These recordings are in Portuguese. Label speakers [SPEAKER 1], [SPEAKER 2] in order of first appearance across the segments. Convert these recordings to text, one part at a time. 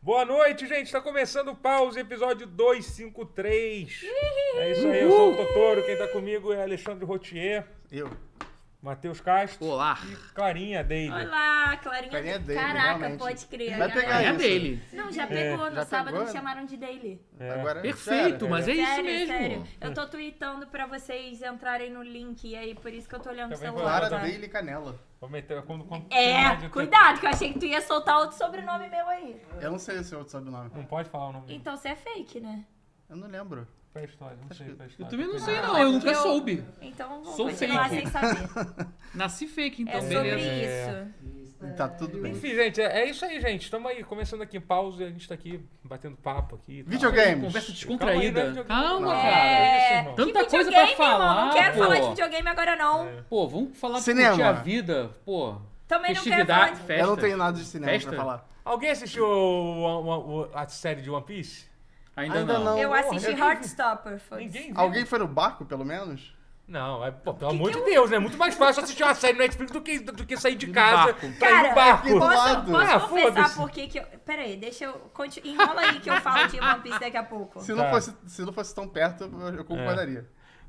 [SPEAKER 1] Boa noite, gente. Está começando o Pause, episódio 253. É isso aí, eu sou o Totoro. Quem tá comigo é Alexandre Rotier,
[SPEAKER 2] Eu.
[SPEAKER 1] Matheus Castro
[SPEAKER 3] Olá.
[SPEAKER 1] e Clarinha David.
[SPEAKER 4] Olá, Clarinha.
[SPEAKER 2] Clarinha Daily,
[SPEAKER 4] Caraca,
[SPEAKER 2] realmente.
[SPEAKER 4] pode crer.
[SPEAKER 2] Vai
[SPEAKER 4] galera.
[SPEAKER 2] pegar
[SPEAKER 3] É a
[SPEAKER 2] isso.
[SPEAKER 3] dele.
[SPEAKER 4] Não, já pegou. no
[SPEAKER 2] já
[SPEAKER 4] sábado
[SPEAKER 2] pegou?
[SPEAKER 4] me chamaram de Daily.
[SPEAKER 1] É.
[SPEAKER 2] Agora,
[SPEAKER 3] Perfeito,
[SPEAKER 2] sério.
[SPEAKER 3] mas é isso
[SPEAKER 4] sério,
[SPEAKER 3] mesmo.
[SPEAKER 4] sério. Eu tô tweetando pra vocês entrarem no link. E aí, por isso que eu tô olhando o
[SPEAKER 1] Também vou
[SPEAKER 4] celular.
[SPEAKER 2] Clara,
[SPEAKER 4] agora.
[SPEAKER 2] Daily e Canela.
[SPEAKER 1] Vou meter quando, quando terminar de
[SPEAKER 4] É,
[SPEAKER 1] ter-
[SPEAKER 4] cuidado, que eu achei que tu ia soltar outro sobrenome meu aí.
[SPEAKER 2] Eu não sei o seu outro sobrenome.
[SPEAKER 1] Não pode falar o nome dele.
[SPEAKER 4] Então você é fake, né?
[SPEAKER 2] Eu não lembro.
[SPEAKER 1] Pra história, não sei pra história.
[SPEAKER 3] Eu também não sei, não. Eu nunca soube.
[SPEAKER 4] Então vou
[SPEAKER 3] Sou
[SPEAKER 4] continuar
[SPEAKER 3] fake.
[SPEAKER 4] sem saber.
[SPEAKER 3] Nasci fake, então,
[SPEAKER 4] É sobre
[SPEAKER 3] beleza.
[SPEAKER 4] isso.
[SPEAKER 2] Tá tudo bem.
[SPEAKER 1] Enfim, gente, é, é isso aí, gente. Estamos aí, começando aqui em pausa. A gente tá aqui batendo papo aqui. e tal.
[SPEAKER 2] Videogames.
[SPEAKER 1] Calma
[SPEAKER 3] Conversa
[SPEAKER 1] aí, né,
[SPEAKER 3] descontraída.
[SPEAKER 1] videogame?
[SPEAKER 3] Calma,
[SPEAKER 1] Não.
[SPEAKER 3] cara.
[SPEAKER 1] É isso, irmão.
[SPEAKER 3] Tanta
[SPEAKER 4] Que
[SPEAKER 3] coisa pra
[SPEAKER 4] videogame,
[SPEAKER 3] falar,
[SPEAKER 4] irmão? Não quero
[SPEAKER 3] pô. É.
[SPEAKER 4] falar de videogame agora, não.
[SPEAKER 3] Pô, vamos falar de
[SPEAKER 2] Cinema.
[SPEAKER 3] curtir a vida. Pô,
[SPEAKER 4] Também não quero falar
[SPEAKER 3] festividade,
[SPEAKER 4] de...
[SPEAKER 3] festa.
[SPEAKER 2] Eu não tenho nada de cinema
[SPEAKER 3] Festa?
[SPEAKER 2] pra falar.
[SPEAKER 1] Alguém assistiu o- o- o- a série de One Piece?
[SPEAKER 3] Ainda,
[SPEAKER 2] Ainda
[SPEAKER 3] não.
[SPEAKER 2] não.
[SPEAKER 4] Eu
[SPEAKER 1] Porra,
[SPEAKER 4] assisti
[SPEAKER 1] ninguém-
[SPEAKER 4] Heartstopper, foda-se.
[SPEAKER 1] Ninguém viu.
[SPEAKER 2] Alguém foi no barco, pelo menos?
[SPEAKER 1] Não, é, pô, pelo amor de Deus, né? É muito mais fácil assistir uma série no Netflix do que, do que sair de casa
[SPEAKER 3] barco.
[SPEAKER 1] pra ir no barco.
[SPEAKER 2] do
[SPEAKER 4] Posso,
[SPEAKER 2] lado.
[SPEAKER 4] posso
[SPEAKER 1] Ah,
[SPEAKER 4] confessar
[SPEAKER 1] foda-se.
[SPEAKER 4] por que que eu... Pera aí, deixa eu... conti- Enrola aí que eu falo de One Piece daqui a pouco.
[SPEAKER 2] Se, não
[SPEAKER 1] Tá. É.
[SPEAKER 2] fosse, se não fosse tão perto, eu eu concordaria.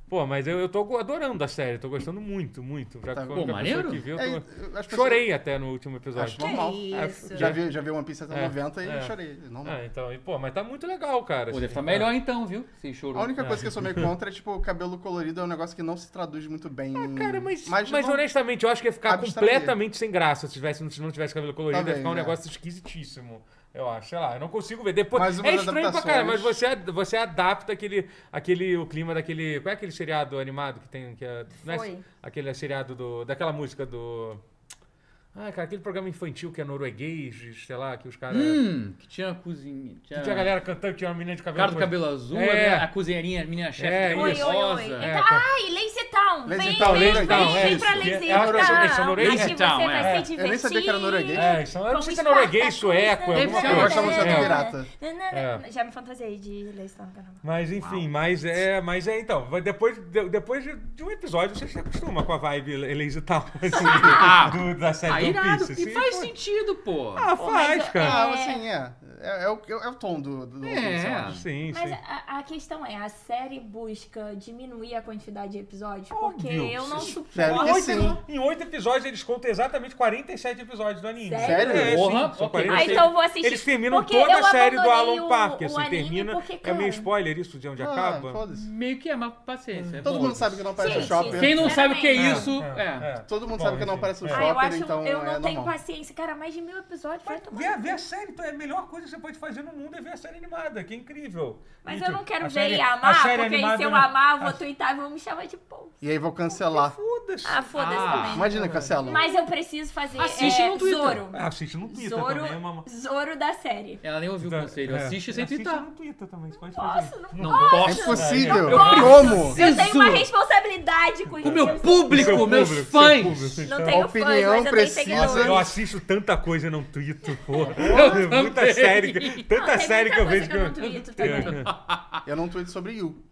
[SPEAKER 1] Pô, mas eu, eu tô adorando a série, tô gostando muito, muito. Já
[SPEAKER 2] Tá
[SPEAKER 1] que
[SPEAKER 2] bom.
[SPEAKER 1] a única
[SPEAKER 3] Pô,
[SPEAKER 1] pessoa
[SPEAKER 3] maneiro?
[SPEAKER 1] que viu,
[SPEAKER 2] É,
[SPEAKER 1] eu
[SPEAKER 2] eu- as
[SPEAKER 1] tô...
[SPEAKER 2] pessoas-
[SPEAKER 1] chorei até no último episódio.
[SPEAKER 2] Acho normal.
[SPEAKER 4] Que
[SPEAKER 1] É,
[SPEAKER 4] isso.
[SPEAKER 2] Já vi, já vi One Piece até
[SPEAKER 1] É.
[SPEAKER 2] 90 e
[SPEAKER 1] É.
[SPEAKER 2] eu chorei. Normal.
[SPEAKER 1] Ah, então, e, pô, mas tá muito legal, cara.
[SPEAKER 3] Pô, deve
[SPEAKER 1] assim,
[SPEAKER 3] tá
[SPEAKER 1] tá-
[SPEAKER 3] melhor então, viu? Sem choro.
[SPEAKER 2] A única coisa que eu sou meio contra é, tipo, o cabelo colorido é um negócio que não se traduz muito bem. Ah,
[SPEAKER 1] Cara, mas, mas,
[SPEAKER 2] não-
[SPEAKER 1] honestamente, eu acho que ia ficar
[SPEAKER 2] Abstraía.
[SPEAKER 1] completamente sem graça se, tivesse, se não tivesse cabelo colorido. ia
[SPEAKER 2] Talvez,
[SPEAKER 1] ficar um
[SPEAKER 2] é.
[SPEAKER 1] negócio esquisitíssimo. Eu acho, sei lá, eu não consigo ver. Depois,
[SPEAKER 2] Mais uma
[SPEAKER 1] é
[SPEAKER 2] das
[SPEAKER 1] estranho pra caralho, mas
[SPEAKER 2] adaptações.
[SPEAKER 1] você, ad- você adapta aquele, aquele, o clima daquele... Qual é aquele seriado animado que tem? Que é, não é-
[SPEAKER 4] Foi.
[SPEAKER 1] aquele seriado do, daquela música do... Ah, cara, aquele programa infantil que é norueguês, sei lá, que os caras...
[SPEAKER 3] Hum, que tinha a cozinha. Tinha, um
[SPEAKER 1] Que tinha a galera cantando, que tinha uma menina de cabelo...
[SPEAKER 3] cara do
[SPEAKER 1] colorido.
[SPEAKER 3] cabelo azul,
[SPEAKER 1] É.
[SPEAKER 3] a menina- a cozinheirinha, a menina
[SPEAKER 1] É,
[SPEAKER 3] chefe
[SPEAKER 4] Oi, oi, oi.
[SPEAKER 3] rosa.
[SPEAKER 1] É,
[SPEAKER 4] Então,
[SPEAKER 1] cara.
[SPEAKER 4] ai, Lazy Town.
[SPEAKER 2] Lazy
[SPEAKER 4] vem,
[SPEAKER 2] Town,
[SPEAKER 4] vem,
[SPEAKER 2] Lazy
[SPEAKER 4] vem,
[SPEAKER 2] Town, é
[SPEAKER 4] vem
[SPEAKER 2] isso.
[SPEAKER 4] pra
[SPEAKER 1] É,
[SPEAKER 4] Lazy
[SPEAKER 1] é
[SPEAKER 4] Town.
[SPEAKER 1] norueguês, eles são noruegueses?
[SPEAKER 4] Aqui
[SPEAKER 3] Lazy
[SPEAKER 4] você
[SPEAKER 3] Town,
[SPEAKER 4] vai
[SPEAKER 3] é.
[SPEAKER 4] se
[SPEAKER 2] Eu
[SPEAKER 4] divertir.
[SPEAKER 2] nem sabia que era norueguês.
[SPEAKER 1] É, isso, eu não
[SPEAKER 4] Como
[SPEAKER 1] sei se é
[SPEAKER 4] espartacus,
[SPEAKER 1] norueguês, sueco,
[SPEAKER 4] né?
[SPEAKER 1] alguma
[SPEAKER 3] tá, Deve ser,
[SPEAKER 1] coisa.
[SPEAKER 3] eu gosto da
[SPEAKER 2] música do
[SPEAKER 1] É.
[SPEAKER 2] pirata.
[SPEAKER 1] É.
[SPEAKER 4] Já me fantasiei de Lazy Town. cara.
[SPEAKER 1] Mas enfim, mas é, mas é então, vai- depois, de, depois de, de um episódio você se acostuma com a vibe lazy tal assim,
[SPEAKER 3] Ah,
[SPEAKER 1] da série
[SPEAKER 3] Aí
[SPEAKER 1] One
[SPEAKER 4] tá
[SPEAKER 3] irado.
[SPEAKER 1] Piece,
[SPEAKER 3] E
[SPEAKER 1] assim,
[SPEAKER 3] faz
[SPEAKER 1] pô.
[SPEAKER 3] sentido, pô.
[SPEAKER 1] Ah, faz,
[SPEAKER 4] mas eu-
[SPEAKER 1] cara.
[SPEAKER 2] Ah, assim, é. É, é o, é o tom do, do One Piece, eu
[SPEAKER 3] É.
[SPEAKER 2] acho.
[SPEAKER 1] Sim,
[SPEAKER 4] Mas
[SPEAKER 1] sim.
[SPEAKER 4] a, a questão é, a série busca diminuir a quantidade de episódios? Porque
[SPEAKER 1] Óbvio.
[SPEAKER 4] eu não
[SPEAKER 2] Sério
[SPEAKER 1] Em
[SPEAKER 4] suporto.
[SPEAKER 2] que sim.
[SPEAKER 1] oito, em oito episódios eles contam exatamente 47 episódios do anime.
[SPEAKER 4] Sério?
[SPEAKER 1] É,
[SPEAKER 3] Porra,
[SPEAKER 1] sim, são
[SPEAKER 3] ok.
[SPEAKER 1] 47.
[SPEAKER 4] Ah, então eu vou assistir.
[SPEAKER 1] Eles terminam
[SPEAKER 4] Porque
[SPEAKER 1] toda
[SPEAKER 4] eu
[SPEAKER 1] a série do
[SPEAKER 4] abandonei
[SPEAKER 1] Alan
[SPEAKER 4] o-
[SPEAKER 1] Parker,
[SPEAKER 4] o
[SPEAKER 1] assim,
[SPEAKER 4] anime
[SPEAKER 1] termina.
[SPEAKER 4] porque,
[SPEAKER 1] é meio
[SPEAKER 4] cara,
[SPEAKER 1] spoiler isso de onde
[SPEAKER 2] Ah,
[SPEAKER 1] acaba.
[SPEAKER 2] foda-se.
[SPEAKER 3] Meio que é, mas paciência. é
[SPEAKER 2] Todo
[SPEAKER 3] bom.
[SPEAKER 2] mundo sabe que não aparece
[SPEAKER 4] Gente,
[SPEAKER 2] shopper.
[SPEAKER 3] Quem não sabe o que é
[SPEAKER 4] Sinceramente.
[SPEAKER 3] isso, é.
[SPEAKER 2] Todo mundo
[SPEAKER 1] Bom,
[SPEAKER 2] sabe que não
[SPEAKER 1] enfim.
[SPEAKER 2] aparece o
[SPEAKER 1] É.
[SPEAKER 4] Ah, eu
[SPEAKER 2] shopper,
[SPEAKER 4] acho,
[SPEAKER 2] então
[SPEAKER 4] eu não
[SPEAKER 2] é
[SPEAKER 4] tenho
[SPEAKER 2] normal.
[SPEAKER 4] paciência. Cara, mais de mil episódios, vai tomar.
[SPEAKER 1] Ver, ver a série, então é a melhor coisa que você pode fazer no mundo é ver a série animada, que é incrível.
[SPEAKER 4] Mas
[SPEAKER 1] E,
[SPEAKER 4] eu
[SPEAKER 1] tipo,
[SPEAKER 4] não quero
[SPEAKER 1] a
[SPEAKER 4] ver
[SPEAKER 1] série-
[SPEAKER 4] e
[SPEAKER 1] a
[SPEAKER 4] amar,
[SPEAKER 1] série
[SPEAKER 4] porque aí se
[SPEAKER 1] animada é
[SPEAKER 4] eu
[SPEAKER 1] não-
[SPEAKER 4] amar, eu
[SPEAKER 1] a
[SPEAKER 4] vou twittar e vão me chamar de pô.
[SPEAKER 2] E aí vou cancelar.
[SPEAKER 1] Foda-se.
[SPEAKER 4] Ah, foda-se
[SPEAKER 3] Ah.
[SPEAKER 4] também.
[SPEAKER 2] Imagina, cancela.
[SPEAKER 4] Mas eu preciso fazer
[SPEAKER 3] Assiste
[SPEAKER 4] é,
[SPEAKER 3] no Twitter.
[SPEAKER 4] Zoro.
[SPEAKER 1] Ah, assiste no Twitter
[SPEAKER 4] Zoro,
[SPEAKER 1] também, é uma...
[SPEAKER 4] Zoro da série.
[SPEAKER 3] Ela nem ouviu o conselho.
[SPEAKER 1] É,
[SPEAKER 3] Assiste sem
[SPEAKER 1] Assiste
[SPEAKER 3] twittar.
[SPEAKER 1] no Twitter também, você pode fazer.
[SPEAKER 4] Posso, não,
[SPEAKER 3] Não
[SPEAKER 4] posso.
[SPEAKER 2] É
[SPEAKER 3] posso.
[SPEAKER 2] impossível.
[SPEAKER 3] Eu
[SPEAKER 2] Como?
[SPEAKER 4] Eu tenho uma
[SPEAKER 3] Isso.
[SPEAKER 4] responsabilidade com
[SPEAKER 3] O
[SPEAKER 4] isso.
[SPEAKER 3] meu público,
[SPEAKER 1] Seu
[SPEAKER 3] meus
[SPEAKER 1] público, seu
[SPEAKER 3] fãs.
[SPEAKER 1] público,
[SPEAKER 4] Não
[SPEAKER 1] então.
[SPEAKER 4] tenho fãs,
[SPEAKER 2] Opinião
[SPEAKER 4] mas eu tenho
[SPEAKER 2] precisa-
[SPEAKER 4] seguidores.
[SPEAKER 1] Eu assisto tanta coisa e não twito, porra.
[SPEAKER 3] Eu
[SPEAKER 1] muita
[SPEAKER 3] também.
[SPEAKER 1] série, que-
[SPEAKER 4] Não,
[SPEAKER 1] tanta
[SPEAKER 4] Ah, tem
[SPEAKER 1] série
[SPEAKER 4] muita
[SPEAKER 1] que eu
[SPEAKER 4] coisa
[SPEAKER 1] vejo que
[SPEAKER 4] eu não
[SPEAKER 1] eu...
[SPEAKER 4] né?
[SPEAKER 1] É,
[SPEAKER 4] tweeto também. assim.
[SPEAKER 2] Eu não tweet sobre Yu.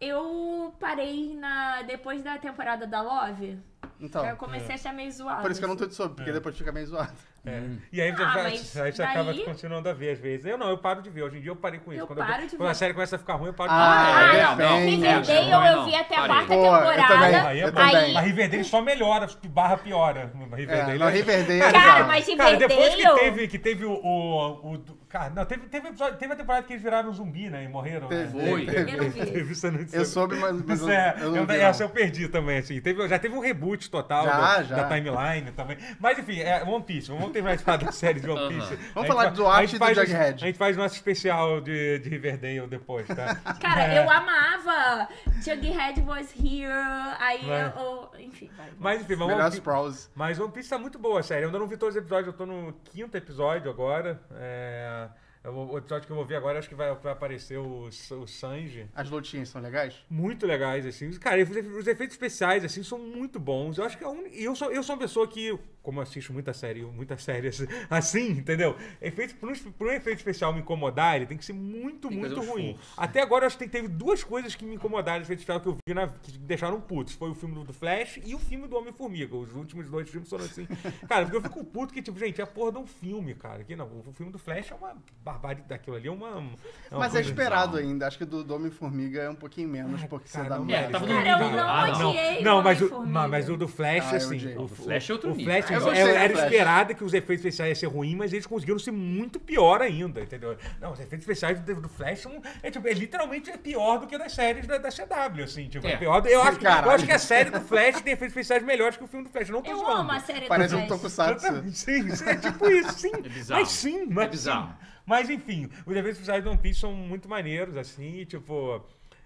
[SPEAKER 4] Eu parei na depois da temporada da Love.
[SPEAKER 2] Então,
[SPEAKER 4] eu comecei a achar meio zoado.
[SPEAKER 2] por isso que eu não tweet sobre, porque depois fica meio zoado.
[SPEAKER 1] É. E aí,
[SPEAKER 4] Ah,
[SPEAKER 1] já-
[SPEAKER 4] mas
[SPEAKER 1] aí você acaba
[SPEAKER 4] daí-
[SPEAKER 1] continuando a ver às vezes. Eu não, eu paro de ver. Hoje em dia eu parei com isso.
[SPEAKER 4] Eu
[SPEAKER 1] quando,
[SPEAKER 4] paro
[SPEAKER 1] eu...
[SPEAKER 4] de
[SPEAKER 1] quando a
[SPEAKER 4] ver.
[SPEAKER 1] série começa a ficar ruim, eu paro
[SPEAKER 2] Ah,
[SPEAKER 1] de ver.
[SPEAKER 4] Ah,
[SPEAKER 2] é,
[SPEAKER 4] não.
[SPEAKER 2] depende.
[SPEAKER 4] Riverdale
[SPEAKER 3] Não, não,
[SPEAKER 4] eu vi até a
[SPEAKER 3] parei.
[SPEAKER 4] quarta
[SPEAKER 2] Pô, eu
[SPEAKER 4] temporada.
[SPEAKER 2] também,
[SPEAKER 1] eu
[SPEAKER 4] é
[SPEAKER 2] também.
[SPEAKER 1] A Riverdale só melhora, barra piora. A
[SPEAKER 2] É,
[SPEAKER 1] Riverdale
[SPEAKER 2] não, Riverdale é
[SPEAKER 4] Cara,
[SPEAKER 2] legal.
[SPEAKER 4] mas
[SPEAKER 1] Cara,
[SPEAKER 4] Riverdale...
[SPEAKER 1] depois que teve, que teve o, o, o do- Cara, não, teve, teve, episódio- teve a temporada que eles viraram zumbi, né? E morreram. né?
[SPEAKER 2] Teve,
[SPEAKER 3] Oi.
[SPEAKER 2] teve.
[SPEAKER 4] Eu não vi.
[SPEAKER 1] Teve isso, eu não
[SPEAKER 2] Eu soube, mas, mas
[SPEAKER 1] Isso
[SPEAKER 2] eu,
[SPEAKER 1] é,
[SPEAKER 2] eu não
[SPEAKER 1] eu-
[SPEAKER 2] vi,
[SPEAKER 1] essa
[SPEAKER 2] não.
[SPEAKER 1] eu perdi também, assim. Teve, já teve um reboot total
[SPEAKER 2] Já,
[SPEAKER 1] da,
[SPEAKER 2] já.
[SPEAKER 1] da timeline também. Mas enfim, é One Piece. Vamos terminar de falar da série de One Piece.
[SPEAKER 3] Aham.
[SPEAKER 1] A gente
[SPEAKER 2] falar
[SPEAKER 1] fa-
[SPEAKER 2] do Arte
[SPEAKER 1] a gente
[SPEAKER 2] e do
[SPEAKER 1] faz nosso-
[SPEAKER 2] Jughead.
[SPEAKER 1] A gente faz nosso especial de, de Riverdale depois, tá?
[SPEAKER 4] Cara, eu amava Jughead was here, aí
[SPEAKER 1] Vai.
[SPEAKER 4] eu... eu- Enfim, vai.
[SPEAKER 1] Mas enfim, vamos
[SPEAKER 2] Melhor
[SPEAKER 1] One Piece-
[SPEAKER 2] Sprouls.
[SPEAKER 1] Mas One Piece tá muito boa, sério. Eu ainda não vi todos os episódios, eu tô no quinto episódio agora. É, eu vou- o episódio que eu vou ver agora, acho que vai, vai aparecer o, o Sanji.
[SPEAKER 2] As lutinhas são legais?
[SPEAKER 1] Muito legais, assim. Cara, os efe- os efeitos especiais, assim, são muito bons. Eu acho que é a única- e eu sou, eu sou uma pessoa que como eu assisto muita série, muita série assim- assim, entendeu? Efeito, pro, pro um efeito especial me incomodar, ele tem que ser muito,
[SPEAKER 3] Tem que
[SPEAKER 1] muito
[SPEAKER 3] fazer um
[SPEAKER 1] ruim.
[SPEAKER 3] esforço.
[SPEAKER 1] Até agora eu acho que teve duas coisas que me incomodaram no efeito especial que eu vi na, que me deixaram putos. Foi o filme do- do Flash e o filme do Homem-Formiga. Os últimos dois filmes foram assim. cara, porque eu fico puto que, tipo, gente, é a porra de um filme, cara. Que não, o filme do Flash é uma barbaridade daquilo ali, é uma. é uma
[SPEAKER 2] Mas é
[SPEAKER 1] coisa-
[SPEAKER 2] esperado ainda. Acho que do do Homem-Formiga é um pouquinho menos, porque você
[SPEAKER 1] Cara,
[SPEAKER 2] dá
[SPEAKER 1] não
[SPEAKER 2] uma.
[SPEAKER 3] É, tava no
[SPEAKER 4] Cara,
[SPEAKER 3] nível
[SPEAKER 4] eu
[SPEAKER 3] do-
[SPEAKER 4] não
[SPEAKER 3] Ah, não.
[SPEAKER 4] odiei
[SPEAKER 1] Não,
[SPEAKER 4] o
[SPEAKER 1] mas o,
[SPEAKER 4] Homem-Formiga.
[SPEAKER 1] ma- mas o do Flash,
[SPEAKER 2] Ah, eu
[SPEAKER 1] assim.
[SPEAKER 2] odiei.
[SPEAKER 1] O,
[SPEAKER 2] O
[SPEAKER 3] Flash é outro
[SPEAKER 1] o
[SPEAKER 3] nível.
[SPEAKER 1] Flash,
[SPEAKER 2] Eu
[SPEAKER 1] é-
[SPEAKER 2] gostei do
[SPEAKER 1] era
[SPEAKER 2] Flash.
[SPEAKER 1] esperado que os efeitos especiais iam ser ruins, mas eles conseguiram ser muito pior ainda, entendeu? Não, os efeitos especiais do, do Flash são. É, tipo, é literalmente é pior do que das séries da, da CW, assim. Tipo, é.
[SPEAKER 3] É.
[SPEAKER 1] pior do- eu, acho que, eu
[SPEAKER 2] Caralho.
[SPEAKER 1] acho que a série do Flash tem efeitos especiais melhores que o filme do Flash. Não tô
[SPEAKER 4] Eu
[SPEAKER 1] zoando.
[SPEAKER 4] amo a série
[SPEAKER 2] Parece
[SPEAKER 4] do
[SPEAKER 2] um
[SPEAKER 4] Flash.
[SPEAKER 2] tokusatsu.
[SPEAKER 1] Exatamente, Sim, sim, é tipo isso, sim.
[SPEAKER 3] É bizarro.
[SPEAKER 1] Mas sim, mas
[SPEAKER 3] É bizarro.
[SPEAKER 1] sim. Mas enfim, os eventos especiais do One Piece são muito maneiros, assim, e, tipo.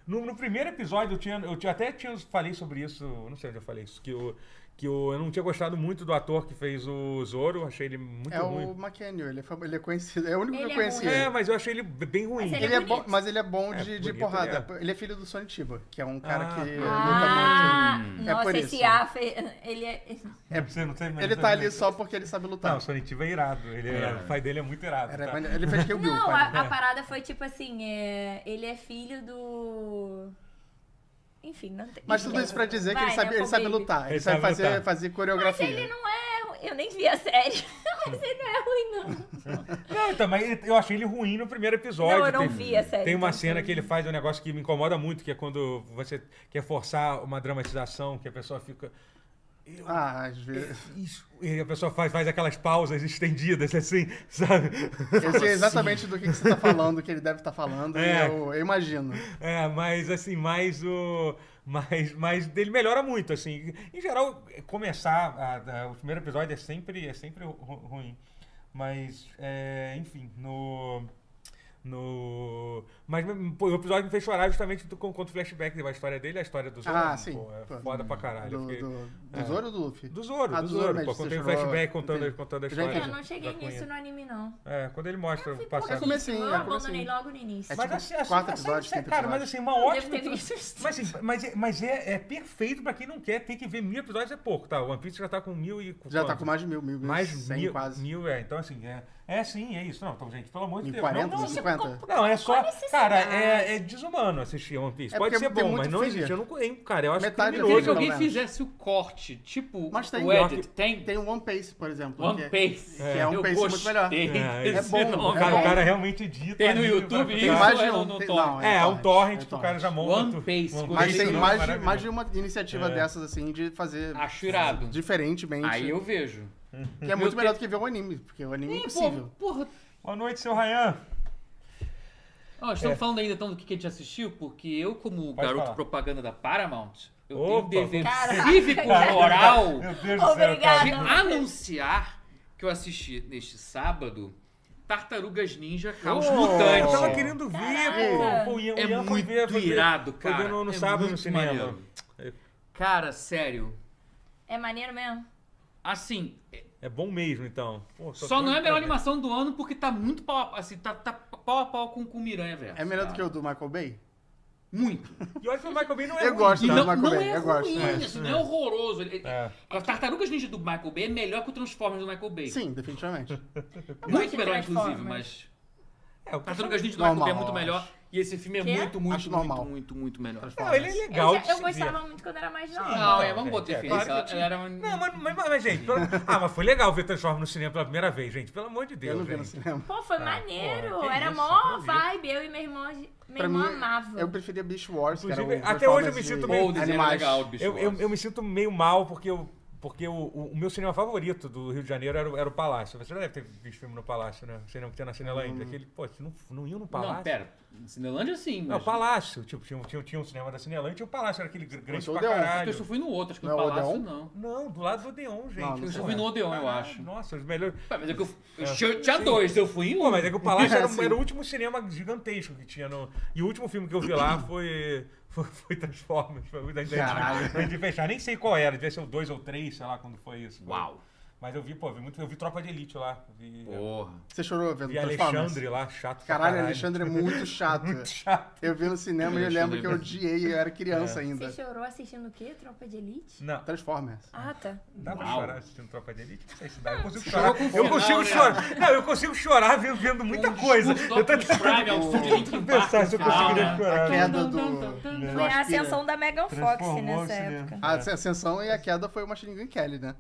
[SPEAKER 1] No, no primeiro episódio, eu, tinha, eu tinha- até tinha, falei sobre isso, não sei onde eu falei isso, que, eu, que eu, eu não tinha gostado muito do ator que fez o Zoro, achei ele muito
[SPEAKER 2] É
[SPEAKER 1] ruim.
[SPEAKER 2] o McKenny, ele é, fam- ele é conhecido. É o único
[SPEAKER 4] Ele
[SPEAKER 2] que
[SPEAKER 4] é
[SPEAKER 2] eu conhecia.
[SPEAKER 1] É, mas eu achei ele b- bem ruim.
[SPEAKER 4] Mas ele
[SPEAKER 2] Ele é bom,
[SPEAKER 4] bonito.
[SPEAKER 2] mas ele é bom de, de
[SPEAKER 1] bonito,
[SPEAKER 2] porrada.
[SPEAKER 1] ele
[SPEAKER 2] Ele é. filho do Sonny Chiba, que é um cara
[SPEAKER 1] Ah,
[SPEAKER 2] que
[SPEAKER 1] tá.
[SPEAKER 2] luta
[SPEAKER 4] Ah,
[SPEAKER 3] Hum.
[SPEAKER 2] É por
[SPEAKER 4] nossa,
[SPEAKER 2] isso.
[SPEAKER 4] esse A, fe- ele é...
[SPEAKER 1] É, você não tem,
[SPEAKER 2] muito. Ele tá ali só porque ele sabe lutar.
[SPEAKER 1] é Não, o Sonitiba é irado. Ele é-
[SPEAKER 3] É.
[SPEAKER 1] O pai dele é muito irado.
[SPEAKER 2] Era-
[SPEAKER 1] tá?
[SPEAKER 2] mas Ele fez Kill Bill,
[SPEAKER 4] Não, a,
[SPEAKER 2] pai.
[SPEAKER 4] a parada foi tipo assim, é, ele é filho do... Enfim, não tem... é,
[SPEAKER 2] Mas tudo isso pra dizer que
[SPEAKER 4] Vai, né,
[SPEAKER 2] ele sabe,
[SPEAKER 4] Malcolm
[SPEAKER 2] ele sabe
[SPEAKER 4] Baby.
[SPEAKER 2] lutar. Ele,
[SPEAKER 1] Ele
[SPEAKER 2] sabe,
[SPEAKER 1] sabe
[SPEAKER 2] fazer,
[SPEAKER 1] lutar.
[SPEAKER 2] fazer
[SPEAKER 4] Mas
[SPEAKER 2] coreografia.
[SPEAKER 4] ele não é... ru- Eu nem vi a série. Mas ele não é ruim, não.
[SPEAKER 1] Não, então, mas ele- eu achei ele ruim no primeiro episódio.
[SPEAKER 4] Não, eu não
[SPEAKER 1] tem,
[SPEAKER 4] vi a série,
[SPEAKER 1] Tem uma
[SPEAKER 4] então,
[SPEAKER 1] cena que ele faz um negócio que me incomoda muito, que é quando você quer forçar uma dramatização, que a pessoa fica. Eu
[SPEAKER 2] Ah, às vezes.
[SPEAKER 1] fiz- E a pessoa faz, faz aquelas pausas estendidas, assim, sabe?
[SPEAKER 2] Eu sei exatamente do que, que você tá falando, que ele deve estar falando. e
[SPEAKER 1] assim? É.
[SPEAKER 2] Eu, eu imagino.
[SPEAKER 1] É, mas assim, mais o. Mas, mas ele melhora muito, assim. Em geral, começar a- a- o primeiro episódio é sempre, é sempre ru- ruim. Mas, é, enfim, no. No. Mas pô, o episódio me fez chorar justamente do, com, contra o flashback da história dele, a história do Zoro.
[SPEAKER 2] Ah, sim.
[SPEAKER 1] pô, é
[SPEAKER 2] Pô,
[SPEAKER 1] foda pra caralho. eu
[SPEAKER 2] Do,
[SPEAKER 1] fiquei- É.
[SPEAKER 2] do, do Zoro ou do Luffy?
[SPEAKER 1] do Zoro,
[SPEAKER 2] Ah,
[SPEAKER 1] do
[SPEAKER 2] do Zoro
[SPEAKER 1] Zoro.
[SPEAKER 2] mesmo,
[SPEAKER 1] Pô,
[SPEAKER 2] você
[SPEAKER 1] quando tem o
[SPEAKER 2] chorou.
[SPEAKER 1] flashback contando,
[SPEAKER 2] Entendi.
[SPEAKER 1] contando a
[SPEAKER 2] Já
[SPEAKER 1] história.
[SPEAKER 4] Eu
[SPEAKER 2] entendi.
[SPEAKER 1] da-
[SPEAKER 4] não cheguei
[SPEAKER 1] da Cunha.
[SPEAKER 4] nisso no anime, não.
[SPEAKER 1] É, quando ele mostra o
[SPEAKER 4] Pô,
[SPEAKER 1] passado.
[SPEAKER 2] É comecinho,
[SPEAKER 4] Eu
[SPEAKER 2] é
[SPEAKER 4] abandonei
[SPEAKER 2] comecinho.
[SPEAKER 4] logo no início.
[SPEAKER 2] É
[SPEAKER 1] Mas
[SPEAKER 2] tipo
[SPEAKER 1] assim, assim,
[SPEAKER 2] quatro
[SPEAKER 1] a série-
[SPEAKER 2] episódios,
[SPEAKER 1] série-
[SPEAKER 2] quinto
[SPEAKER 1] Cara, mas
[SPEAKER 2] episódio.
[SPEAKER 1] assim, uma
[SPEAKER 4] Eu
[SPEAKER 1] ótima.
[SPEAKER 4] devo ter visto os
[SPEAKER 1] Mas, assim, mas, é, mas é, é perfeito pra quem não quer ter que ver mil episódios é pouco, tá? O One Piece já tá com mil e.
[SPEAKER 2] Já tá
[SPEAKER 1] quanto?
[SPEAKER 2] com mais de mil, mil, mil
[SPEAKER 1] mais
[SPEAKER 2] cem
[SPEAKER 1] mil,
[SPEAKER 2] quase.
[SPEAKER 1] mil, é. Então, assim, é, é sim, é isso. Não, então, gente, pelo amor de
[SPEAKER 2] Mil
[SPEAKER 1] Deus.
[SPEAKER 2] quarenta, né?
[SPEAKER 1] não, não,
[SPEAKER 2] mil
[SPEAKER 1] assim,
[SPEAKER 2] cinquenta.
[SPEAKER 1] não, é só.
[SPEAKER 4] necessidade.
[SPEAKER 1] Cara, é, é desumano assistir One Piece.
[SPEAKER 2] É
[SPEAKER 1] Pode
[SPEAKER 2] porque
[SPEAKER 1] ser
[SPEAKER 2] tem
[SPEAKER 1] bom, mas
[SPEAKER 2] muito
[SPEAKER 1] não
[SPEAKER 2] filler.
[SPEAKER 1] existe. Eu não conheço, cara. Eu acho
[SPEAKER 2] Metade é
[SPEAKER 3] Queria
[SPEAKER 1] criminoso.
[SPEAKER 3] que alguém
[SPEAKER 2] Pelo menos.
[SPEAKER 3] fizesse o corte, tipo
[SPEAKER 2] Mas tem.
[SPEAKER 3] o edit. Tem,
[SPEAKER 2] Tem o One Piece, por exemplo. que
[SPEAKER 3] One
[SPEAKER 2] é-
[SPEAKER 3] Piece.
[SPEAKER 2] que é um
[SPEAKER 3] Eu
[SPEAKER 2] Piece muito
[SPEAKER 3] gostei
[SPEAKER 2] melhor.
[SPEAKER 1] É,
[SPEAKER 3] desse
[SPEAKER 2] é bom,
[SPEAKER 1] O
[SPEAKER 3] nome.
[SPEAKER 2] é
[SPEAKER 1] cara, o
[SPEAKER 2] bom.
[SPEAKER 1] cara realmente dita.
[SPEAKER 3] Tem no
[SPEAKER 1] ali,
[SPEAKER 3] YouTube
[SPEAKER 1] vai-
[SPEAKER 2] Tem
[SPEAKER 3] isso.
[SPEAKER 2] mais
[SPEAKER 3] é
[SPEAKER 2] de
[SPEAKER 3] no-
[SPEAKER 2] um.
[SPEAKER 3] no
[SPEAKER 2] tem-
[SPEAKER 3] torrent.
[SPEAKER 2] não,
[SPEAKER 1] É, é um torrent,
[SPEAKER 2] é
[SPEAKER 1] o cara já monta.
[SPEAKER 3] One Piece,
[SPEAKER 1] One né?
[SPEAKER 2] Mas
[SPEAKER 3] Isso
[SPEAKER 2] tem
[SPEAKER 3] é
[SPEAKER 2] mais de,
[SPEAKER 1] maravilhoso.
[SPEAKER 2] mais de uma iniciativa
[SPEAKER 1] É.
[SPEAKER 2] dessas, assim, de fazer
[SPEAKER 3] Acho irado.
[SPEAKER 2] diferentemente.
[SPEAKER 3] Aí eu vejo.
[SPEAKER 2] Que é muito melhor do que ver o anime, porque o anime é impossível.
[SPEAKER 3] porra.
[SPEAKER 1] Boa noite, seu Ryan.
[SPEAKER 3] Ó, estamos falando ainda então do que que a gente assistiu, porque eu, como
[SPEAKER 1] É. Pode
[SPEAKER 3] garoto
[SPEAKER 1] falar.
[SPEAKER 3] propaganda da Paramount, eu tenho
[SPEAKER 1] Opa.
[SPEAKER 3] um dever
[SPEAKER 4] Caraca.
[SPEAKER 3] cívico moral
[SPEAKER 1] Meu Deus do céu. cara.
[SPEAKER 4] Obrigada.
[SPEAKER 3] de anunciar que eu assisti neste sábado Tartarugas Ninja Caos
[SPEAKER 1] Oh, Eu tava
[SPEAKER 3] Mutante.
[SPEAKER 1] querendo ver,
[SPEAKER 4] Caraca.
[SPEAKER 1] pô. pô o Ian, o
[SPEAKER 3] É
[SPEAKER 1] Ian foi
[SPEAKER 3] muito
[SPEAKER 1] ver, foi ver-
[SPEAKER 3] irado,
[SPEAKER 1] foi ver
[SPEAKER 3] cara.
[SPEAKER 1] no, no
[SPEAKER 3] É
[SPEAKER 1] sábado no
[SPEAKER 3] muito
[SPEAKER 1] cinema.
[SPEAKER 3] maneiro. Cara, sério.
[SPEAKER 4] É maneiro mesmo?
[SPEAKER 3] Assim,
[SPEAKER 1] É bom mesmo, então. Pô,
[SPEAKER 3] só não é
[SPEAKER 1] doido
[SPEAKER 3] a melhor
[SPEAKER 1] pra ver.
[SPEAKER 3] animação do ano porque tá muito pau a, assim, tá, tá pau a pau com, com o Miranha, velho.
[SPEAKER 2] É melhor do que o do Michael Bay?
[SPEAKER 3] Muito.
[SPEAKER 1] E olha que o Michael Bay não é
[SPEAKER 2] Eu
[SPEAKER 1] ruim.
[SPEAKER 2] gosto
[SPEAKER 3] E
[SPEAKER 2] do
[SPEAKER 3] não,
[SPEAKER 2] Michael
[SPEAKER 3] não
[SPEAKER 2] Bay,
[SPEAKER 3] é
[SPEAKER 2] eu gosto. né?
[SPEAKER 3] ruim,
[SPEAKER 2] mas-
[SPEAKER 3] assim, não é horroroso. Ele-
[SPEAKER 1] É.
[SPEAKER 3] A Tartarugas Ninja do Michael Bay é melhor que o Transformers do Michael Bay.
[SPEAKER 2] Sim, definitivamente.
[SPEAKER 4] gosto
[SPEAKER 3] Muito
[SPEAKER 4] de
[SPEAKER 3] melhor,
[SPEAKER 4] Transformers.
[SPEAKER 3] inclusive, mas.
[SPEAKER 1] É, o
[SPEAKER 3] Tartarugas Ninja do
[SPEAKER 2] Normal,
[SPEAKER 3] Michael Bay é muito melhor. E esse filme é
[SPEAKER 4] Quê?
[SPEAKER 3] muito, muito,
[SPEAKER 2] Acho
[SPEAKER 3] muito,
[SPEAKER 2] normal.
[SPEAKER 3] muito, muito melhor.
[SPEAKER 1] Não, ele é
[SPEAKER 4] Eu,
[SPEAKER 1] legal
[SPEAKER 4] já-
[SPEAKER 1] de
[SPEAKER 4] eu
[SPEAKER 1] se ver.
[SPEAKER 4] gostava muito quando era mais jovem.
[SPEAKER 3] Não, é,
[SPEAKER 1] Não,
[SPEAKER 3] vamos
[SPEAKER 1] gente,
[SPEAKER 3] botar
[SPEAKER 1] é,
[SPEAKER 3] referência.
[SPEAKER 1] claro que
[SPEAKER 3] ela- ela era um-
[SPEAKER 1] Não, mas, mas, mas, gente, pelo- ah, mas foi legal ver Transformers no cinema pela primeira vez, gente. Pelo amor de
[SPEAKER 2] Eu
[SPEAKER 1] Deus,
[SPEAKER 2] não vi no
[SPEAKER 1] gente.
[SPEAKER 2] cinema.
[SPEAKER 4] Pô, foi
[SPEAKER 1] Ah,
[SPEAKER 4] maneiro.
[SPEAKER 1] porra, que
[SPEAKER 4] era
[SPEAKER 1] isso,
[SPEAKER 4] mó
[SPEAKER 1] eu vi.
[SPEAKER 4] vibe. Eu e meu irmão, meu
[SPEAKER 2] Pra
[SPEAKER 4] irmão
[SPEAKER 2] mim,
[SPEAKER 4] amava.
[SPEAKER 2] eu preferia Beast Wars, que era
[SPEAKER 1] Inclusive,
[SPEAKER 2] o
[SPEAKER 1] até hoje eu me
[SPEAKER 2] performance
[SPEAKER 1] sinto
[SPEAKER 2] de
[SPEAKER 1] meio-
[SPEAKER 3] Ou o desenho era
[SPEAKER 2] animais.
[SPEAKER 3] legal, bicho.
[SPEAKER 1] Eu, eu, eu me sinto meio mal porque eu. Porque o, o- o meu cinema favorito do Rio de Janeiro era, o- era o Palácio. Você já deve ter visto filme no Palácio, né? O cinema que tinha na Cinelândia. Aquele, pô, vocês não, não iam no Palácio?
[SPEAKER 3] Não, pera. Cinelândia sim,
[SPEAKER 1] Não,
[SPEAKER 3] mas.
[SPEAKER 1] o Palácio. Tipo, tinha, um- tinha, um- tinha um cinema da Cinelândia e o Palácio era aquele gr- grande
[SPEAKER 2] Mas o
[SPEAKER 1] pra
[SPEAKER 2] Odeon,
[SPEAKER 3] Eu só
[SPEAKER 1] caralho.
[SPEAKER 3] fui no outro, acho que
[SPEAKER 2] Não
[SPEAKER 3] no
[SPEAKER 2] é o
[SPEAKER 3] Palácio
[SPEAKER 2] Odeon?
[SPEAKER 3] não.
[SPEAKER 1] Não, do lado do Odeon, gente.
[SPEAKER 2] Não, não
[SPEAKER 3] Eu só
[SPEAKER 2] sei.
[SPEAKER 1] Pô,
[SPEAKER 3] fui no Odeon, eu
[SPEAKER 1] caralho,
[SPEAKER 3] acho.
[SPEAKER 1] Nossa, os melhores...
[SPEAKER 3] Ué, Mas é que eu, eu tinha- tinha dois, eu fui em um.
[SPEAKER 1] Pô, mas é que o Palácio era,
[SPEAKER 2] Sim.
[SPEAKER 1] era o último cinema gigantesco que tinha no... E o último filme que eu vi lá foi... Foi, foi Transformers. Foi muito da
[SPEAKER 2] Caralho.
[SPEAKER 1] de fechar. Nem sei qual era. Devia ser o 2 ou 3, sei lá quando foi isso.
[SPEAKER 3] Uau.
[SPEAKER 1] Mas eu vi, pô, vi muito, eu vi Tropa de Elite lá. Vi,
[SPEAKER 3] Porra.
[SPEAKER 2] Você chorou vendo
[SPEAKER 1] vi
[SPEAKER 2] Transformers?
[SPEAKER 1] Alexandre lá, chato. pra
[SPEAKER 2] Caralho, Alexandre é muito chato.
[SPEAKER 1] Muito chato.
[SPEAKER 2] Eu vi no cinema e eu lembro que eu odiei, eu era
[SPEAKER 1] É.
[SPEAKER 2] criança ainda.
[SPEAKER 4] Você chorou assistindo o quê? Tropa de Elite?
[SPEAKER 1] Não,
[SPEAKER 2] Transformers.
[SPEAKER 4] Ah, tá.
[SPEAKER 1] dá pra
[SPEAKER 3] Uau.
[SPEAKER 1] chorar assistindo Tropa de Elite? Não sei se dá. Eu consigo
[SPEAKER 3] Chorou
[SPEAKER 1] chorar.
[SPEAKER 3] com o
[SPEAKER 1] eu
[SPEAKER 3] final,
[SPEAKER 1] consigo
[SPEAKER 3] né? Um
[SPEAKER 1] chorar. Não, eu consigo chorar vendo, vendo muita coisa. Eu tô
[SPEAKER 3] é
[SPEAKER 1] tentando, tentando pensar se eu conseguiria
[SPEAKER 3] Ah,
[SPEAKER 2] A
[SPEAKER 3] né?
[SPEAKER 1] chorar.
[SPEAKER 2] queda do.
[SPEAKER 4] Foi a ascensão da Megan Fox
[SPEAKER 1] Transformou
[SPEAKER 4] nessa
[SPEAKER 1] o cinema.
[SPEAKER 4] época.
[SPEAKER 2] É A ascensão e a queda foi o Machine Gun Kelly, né?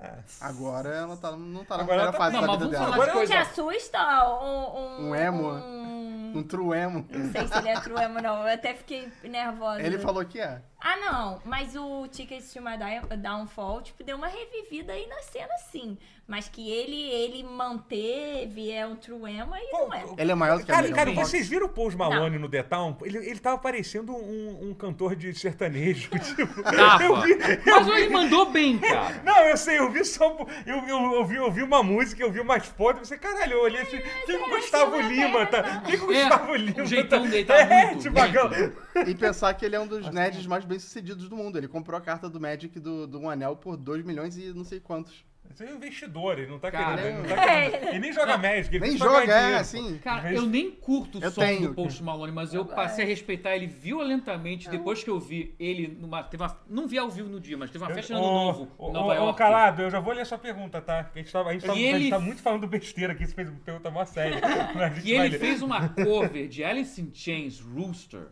[SPEAKER 1] É.
[SPEAKER 2] Agora ela tá, não tá na
[SPEAKER 1] Agora ela
[SPEAKER 2] primeira
[SPEAKER 1] tá-
[SPEAKER 2] fase
[SPEAKER 3] Não,
[SPEAKER 2] da
[SPEAKER 3] mas
[SPEAKER 2] vida
[SPEAKER 3] vamos
[SPEAKER 2] dela.
[SPEAKER 3] falar
[SPEAKER 1] Agora
[SPEAKER 3] de
[SPEAKER 1] eu
[SPEAKER 4] Não te
[SPEAKER 3] coisa.
[SPEAKER 4] assusta um...
[SPEAKER 2] Um emo?
[SPEAKER 4] um-
[SPEAKER 2] Um true emo.
[SPEAKER 4] Não sei se ele é true emo, não. Eu até fiquei nervosa.
[SPEAKER 2] Ele falou que é.
[SPEAKER 4] Ah, não. Mas o Ticket to My Down- Downfall, tipo, deu uma revivida aí na cena, sim. Mas que ele, ele manteve, é um true emo, aí
[SPEAKER 1] Pô,
[SPEAKER 4] não é.
[SPEAKER 2] Ele é maior do que a
[SPEAKER 1] Cara,
[SPEAKER 2] Megan
[SPEAKER 1] cara,
[SPEAKER 2] Fox.
[SPEAKER 1] vocês viram o Paul Malone no The Town? Ele, ele tava parecendo um, um cantor de sertanejo. Tipo, eu
[SPEAKER 3] Rafa,
[SPEAKER 1] vi,
[SPEAKER 3] mas ele mandou bem, cara.
[SPEAKER 1] Não, eu sei, eu vi só. um Eu, eu, eu, ouvi, eu vi uma música, eu vi umas fotos, eu pensei, caralho, eu olhei assim, quem que o Gustavo Lima tá? Quem que o
[SPEAKER 3] É,
[SPEAKER 1] Gustavo
[SPEAKER 3] o
[SPEAKER 1] Lima tá?
[SPEAKER 3] jeitão dele tá
[SPEAKER 1] É,
[SPEAKER 3] muito,
[SPEAKER 1] tipo, aquela-
[SPEAKER 3] muito.
[SPEAKER 2] E pensar que ele é um dos
[SPEAKER 1] né?
[SPEAKER 2] nerds mais bem-sucedidos do mundo. Ele comprou a carta do Magic do, do Um Anel por 2 milhões e não sei quantos.
[SPEAKER 1] Isso é um investidor, ele não tá
[SPEAKER 3] Cara,
[SPEAKER 1] querendo. Ele,
[SPEAKER 2] eu-
[SPEAKER 1] não tá querendo- ele nem joga Magic, ele
[SPEAKER 2] Nem
[SPEAKER 1] só ganha
[SPEAKER 2] joga, é
[SPEAKER 1] dinheiro,
[SPEAKER 2] assim.
[SPEAKER 3] Cara,
[SPEAKER 1] Mas-
[SPEAKER 3] eu nem curto o
[SPEAKER 2] Eu
[SPEAKER 3] som
[SPEAKER 2] tenho.
[SPEAKER 3] do Post Malone, mas eu
[SPEAKER 1] é.
[SPEAKER 3] passei a respeitar ele violentamente depois que eu vi ele numa. Teve uma, não vi ao vivo no dia, mas teve uma festa Tá no
[SPEAKER 1] Ô,
[SPEAKER 3] ano novo
[SPEAKER 1] ô,
[SPEAKER 3] em Nova
[SPEAKER 1] ô, ô,
[SPEAKER 3] York.
[SPEAKER 1] Calado, eu já vou ler sua pergunta, tá? A gente tá, a gente tá,
[SPEAKER 3] E
[SPEAKER 1] a gente
[SPEAKER 3] ele-
[SPEAKER 1] tá muito falando besteira aqui, você fez uma pergunta mó séria. mas a gente
[SPEAKER 3] que
[SPEAKER 1] vai
[SPEAKER 3] ele
[SPEAKER 1] ler.
[SPEAKER 3] fez uma cover de Alice in Chains Rooster.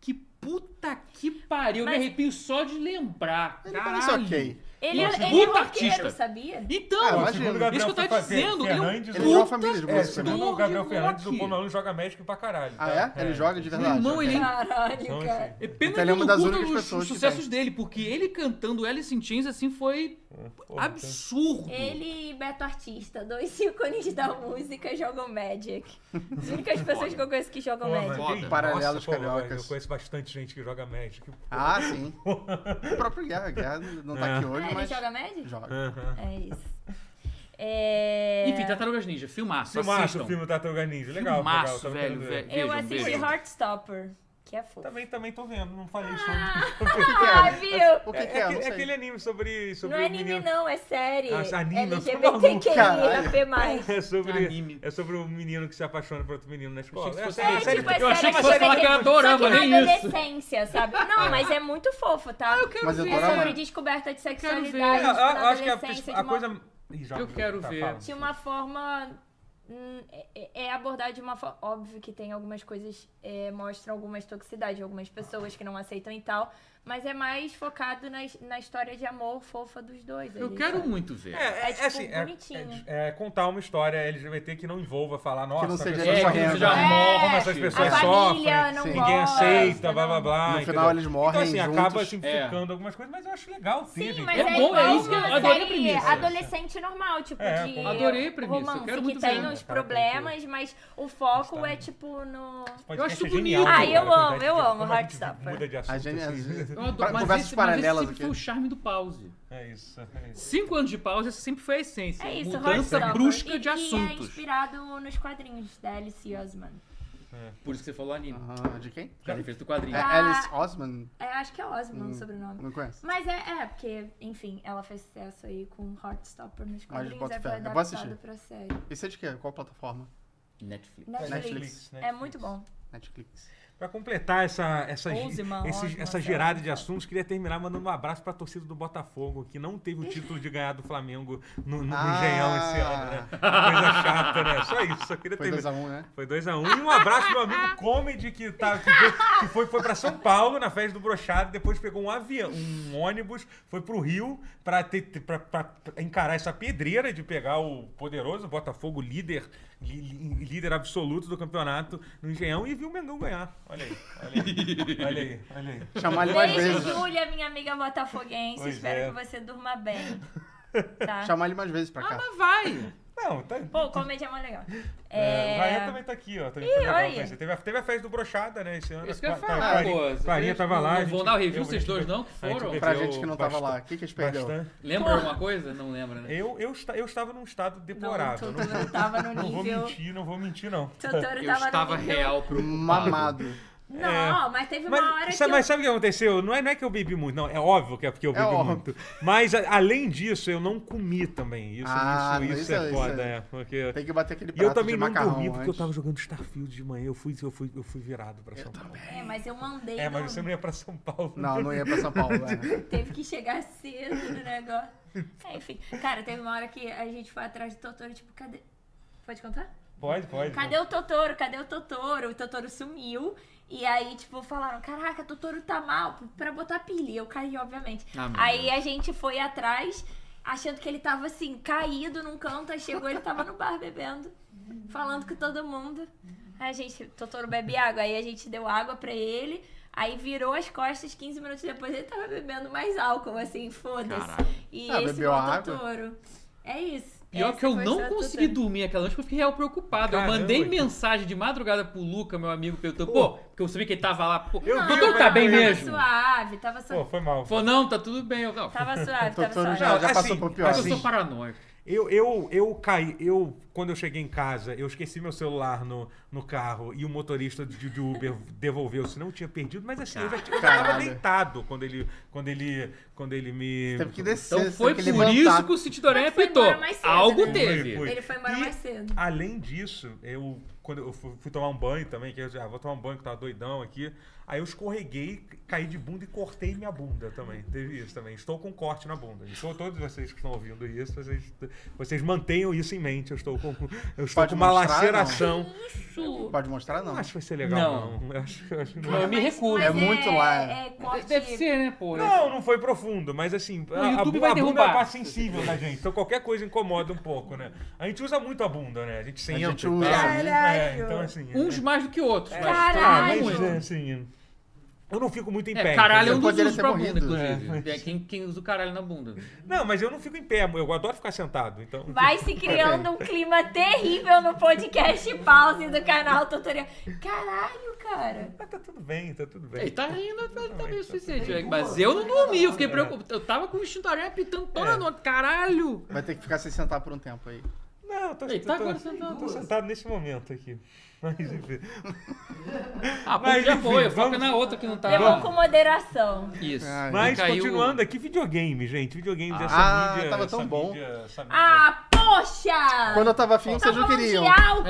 [SPEAKER 3] Que puta que pariu, eu me
[SPEAKER 4] Mas-
[SPEAKER 3] arrepio só de lembrar.
[SPEAKER 2] Ele parece
[SPEAKER 3] Caralho.
[SPEAKER 2] ok.
[SPEAKER 4] Ele,
[SPEAKER 3] Mas
[SPEAKER 4] ele é
[SPEAKER 3] puta
[SPEAKER 4] roqueiro,
[SPEAKER 3] artista.
[SPEAKER 4] sabia?
[SPEAKER 3] Então,
[SPEAKER 2] Ah,
[SPEAKER 1] Pô,
[SPEAKER 2] imagina.
[SPEAKER 1] segundo o Gabriel
[SPEAKER 3] isso que eu tava
[SPEAKER 1] Fer-
[SPEAKER 3] dizendo, ele é um
[SPEAKER 1] Fernandes, o-
[SPEAKER 2] Ele é uma
[SPEAKER 3] Puta-
[SPEAKER 2] família de
[SPEAKER 1] É,
[SPEAKER 2] música, né?
[SPEAKER 1] segundo o Gabriel
[SPEAKER 3] Rock.
[SPEAKER 1] Fernandes, o Paul Malone joga Magic pra caralho.
[SPEAKER 2] Ah,
[SPEAKER 1] tá?
[SPEAKER 2] é? Ele joga de verdade?
[SPEAKER 3] irmão,
[SPEAKER 2] ok.
[SPEAKER 3] ele-
[SPEAKER 4] Caralho,
[SPEAKER 1] Então,
[SPEAKER 4] cara.
[SPEAKER 1] assim,
[SPEAKER 3] É pena
[SPEAKER 2] Então, ele
[SPEAKER 3] que
[SPEAKER 2] é
[SPEAKER 3] eu
[SPEAKER 2] uma
[SPEAKER 3] não
[SPEAKER 2] das
[SPEAKER 3] curto
[SPEAKER 2] únicas
[SPEAKER 3] os,
[SPEAKER 2] pessoas
[SPEAKER 3] os
[SPEAKER 2] que
[SPEAKER 3] sucessos dele, porque ele cantando Alice in Chains assim foi
[SPEAKER 1] porra,
[SPEAKER 2] então.
[SPEAKER 3] absurdo.
[SPEAKER 4] Ele e Beto Artista, dois ícones da música, jogam Magic. As únicas pessoas que eu conheço que jogam
[SPEAKER 1] Pô,
[SPEAKER 4] Magic.
[SPEAKER 1] mas
[SPEAKER 3] Foda.
[SPEAKER 1] tem-
[SPEAKER 2] Paralelos
[SPEAKER 1] Nossa, pô,
[SPEAKER 2] cariocas.
[SPEAKER 1] mas Eu conheço bastante gente que joga Magic.
[SPEAKER 2] Ah, sim. O próprio Guerra. Guerra não
[SPEAKER 1] É.
[SPEAKER 2] tá aqui
[SPEAKER 4] Ah,
[SPEAKER 2] hoje,
[SPEAKER 4] ele
[SPEAKER 2] mas.
[SPEAKER 4] joga Magic?
[SPEAKER 2] Joga.
[SPEAKER 4] É isso. É...
[SPEAKER 3] Enfim, tá Tartarugas Ninja, filmaço,
[SPEAKER 1] Filmaço
[SPEAKER 3] assistam.
[SPEAKER 1] o filme Tartaruga Ninja. Legal, tá legal.
[SPEAKER 3] Filmaço,
[SPEAKER 1] tava
[SPEAKER 3] velho,
[SPEAKER 1] querendo ver.
[SPEAKER 3] velho.
[SPEAKER 4] Eu
[SPEAKER 3] Vejam,
[SPEAKER 4] assisti
[SPEAKER 3] vejam.
[SPEAKER 4] Heartstopper, que é fofo.
[SPEAKER 1] Também, também tô vendo, não falei sobre.
[SPEAKER 2] O que, que
[SPEAKER 4] Ah,
[SPEAKER 2] é?
[SPEAKER 4] viu?
[SPEAKER 2] O que,
[SPEAKER 1] É,
[SPEAKER 2] que
[SPEAKER 1] aquele-
[SPEAKER 2] é? Não
[SPEAKER 1] é aquele
[SPEAKER 2] sei.
[SPEAKER 1] anime sobre. sobre
[SPEAKER 4] Não é
[SPEAKER 1] o
[SPEAKER 4] anime,
[SPEAKER 1] menino...
[SPEAKER 4] não, é série.
[SPEAKER 1] Ah, anime, eu tô
[SPEAKER 2] maluco.
[SPEAKER 4] LGBTQIAP+.
[SPEAKER 1] É sobre,
[SPEAKER 3] Anime.
[SPEAKER 1] é sobre um menino que se apaixona por outro menino na escola.
[SPEAKER 3] Achei que
[SPEAKER 1] É
[SPEAKER 3] fosse-
[SPEAKER 1] sério,
[SPEAKER 3] É,
[SPEAKER 1] sério.
[SPEAKER 3] tipo, Eu achei que você ia falar que era dorama,
[SPEAKER 4] só que
[SPEAKER 3] nem
[SPEAKER 4] na
[SPEAKER 3] isso.
[SPEAKER 4] adolescência, sabe? Não, mas é muito fofo, tá? Eu
[SPEAKER 2] Mas eu
[SPEAKER 4] é sobre
[SPEAKER 2] adorava.
[SPEAKER 4] descoberta de
[SPEAKER 3] Quero ver.
[SPEAKER 4] sexualidade,
[SPEAKER 1] É, eu- eu- eu
[SPEAKER 4] na
[SPEAKER 1] acho que a,
[SPEAKER 4] adolescência,
[SPEAKER 1] a
[SPEAKER 4] de uma
[SPEAKER 1] coisa. Ih, já-
[SPEAKER 3] Eu quero ver.
[SPEAKER 1] fala.
[SPEAKER 4] de uma forma hum, é- é abordar de uma forma óbvio que tem algumas coisas é, mostram algumas toxicidades algumas pessoas que não aceitam e tal mas é mais focado na, his- na história de amor fofa dos dois
[SPEAKER 3] Eu
[SPEAKER 4] ali,
[SPEAKER 3] quero
[SPEAKER 4] sabe?
[SPEAKER 3] muito ver.
[SPEAKER 1] É, é,
[SPEAKER 4] É, tipo,
[SPEAKER 1] assim, é-
[SPEAKER 4] bonitinho.
[SPEAKER 1] é- é contar uma história LGBT que não envolva falar, nossa,
[SPEAKER 2] não
[SPEAKER 1] a
[SPEAKER 2] seja
[SPEAKER 1] pessoa
[SPEAKER 2] É,
[SPEAKER 1] só-
[SPEAKER 2] que não
[SPEAKER 1] só-
[SPEAKER 2] seja
[SPEAKER 1] como
[SPEAKER 3] morro,
[SPEAKER 1] essas
[SPEAKER 3] a
[SPEAKER 1] pessoas
[SPEAKER 4] a família
[SPEAKER 1] sofrem,
[SPEAKER 4] não
[SPEAKER 2] sim.
[SPEAKER 1] ninguém
[SPEAKER 4] gosta,
[SPEAKER 1] aceita, blá
[SPEAKER 4] não.
[SPEAKER 1] blá blá.
[SPEAKER 2] No
[SPEAKER 1] entendeu?
[SPEAKER 2] final eles morrem
[SPEAKER 1] Então, assim, acaba
[SPEAKER 2] juntos.
[SPEAKER 1] simplificando algumas coisas, mas eu acho legal ter,
[SPEAKER 4] Sim,
[SPEAKER 1] gente.
[SPEAKER 4] mas
[SPEAKER 3] É
[SPEAKER 4] é,
[SPEAKER 3] bom,
[SPEAKER 4] igual
[SPEAKER 3] é isso que eu
[SPEAKER 4] uma
[SPEAKER 3] adorei a
[SPEAKER 4] série
[SPEAKER 3] premissa.
[SPEAKER 4] adolescente normal, tipo,
[SPEAKER 1] É,
[SPEAKER 4] de
[SPEAKER 1] pô.
[SPEAKER 3] Adorei a premissa, eu
[SPEAKER 4] romance,
[SPEAKER 3] quero
[SPEAKER 4] que
[SPEAKER 3] muito
[SPEAKER 4] tem
[SPEAKER 3] ver.
[SPEAKER 4] os problemas, mas o foco é, tipo, no...
[SPEAKER 3] Eu
[SPEAKER 1] Podcast
[SPEAKER 3] acho
[SPEAKER 1] é genial,
[SPEAKER 3] bonito.
[SPEAKER 1] cara,
[SPEAKER 3] Ah,
[SPEAKER 4] eu
[SPEAKER 1] a verdade
[SPEAKER 4] amo,
[SPEAKER 1] é
[SPEAKER 4] eu
[SPEAKER 1] que
[SPEAKER 4] amo
[SPEAKER 1] como a gente
[SPEAKER 4] Heartstopper.
[SPEAKER 1] Muda de assunto.
[SPEAKER 2] A gente,
[SPEAKER 1] assim.
[SPEAKER 3] Eu adoro,
[SPEAKER 2] Conversas
[SPEAKER 3] mas esse, mas esse
[SPEAKER 2] paralelas
[SPEAKER 3] sempre
[SPEAKER 2] aqui.
[SPEAKER 3] foi o charme do pause.
[SPEAKER 1] É isso. é isso.
[SPEAKER 3] Cinco anos de pause essa sempre foi a essência.
[SPEAKER 4] É isso,
[SPEAKER 3] Mudança
[SPEAKER 4] Heartstopper.
[SPEAKER 3] brusca
[SPEAKER 4] E-
[SPEAKER 3] de
[SPEAKER 4] E é
[SPEAKER 3] assuntos.
[SPEAKER 4] inspirado nos quadrinhos da Alice Osman.
[SPEAKER 3] Por isso que você falou anime.
[SPEAKER 2] Aham, de quem?
[SPEAKER 3] Já me fez do
[SPEAKER 4] Ah.
[SPEAKER 3] quadrinho.
[SPEAKER 2] É Alice Osman?
[SPEAKER 4] É, acho que é Osman o sobrenome.
[SPEAKER 2] Não conheço.
[SPEAKER 4] Mas é, é, porque, enfim, ela fez sucesso aí com Heartstopper nos quadrinhos,
[SPEAKER 2] bota
[SPEAKER 4] aí foi
[SPEAKER 2] fé, eu vou assistir.
[SPEAKER 4] adaptado pra série.
[SPEAKER 2] Esse é de quê? Qual plataforma?
[SPEAKER 3] Netflix.
[SPEAKER 4] Netflix.
[SPEAKER 2] Netflix,
[SPEAKER 4] É
[SPEAKER 1] Netflix.
[SPEAKER 4] muito bom.
[SPEAKER 2] Netflix.
[SPEAKER 1] Pra completar essa, essa,
[SPEAKER 4] Ousman,
[SPEAKER 1] esses-
[SPEAKER 4] Ousman,
[SPEAKER 1] essa
[SPEAKER 4] sei
[SPEAKER 1] gerada
[SPEAKER 4] lá.
[SPEAKER 1] de assuntos, queria terminar mandando um abraço pra torcida do Botafogo, que não teve o título de ganhar do Flamengo no, no, no
[SPEAKER 2] Ah.
[SPEAKER 1] Engenhão esse ano, né? Coisa chata, né? Só isso, só queria
[SPEAKER 2] Foi
[SPEAKER 1] terminar.
[SPEAKER 2] 2x1, né?
[SPEAKER 1] Foi 2x1. Um. E um abraço pro meu amigo Comedy, que, tá, que, foi, que foi, foi pra São Paulo na festa do Brochado, depois pegou um avião, um ônibus, foi pro Rio pra, ter, ter- pra, pra- pra encarar essa pedreira de pegar o poderoso Botafogo, líder, li- li- líder absoluto do campeonato no Engenhão, e viu o Mengão ganhar. Olha aí, olha aí, olha aí. Olha aí.
[SPEAKER 2] Chamar ele mais
[SPEAKER 4] Beijo,
[SPEAKER 2] vezes.
[SPEAKER 4] Júlia, minha amiga botafoguense.
[SPEAKER 1] Pois
[SPEAKER 4] Espero
[SPEAKER 1] é.
[SPEAKER 4] que você durma bem. Tá?
[SPEAKER 2] Chamar ele mais vezes pra cá.
[SPEAKER 3] Ah, Mas vai!
[SPEAKER 1] Não, tá.
[SPEAKER 4] Pô, comédia é mó legal.
[SPEAKER 1] É,
[SPEAKER 4] É,
[SPEAKER 1] o Rayan também tá aqui, ó. Também foi legal
[SPEAKER 4] olha.
[SPEAKER 1] conhecer. teve, a, teve a festa do Brochada, né? Esse ano.
[SPEAKER 3] Isso que eu ia
[SPEAKER 1] Tá-
[SPEAKER 3] falar,
[SPEAKER 1] Clarinha-
[SPEAKER 3] pô.
[SPEAKER 1] Clarinha
[SPEAKER 3] Vocês
[SPEAKER 1] tava lá.
[SPEAKER 3] Não
[SPEAKER 1] a
[SPEAKER 3] vão
[SPEAKER 1] gente-
[SPEAKER 3] dar o
[SPEAKER 1] eu-
[SPEAKER 3] review,
[SPEAKER 1] a
[SPEAKER 3] vocês
[SPEAKER 1] gente-
[SPEAKER 3] dois não, que
[SPEAKER 1] a gente
[SPEAKER 3] foram.
[SPEAKER 1] bebeu
[SPEAKER 2] Pra gente que não tava
[SPEAKER 1] bastante-
[SPEAKER 2] lá. O que que a gente perdeu?
[SPEAKER 1] bastante.
[SPEAKER 3] Lembra alguma coisa? Não lembra,
[SPEAKER 2] É.
[SPEAKER 3] né?
[SPEAKER 1] Eu, eu, esta- eu estava num estado
[SPEAKER 4] não,
[SPEAKER 1] deplorável. Não,
[SPEAKER 4] Totoro tava no
[SPEAKER 1] não vou
[SPEAKER 4] nível.
[SPEAKER 1] mentir, não vou mentir, não.
[SPEAKER 4] Totoro
[SPEAKER 3] Eu
[SPEAKER 4] tava
[SPEAKER 3] estava
[SPEAKER 4] no nível.
[SPEAKER 3] real preocupado.
[SPEAKER 2] Mamado.
[SPEAKER 4] Não, mas teve uma hora
[SPEAKER 1] sabe,
[SPEAKER 4] que. eu-
[SPEAKER 1] É. mas sabe o que aconteceu? Não é, não é que eu bebi muito, não. É óbvio que é porque eu
[SPEAKER 2] É
[SPEAKER 1] bebi
[SPEAKER 2] óbvio.
[SPEAKER 1] muito. Mas, a- além disso, eu não comi também. Isso,
[SPEAKER 2] Ah,
[SPEAKER 1] isso,
[SPEAKER 2] não,
[SPEAKER 1] isso,
[SPEAKER 2] isso
[SPEAKER 1] é
[SPEAKER 2] é-
[SPEAKER 1] foda,
[SPEAKER 2] isso é-
[SPEAKER 1] é. Porque...
[SPEAKER 2] Tem que bater aquele
[SPEAKER 1] E eu
[SPEAKER 2] prato
[SPEAKER 1] também
[SPEAKER 2] de
[SPEAKER 1] não
[SPEAKER 2] macarrão
[SPEAKER 1] dormi porque eu
[SPEAKER 2] antes.
[SPEAKER 1] tava jogando Starfield de manhã. Eu fui, eu fui, eu fui virado pra São Paulo.
[SPEAKER 4] É, mas eu mandei.
[SPEAKER 1] É, mas
[SPEAKER 4] dormir.
[SPEAKER 1] você não ia pra São Paulo.
[SPEAKER 2] Não, não ia pra São Paulo. é.
[SPEAKER 4] Teve que chegar cedo no negócio. É, enfim, cara, teve uma hora que a gente foi atrás do Totoro, tipo, cadê? Pode contar?
[SPEAKER 1] Pode, pode.
[SPEAKER 4] Cadê o Totoro? Cadê o Totoro? O Totoro sumiu. E aí, tipo, falaram: Caraca, o Totoro tá mal pra botar pilha. Eu caí, obviamente.
[SPEAKER 3] Ah, meu
[SPEAKER 4] aí a gente foi atrás, achando que ele tava assim, caído num canto. Aí chegou, ele tava no bar bebendo, falando com todo mundo. Aí a gente, Totoro bebe água. Aí a gente deu água pra ele. Aí virou as costas, 15 minutos depois ele tava bebendo mais álcool, assim,
[SPEAKER 3] Caraca.
[SPEAKER 4] foda-se. E
[SPEAKER 2] Ah,
[SPEAKER 4] esse
[SPEAKER 2] bebeu
[SPEAKER 4] é o
[SPEAKER 2] água?
[SPEAKER 4] Totoro. É isso.
[SPEAKER 3] Pior
[SPEAKER 4] Essa
[SPEAKER 3] que eu
[SPEAKER 4] foi só
[SPEAKER 3] não
[SPEAKER 4] a
[SPEAKER 3] consegui
[SPEAKER 4] Totoro.
[SPEAKER 3] dormir aquela noite, porque eu fiquei real preocupado.
[SPEAKER 1] Caramba,
[SPEAKER 3] eu mandei
[SPEAKER 1] cara.
[SPEAKER 3] mensagem de madrugada pro Luca, meu amigo, perguntou, pô, porque eu sabia que ele tava lá. Pô,
[SPEAKER 1] Eu
[SPEAKER 3] o
[SPEAKER 1] vi,
[SPEAKER 3] doutor
[SPEAKER 1] eu
[SPEAKER 3] tá
[SPEAKER 1] falei,
[SPEAKER 3] bem
[SPEAKER 1] eu vi.
[SPEAKER 3] mesmo?
[SPEAKER 4] Tava suave, tava
[SPEAKER 1] Pô,
[SPEAKER 4] suave.
[SPEAKER 1] foi mal.
[SPEAKER 3] Falou, não, tá tudo bem. Eu, não,
[SPEAKER 4] Tava suave, tava
[SPEAKER 2] Totoro
[SPEAKER 4] suave.
[SPEAKER 2] já, já
[SPEAKER 1] Não,
[SPEAKER 2] passou
[SPEAKER 1] assim,
[SPEAKER 2] por pior.
[SPEAKER 3] mas eu
[SPEAKER 1] assim,
[SPEAKER 3] sou paranoico.
[SPEAKER 1] Eu, eu, eu caí, eu, quando eu cheguei em casa, eu esqueci meu celular no, no carro e o motorista de, de Uber devolveu, senão eu tinha perdido, mas assim, eu já, tinha- eu já tava
[SPEAKER 2] Caralho.
[SPEAKER 1] deitado quando ele, quando ele, quando ele me...
[SPEAKER 2] Teve que descer.
[SPEAKER 3] Então
[SPEAKER 2] teve
[SPEAKER 3] foi
[SPEAKER 2] que
[SPEAKER 3] por
[SPEAKER 2] levantar.
[SPEAKER 3] isso que o Citidorém
[SPEAKER 4] Mas foi
[SPEAKER 3] apitou.
[SPEAKER 4] embora mais cedo,
[SPEAKER 3] Algo
[SPEAKER 4] né?
[SPEAKER 3] teve.
[SPEAKER 1] Foi,
[SPEAKER 4] Ele foi embora
[SPEAKER 1] E-
[SPEAKER 4] mais cedo.
[SPEAKER 1] Além disso, eu quando eu fui, fui tomar um banho também, que eu já ah, vou tomar um banho que tava doidão aqui. Aí eu escorreguei, caí de bunda e cortei minha bunda também. Teve isso também. Estou com corte na bunda. Então, todos vocês que estão ouvindo isso, vocês, vocês mantenham isso em mente. Eu estou com, eu estou
[SPEAKER 2] Pode
[SPEAKER 1] com uma
[SPEAKER 2] mostrar, não?
[SPEAKER 1] laceração.
[SPEAKER 4] Isso!
[SPEAKER 2] Pode mostrar, não.
[SPEAKER 1] Não acho que vai ser legal, não. Eu acho, eu acho que não.
[SPEAKER 3] eu me recuso.
[SPEAKER 2] É muito lá.
[SPEAKER 4] É, corte.
[SPEAKER 3] Deve ser, né, pô?
[SPEAKER 1] Não, não foi profundo, mas assim, a,
[SPEAKER 3] o
[SPEAKER 1] a,
[SPEAKER 3] YouTube
[SPEAKER 1] bu-
[SPEAKER 3] vai
[SPEAKER 1] a bunda é
[SPEAKER 3] derrubar.
[SPEAKER 1] uma parte sensível da gente. Então qualquer coisa incomoda um pouco, né? A gente usa muito a bunda, né? A gente senta.
[SPEAKER 2] gente
[SPEAKER 1] e
[SPEAKER 2] usa.
[SPEAKER 1] tal. É,
[SPEAKER 4] Caralho!
[SPEAKER 1] então assim. é.
[SPEAKER 3] Uns mais do que outros, mas tá
[SPEAKER 1] Ah,
[SPEAKER 4] Caralho!
[SPEAKER 1] mas
[SPEAKER 3] muito.
[SPEAKER 1] é, assim. Eu não fico muito em pé.
[SPEAKER 3] É, caralho é
[SPEAKER 1] entendeu?
[SPEAKER 3] um
[SPEAKER 2] Você
[SPEAKER 3] dos
[SPEAKER 2] né? poderia ter morrido.
[SPEAKER 3] usos pra bunda,
[SPEAKER 1] né?
[SPEAKER 3] inclusive. É, quem, quem usa o caralho na bunda.
[SPEAKER 1] Não, mas eu não fico em pé, eu adoro ficar sentado. Então.
[SPEAKER 4] Vai se criando um clima terrível no podcast pause do canal tutorial. Caralho, cara.
[SPEAKER 1] Mas tá tudo bem, tá tudo bem.
[SPEAKER 3] Ele tá rindo, tá, tá meio suficiente. né? Mas eu não dormi, eu
[SPEAKER 1] É.
[SPEAKER 3] fiquei preocupado. Eu tava com o Citidorém apitando toda noite. Caralho!
[SPEAKER 2] Vai ter que ficar sem sentar por um tempo aí.
[SPEAKER 1] Não, tô,
[SPEAKER 3] Ele
[SPEAKER 1] tô-
[SPEAKER 3] tá
[SPEAKER 1] tô-
[SPEAKER 3] agora sentado.
[SPEAKER 1] tô sentado nesse momento aqui. Mas enfim.
[SPEAKER 3] Ah, pouco
[SPEAKER 1] Mas,
[SPEAKER 3] já
[SPEAKER 1] enfim,
[SPEAKER 3] foi, eu foco
[SPEAKER 1] vamos-
[SPEAKER 3] na outra que não tá.
[SPEAKER 4] Levou É com moderação.
[SPEAKER 3] Isso.
[SPEAKER 2] Ai.
[SPEAKER 1] Mas
[SPEAKER 3] E caiu-
[SPEAKER 1] continuando aqui, videogame, gente. Videogames, essa
[SPEAKER 2] Ah,
[SPEAKER 1] mídia.
[SPEAKER 2] tava tão
[SPEAKER 1] essa
[SPEAKER 2] bom.
[SPEAKER 1] mídia- essa mídia.
[SPEAKER 4] Ah, poxa!
[SPEAKER 2] Quando eu tava afim,
[SPEAKER 4] tá
[SPEAKER 2] vocês não
[SPEAKER 4] falando de
[SPEAKER 2] queriam.
[SPEAKER 4] álcool!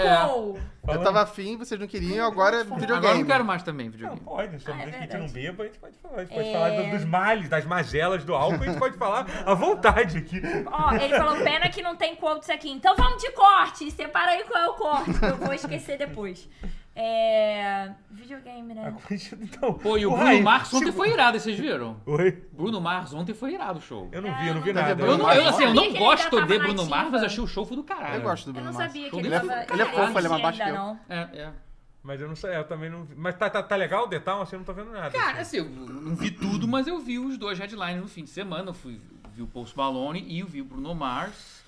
[SPEAKER 3] É.
[SPEAKER 1] Falando-
[SPEAKER 2] Eu tava afim, vocês não queriam, agora é videogame.
[SPEAKER 3] Agora eu não quero mais também,
[SPEAKER 1] Não,
[SPEAKER 3] videogame.
[SPEAKER 1] pode, só
[SPEAKER 4] Ah, é
[SPEAKER 1] desde que a gente não
[SPEAKER 4] verdade. É.
[SPEAKER 1] beba, a gente pode falar. A gente pode falar do- dos males, das mazelas do álcool, a gente pode falar à vontade aqui.
[SPEAKER 4] Ó, ele falou, pena que não tem quotes aqui. Então vamos de corte. Separa aí qual é o corte, que eu vou esquecer depois. É... Videogame, né?
[SPEAKER 1] Então,
[SPEAKER 3] Pô, e o Bruno
[SPEAKER 1] Raí,
[SPEAKER 3] Mars
[SPEAKER 1] se-
[SPEAKER 3] ontem foi irado, vocês viram?
[SPEAKER 1] tipo, Oi?
[SPEAKER 3] Bruno Mars ontem foi irado o show.
[SPEAKER 1] Eu não vi, eu não vi
[SPEAKER 2] Tá
[SPEAKER 1] nada.
[SPEAKER 2] vendo?
[SPEAKER 3] Eu não, eu, assim, eu
[SPEAKER 4] é Eu
[SPEAKER 3] não
[SPEAKER 4] sabia que ele
[SPEAKER 3] gosto
[SPEAKER 4] ainda
[SPEAKER 3] de
[SPEAKER 4] tava
[SPEAKER 3] Bruno Mars,
[SPEAKER 4] nativa.
[SPEAKER 3] mas achei o show foi do caralho.
[SPEAKER 2] Eu gosto do
[SPEAKER 4] Eu
[SPEAKER 2] Bruno
[SPEAKER 4] não
[SPEAKER 2] Mars.
[SPEAKER 4] sabia que
[SPEAKER 3] Ele
[SPEAKER 4] ele,
[SPEAKER 3] é
[SPEAKER 4] tava...
[SPEAKER 2] fo- ele é
[SPEAKER 4] Cara,
[SPEAKER 2] fofo, ele é mais baixo
[SPEAKER 4] ainda
[SPEAKER 2] que eu.
[SPEAKER 4] não.
[SPEAKER 3] É, é.
[SPEAKER 1] Mas eu não sei, eu também não vi. Mas tá, tá, tá legal o detalhe? Assim, eu não tô vendo nada.
[SPEAKER 3] Cara, assim, eu não vi tudo, mas eu vi os dois headlines no fim de semana. Eu fui, vi o Post Malone e eu vi o Bruno Mars.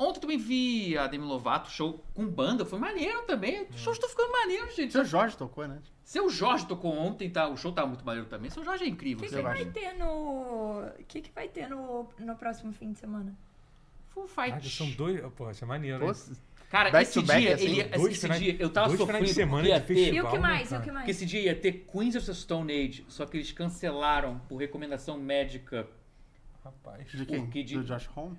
[SPEAKER 3] Ontem também vi a Demi Lovato, show com banda, foi maneiro também. Os shows estão ficando maneiros, gente.
[SPEAKER 2] Seu Jorge tocou, né?
[SPEAKER 3] Seu Jorge tocou ontem, tá? O show tá muito maneiro também. Seu Jorge é
[SPEAKER 4] O
[SPEAKER 3] incrível.
[SPEAKER 4] que,
[SPEAKER 3] Seu
[SPEAKER 4] que
[SPEAKER 2] vai
[SPEAKER 4] vai ter no. O que, que vai ter no, no próximo fim de semana?
[SPEAKER 3] Full
[SPEAKER 4] assim,
[SPEAKER 1] Caralho,
[SPEAKER 3] Fight.
[SPEAKER 1] Ah, são dois. Pô, isso é maneiro. hein?
[SPEAKER 2] Pô,
[SPEAKER 3] Cara,
[SPEAKER 2] Back
[SPEAKER 3] esse
[SPEAKER 2] to back,
[SPEAKER 3] dia,
[SPEAKER 2] assim,
[SPEAKER 3] ele,
[SPEAKER 1] dois
[SPEAKER 3] esse
[SPEAKER 1] finais-
[SPEAKER 3] dia, eu tava
[SPEAKER 1] dois finais de
[SPEAKER 3] sofrendo.
[SPEAKER 1] semana
[SPEAKER 3] porque ia
[SPEAKER 1] de
[SPEAKER 3] ter-
[SPEAKER 1] festival.
[SPEAKER 4] E o que
[SPEAKER 1] Legal,
[SPEAKER 4] mais?
[SPEAKER 1] né,
[SPEAKER 4] E o que
[SPEAKER 1] cara?
[SPEAKER 4] mais?
[SPEAKER 3] Porque esse dia ia ter Queens of the Stone Age, só que eles cancelaram por recomendação médica
[SPEAKER 1] Rapaz.
[SPEAKER 2] de quem?
[SPEAKER 3] que de-
[SPEAKER 2] Do Josh Home?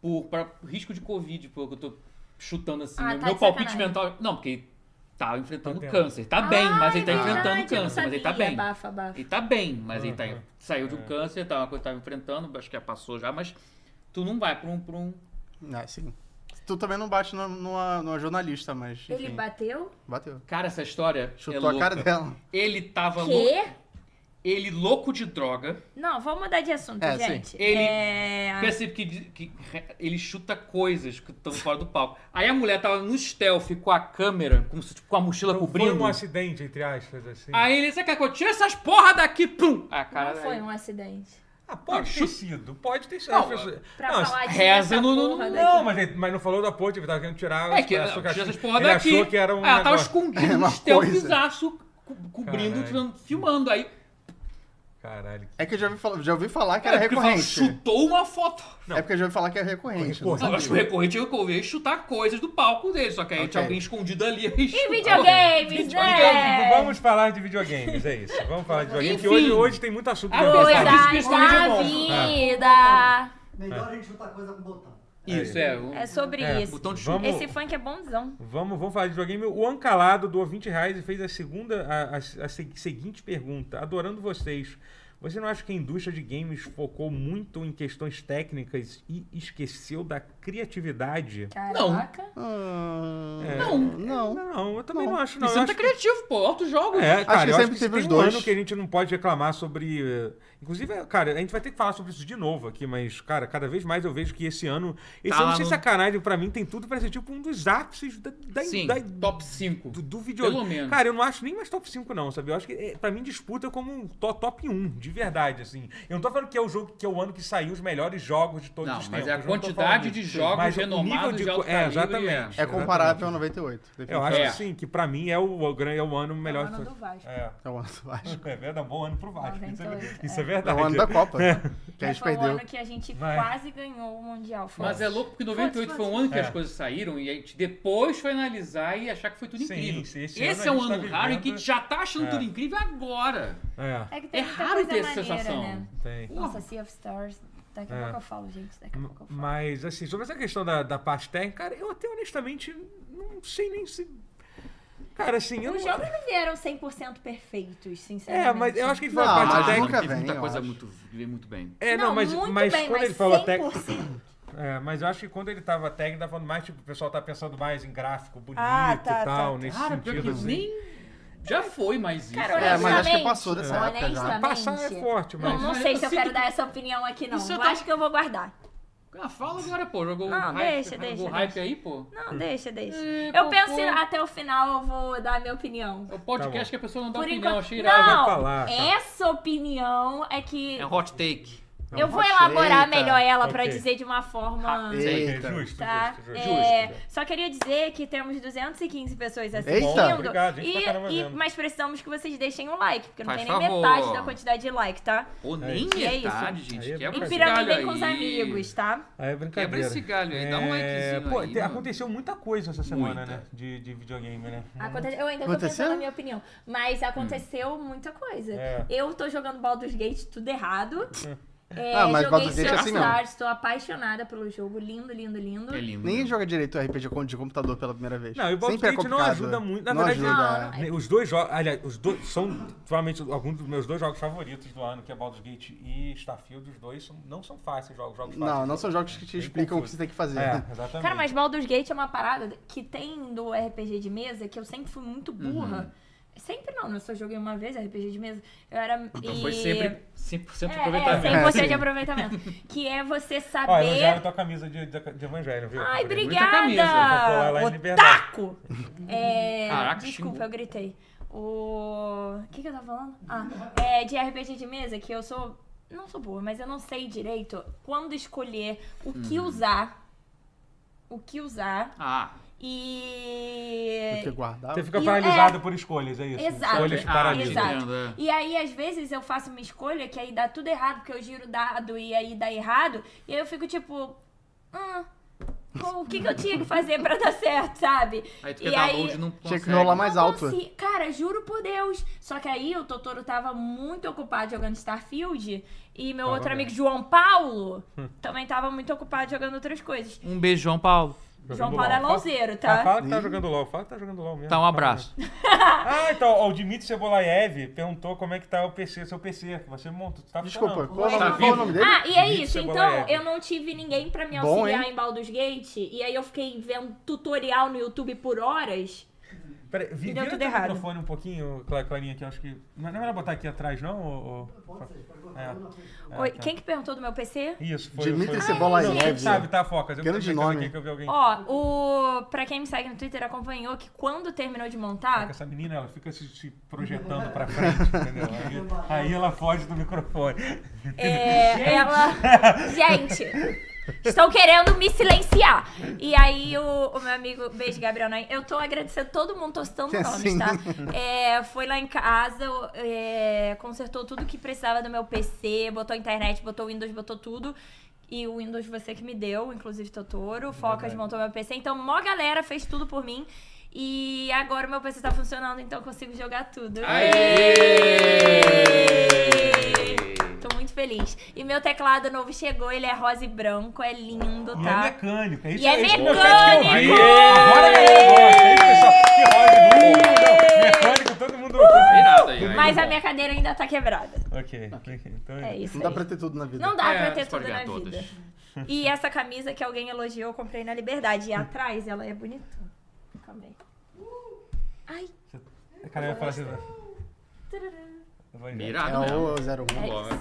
[SPEAKER 3] por pra risco de Covid, pô, que eu tô chutando assim.
[SPEAKER 4] Ah,
[SPEAKER 3] meu
[SPEAKER 4] tá
[SPEAKER 3] meu
[SPEAKER 4] de
[SPEAKER 3] palpite
[SPEAKER 4] sacanagem.
[SPEAKER 3] mental. é, Não, porque ele tá enfrentando
[SPEAKER 1] Tá tendo.
[SPEAKER 3] câncer. Tá bem, mas ele tá
[SPEAKER 4] Ah, é
[SPEAKER 3] enfrentando
[SPEAKER 4] verdade, eu não
[SPEAKER 3] câncer. Mas ele tá
[SPEAKER 4] sabia.
[SPEAKER 3] bem.
[SPEAKER 4] Abafa, abafa.
[SPEAKER 3] Ele tá bem, mas ele tá,
[SPEAKER 1] Uhum.
[SPEAKER 3] saiu de um
[SPEAKER 1] É.
[SPEAKER 3] câncer, tá uma coisa que tava enfrentando, acho que já passou já, mas tu não vai pra um. Pra um...
[SPEAKER 2] Ah, sim. Tu também não bate no- numa, numa jornalista, mas.
[SPEAKER 4] Ele
[SPEAKER 2] enfim,
[SPEAKER 4] bateu?
[SPEAKER 2] bateu.
[SPEAKER 3] Cara, essa história. é
[SPEAKER 2] Chutou
[SPEAKER 3] louca.
[SPEAKER 2] a cara dela.
[SPEAKER 3] Ele tava louco.
[SPEAKER 4] Quê?
[SPEAKER 3] Ele louco de droga.
[SPEAKER 4] Não, vamos mudar de assunto,
[SPEAKER 2] É, sim.
[SPEAKER 4] gente.
[SPEAKER 3] Ele-
[SPEAKER 4] É...
[SPEAKER 3] Percebe que, assim, que ele chuta coisas que estão fora do palco. Aí a mulher tava no stealth com a câmera, como se, tipo, com a mochila
[SPEAKER 1] Foi
[SPEAKER 3] cobrindo.
[SPEAKER 1] um acidente, entre aspas, assim.
[SPEAKER 3] Aí ele disse, "Cacô, tira essas porra daqui, pum! Ah, cara,
[SPEAKER 4] Não foi
[SPEAKER 3] aí-
[SPEAKER 4] um acidente.
[SPEAKER 1] Ah, pode
[SPEAKER 3] Não,
[SPEAKER 1] ter
[SPEAKER 3] chu-
[SPEAKER 1] sido, pode ter sido.
[SPEAKER 3] Não,
[SPEAKER 1] As pessoas-
[SPEAKER 4] Pra
[SPEAKER 1] não,
[SPEAKER 4] falar de
[SPEAKER 3] reza
[SPEAKER 4] essa
[SPEAKER 3] no- no-
[SPEAKER 4] porra
[SPEAKER 3] no-
[SPEAKER 4] daqui.
[SPEAKER 1] não, mas, ele, mas não falou da ponte, ele tava querendo tirar
[SPEAKER 3] É que
[SPEAKER 1] as- as-
[SPEAKER 3] não, tira essas porra
[SPEAKER 1] Ele
[SPEAKER 3] daqui.
[SPEAKER 1] achou que era um.
[SPEAKER 3] Ela tava
[SPEAKER 1] negócio.
[SPEAKER 3] escondida
[SPEAKER 2] É
[SPEAKER 3] no
[SPEAKER 2] uma coisa.
[SPEAKER 3] stealthzaço, co- cobrindo,
[SPEAKER 1] Caralho.
[SPEAKER 3] tirando- filmando. Aí
[SPEAKER 1] Caralho. que-
[SPEAKER 2] É que eu já ouvi, falar, já ouvi falar que
[SPEAKER 3] Cara,
[SPEAKER 2] era
[SPEAKER 3] É, porque fala,
[SPEAKER 2] recorrente.
[SPEAKER 3] chutou uma foto.
[SPEAKER 1] Não.
[SPEAKER 2] É porque eu já ouvi falar que é recorrente. não
[SPEAKER 1] Recorrente.
[SPEAKER 3] Não, eu acho que o
[SPEAKER 2] sabia.
[SPEAKER 3] recorrente é o vejo chutar coisas do palco dele, só que aí
[SPEAKER 2] Ok.
[SPEAKER 3] tinha alguém escondido ali. E
[SPEAKER 4] E videogames, né?
[SPEAKER 1] Então, Vamos falar de videogames, é isso. Vamos falar de videogames, que
[SPEAKER 3] Enfim.
[SPEAKER 1] hoje, hoje tem muito assunto. pra
[SPEAKER 4] Coisas
[SPEAKER 1] conversar.
[SPEAKER 3] Isso que está
[SPEAKER 4] da
[SPEAKER 3] muito bom.
[SPEAKER 4] vida.
[SPEAKER 5] Melhor a gente chutar coisa com botão.
[SPEAKER 3] Isso, é. o-
[SPEAKER 4] É sobre
[SPEAKER 1] É,
[SPEAKER 4] isso.
[SPEAKER 3] botão de
[SPEAKER 1] Vamos-
[SPEAKER 4] Esse funk é bonzão.
[SPEAKER 1] Vamos, vamos falar de videogame. O Ancalado doou 20 reais e fez a segunda, a, a- a se- seguinte pergunta. Adorando vocês. Você não acha que a indústria de games focou muito em questões técnicas e esqueceu da criatividade?
[SPEAKER 4] Caraca.
[SPEAKER 2] Ah,
[SPEAKER 3] Não.
[SPEAKER 2] Não.
[SPEAKER 1] Não, eu também não,
[SPEAKER 2] Não.
[SPEAKER 1] acho, não.
[SPEAKER 3] Isso
[SPEAKER 1] Eu
[SPEAKER 3] não tá
[SPEAKER 1] acho que-
[SPEAKER 3] criativo, pô. Altos jogos.
[SPEAKER 1] É, cara,
[SPEAKER 2] que
[SPEAKER 1] eu
[SPEAKER 2] sempre
[SPEAKER 1] acho que
[SPEAKER 2] teve
[SPEAKER 1] tem
[SPEAKER 2] os
[SPEAKER 1] um
[SPEAKER 2] dois.
[SPEAKER 1] ano que a gente não pode reclamar sobre. eh, Inclusive, eh, cara, a gente vai ter que falar sobre isso de novo aqui, mas, cara, cada vez mais eu vejo que esse ano. Esse
[SPEAKER 3] Tá lá
[SPEAKER 1] ano, sem
[SPEAKER 3] no-
[SPEAKER 1] é sacanagem, pra mim, tem tudo pra ser tipo um dos ápices da, da,
[SPEAKER 3] Sim,
[SPEAKER 1] da-
[SPEAKER 3] top 5.
[SPEAKER 1] do, do videogame.
[SPEAKER 3] Pelo menos.
[SPEAKER 1] Cara, eu não acho nem mais top 5, não, sabe? Eu acho que, eh, pra mim, disputa como um to- top 1, de verdade, assim. Eu não tô falando que é o jogo que é o ano que saiu os melhores jogos de todos
[SPEAKER 3] Não,
[SPEAKER 1] os
[SPEAKER 3] mas
[SPEAKER 1] tempos.
[SPEAKER 3] é a
[SPEAKER 1] eu não tô
[SPEAKER 3] quantidade
[SPEAKER 1] falando
[SPEAKER 3] de
[SPEAKER 1] isso.
[SPEAKER 3] jogos
[SPEAKER 1] Mas o nível
[SPEAKER 3] renomados de
[SPEAKER 1] co-
[SPEAKER 3] alto
[SPEAKER 1] É,
[SPEAKER 3] calibre,
[SPEAKER 1] exatamente.
[SPEAKER 3] né?
[SPEAKER 2] É comparável ao 98.
[SPEAKER 1] Eu
[SPEAKER 2] definitivamente.
[SPEAKER 1] acho
[SPEAKER 3] É.
[SPEAKER 1] que sim, que pra mim é o, o, gran- é o ano melhor.
[SPEAKER 4] Mano Tá do Vasco.
[SPEAKER 1] É.
[SPEAKER 2] É o ano do Vasco.
[SPEAKER 1] É verdade, bom ano pro Vasco. Isso é,
[SPEAKER 4] 98,
[SPEAKER 1] isso é
[SPEAKER 4] é.
[SPEAKER 2] É
[SPEAKER 1] verdade.
[SPEAKER 2] o ano da Copa. Que a
[SPEAKER 4] Mas
[SPEAKER 2] gente
[SPEAKER 4] foi um
[SPEAKER 2] perdeu.
[SPEAKER 4] ano que a gente
[SPEAKER 1] Vai.
[SPEAKER 4] quase ganhou o Mundial. foi.
[SPEAKER 3] Mas é louco porque 98 foi um ano que
[SPEAKER 1] É.
[SPEAKER 3] as coisas saíram e a gente depois foi analisar e achar que foi tudo
[SPEAKER 1] Sim,
[SPEAKER 3] incrível.
[SPEAKER 1] sim, esse
[SPEAKER 3] esse
[SPEAKER 1] ano a
[SPEAKER 3] é um
[SPEAKER 1] gente tá
[SPEAKER 3] ano raro em que a
[SPEAKER 1] vivendo-
[SPEAKER 3] gente já tá achando
[SPEAKER 1] É.
[SPEAKER 3] tudo incrível agora.
[SPEAKER 1] É,
[SPEAKER 4] É que
[SPEAKER 3] É
[SPEAKER 4] tem muita
[SPEAKER 3] raro
[SPEAKER 4] coisa
[SPEAKER 3] ter essa
[SPEAKER 4] maneira,
[SPEAKER 3] sensação.
[SPEAKER 4] né?
[SPEAKER 1] tem.
[SPEAKER 3] Porra.
[SPEAKER 4] Nossa, Sea of Stars. Daqui a
[SPEAKER 1] É.
[SPEAKER 4] pouco eu falo, gente. Daqui a pouco eu falo.
[SPEAKER 1] Mas, assim, sobre essa questão da, da parte técnica, cara, eu até honestamente não sei nem se. Cara, assim, eu
[SPEAKER 4] Os
[SPEAKER 1] não.
[SPEAKER 4] jogos não vieram 100% perfeitos, sinceramente.
[SPEAKER 1] É, mas eu acho que ele
[SPEAKER 2] Não,
[SPEAKER 1] falou
[SPEAKER 3] Ah,
[SPEAKER 1] a parte
[SPEAKER 2] mas
[SPEAKER 1] técnica.
[SPEAKER 2] nunca
[SPEAKER 3] teve
[SPEAKER 2] vem,
[SPEAKER 3] muita
[SPEAKER 2] eu
[SPEAKER 3] coisa
[SPEAKER 2] acho.
[SPEAKER 3] muito veio muito bem.
[SPEAKER 1] É, não, mas,
[SPEAKER 4] muito
[SPEAKER 1] mas
[SPEAKER 4] bem,
[SPEAKER 1] quando
[SPEAKER 4] mas
[SPEAKER 1] ele falou
[SPEAKER 4] 100%.
[SPEAKER 1] técnica. É, mas eu acho que quando ele tava técnico, tava falando mais, tipo, o pessoal tá pensando mais em gráfico bonito
[SPEAKER 4] Ah, tá,
[SPEAKER 1] e tal,
[SPEAKER 4] tá,
[SPEAKER 1] nesse
[SPEAKER 3] Cara, pior que
[SPEAKER 1] sentido.
[SPEAKER 3] eu
[SPEAKER 1] assim.
[SPEAKER 3] nem. Já foi mais isso.
[SPEAKER 4] Cara,
[SPEAKER 2] É,
[SPEAKER 4] olha
[SPEAKER 2] mas
[SPEAKER 4] só.
[SPEAKER 2] acho que passou dessa
[SPEAKER 4] Honestamente.
[SPEAKER 2] época já.
[SPEAKER 1] Passar é forte,
[SPEAKER 4] Não,
[SPEAKER 1] mas.
[SPEAKER 4] não
[SPEAKER 3] Mas
[SPEAKER 4] sei
[SPEAKER 3] eu
[SPEAKER 4] se eu
[SPEAKER 3] sinto
[SPEAKER 4] quero
[SPEAKER 3] que-
[SPEAKER 4] dar essa opinião aqui, não.
[SPEAKER 3] Isso
[SPEAKER 4] Eu
[SPEAKER 3] tá-
[SPEAKER 4] acho que eu vou guardar.
[SPEAKER 3] Ah, fala agora, pô. Jogou o
[SPEAKER 4] Não,
[SPEAKER 3] hype,
[SPEAKER 4] deixa,
[SPEAKER 3] jogou
[SPEAKER 4] deixa,
[SPEAKER 3] o
[SPEAKER 4] deixa.
[SPEAKER 3] hype aí, pô.
[SPEAKER 4] Não, deixa, deixa.
[SPEAKER 3] É,
[SPEAKER 4] eu
[SPEAKER 3] pô,
[SPEAKER 4] penso
[SPEAKER 3] pô.
[SPEAKER 4] até o final, eu vou dar a minha opinião.
[SPEAKER 3] É o
[SPEAKER 1] Tá
[SPEAKER 3] podcast
[SPEAKER 1] bom.
[SPEAKER 3] que a pessoa não dá
[SPEAKER 4] Por
[SPEAKER 3] opinião,
[SPEAKER 4] enquanto.
[SPEAKER 3] achei irado.
[SPEAKER 1] vai
[SPEAKER 4] Não,
[SPEAKER 1] falar, tá.
[SPEAKER 4] essa opinião é que.
[SPEAKER 3] É um hot take.
[SPEAKER 4] eu vou
[SPEAKER 2] Eita.
[SPEAKER 4] elaborar melhor ela pra
[SPEAKER 1] Ok.
[SPEAKER 4] dizer de uma forma.
[SPEAKER 3] Rápido.
[SPEAKER 1] Ok,
[SPEAKER 2] Eita.
[SPEAKER 1] Justo,
[SPEAKER 4] Tá?
[SPEAKER 1] justo, justo.
[SPEAKER 4] É, só queria dizer que temos 215 pessoas assistindo.
[SPEAKER 2] Eita.
[SPEAKER 1] Obrigado, gente, pra
[SPEAKER 4] e-
[SPEAKER 1] caramba
[SPEAKER 4] e-
[SPEAKER 1] mesmo.
[SPEAKER 4] mas precisamos que vocês deixem um like, porque não
[SPEAKER 3] Faz
[SPEAKER 4] tem nem
[SPEAKER 3] favor.
[SPEAKER 4] metade da quantidade de like, tá?
[SPEAKER 3] Ou nem
[SPEAKER 4] isso. É
[SPEAKER 3] metade,
[SPEAKER 1] isso.
[SPEAKER 3] gente.
[SPEAKER 1] Aí é
[SPEAKER 3] Quebra
[SPEAKER 4] E
[SPEAKER 1] Mas
[SPEAKER 3] esse
[SPEAKER 4] piramidem
[SPEAKER 3] galho
[SPEAKER 4] com os
[SPEAKER 3] aí.
[SPEAKER 4] amigos, tá?
[SPEAKER 1] Aí é
[SPEAKER 3] Quebra
[SPEAKER 1] brincadeira.
[SPEAKER 3] esse galho aí, dá um
[SPEAKER 1] É,
[SPEAKER 3] likezinho
[SPEAKER 1] pô,
[SPEAKER 3] aí.
[SPEAKER 1] te-
[SPEAKER 3] mano.
[SPEAKER 1] aconteceu muita coisa essa semana,
[SPEAKER 3] Muita.
[SPEAKER 1] né? De, de videogame, né?
[SPEAKER 3] É.
[SPEAKER 4] Aconte- Eu ainda tô
[SPEAKER 2] Aconteceu?
[SPEAKER 4] pensando na minha opinião. Mas aconteceu
[SPEAKER 3] Hum.
[SPEAKER 4] muita coisa.
[SPEAKER 1] É. Hum.
[SPEAKER 4] Eu tô jogando Baldur's Gate tudo errado. É,
[SPEAKER 2] Ah, mas
[SPEAKER 4] joguei
[SPEAKER 2] Baldur's Gate é
[SPEAKER 4] Sea of
[SPEAKER 2] assim mesmo.
[SPEAKER 4] Stars, tô apaixonada pelo jogo. Lindo, lindo, lindo.
[SPEAKER 3] É lindo.
[SPEAKER 2] Ninguém joga direito RPG com- de computador pela primeira vez.
[SPEAKER 1] Não, e o Baldur's
[SPEAKER 2] Sempre é
[SPEAKER 1] Gate não
[SPEAKER 2] complicado.
[SPEAKER 1] ajuda muito. Na
[SPEAKER 2] não
[SPEAKER 1] verdade,
[SPEAKER 4] é
[SPEAKER 2] ajuda. é.
[SPEAKER 4] Ah,
[SPEAKER 1] né, Os dois jogos, aliás, os dois são provavelmente alguns dos meus dois jogos favoritos do ano, que é Baldur's Gate e Starfield. Os dois são- não são fáceis jogos, jogos fáceis.
[SPEAKER 2] Não, não são jogos que te
[SPEAKER 1] Bem
[SPEAKER 2] explicam o que
[SPEAKER 1] confuso.
[SPEAKER 2] você tem que fazer. né?
[SPEAKER 1] É, exatamente.
[SPEAKER 4] Cara, mas Baldur's Gate é uma parada que tem do RPG de mesa que eu sempre fui muito burra. Sempre não, né? eu só joguei uma vez RPG de mesa. Eu era.
[SPEAKER 3] Então
[SPEAKER 4] e...
[SPEAKER 3] foi sempre 100%
[SPEAKER 4] É,
[SPEAKER 3] aproveitamento.
[SPEAKER 4] É, 100% de
[SPEAKER 2] Sim.
[SPEAKER 4] aproveitamento. que é você saber.
[SPEAKER 1] Ó, elogiaram a tua camisa de, de, de evangelho, viu?
[SPEAKER 4] Ai,
[SPEAKER 3] camisa.
[SPEAKER 1] Vou colar lá em
[SPEAKER 4] obrigada!
[SPEAKER 1] Liberdade.
[SPEAKER 4] Otaku! É,
[SPEAKER 3] Caraca,
[SPEAKER 4] desculpa,
[SPEAKER 3] xingou.
[SPEAKER 4] eu gritei. O. O que, que eu tava falando? Ah, é de RPG de mesa, que eu sou. Não sou boa, mas eu não sei direito quando escolher o que usar. O que usar
[SPEAKER 3] Ah,
[SPEAKER 4] e. É.
[SPEAKER 2] Tem que guardar.
[SPEAKER 1] Você fica
[SPEAKER 4] E-
[SPEAKER 1] paralisado por escolhas, é isso?
[SPEAKER 4] Exato.
[SPEAKER 1] Escolhas
[SPEAKER 4] Ah,
[SPEAKER 1] paralisas.
[SPEAKER 4] exato.
[SPEAKER 3] entendo, é.
[SPEAKER 4] E aí, às vezes, eu faço uma escolha que aí dá tudo errado, porque eu giro o dado e aí dá errado. E aí eu fico tipo. Hum, o que, que eu tinha que fazer pra dar certo, sabe?
[SPEAKER 3] aí tu
[SPEAKER 4] E
[SPEAKER 3] quer um
[SPEAKER 4] aí-
[SPEAKER 3] download e não consegue.
[SPEAKER 2] Tinha que rolar mais
[SPEAKER 4] Não
[SPEAKER 2] alto.
[SPEAKER 4] consi- Cara, juro por Deus. Só que aí o Totoro tava muito ocupado jogando Starfield. E meu
[SPEAKER 1] Tava
[SPEAKER 4] outro
[SPEAKER 1] mesmo.
[SPEAKER 4] amigo, João Paulo, também tava muito ocupado jogando outras coisas.
[SPEAKER 3] Um beijão, Paulo.
[SPEAKER 1] Jogando
[SPEAKER 4] João
[SPEAKER 1] LOL.
[SPEAKER 4] Paulo é
[SPEAKER 1] Fala-
[SPEAKER 4] lonzeiro,
[SPEAKER 1] Ah,
[SPEAKER 4] tá?
[SPEAKER 1] fala que tá jogando LOL, fala que tá jogando LOL mesmo.
[SPEAKER 3] Tá, um
[SPEAKER 1] Fala
[SPEAKER 3] abraço.
[SPEAKER 1] Ah, então, ó, o Dmitry Cebolaev perguntou como é que tá o PC, seu PC, que você monta, tu tá
[SPEAKER 2] Desculpa,
[SPEAKER 1] funcionando.
[SPEAKER 2] qual, é o
[SPEAKER 4] Tá
[SPEAKER 2] nome- qual é o
[SPEAKER 3] vivo?
[SPEAKER 2] nome dele?
[SPEAKER 4] Ah, e é
[SPEAKER 1] Vitor
[SPEAKER 4] isso. Então,
[SPEAKER 1] Bolaev.
[SPEAKER 4] eu não tive ninguém pra me
[SPEAKER 2] Bom,
[SPEAKER 4] auxiliar
[SPEAKER 2] hein?
[SPEAKER 4] em Baldur's Gate. E aí eu fiquei vendo tutorial no YouTube por horas.
[SPEAKER 1] Pera, vi-
[SPEAKER 4] E deu
[SPEAKER 1] vira
[SPEAKER 4] tudo
[SPEAKER 1] teu
[SPEAKER 4] errado.
[SPEAKER 1] microfone um pouquinho, Cla- Clarinha, que eu acho que... Mas não era botar aqui atrás, não? Ou,
[SPEAKER 5] Pode ser, pode
[SPEAKER 1] É.
[SPEAKER 5] botar tudo na frente.
[SPEAKER 4] Oi, Quem que perguntou do meu PC?
[SPEAKER 1] Isso, foi...
[SPEAKER 2] Dmitry
[SPEAKER 1] foi-
[SPEAKER 2] Cebolaev.
[SPEAKER 1] Não, Sabe, tá, Focas? Eu
[SPEAKER 2] Grande
[SPEAKER 1] tô brincando
[SPEAKER 2] nome.
[SPEAKER 1] aqui que eu vi alguém...
[SPEAKER 4] Ó, o. Pra quem me segue no Twitter acompanhou que quando terminou de montar,
[SPEAKER 1] Essa menina, ela fica se, se projetando pra frente, entendeu? Aí, aí ela foge do microfone.
[SPEAKER 4] É, ela. Gente, Estão querendo me silenciar. E aí o, o meu amigo, beijo, Gabriel Nain, eu tô agradecendo todo mundo, tô citando
[SPEAKER 2] É,
[SPEAKER 4] nomes,
[SPEAKER 2] sim.
[SPEAKER 4] tá? É, foi lá em casa, é, consertou tudo que precisava do meu PC, botou a internet, botou o Windows, botou tudo. E o Windows você que me deu, inclusive Totoro. Focas montou meu PC. Então, mó galera fez tudo por mim. E agora o meu PC tá funcionando, então eu consigo jogar tudo. Tô muito feliz. E meu teclado novo chegou, ele é rosa e branco, é lindo,
[SPEAKER 1] E é
[SPEAKER 4] tá?
[SPEAKER 1] mecânico. É isso,
[SPEAKER 4] E é
[SPEAKER 1] esse conceito que eu vi.
[SPEAKER 4] mecânico!
[SPEAKER 1] Agora a galera gosta. É isso, pessoal. Que roda no mundo. Mecânico, todo mundo.
[SPEAKER 3] Virado aí, né?
[SPEAKER 4] Mas a minha cadeira ainda tá quebrada.
[SPEAKER 1] Ok. ok, Então
[SPEAKER 4] É isso.
[SPEAKER 2] Não dá
[SPEAKER 4] aí.
[SPEAKER 2] pra ter tudo na vida.
[SPEAKER 4] Não dá
[SPEAKER 3] É,
[SPEAKER 4] pra ter
[SPEAKER 3] você pode
[SPEAKER 4] tudo na
[SPEAKER 3] ganhar todas.
[SPEAKER 4] vida. E essa camisa que alguém elogiou, eu comprei na Liberdade. E atrás ela é bonita. Calma aí. Ai,
[SPEAKER 1] Cara, eu ia falar assim. vai já.
[SPEAKER 2] É
[SPEAKER 3] Mirado mesmo.
[SPEAKER 2] o 01.
[SPEAKER 3] Boa, né?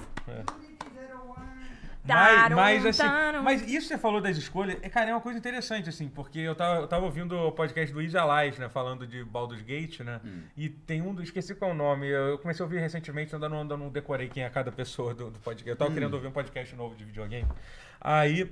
[SPEAKER 1] Mas,
[SPEAKER 5] um
[SPEAKER 4] Tarum,
[SPEAKER 1] mas, assim,
[SPEAKER 4] tarum.
[SPEAKER 1] mas isso que você falou das escolhas, é, cara, é uma coisa interessante, assim, porque eu tava, eu tava ouvindo o podcast do Isa Lais, né, falando de Baldur's Gate, né,
[SPEAKER 2] Hum.
[SPEAKER 1] e tem um, do- esqueci qual é o nome, eu comecei a ouvir recentemente, ainda não, ainda não decorei quem é cada pessoa do, do podcast, eu
[SPEAKER 2] Hum.
[SPEAKER 1] tava querendo ouvir um podcast novo de videogame, aí...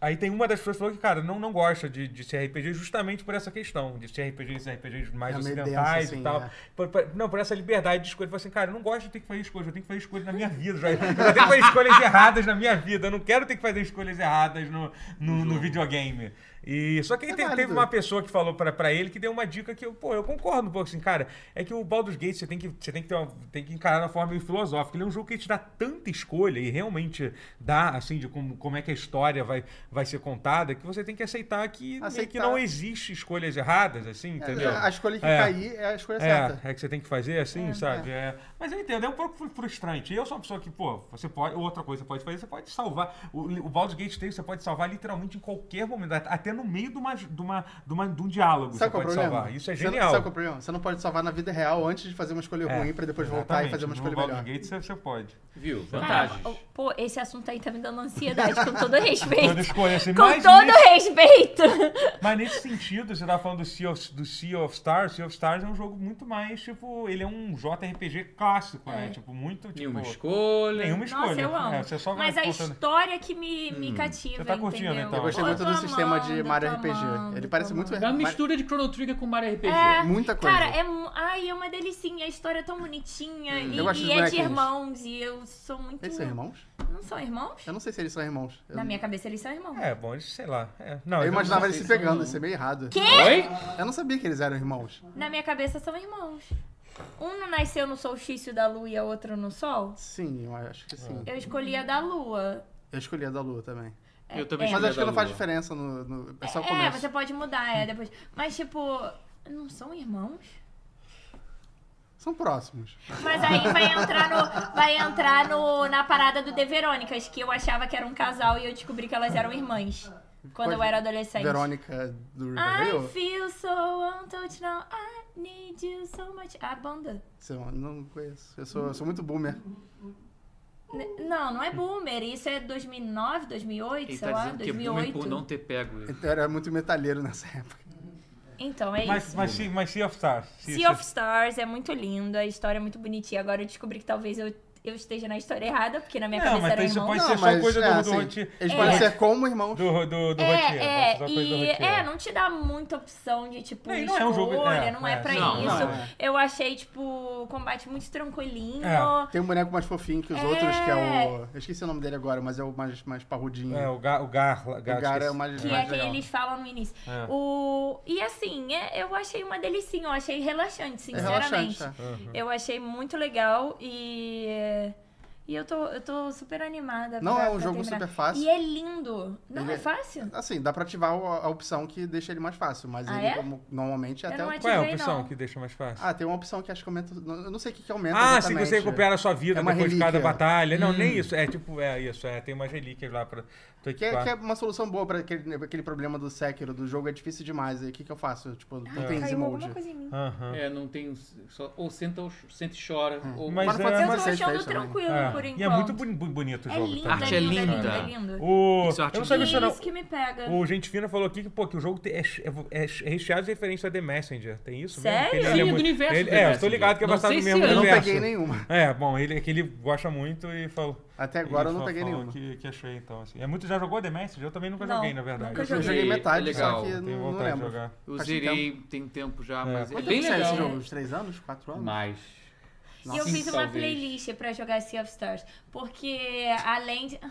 [SPEAKER 1] Aí tem uma das pessoas que falou que, cara, não, não gosta de, de ser RPG justamente por essa questão, de ser RPG, esses RPGs mais
[SPEAKER 2] É meio denso,
[SPEAKER 1] ocidentais e
[SPEAKER 2] assim,
[SPEAKER 1] tal.
[SPEAKER 2] é.
[SPEAKER 1] Por- por- não, por essa liberdade de escolha. Eu falo assim, cara, eu não gosto de ter que fazer escolhas, eu tenho que fazer escolhas na minha vida. Já, eu já tenho que fazer escolhas erradas na minha vida. Eu não quero ter que fazer escolhas erradas no, no, no videogame. E, só que aí
[SPEAKER 2] É
[SPEAKER 1] te- teve
[SPEAKER 2] válido.
[SPEAKER 1] uma pessoa que falou pra, pra ele que deu uma dica que eu, pô, eu concordo um pouco assim, cara. É que o Baldur's Gate você tem que, você tem que, ter uma- tem que encarar na forma meio filosófica. Ele é um jogo que te dá tanta escolha e realmente dá, assim, de como, como é que a história vai, vai ser contada, que você tem que aceitar que, meio que
[SPEAKER 2] Aceitar.
[SPEAKER 1] não existe escolhas erradas, assim, entendeu?
[SPEAKER 2] A escolha que
[SPEAKER 1] É.
[SPEAKER 2] cair é a escolha certa.
[SPEAKER 1] É, é que você tem que fazer assim, sabe? É. Mas eu entendo, é um pouco fru- frustrante. Eu sou uma pessoa que, pô, você pode. Outra coisa que você pode fazer, você pode salvar. O, o Baldur's Gate tem, você pode salvar literalmente em qualquer momento, at- até no meio de, uma, de, uma, de, uma- de um diálogo. você
[SPEAKER 2] Sabe qual é o
[SPEAKER 1] pode
[SPEAKER 2] problema?
[SPEAKER 1] salvar. Isso é
[SPEAKER 2] Você não-
[SPEAKER 1] genial.
[SPEAKER 2] sabe qual é o problema? Você não pode salvar na vida real antes de fazer uma escolha
[SPEAKER 1] É,
[SPEAKER 2] ruim pra depois voltar e
[SPEAKER 1] exatamente.
[SPEAKER 2] fazer uma
[SPEAKER 1] No
[SPEAKER 2] escolha
[SPEAKER 1] Baldur's
[SPEAKER 2] melhor.
[SPEAKER 1] Gate você, você pode.
[SPEAKER 3] Viu?
[SPEAKER 4] Cara,
[SPEAKER 3] Vantagens.
[SPEAKER 4] oh, pô, esse assunto aí tá me dando ansiedade, com todo respeito.
[SPEAKER 1] Quando escolhe assim,
[SPEAKER 4] com
[SPEAKER 1] mas,
[SPEAKER 4] todo
[SPEAKER 1] nesse,
[SPEAKER 4] respeito.
[SPEAKER 1] mas nesse sentido, você tava falando do sea, of, do sea of Stars. Sea of Stars é um jogo muito mais, tipo, ele é um JRPG clássico, né?
[SPEAKER 4] É.
[SPEAKER 1] Tipo, muito. Tipo,
[SPEAKER 3] Nenhuma escolha.
[SPEAKER 1] Nenhuma escolha.
[SPEAKER 4] Nossa, eu amo.
[SPEAKER 1] É, você só vai
[SPEAKER 4] Mas a
[SPEAKER 1] contando.
[SPEAKER 4] história é que me, me cativa,
[SPEAKER 1] Você tá curtindo,
[SPEAKER 4] entendeu?
[SPEAKER 1] então?
[SPEAKER 2] Eu gostei
[SPEAKER 4] Pô,
[SPEAKER 2] muito
[SPEAKER 4] tô
[SPEAKER 2] do sistema de
[SPEAKER 4] amando,
[SPEAKER 2] Mario
[SPEAKER 4] tô
[SPEAKER 2] RPG.
[SPEAKER 4] amando,
[SPEAKER 2] Ele
[SPEAKER 4] tô
[SPEAKER 2] parece muito.
[SPEAKER 4] amando.
[SPEAKER 3] É uma
[SPEAKER 2] Mar-
[SPEAKER 3] mistura de Chrono Trigger com Mario RPG.
[SPEAKER 4] É.
[SPEAKER 2] Muita coisa.
[SPEAKER 4] Cara, é, mu- ai, é uma delicinha, a história é tão bonitinha e,
[SPEAKER 2] Hum, Eu gosto
[SPEAKER 4] e
[SPEAKER 2] dos
[SPEAKER 4] é de
[SPEAKER 2] bonequinhos.
[SPEAKER 4] irmãos e eu sou muito...
[SPEAKER 2] Eles são irmãos?
[SPEAKER 4] Não são irmãos?
[SPEAKER 2] Eu não sei se eles são irmãos. Eu,
[SPEAKER 4] Na minha cabeça eles são irmãos.
[SPEAKER 1] É, bom, isso sei lá. É, não,
[SPEAKER 2] eu
[SPEAKER 1] não
[SPEAKER 2] imaginava
[SPEAKER 1] sei
[SPEAKER 2] eles se
[SPEAKER 1] se-
[SPEAKER 2] pegando, isso é meio errado.
[SPEAKER 3] Oi?
[SPEAKER 2] Eu não sabia que eles eram irmãos.
[SPEAKER 4] Na minha cabeça são irmãos. Um não nasceu no solstício da lua e a outra no sol.
[SPEAKER 2] Sim, eu acho que sim.
[SPEAKER 4] Eu escolhi a da lua.
[SPEAKER 2] Eu escolhi a da Lua também.
[SPEAKER 3] Eu também
[SPEAKER 4] é.
[SPEAKER 3] escolhi
[SPEAKER 2] Mas
[SPEAKER 3] a
[SPEAKER 2] acho que
[SPEAKER 3] da
[SPEAKER 2] não faz
[SPEAKER 3] Lua.
[SPEAKER 2] diferença no. no- é só o
[SPEAKER 4] é,
[SPEAKER 2] começo.
[SPEAKER 4] você pode mudar, é, depois. Mas, tipo, não são irmãos?
[SPEAKER 2] São próximos.
[SPEAKER 4] Mas aí vai entrar no. Vai entrar no, na parada do The Verônicas, que eu achava que era um casal e eu descobri que elas eram irmãs. Quando eu era adolescente.
[SPEAKER 2] Verônica né? do
[SPEAKER 4] I
[SPEAKER 2] Riverdale?
[SPEAKER 4] feel so untouched now. I need you so much. A banda.
[SPEAKER 2] Sei lá, Não conheço. Eu sou, eu sou muito boomer.
[SPEAKER 4] N- Não, não é boomer. Isso é 2009, 2008,
[SPEAKER 3] Ele
[SPEAKER 4] sei
[SPEAKER 3] tá
[SPEAKER 4] lá,
[SPEAKER 3] dizendo que é boomer
[SPEAKER 4] 2008.
[SPEAKER 3] por não ter pego ele.
[SPEAKER 2] Então, Eu era muito metalheiro nessa época.
[SPEAKER 4] Então, é
[SPEAKER 1] Mas,
[SPEAKER 4] isso.
[SPEAKER 1] mas, se- mas Sea of Stars. se-
[SPEAKER 4] Sea of Stars é muito lindo, a história é muito bonitinha. Agora eu descobri que talvez eu, eu esteja na história errada, porque na minha
[SPEAKER 1] Não,
[SPEAKER 4] cabeça
[SPEAKER 1] mas
[SPEAKER 4] era
[SPEAKER 1] isso
[SPEAKER 4] irmão.
[SPEAKER 1] pode ser só coisa do- do Hot-
[SPEAKER 2] é, assim, Eles
[SPEAKER 1] do
[SPEAKER 2] podem
[SPEAKER 1] Hot-
[SPEAKER 2] ser como irmãos.
[SPEAKER 1] do, do, do roteiro, só
[SPEAKER 4] É, é,
[SPEAKER 1] coisa do
[SPEAKER 4] e
[SPEAKER 1] roteiro.
[SPEAKER 4] é, não te dá muita opção de, tipo,
[SPEAKER 1] Não, e não
[SPEAKER 4] escolha,
[SPEAKER 1] é um
[SPEAKER 4] não
[SPEAKER 1] jogo- é,
[SPEAKER 4] é,
[SPEAKER 1] é.
[SPEAKER 4] pra
[SPEAKER 3] Não,
[SPEAKER 4] isso.
[SPEAKER 2] não é.
[SPEAKER 4] Eu achei, tipo, o combate muito tranquilinho.
[SPEAKER 1] É.
[SPEAKER 2] Tem um boneco mais fofinho que os
[SPEAKER 4] É.
[SPEAKER 2] outros, que é o. Eu esqueci o nome dele agora, mas é o mais, mais parrudinho.
[SPEAKER 1] É, o Gar. O Gar, Gar-
[SPEAKER 2] o cara é
[SPEAKER 1] esqueci.
[SPEAKER 2] o mais.
[SPEAKER 4] Que é
[SPEAKER 2] mais
[SPEAKER 4] quem
[SPEAKER 2] legal.
[SPEAKER 4] eles falam no início.
[SPEAKER 1] É.
[SPEAKER 4] O... E assim, é- eu achei uma delicinha, eu achei relaxante,
[SPEAKER 2] É relaxante.
[SPEAKER 4] sinceramente.
[SPEAKER 2] tá?
[SPEAKER 4] Eu achei muito legal e. E eu tô, eu tô super animada.
[SPEAKER 2] Não
[SPEAKER 4] pra-
[SPEAKER 2] é um
[SPEAKER 4] pra
[SPEAKER 2] jogo
[SPEAKER 4] terminar.
[SPEAKER 2] super fácil.
[SPEAKER 4] E é lindo. Não
[SPEAKER 2] Ele
[SPEAKER 4] é
[SPEAKER 2] é-
[SPEAKER 4] fácil?
[SPEAKER 2] Assim, dá pra ativar o- a opção que deixa ele mais fácil, mas
[SPEAKER 4] Ah,
[SPEAKER 2] ele
[SPEAKER 4] é?
[SPEAKER 2] como- normalmente é
[SPEAKER 4] Eu
[SPEAKER 2] até
[SPEAKER 4] não
[SPEAKER 2] o-
[SPEAKER 4] ati-
[SPEAKER 1] Qual é a
[SPEAKER 4] Ativei,
[SPEAKER 1] opção
[SPEAKER 4] não.
[SPEAKER 1] que deixa mais fácil?
[SPEAKER 2] Ah, tem uma opção que acho que aumenta. Eu não sei o que, que aumenta.
[SPEAKER 1] Ah, se
[SPEAKER 2] exatamente.
[SPEAKER 1] você recupera a sua vida
[SPEAKER 2] É uma
[SPEAKER 1] depois de cada
[SPEAKER 2] relíquia.
[SPEAKER 1] batalha. Não,
[SPEAKER 4] Hum.
[SPEAKER 1] nem isso. É tipo, é isso. É, tem umas relíquias lá pra tu
[SPEAKER 2] Que é,
[SPEAKER 1] equipar.
[SPEAKER 2] que é uma solução boa pra aquele, aquele problema do Sekiro, do jogo é difícil demais. Aí o que, que eu faço? Tipo, não tem easy
[SPEAKER 4] Ah, Caiu
[SPEAKER 2] mode.
[SPEAKER 4] alguma coisa em mim.
[SPEAKER 1] Aham.
[SPEAKER 3] É, não tem. um- Só, ou senta ou ch- senta e chora. Ou
[SPEAKER 1] Mas
[SPEAKER 2] Final
[SPEAKER 1] é-
[SPEAKER 2] Fantasy
[SPEAKER 4] Eu tô
[SPEAKER 2] XVI
[SPEAKER 4] achando
[SPEAKER 2] também.
[SPEAKER 4] tranquilo,
[SPEAKER 1] É.
[SPEAKER 4] por por
[SPEAKER 1] E é
[SPEAKER 4] enquanto.
[SPEAKER 1] muito boni- bonito o
[SPEAKER 4] É
[SPEAKER 1] jogo
[SPEAKER 4] lindo,
[SPEAKER 1] também.
[SPEAKER 3] Arte é
[SPEAKER 4] é lindo,
[SPEAKER 3] linda.
[SPEAKER 4] é lindo, é lindo.
[SPEAKER 1] O...
[SPEAKER 3] Pixel art
[SPEAKER 1] Eu não sabia
[SPEAKER 4] E
[SPEAKER 1] disso,
[SPEAKER 4] é
[SPEAKER 1] não.
[SPEAKER 4] isso que me pega.
[SPEAKER 1] O Gente Fina falou aqui que, pô, que o jogo tem- é, che- é, é recheado de referência a The Messenger. Tem isso mesmo?
[SPEAKER 4] Sério?
[SPEAKER 1] Que ele-
[SPEAKER 4] Sim,
[SPEAKER 1] ele
[SPEAKER 3] é
[SPEAKER 1] é
[SPEAKER 3] do
[SPEAKER 1] muito-
[SPEAKER 3] universo
[SPEAKER 1] ele-
[SPEAKER 3] The
[SPEAKER 1] é, eu tô
[SPEAKER 3] Messenger.
[SPEAKER 1] ligado que é
[SPEAKER 3] Não
[SPEAKER 1] passado
[SPEAKER 3] sei
[SPEAKER 1] no
[SPEAKER 3] se
[SPEAKER 1] mesmo
[SPEAKER 3] eu
[SPEAKER 2] Eu não
[SPEAKER 1] universo.
[SPEAKER 2] peguei nenhuma.
[SPEAKER 1] É, bom, ele é que ele gosta muito e falou.
[SPEAKER 2] Até É, agora eu
[SPEAKER 1] ele
[SPEAKER 2] não
[SPEAKER 1] fa-
[SPEAKER 2] peguei
[SPEAKER 1] falou
[SPEAKER 2] nenhuma.
[SPEAKER 1] Que, que achei, então, assim. É muito, já jogou The Messenger? Eu também nunca
[SPEAKER 4] Não,
[SPEAKER 1] joguei, na verdade.
[SPEAKER 4] nunca
[SPEAKER 1] Eu
[SPEAKER 2] Eu joguei
[SPEAKER 3] joguei,
[SPEAKER 2] metade,
[SPEAKER 3] é legal.
[SPEAKER 2] só que
[SPEAKER 1] tenho
[SPEAKER 2] não, não
[SPEAKER 1] vontade de
[SPEAKER 2] lembro.
[SPEAKER 1] jogar.
[SPEAKER 3] Eu
[SPEAKER 2] Faz
[SPEAKER 3] zerei tem tempo já,
[SPEAKER 1] É.
[SPEAKER 3] mas é
[SPEAKER 2] Quanto
[SPEAKER 3] bem
[SPEAKER 2] tempo saiu
[SPEAKER 3] legal.
[SPEAKER 2] esse jogo? Uns 3 anos? 4 anos?
[SPEAKER 3] Mas.
[SPEAKER 4] E eu
[SPEAKER 3] Sim,
[SPEAKER 4] fiz uma
[SPEAKER 3] talvez.
[SPEAKER 4] playlist pra jogar Sea of Stars. Porque além de. ah,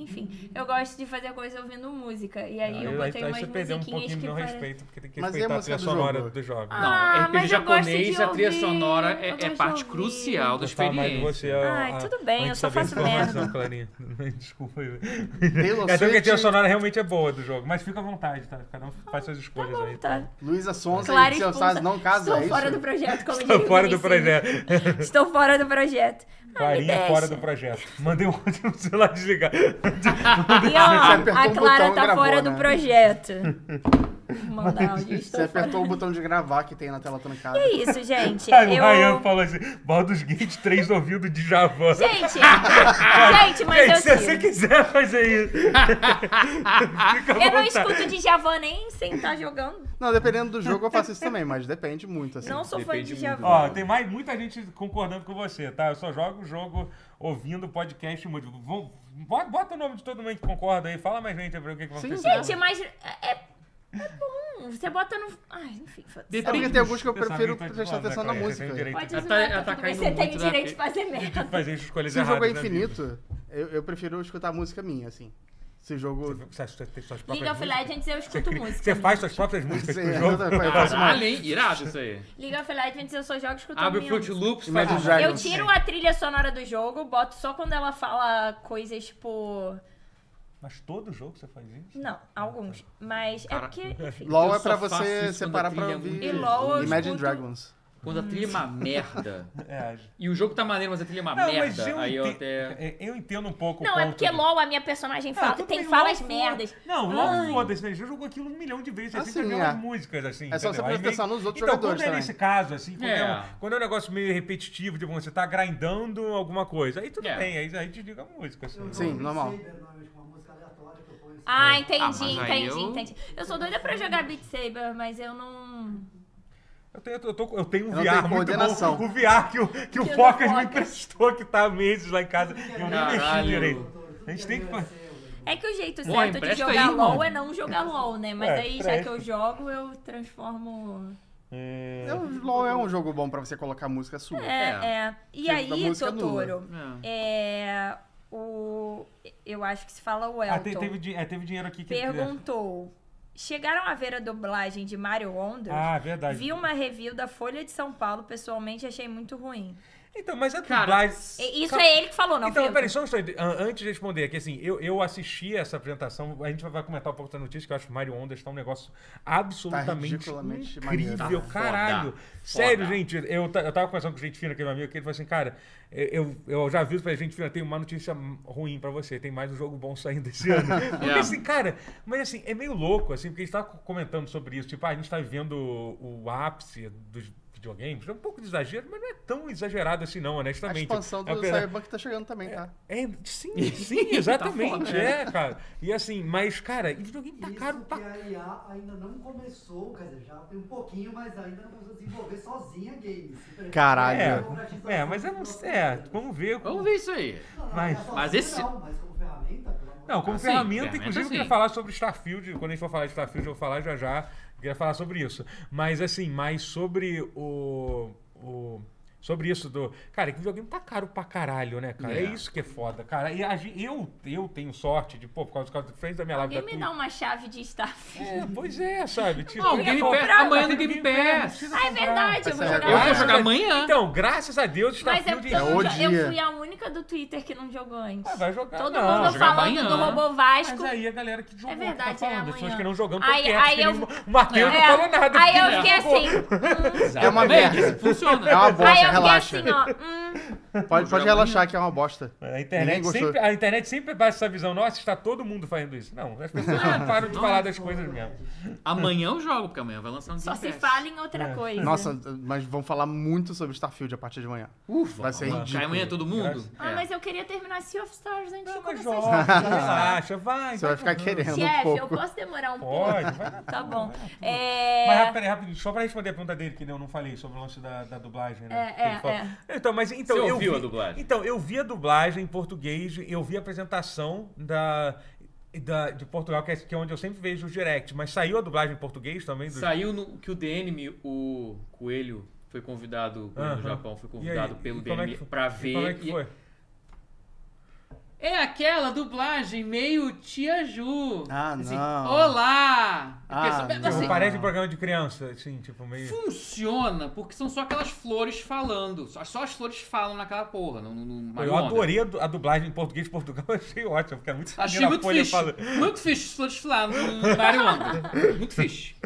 [SPEAKER 4] Enfim, eu gosto de fazer coisa ouvindo música. E aí É, eu
[SPEAKER 1] Aí-
[SPEAKER 4] botei
[SPEAKER 1] aí
[SPEAKER 4] umas
[SPEAKER 1] você perdeu um
[SPEAKER 4] musiquinhas
[SPEAKER 1] pouquinho
[SPEAKER 4] que
[SPEAKER 1] meu
[SPEAKER 4] pare-
[SPEAKER 1] respeito, porque tem que
[SPEAKER 2] Mas e a
[SPEAKER 1] respeitar a
[SPEAKER 2] música
[SPEAKER 1] trilha
[SPEAKER 2] do
[SPEAKER 1] sonora
[SPEAKER 2] jogo?
[SPEAKER 1] dos jogos.
[SPEAKER 4] Ah,
[SPEAKER 3] Não,
[SPEAKER 4] mas
[SPEAKER 3] RPG
[SPEAKER 4] eu gosto de
[SPEAKER 3] japonês, a trilha
[SPEAKER 4] ouvir,
[SPEAKER 3] sonora é,
[SPEAKER 4] eu
[SPEAKER 3] é
[SPEAKER 4] gosto de
[SPEAKER 3] parte
[SPEAKER 4] ouvir.
[SPEAKER 3] crucial da
[SPEAKER 1] Gostava mais de
[SPEAKER 3] experiência.
[SPEAKER 1] você, a-
[SPEAKER 4] Ai,
[SPEAKER 1] a-
[SPEAKER 4] tudo bem,
[SPEAKER 1] a gente
[SPEAKER 4] eu só
[SPEAKER 1] sabia
[SPEAKER 4] faço
[SPEAKER 1] dessa informação,
[SPEAKER 4] merda.
[SPEAKER 1] Clarinha. Desculpa aí.
[SPEAKER 2] Taylor
[SPEAKER 1] É, até que a trilha
[SPEAKER 2] Swift-
[SPEAKER 1] sonora realmente é boa do jogo, mas fica à vontade, tá? Cada um faz suas
[SPEAKER 4] Tá
[SPEAKER 1] escolhas aí.
[SPEAKER 4] bom,
[SPEAKER 1] tá?
[SPEAKER 4] tá.
[SPEAKER 2] Luísa Sonza
[SPEAKER 4] Clara
[SPEAKER 2] e Seu
[SPEAKER 4] expulsa.
[SPEAKER 2] Saz não casam, é
[SPEAKER 4] Estou
[SPEAKER 2] isso?
[SPEAKER 4] fora do projeto,
[SPEAKER 1] Estou
[SPEAKER 4] como diria o
[SPEAKER 1] Tá fora do
[SPEAKER 4] Vinicius.
[SPEAKER 1] projeto.
[SPEAKER 4] Estou fora do projeto. Ah, me
[SPEAKER 1] Clarinha
[SPEAKER 4] deixa.
[SPEAKER 1] fora do projeto. Mandei um outro no celular desligar.
[SPEAKER 4] E
[SPEAKER 2] apertou
[SPEAKER 4] ó,
[SPEAKER 2] um
[SPEAKER 4] a Clara
[SPEAKER 2] botão e
[SPEAKER 4] tá
[SPEAKER 2] gravou,
[SPEAKER 4] fora
[SPEAKER 2] né?
[SPEAKER 4] do projeto. Vou Mandar áudio,
[SPEAKER 2] Você
[SPEAKER 4] estou fora.
[SPEAKER 2] apertou o botão de gravar que tem na tela trancada.
[SPEAKER 4] É isso, gente.
[SPEAKER 1] Aí o Ryan
[SPEAKER 4] Eu...
[SPEAKER 1] falou assim: Baldur's Gate 3 ouvido de Javan.
[SPEAKER 4] Gente, gente, mas
[SPEAKER 1] Gente, se
[SPEAKER 4] eu
[SPEAKER 1] você
[SPEAKER 4] tiro.
[SPEAKER 1] quiser fazer isso. Fica à
[SPEAKER 4] Eu não
[SPEAKER 1] vontade.
[SPEAKER 4] escuto de Javan nem sem estar jogando.
[SPEAKER 2] Não, dependendo do jogo eu faço isso também, mas depende muito, assim.
[SPEAKER 4] Não sou fã
[SPEAKER 3] depende
[SPEAKER 4] de
[SPEAKER 3] muito.
[SPEAKER 4] Javan.
[SPEAKER 1] Ó, tem mais, muita gente concordando com você, tá? Eu só jogo o jogo ouvindo podcast muito. Vão- bo- Bota o nome de todo mundo que concorda aí, fala mais gente pra ver o que, que
[SPEAKER 2] Sim,
[SPEAKER 1] vocês
[SPEAKER 2] sim.
[SPEAKER 4] Gente, mas é, é- é bom. Você bota no. Ai, enfim, foda-se.
[SPEAKER 3] Depende.
[SPEAKER 2] É porque tem alguns que eu prefiro
[SPEAKER 1] Pensamento é de
[SPEAKER 2] prestar
[SPEAKER 1] bola, né,
[SPEAKER 2] atenção na
[SPEAKER 1] Clarinha? Você tem
[SPEAKER 2] música.
[SPEAKER 1] direito.
[SPEAKER 4] Pode
[SPEAKER 3] Ela tá-
[SPEAKER 4] zoar,
[SPEAKER 3] ela tá
[SPEAKER 4] tudo bem.
[SPEAKER 3] caindo
[SPEAKER 4] Você tem
[SPEAKER 3] muito na-
[SPEAKER 4] direito de fazer merda.
[SPEAKER 1] Fazer as escolhas
[SPEAKER 2] Se o jogo
[SPEAKER 1] erradas.
[SPEAKER 2] é
[SPEAKER 1] na vida.
[SPEAKER 2] infinito, eu, eu prefiro escutar música minha, assim. Se o jogo.
[SPEAKER 1] Você, você tem suas próprias
[SPEAKER 4] League of
[SPEAKER 1] músicas?
[SPEAKER 4] Legends eu escuto música.
[SPEAKER 1] Você faz suas próprias músicas
[SPEAKER 2] Sim,
[SPEAKER 1] pro jogo?
[SPEAKER 2] exatamente, eu faço uma-
[SPEAKER 3] Caralho, hein? Ah, Irado isso aí.
[SPEAKER 4] League of Legends eu só jogo escutando
[SPEAKER 3] Abre o
[SPEAKER 4] minha
[SPEAKER 3] Fruit Loops, faz
[SPEAKER 2] Imagine
[SPEAKER 3] um
[SPEAKER 2] Dragons.
[SPEAKER 4] Eu tiro a trilha sonora do jogo, boto só quando ela fala coisas tipo.
[SPEAKER 1] Mas todo jogo você faz isso?
[SPEAKER 4] Não, alguns. Mas é
[SPEAKER 3] Cara,
[SPEAKER 4] porque, enfim.
[SPEAKER 2] LOL
[SPEAKER 3] Eu
[SPEAKER 2] é pra
[SPEAKER 3] só faço isso
[SPEAKER 2] você
[SPEAKER 3] quando a
[SPEAKER 2] separar pra
[SPEAKER 3] trilha é
[SPEAKER 2] ouvir
[SPEAKER 3] muito
[SPEAKER 4] E LOL eu
[SPEAKER 2] Imagine
[SPEAKER 4] escuto-
[SPEAKER 2] Dragons.
[SPEAKER 3] Quando a trilha é uma merda.
[SPEAKER 1] É.
[SPEAKER 3] E o jogo tá maneiro, mas a trilha é uma
[SPEAKER 1] Não, mas
[SPEAKER 3] merda.
[SPEAKER 1] eu,
[SPEAKER 3] aí eu
[SPEAKER 1] ente-
[SPEAKER 3] até.
[SPEAKER 1] é, eu entendo um pouco o
[SPEAKER 4] Não,
[SPEAKER 1] ponto
[SPEAKER 4] é porque
[SPEAKER 1] do-
[SPEAKER 4] LOL a minha personagem
[SPEAKER 1] Ah,
[SPEAKER 4] fala,
[SPEAKER 1] tudo
[SPEAKER 4] tem
[SPEAKER 1] bem,
[SPEAKER 4] falas
[SPEAKER 1] LOL,
[SPEAKER 4] merdas.
[SPEAKER 1] foda- Não, LOL foda-se, né? já jogou aquilo um milhão de vezes, assim,
[SPEAKER 2] Assim,
[SPEAKER 1] tem aquelas
[SPEAKER 2] é.
[SPEAKER 1] músicas, assim.
[SPEAKER 2] É só você
[SPEAKER 1] entendeu? Aí
[SPEAKER 2] prestar atenção nos outros
[SPEAKER 1] então,
[SPEAKER 2] jogadores
[SPEAKER 1] quando é
[SPEAKER 2] também.
[SPEAKER 1] nesse caso, assim, quando é,
[SPEAKER 3] É.
[SPEAKER 1] um, quando é um negócio meio repetitivo, tipo, você tá grindando alguma coisa, aí tudo
[SPEAKER 3] É.
[SPEAKER 1] bem, aí, aí desliga a música, assim.
[SPEAKER 2] Sim, normal.
[SPEAKER 5] Uma música aleatória que eu ponho assim.
[SPEAKER 4] Ah, entendi,
[SPEAKER 3] Né? mas aí
[SPEAKER 4] entendi,
[SPEAKER 3] eu-
[SPEAKER 4] entendi. Eu sou doida pra jogar Beat Saber, mas eu não.
[SPEAKER 1] Eu tenho, eu tô- eu tô- eu tenho um
[SPEAKER 2] Eu não
[SPEAKER 1] VR
[SPEAKER 2] tenho
[SPEAKER 1] muito
[SPEAKER 2] coordenação.
[SPEAKER 1] bom, o VR que o, que o
[SPEAKER 4] Que o
[SPEAKER 1] Focas me
[SPEAKER 4] Focas.
[SPEAKER 1] emprestou, que tá há meses lá em casa, eu nem mexi
[SPEAKER 3] Caralho.
[SPEAKER 1] direito.
[SPEAKER 5] Tudo
[SPEAKER 1] A gente tem que
[SPEAKER 5] é
[SPEAKER 1] fazer...
[SPEAKER 5] seu, né?
[SPEAKER 4] É que o jeito
[SPEAKER 3] Pô,
[SPEAKER 4] certo de
[SPEAKER 3] empresta
[SPEAKER 4] jogar
[SPEAKER 3] aí,
[SPEAKER 4] LOL
[SPEAKER 3] irmão.
[SPEAKER 4] é não jogar LOL, né? Mas
[SPEAKER 1] É,
[SPEAKER 4] aí, já que
[SPEAKER 1] presta.
[SPEAKER 4] eu jogo, eu transformo.
[SPEAKER 2] É, o LOL é um jogo bom pra você colocar música sua.
[SPEAKER 4] É, é. E
[SPEAKER 2] Tipo, da
[SPEAKER 4] aí,
[SPEAKER 2] música
[SPEAKER 4] Totoro,
[SPEAKER 3] É.
[SPEAKER 4] é. O. Eu acho que se fala o Elton.
[SPEAKER 1] Ah, te- teve, di- é, teve dinheiro aqui que...
[SPEAKER 4] perguntou: Chegaram a ver a dublagem de Mario Wonder?
[SPEAKER 1] Ah, verdade.
[SPEAKER 4] Vi uma review da Folha de São Paulo, pessoalmente achei muito ruim.
[SPEAKER 1] Então, mas a
[SPEAKER 3] Cara,
[SPEAKER 1] dublagem...
[SPEAKER 4] E- isso
[SPEAKER 1] Calma.
[SPEAKER 4] é ele que falou, não,
[SPEAKER 1] Então,
[SPEAKER 4] foi eu.
[SPEAKER 1] peraí, só um instante. An- Antes de responder, que assim, eu, eu assisti essa apresentação, a gente vai comentar um pouco da notícia, que eu acho que Mario Ondas tá um negócio absolutamente
[SPEAKER 2] ridiculamente
[SPEAKER 1] incrível.
[SPEAKER 2] maneiro.
[SPEAKER 3] Tá
[SPEAKER 1] Caralho.
[SPEAKER 3] foda.
[SPEAKER 1] Sério,
[SPEAKER 3] Foda.
[SPEAKER 1] gente, eu, ta- eu tava conversando com gente fina, que é meu amigo, que ele falou assim, cara, eu, eu já aviso pra gente fina, tem uma notícia ruim pra você, tem mais um jogo bom saindo esse ano. Porque
[SPEAKER 3] É.
[SPEAKER 1] assim, cara, mas assim, é meio louco, assim, porque a gente tava comentando sobre isso, tipo, ah, a gente tá vivendo o, o ápice dos videogames, é um pouco de exagero, mas não é tão exagerado assim não,
[SPEAKER 2] A
[SPEAKER 1] honestamente.
[SPEAKER 2] expansão do
[SPEAKER 1] É porque-
[SPEAKER 2] Cyberpunk tá chegando também, tá?
[SPEAKER 1] é, sim, sim, exatamente.
[SPEAKER 3] foda,
[SPEAKER 1] é, cara. E assim, mas, cara, e videogame tá
[SPEAKER 5] Isso
[SPEAKER 1] caro
[SPEAKER 5] que é
[SPEAKER 1] pra
[SPEAKER 5] a IA ainda não começou, quer dizer, já tem um pouquinho, mas ainda não começou a desenvolver sozinha games.
[SPEAKER 2] Caralho.
[SPEAKER 1] É, é, mas é, um- é, vamos ver.
[SPEAKER 3] Vamos ver isso aí.
[SPEAKER 1] mas-
[SPEAKER 3] mas esse-
[SPEAKER 5] Não, mas como ferramenta, pelo amor de
[SPEAKER 1] Não, como
[SPEAKER 3] Ah, sim,
[SPEAKER 1] ferramenta,
[SPEAKER 3] ferramenta,
[SPEAKER 1] inclusive, eu
[SPEAKER 3] sim.
[SPEAKER 1] queria falar sobre Starfield. Quando a gente for falar de Starfield, eu vou falar já já. Eu queria falar sobre isso. Mas, assim, mais sobre o. o- sobre isso do. Cara, que videogame tá caro pra caralho, né, cara? É,
[SPEAKER 3] É.
[SPEAKER 1] isso que é foda, cara. E a gen- eu, eu tenho sorte de, pô, por causa, por causa do frente da minha live
[SPEAKER 4] Alguém
[SPEAKER 1] da
[SPEAKER 4] me
[SPEAKER 1] Twitch.
[SPEAKER 4] dá uma chave de Starfield.
[SPEAKER 1] É, Pois é, sabe? Tipo,
[SPEAKER 3] Não, o Game
[SPEAKER 1] pô,
[SPEAKER 3] Pass-
[SPEAKER 1] tá
[SPEAKER 3] amanhã
[SPEAKER 1] tendo
[SPEAKER 3] no Game Pass.
[SPEAKER 1] precisa
[SPEAKER 4] Ah, é
[SPEAKER 1] comprar.
[SPEAKER 4] verdade, eu vou
[SPEAKER 2] Essa é
[SPEAKER 4] jogar.
[SPEAKER 2] a
[SPEAKER 3] Eu vou
[SPEAKER 1] Graças
[SPEAKER 4] hoje.
[SPEAKER 1] jogar
[SPEAKER 3] jogar amanhã.
[SPEAKER 1] Então, graças a Deus,
[SPEAKER 4] Mas é
[SPEAKER 1] Starfield
[SPEAKER 4] porque eu,
[SPEAKER 2] É
[SPEAKER 4] não
[SPEAKER 2] hoje.
[SPEAKER 4] jo- eu fui a única do Twitter que não jogou antes.
[SPEAKER 1] Ah, vai jogar. né?
[SPEAKER 4] Todo
[SPEAKER 1] não,
[SPEAKER 3] vai
[SPEAKER 4] mundo
[SPEAKER 3] jogar
[SPEAKER 4] falando
[SPEAKER 3] amanhã.
[SPEAKER 4] do Robô
[SPEAKER 1] Mas
[SPEAKER 4] Vasco.
[SPEAKER 1] aí a galera que jogou
[SPEAKER 4] É verdade,
[SPEAKER 1] que tá falando,
[SPEAKER 4] é
[SPEAKER 1] as pessoas
[SPEAKER 4] amanhã.
[SPEAKER 1] que não jogando
[SPEAKER 4] Aí-
[SPEAKER 1] quietas,
[SPEAKER 4] aí
[SPEAKER 1] que
[SPEAKER 4] eu-
[SPEAKER 1] nem o Matheus
[SPEAKER 4] É.
[SPEAKER 1] não falou nada.
[SPEAKER 4] Aí eu
[SPEAKER 1] porque
[SPEAKER 4] fiquei
[SPEAKER 1] ele jogou.
[SPEAKER 4] assim. hum.
[SPEAKER 2] É uma
[SPEAKER 3] Exatamente,
[SPEAKER 2] merda.
[SPEAKER 3] isso Funciona.
[SPEAKER 2] É uma
[SPEAKER 4] Aí
[SPEAKER 2] bosta.
[SPEAKER 4] já
[SPEAKER 2] relaxa.
[SPEAKER 4] fiquei assim, ó. hum,
[SPEAKER 2] Pode, pode relaxar que é uma bosta.
[SPEAKER 1] A
[SPEAKER 2] Ninguém
[SPEAKER 1] internet,
[SPEAKER 2] gostou.
[SPEAKER 1] sempre, a internet sempre passa essa visão, nossa, está todo mundo fazendo isso. Não, as pessoas
[SPEAKER 4] Ah.
[SPEAKER 1] não param de falar
[SPEAKER 5] é
[SPEAKER 1] das coisas mesmo.
[SPEAKER 3] Amanhã eu jogo, porque amanhã vai lançar um
[SPEAKER 4] só
[SPEAKER 3] Game
[SPEAKER 4] se
[SPEAKER 3] Pass.
[SPEAKER 4] fala em
[SPEAKER 1] É.
[SPEAKER 4] outra coisa.
[SPEAKER 2] Nossa, mas vão falar muito sobre Starfield a partir de amanhã.
[SPEAKER 3] Ufa,
[SPEAKER 2] Vai ser
[SPEAKER 3] vamos lá.
[SPEAKER 2] ridículo.
[SPEAKER 3] Cai amanhã todo mundo?
[SPEAKER 4] Ah,
[SPEAKER 3] É.
[SPEAKER 4] mas eu queria terminar Sea of Stars antes de
[SPEAKER 1] Não, mas
[SPEAKER 4] começar a
[SPEAKER 1] joga, relaxa, vai.
[SPEAKER 2] Você vai ficar
[SPEAKER 1] jogando.
[SPEAKER 2] querendo um
[SPEAKER 4] Chefe, eu
[SPEAKER 2] pouco.
[SPEAKER 4] posso demorar um
[SPEAKER 1] Pode,
[SPEAKER 4] pouco?
[SPEAKER 1] vai na
[SPEAKER 4] Tá
[SPEAKER 1] boa,
[SPEAKER 4] bom.
[SPEAKER 1] vai na boa.
[SPEAKER 4] É...
[SPEAKER 1] Mas rápido, rápido, só pra responder a pergunta dele, que eu não falei sobre o lance da, da dublagem, né?
[SPEAKER 4] É,
[SPEAKER 1] Que ele
[SPEAKER 4] é,
[SPEAKER 1] falou. Então, mas então.
[SPEAKER 3] Você
[SPEAKER 1] eu
[SPEAKER 3] ouviu
[SPEAKER 1] vi,
[SPEAKER 3] a dublagem?
[SPEAKER 1] Então, eu vi a dublagem em português, eu vi a apresentação da. da- de Portugal, que é, que é onde eu sempre vejo os directs, mas saiu a dublagem em português também? Do...
[SPEAKER 3] Saiu no- que o DNM, o Coelho, foi convidado, o Coelho do
[SPEAKER 1] Aham.
[SPEAKER 3] Japão, foi
[SPEAKER 1] E aí,
[SPEAKER 3] convidado
[SPEAKER 1] e
[SPEAKER 3] pelo
[SPEAKER 1] como é
[SPEAKER 3] DNM
[SPEAKER 1] que foi?
[SPEAKER 3] pra
[SPEAKER 1] E
[SPEAKER 3] ver.
[SPEAKER 1] Como é que
[SPEAKER 3] e-
[SPEAKER 1] foi?
[SPEAKER 4] Tipo
[SPEAKER 3] É aquela dublagem meio tia Ju.
[SPEAKER 2] Ah,
[SPEAKER 3] Assim,
[SPEAKER 2] não.
[SPEAKER 3] Olá! Porque
[SPEAKER 2] Ah,
[SPEAKER 3] são-
[SPEAKER 2] não.
[SPEAKER 1] Tipo,
[SPEAKER 3] assim,
[SPEAKER 1] parece um programa de criança, assim, tipo, meio.
[SPEAKER 3] funciona porque são só aquelas flores falando. Só, só as flores falam naquela porra. No, no, no-
[SPEAKER 1] eu
[SPEAKER 3] na onda.
[SPEAKER 1] adorei a, du- a dublagem em português de Portugal, eu achei ótimo, porque é muito
[SPEAKER 3] Achei
[SPEAKER 1] maneiro a
[SPEAKER 3] muito
[SPEAKER 1] Folha
[SPEAKER 3] fixe.
[SPEAKER 1] falando.
[SPEAKER 3] Muito fixe as flores falando no Mario Wonder. um Muito fixe.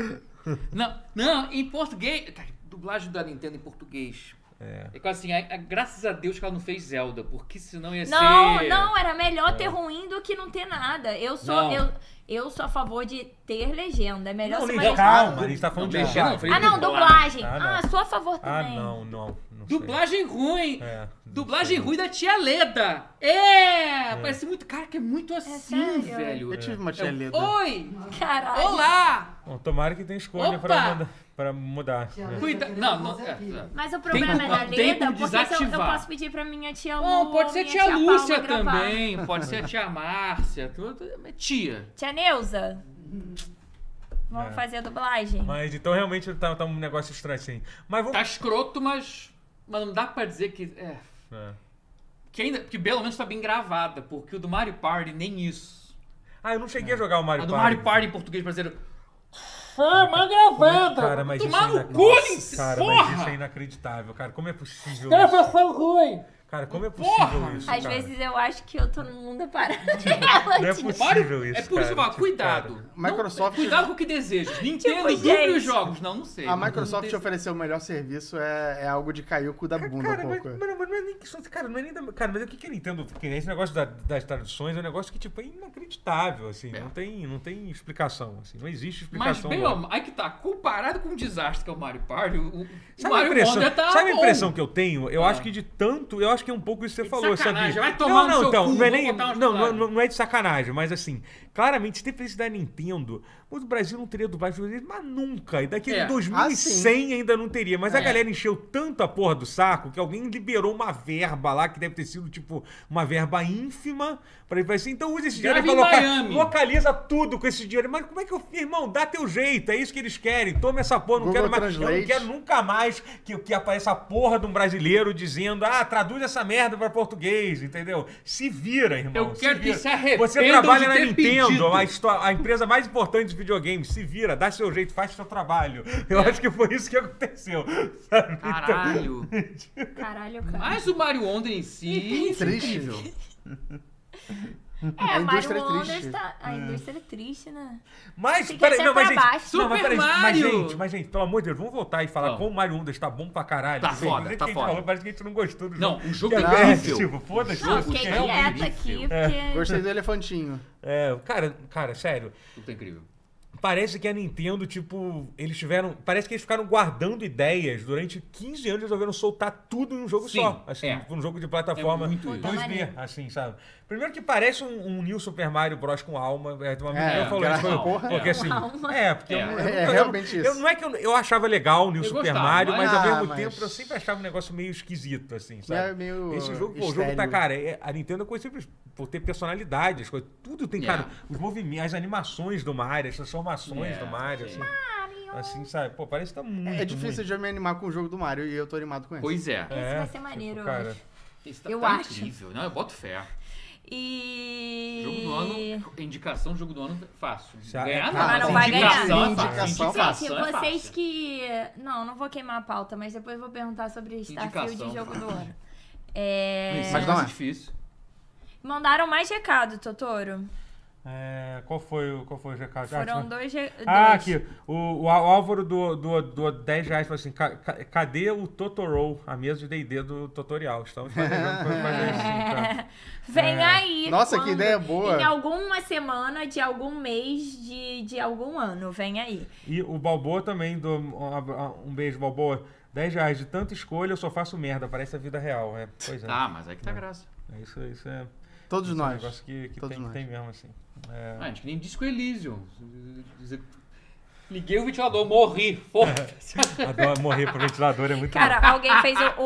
[SPEAKER 3] Não, não, em português. Cara, dublagem da Nintendo em português.
[SPEAKER 1] É.
[SPEAKER 3] É quase assim, a- a- graças a Deus que ela não fez Zelda, porque senão ia
[SPEAKER 4] Não,
[SPEAKER 3] ser.
[SPEAKER 4] não, era melhor
[SPEAKER 1] É.
[SPEAKER 4] ter ruim do que não ter nada. Eu sou,
[SPEAKER 3] Não.
[SPEAKER 4] eu, eu sou a favor de ter legenda. É melhor
[SPEAKER 1] Não,
[SPEAKER 4] ser
[SPEAKER 1] nem-
[SPEAKER 4] uma
[SPEAKER 3] Não,
[SPEAKER 4] legenda.
[SPEAKER 1] calma, a gente tá falando de
[SPEAKER 3] não, legenda,
[SPEAKER 1] dublagem.
[SPEAKER 3] falei
[SPEAKER 4] Ah, não, dublagem.
[SPEAKER 1] Ah, não.
[SPEAKER 4] Ah, sou a favor
[SPEAKER 1] Ah,
[SPEAKER 4] também.
[SPEAKER 1] não, não. não sei.
[SPEAKER 3] Dublagem ruim!
[SPEAKER 1] É, não
[SPEAKER 3] Dublagem
[SPEAKER 1] sei.
[SPEAKER 3] ruim da tia Leda! É! Parece muito. Cara, que é muito assim,
[SPEAKER 4] sério?
[SPEAKER 3] velho.
[SPEAKER 2] Eu tive uma tia
[SPEAKER 3] É o-
[SPEAKER 2] Leda.
[SPEAKER 3] Oi!
[SPEAKER 4] Caralho.
[SPEAKER 3] Olá!
[SPEAKER 1] Bom, tomara que tenha escolha
[SPEAKER 3] Opa!
[SPEAKER 1] pra, manda- pra mudar.
[SPEAKER 5] Tia
[SPEAKER 1] né?
[SPEAKER 5] Leda
[SPEAKER 3] Cuida-
[SPEAKER 5] querendo
[SPEAKER 3] não,
[SPEAKER 5] fazer
[SPEAKER 3] não-
[SPEAKER 5] aquilo.
[SPEAKER 3] é, é.
[SPEAKER 4] Mas o problema
[SPEAKER 3] Tem-
[SPEAKER 4] é da
[SPEAKER 3] não, tem
[SPEAKER 4] Leda,
[SPEAKER 3] como
[SPEAKER 4] porque se eu, eu
[SPEAKER 3] desativar.
[SPEAKER 4] posso pedir pra minha tia Lu.
[SPEAKER 3] Não, pode ser
[SPEAKER 4] minha
[SPEAKER 3] tia
[SPEAKER 4] Paula
[SPEAKER 3] Lúcia
[SPEAKER 4] gravar.
[SPEAKER 3] também, pode ser a tia Márcia, tudo. é Tia.
[SPEAKER 4] Tia Neuza. Vamos
[SPEAKER 1] É.
[SPEAKER 4] fazer a dublagem?
[SPEAKER 1] Mas então realmente tá, tá um negócio estranho assim. Mas vamos.
[SPEAKER 3] Tá escroto, mas. Mas não dá pra dizer que. É.
[SPEAKER 1] É.
[SPEAKER 3] Que ainda. Que pelo menos tá bem gravada, porque o do Mario Party nem isso.
[SPEAKER 1] Ah, eu não cheguei a jogar o Mario
[SPEAKER 3] a do
[SPEAKER 1] Party.
[SPEAKER 3] Mario Party tá em português brasileiro. Foi uma gravada!
[SPEAKER 1] Cara, mas
[SPEAKER 3] Tomar
[SPEAKER 1] isso é
[SPEAKER 3] no
[SPEAKER 1] inac-
[SPEAKER 3] cu,
[SPEAKER 1] Nossa, cara, mas isso é
[SPEAKER 3] porra!
[SPEAKER 1] inacreditável, cara. Como é possível
[SPEAKER 3] Cara,
[SPEAKER 1] isso?
[SPEAKER 3] versão ruim!
[SPEAKER 1] Cara, como é possível
[SPEAKER 3] Porra!
[SPEAKER 1] isso?
[SPEAKER 4] Às
[SPEAKER 1] cara?
[SPEAKER 4] vezes eu acho que eu tô no mundo parado dela.
[SPEAKER 1] Não é
[SPEAKER 4] tipo,
[SPEAKER 1] possível isso.
[SPEAKER 3] é por isso que
[SPEAKER 1] cara.
[SPEAKER 3] eu falo,
[SPEAKER 1] Tipo,
[SPEAKER 3] cuidado.
[SPEAKER 1] cara.
[SPEAKER 3] Não-
[SPEAKER 2] Microsoft-
[SPEAKER 3] cuidado com o que desejas.
[SPEAKER 4] Tipo,
[SPEAKER 3] Nintendo, dupla
[SPEAKER 4] gente.
[SPEAKER 3] os jogos. Não, não sei.
[SPEAKER 2] A
[SPEAKER 3] Não-
[SPEAKER 2] Microsoft
[SPEAKER 3] não tem-
[SPEAKER 2] oferecer o melhor serviço é, é algo de cair o cu da bunda
[SPEAKER 1] Cara,
[SPEAKER 2] um
[SPEAKER 1] mas,
[SPEAKER 2] pouco.
[SPEAKER 1] mas, não- mas não é nem que isso. Cara, não é nem da, Cara, mas o que, que eu entendo? Porque esse negócio da- das traduções é um negócio que, tipo, é inacreditável, assim.
[SPEAKER 3] É.
[SPEAKER 1] Não, tem, não tem explicação, assim. Não existe
[SPEAKER 3] Mas
[SPEAKER 1] explicação.
[SPEAKER 3] bem,
[SPEAKER 1] lógica.
[SPEAKER 3] ó, aí que tá, comparado com o desastre que é o Mario Party, o, o
[SPEAKER 1] Sabe, a
[SPEAKER 3] Mario
[SPEAKER 1] impressão,
[SPEAKER 3] Wonder tá
[SPEAKER 1] sabe a
[SPEAKER 3] bom.
[SPEAKER 1] impressão que eu tenho? Eu acho que de tanto, eu acho que é um pouco isso que você
[SPEAKER 3] de
[SPEAKER 1] falou,
[SPEAKER 3] sacanagem,
[SPEAKER 1] sabe?
[SPEAKER 3] vai
[SPEAKER 1] não,
[SPEAKER 3] tomar no
[SPEAKER 1] não,
[SPEAKER 3] seu
[SPEAKER 1] então,
[SPEAKER 3] cu,
[SPEAKER 1] não é
[SPEAKER 3] vou
[SPEAKER 1] nem,
[SPEAKER 3] botar umas
[SPEAKER 1] não, não,
[SPEAKER 3] palavras.
[SPEAKER 1] não é de sacanagem, mas assim, claramente, se tem da Nintendo, mas o Brasil não teria dublagem brasileira, mas nunca. E daqui
[SPEAKER 3] É. assim.
[SPEAKER 1] em 2100 ainda não teria. Mas a
[SPEAKER 3] É.
[SPEAKER 1] galera encheu tanto a porra do saco que alguém liberou uma verba lá, que deve ter sido, tipo, uma verba ínfima, pra ele falar assim, então usa esse dinheiro
[SPEAKER 3] Grava
[SPEAKER 1] pra
[SPEAKER 3] em
[SPEAKER 1] loca-
[SPEAKER 3] Miami.
[SPEAKER 1] localiza tudo com esse dinheiro. Mas como é que eu... Irmão, dá teu jeito, é isso que eles querem. Toma essa porra, não
[SPEAKER 2] Google
[SPEAKER 1] quero mais... Eu não
[SPEAKER 2] Translate.
[SPEAKER 1] quero nunca mais que, que apareça a porra de um brasileiro dizendo, ah, traduz essa merda pra português, entendeu? Se vira, irmão.
[SPEAKER 3] Eu quero que
[SPEAKER 1] vira.
[SPEAKER 3] se arrependam
[SPEAKER 1] Você trabalha
[SPEAKER 3] de
[SPEAKER 1] na
[SPEAKER 3] ter
[SPEAKER 1] Nintendo,
[SPEAKER 3] pedido.
[SPEAKER 1] a, histó- a empresa mais importante de videogame. Se vira, dá seu jeito, faz seu trabalho. Eu
[SPEAKER 3] É.
[SPEAKER 1] acho que foi isso que aconteceu. sabe?
[SPEAKER 3] Caralho.
[SPEAKER 4] tipo, Caralho, cara.
[SPEAKER 3] Mas o Mario Wonder em si é
[SPEAKER 2] Triste.
[SPEAKER 3] incrível.
[SPEAKER 4] É,
[SPEAKER 2] A
[SPEAKER 4] Mario
[SPEAKER 2] indústria é
[SPEAKER 4] Wonders
[SPEAKER 2] triste.
[SPEAKER 4] tá- A indústria é triste, né?
[SPEAKER 1] Mas,
[SPEAKER 4] Tem que
[SPEAKER 1] peraí,
[SPEAKER 4] ser
[SPEAKER 1] não, mas
[SPEAKER 4] pra
[SPEAKER 1] gente,
[SPEAKER 4] baixo.
[SPEAKER 1] não, mas
[SPEAKER 3] Super
[SPEAKER 1] peraí, mas
[SPEAKER 3] Mario!
[SPEAKER 1] gente, mas gente, pelo amor de Deus, vamos voltar e falar
[SPEAKER 3] Vamos.
[SPEAKER 1] como o Mario Ondas tá bom pra caralho.
[SPEAKER 3] Tá
[SPEAKER 1] Porque do
[SPEAKER 3] foda,
[SPEAKER 1] jeito
[SPEAKER 3] tá
[SPEAKER 1] que a gente
[SPEAKER 3] foda.
[SPEAKER 1] falou, parece que a gente não gostou do
[SPEAKER 3] Não,
[SPEAKER 1] jogo.
[SPEAKER 3] o jogo é
[SPEAKER 1] Que é,
[SPEAKER 3] incrível.
[SPEAKER 1] Tipo, foda-se.
[SPEAKER 4] Não, eu
[SPEAKER 1] porque
[SPEAKER 4] fiquei
[SPEAKER 1] é um-
[SPEAKER 4] quieta aqui, porque...
[SPEAKER 2] Gostei do elefantinho.
[SPEAKER 1] É, cara, cara, sério,
[SPEAKER 3] Tudo é incrível.
[SPEAKER 1] parece que a Nintendo, tipo, eles tiveram, parece que eles ficaram guardando ideias durante 15 anos e resolveram soltar tudo em um jogo
[SPEAKER 3] Sim,
[SPEAKER 1] só, assim,
[SPEAKER 3] é.
[SPEAKER 1] um jogo de plataforma
[SPEAKER 3] É muito isso.
[SPEAKER 1] 2D,
[SPEAKER 4] Tá
[SPEAKER 1] assim, sabe? Primeiro que parece um, um New Super Mario Bros com alma, é, uma menina
[SPEAKER 2] É,
[SPEAKER 1] falou
[SPEAKER 2] cara,
[SPEAKER 1] isso, falou,
[SPEAKER 2] porra.
[SPEAKER 1] porque assim,
[SPEAKER 4] Com alma.
[SPEAKER 1] é, porque
[SPEAKER 3] É.
[SPEAKER 1] eu- eu
[SPEAKER 2] É,
[SPEAKER 1] nunca- eu-
[SPEAKER 2] realmente
[SPEAKER 1] eu
[SPEAKER 2] isso.
[SPEAKER 1] não é que eu, eu achava legal o New
[SPEAKER 3] Eu
[SPEAKER 1] Super
[SPEAKER 3] gostava,
[SPEAKER 1] Mario, mas, ao
[SPEAKER 2] mas-
[SPEAKER 1] mesmo
[SPEAKER 2] Ah,
[SPEAKER 1] tempo eu
[SPEAKER 2] mas-
[SPEAKER 1] sempre achava um negócio meio esquisito, assim, sabe?
[SPEAKER 2] É meio
[SPEAKER 1] Esse jogo, pô, o jogo
[SPEAKER 2] estéril.
[SPEAKER 1] tá, cara, é- a Nintendo é coisa simples por ter personalidade, as coisas, tudo
[SPEAKER 2] É.
[SPEAKER 1] tem, cara,
[SPEAKER 3] Yeah.
[SPEAKER 1] os movimentos, as animações do Mario, as transformações
[SPEAKER 3] Yeah,
[SPEAKER 1] do Mario,
[SPEAKER 3] sim.
[SPEAKER 1] assim, assim, sabe? Pô, parece que tá muito,
[SPEAKER 2] É difícil
[SPEAKER 1] muito.
[SPEAKER 2] já me animar com o jogo do Mario e eu tô animado com esse.
[SPEAKER 3] Pois é.
[SPEAKER 4] Esse vai ser
[SPEAKER 1] tipo,
[SPEAKER 4] maneiro, eu
[SPEAKER 1] cara,
[SPEAKER 4] acho.
[SPEAKER 3] Esse tá,
[SPEAKER 4] Eu
[SPEAKER 3] tá
[SPEAKER 4] acho.
[SPEAKER 3] incrível. Não, eu boto fé.
[SPEAKER 4] E...
[SPEAKER 3] Jogo do ano, indicação, jogo do ano, fácil.
[SPEAKER 1] Já-
[SPEAKER 3] Ganhar não,
[SPEAKER 2] Ah,
[SPEAKER 4] não vai ganhar.
[SPEAKER 3] indicação é fácil.
[SPEAKER 2] Indicação,
[SPEAKER 3] Indicação
[SPEAKER 4] Gente,
[SPEAKER 3] é fácil.
[SPEAKER 4] vocês que... Não, não vou queimar a pauta, mas depois vou perguntar sobre Starfield
[SPEAKER 3] Indicação.
[SPEAKER 4] e jogo do ano. É...
[SPEAKER 2] Mas
[SPEAKER 3] Mas
[SPEAKER 2] não
[SPEAKER 3] não
[SPEAKER 2] é.
[SPEAKER 3] difícil.
[SPEAKER 4] Mandaram mais recado, Totoro.
[SPEAKER 1] É, qual foi o qual foi o recado? Ah,
[SPEAKER 4] Foram
[SPEAKER 1] tinha-
[SPEAKER 4] dois. re-
[SPEAKER 1] Ah,
[SPEAKER 4] dois.
[SPEAKER 1] aqui. O, o Á- o Álvaro do, do, do 10 reais falou assim: "Ca- ca- cadê o Totoro? A mesa de DD do tutorial. Estamos planejando pra fazer assim, tá?
[SPEAKER 4] Vem aí.
[SPEAKER 2] Nossa, que
[SPEAKER 4] quando-
[SPEAKER 2] ideia boa.
[SPEAKER 4] Em alguma semana, de algum mês, de, de algum ano. Vem aí.
[SPEAKER 1] E o Balboa também, do, um, um beijo, Balboa. 10 reais de tanta escolha, eu só faço merda, parece a vida real. É, pois é.
[SPEAKER 3] Tá, mas aí que tá a graça.
[SPEAKER 1] É Isso, isso é,
[SPEAKER 2] Todos
[SPEAKER 1] isso é um
[SPEAKER 2] nós.
[SPEAKER 1] negócio que, que,
[SPEAKER 2] Todos
[SPEAKER 1] tem, que
[SPEAKER 2] nós.
[SPEAKER 1] tem mesmo, assim. É,
[SPEAKER 3] Ah, a gente que nem disco Elysium. Liguei o ventilador, morri. Foda-se.
[SPEAKER 1] adoro morrer pro ventilador, é muito
[SPEAKER 4] Cara, alguém fez o,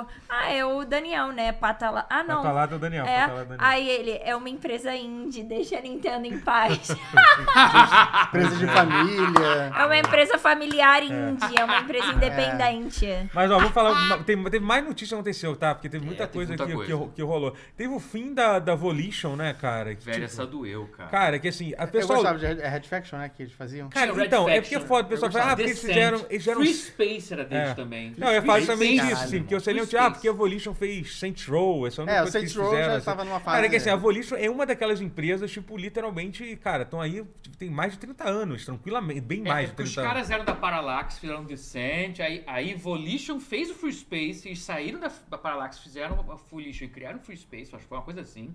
[SPEAKER 4] o- Ah, é o Daniel, né? Patala. Ah,
[SPEAKER 1] bom.
[SPEAKER 4] não.
[SPEAKER 1] Patalada é o Daniel.
[SPEAKER 4] É,
[SPEAKER 1] patalada é o Daniel.
[SPEAKER 4] aí ele é uma empresa indie, deixa a Nintendo em paz.
[SPEAKER 2] Presa de família.
[SPEAKER 4] É uma empresa familiar indie, é, uma empresa independente.
[SPEAKER 1] Mas ó, vou falar. ma- tem- teve mais notícia que aconteceu, tá? Porque teve muita
[SPEAKER 3] É, teve
[SPEAKER 1] coisa,
[SPEAKER 3] muita
[SPEAKER 1] que,
[SPEAKER 3] coisa.
[SPEAKER 1] Que, ro- que rolou. Teve o fim da, da Volition, né, cara? Que,
[SPEAKER 3] Velho,
[SPEAKER 1] tipo,
[SPEAKER 3] essa doeu, cara.
[SPEAKER 1] Cara, que assim, a
[SPEAKER 2] Eu
[SPEAKER 1] pessoa.
[SPEAKER 2] gostava de Red- é Red Faction, né? Que eles faziam.
[SPEAKER 1] Cara,
[SPEAKER 3] Tinha o Red
[SPEAKER 1] então, é
[SPEAKER 3] Faction.
[SPEAKER 1] porque é foda, o pessoal
[SPEAKER 2] Eu
[SPEAKER 1] fala, ah,
[SPEAKER 2] gostava.
[SPEAKER 1] porque eles fizeram.
[SPEAKER 3] Decent.
[SPEAKER 1] Eles fizeram
[SPEAKER 3] Free Space era deles
[SPEAKER 1] É.
[SPEAKER 3] também.
[SPEAKER 1] Não, eu ia
[SPEAKER 3] Free
[SPEAKER 1] falar
[SPEAKER 3] Space.
[SPEAKER 1] justamente
[SPEAKER 2] Caralho,
[SPEAKER 1] isso, assim,
[SPEAKER 2] mano.
[SPEAKER 1] porque eu sei nem o
[SPEAKER 3] Free
[SPEAKER 1] ah,
[SPEAKER 3] Space.
[SPEAKER 1] porque a Volition fez Saints Row, essa é a única
[SPEAKER 2] É, o
[SPEAKER 1] coisa que eles
[SPEAKER 2] Saints Row
[SPEAKER 1] fizeram.
[SPEAKER 2] já
[SPEAKER 1] assim.
[SPEAKER 2] tava numa
[SPEAKER 1] Cara,
[SPEAKER 2] fase-
[SPEAKER 1] que assim, a Volition é uma daquelas empresas, tipo, literalmente, cara, estão aí, tipo, tem mais de 30 anos, tranquilamente, bem
[SPEAKER 3] É,
[SPEAKER 1] mais de
[SPEAKER 3] porque
[SPEAKER 1] 30
[SPEAKER 3] os
[SPEAKER 1] anos.
[SPEAKER 3] caras eram da Parallax, fizeram Descent, aí, aí Volition fez o Free Space, eles saíram da, da Parallax, fizeram a Volition e criaram o Free Space, acho que foi uma coisa assim.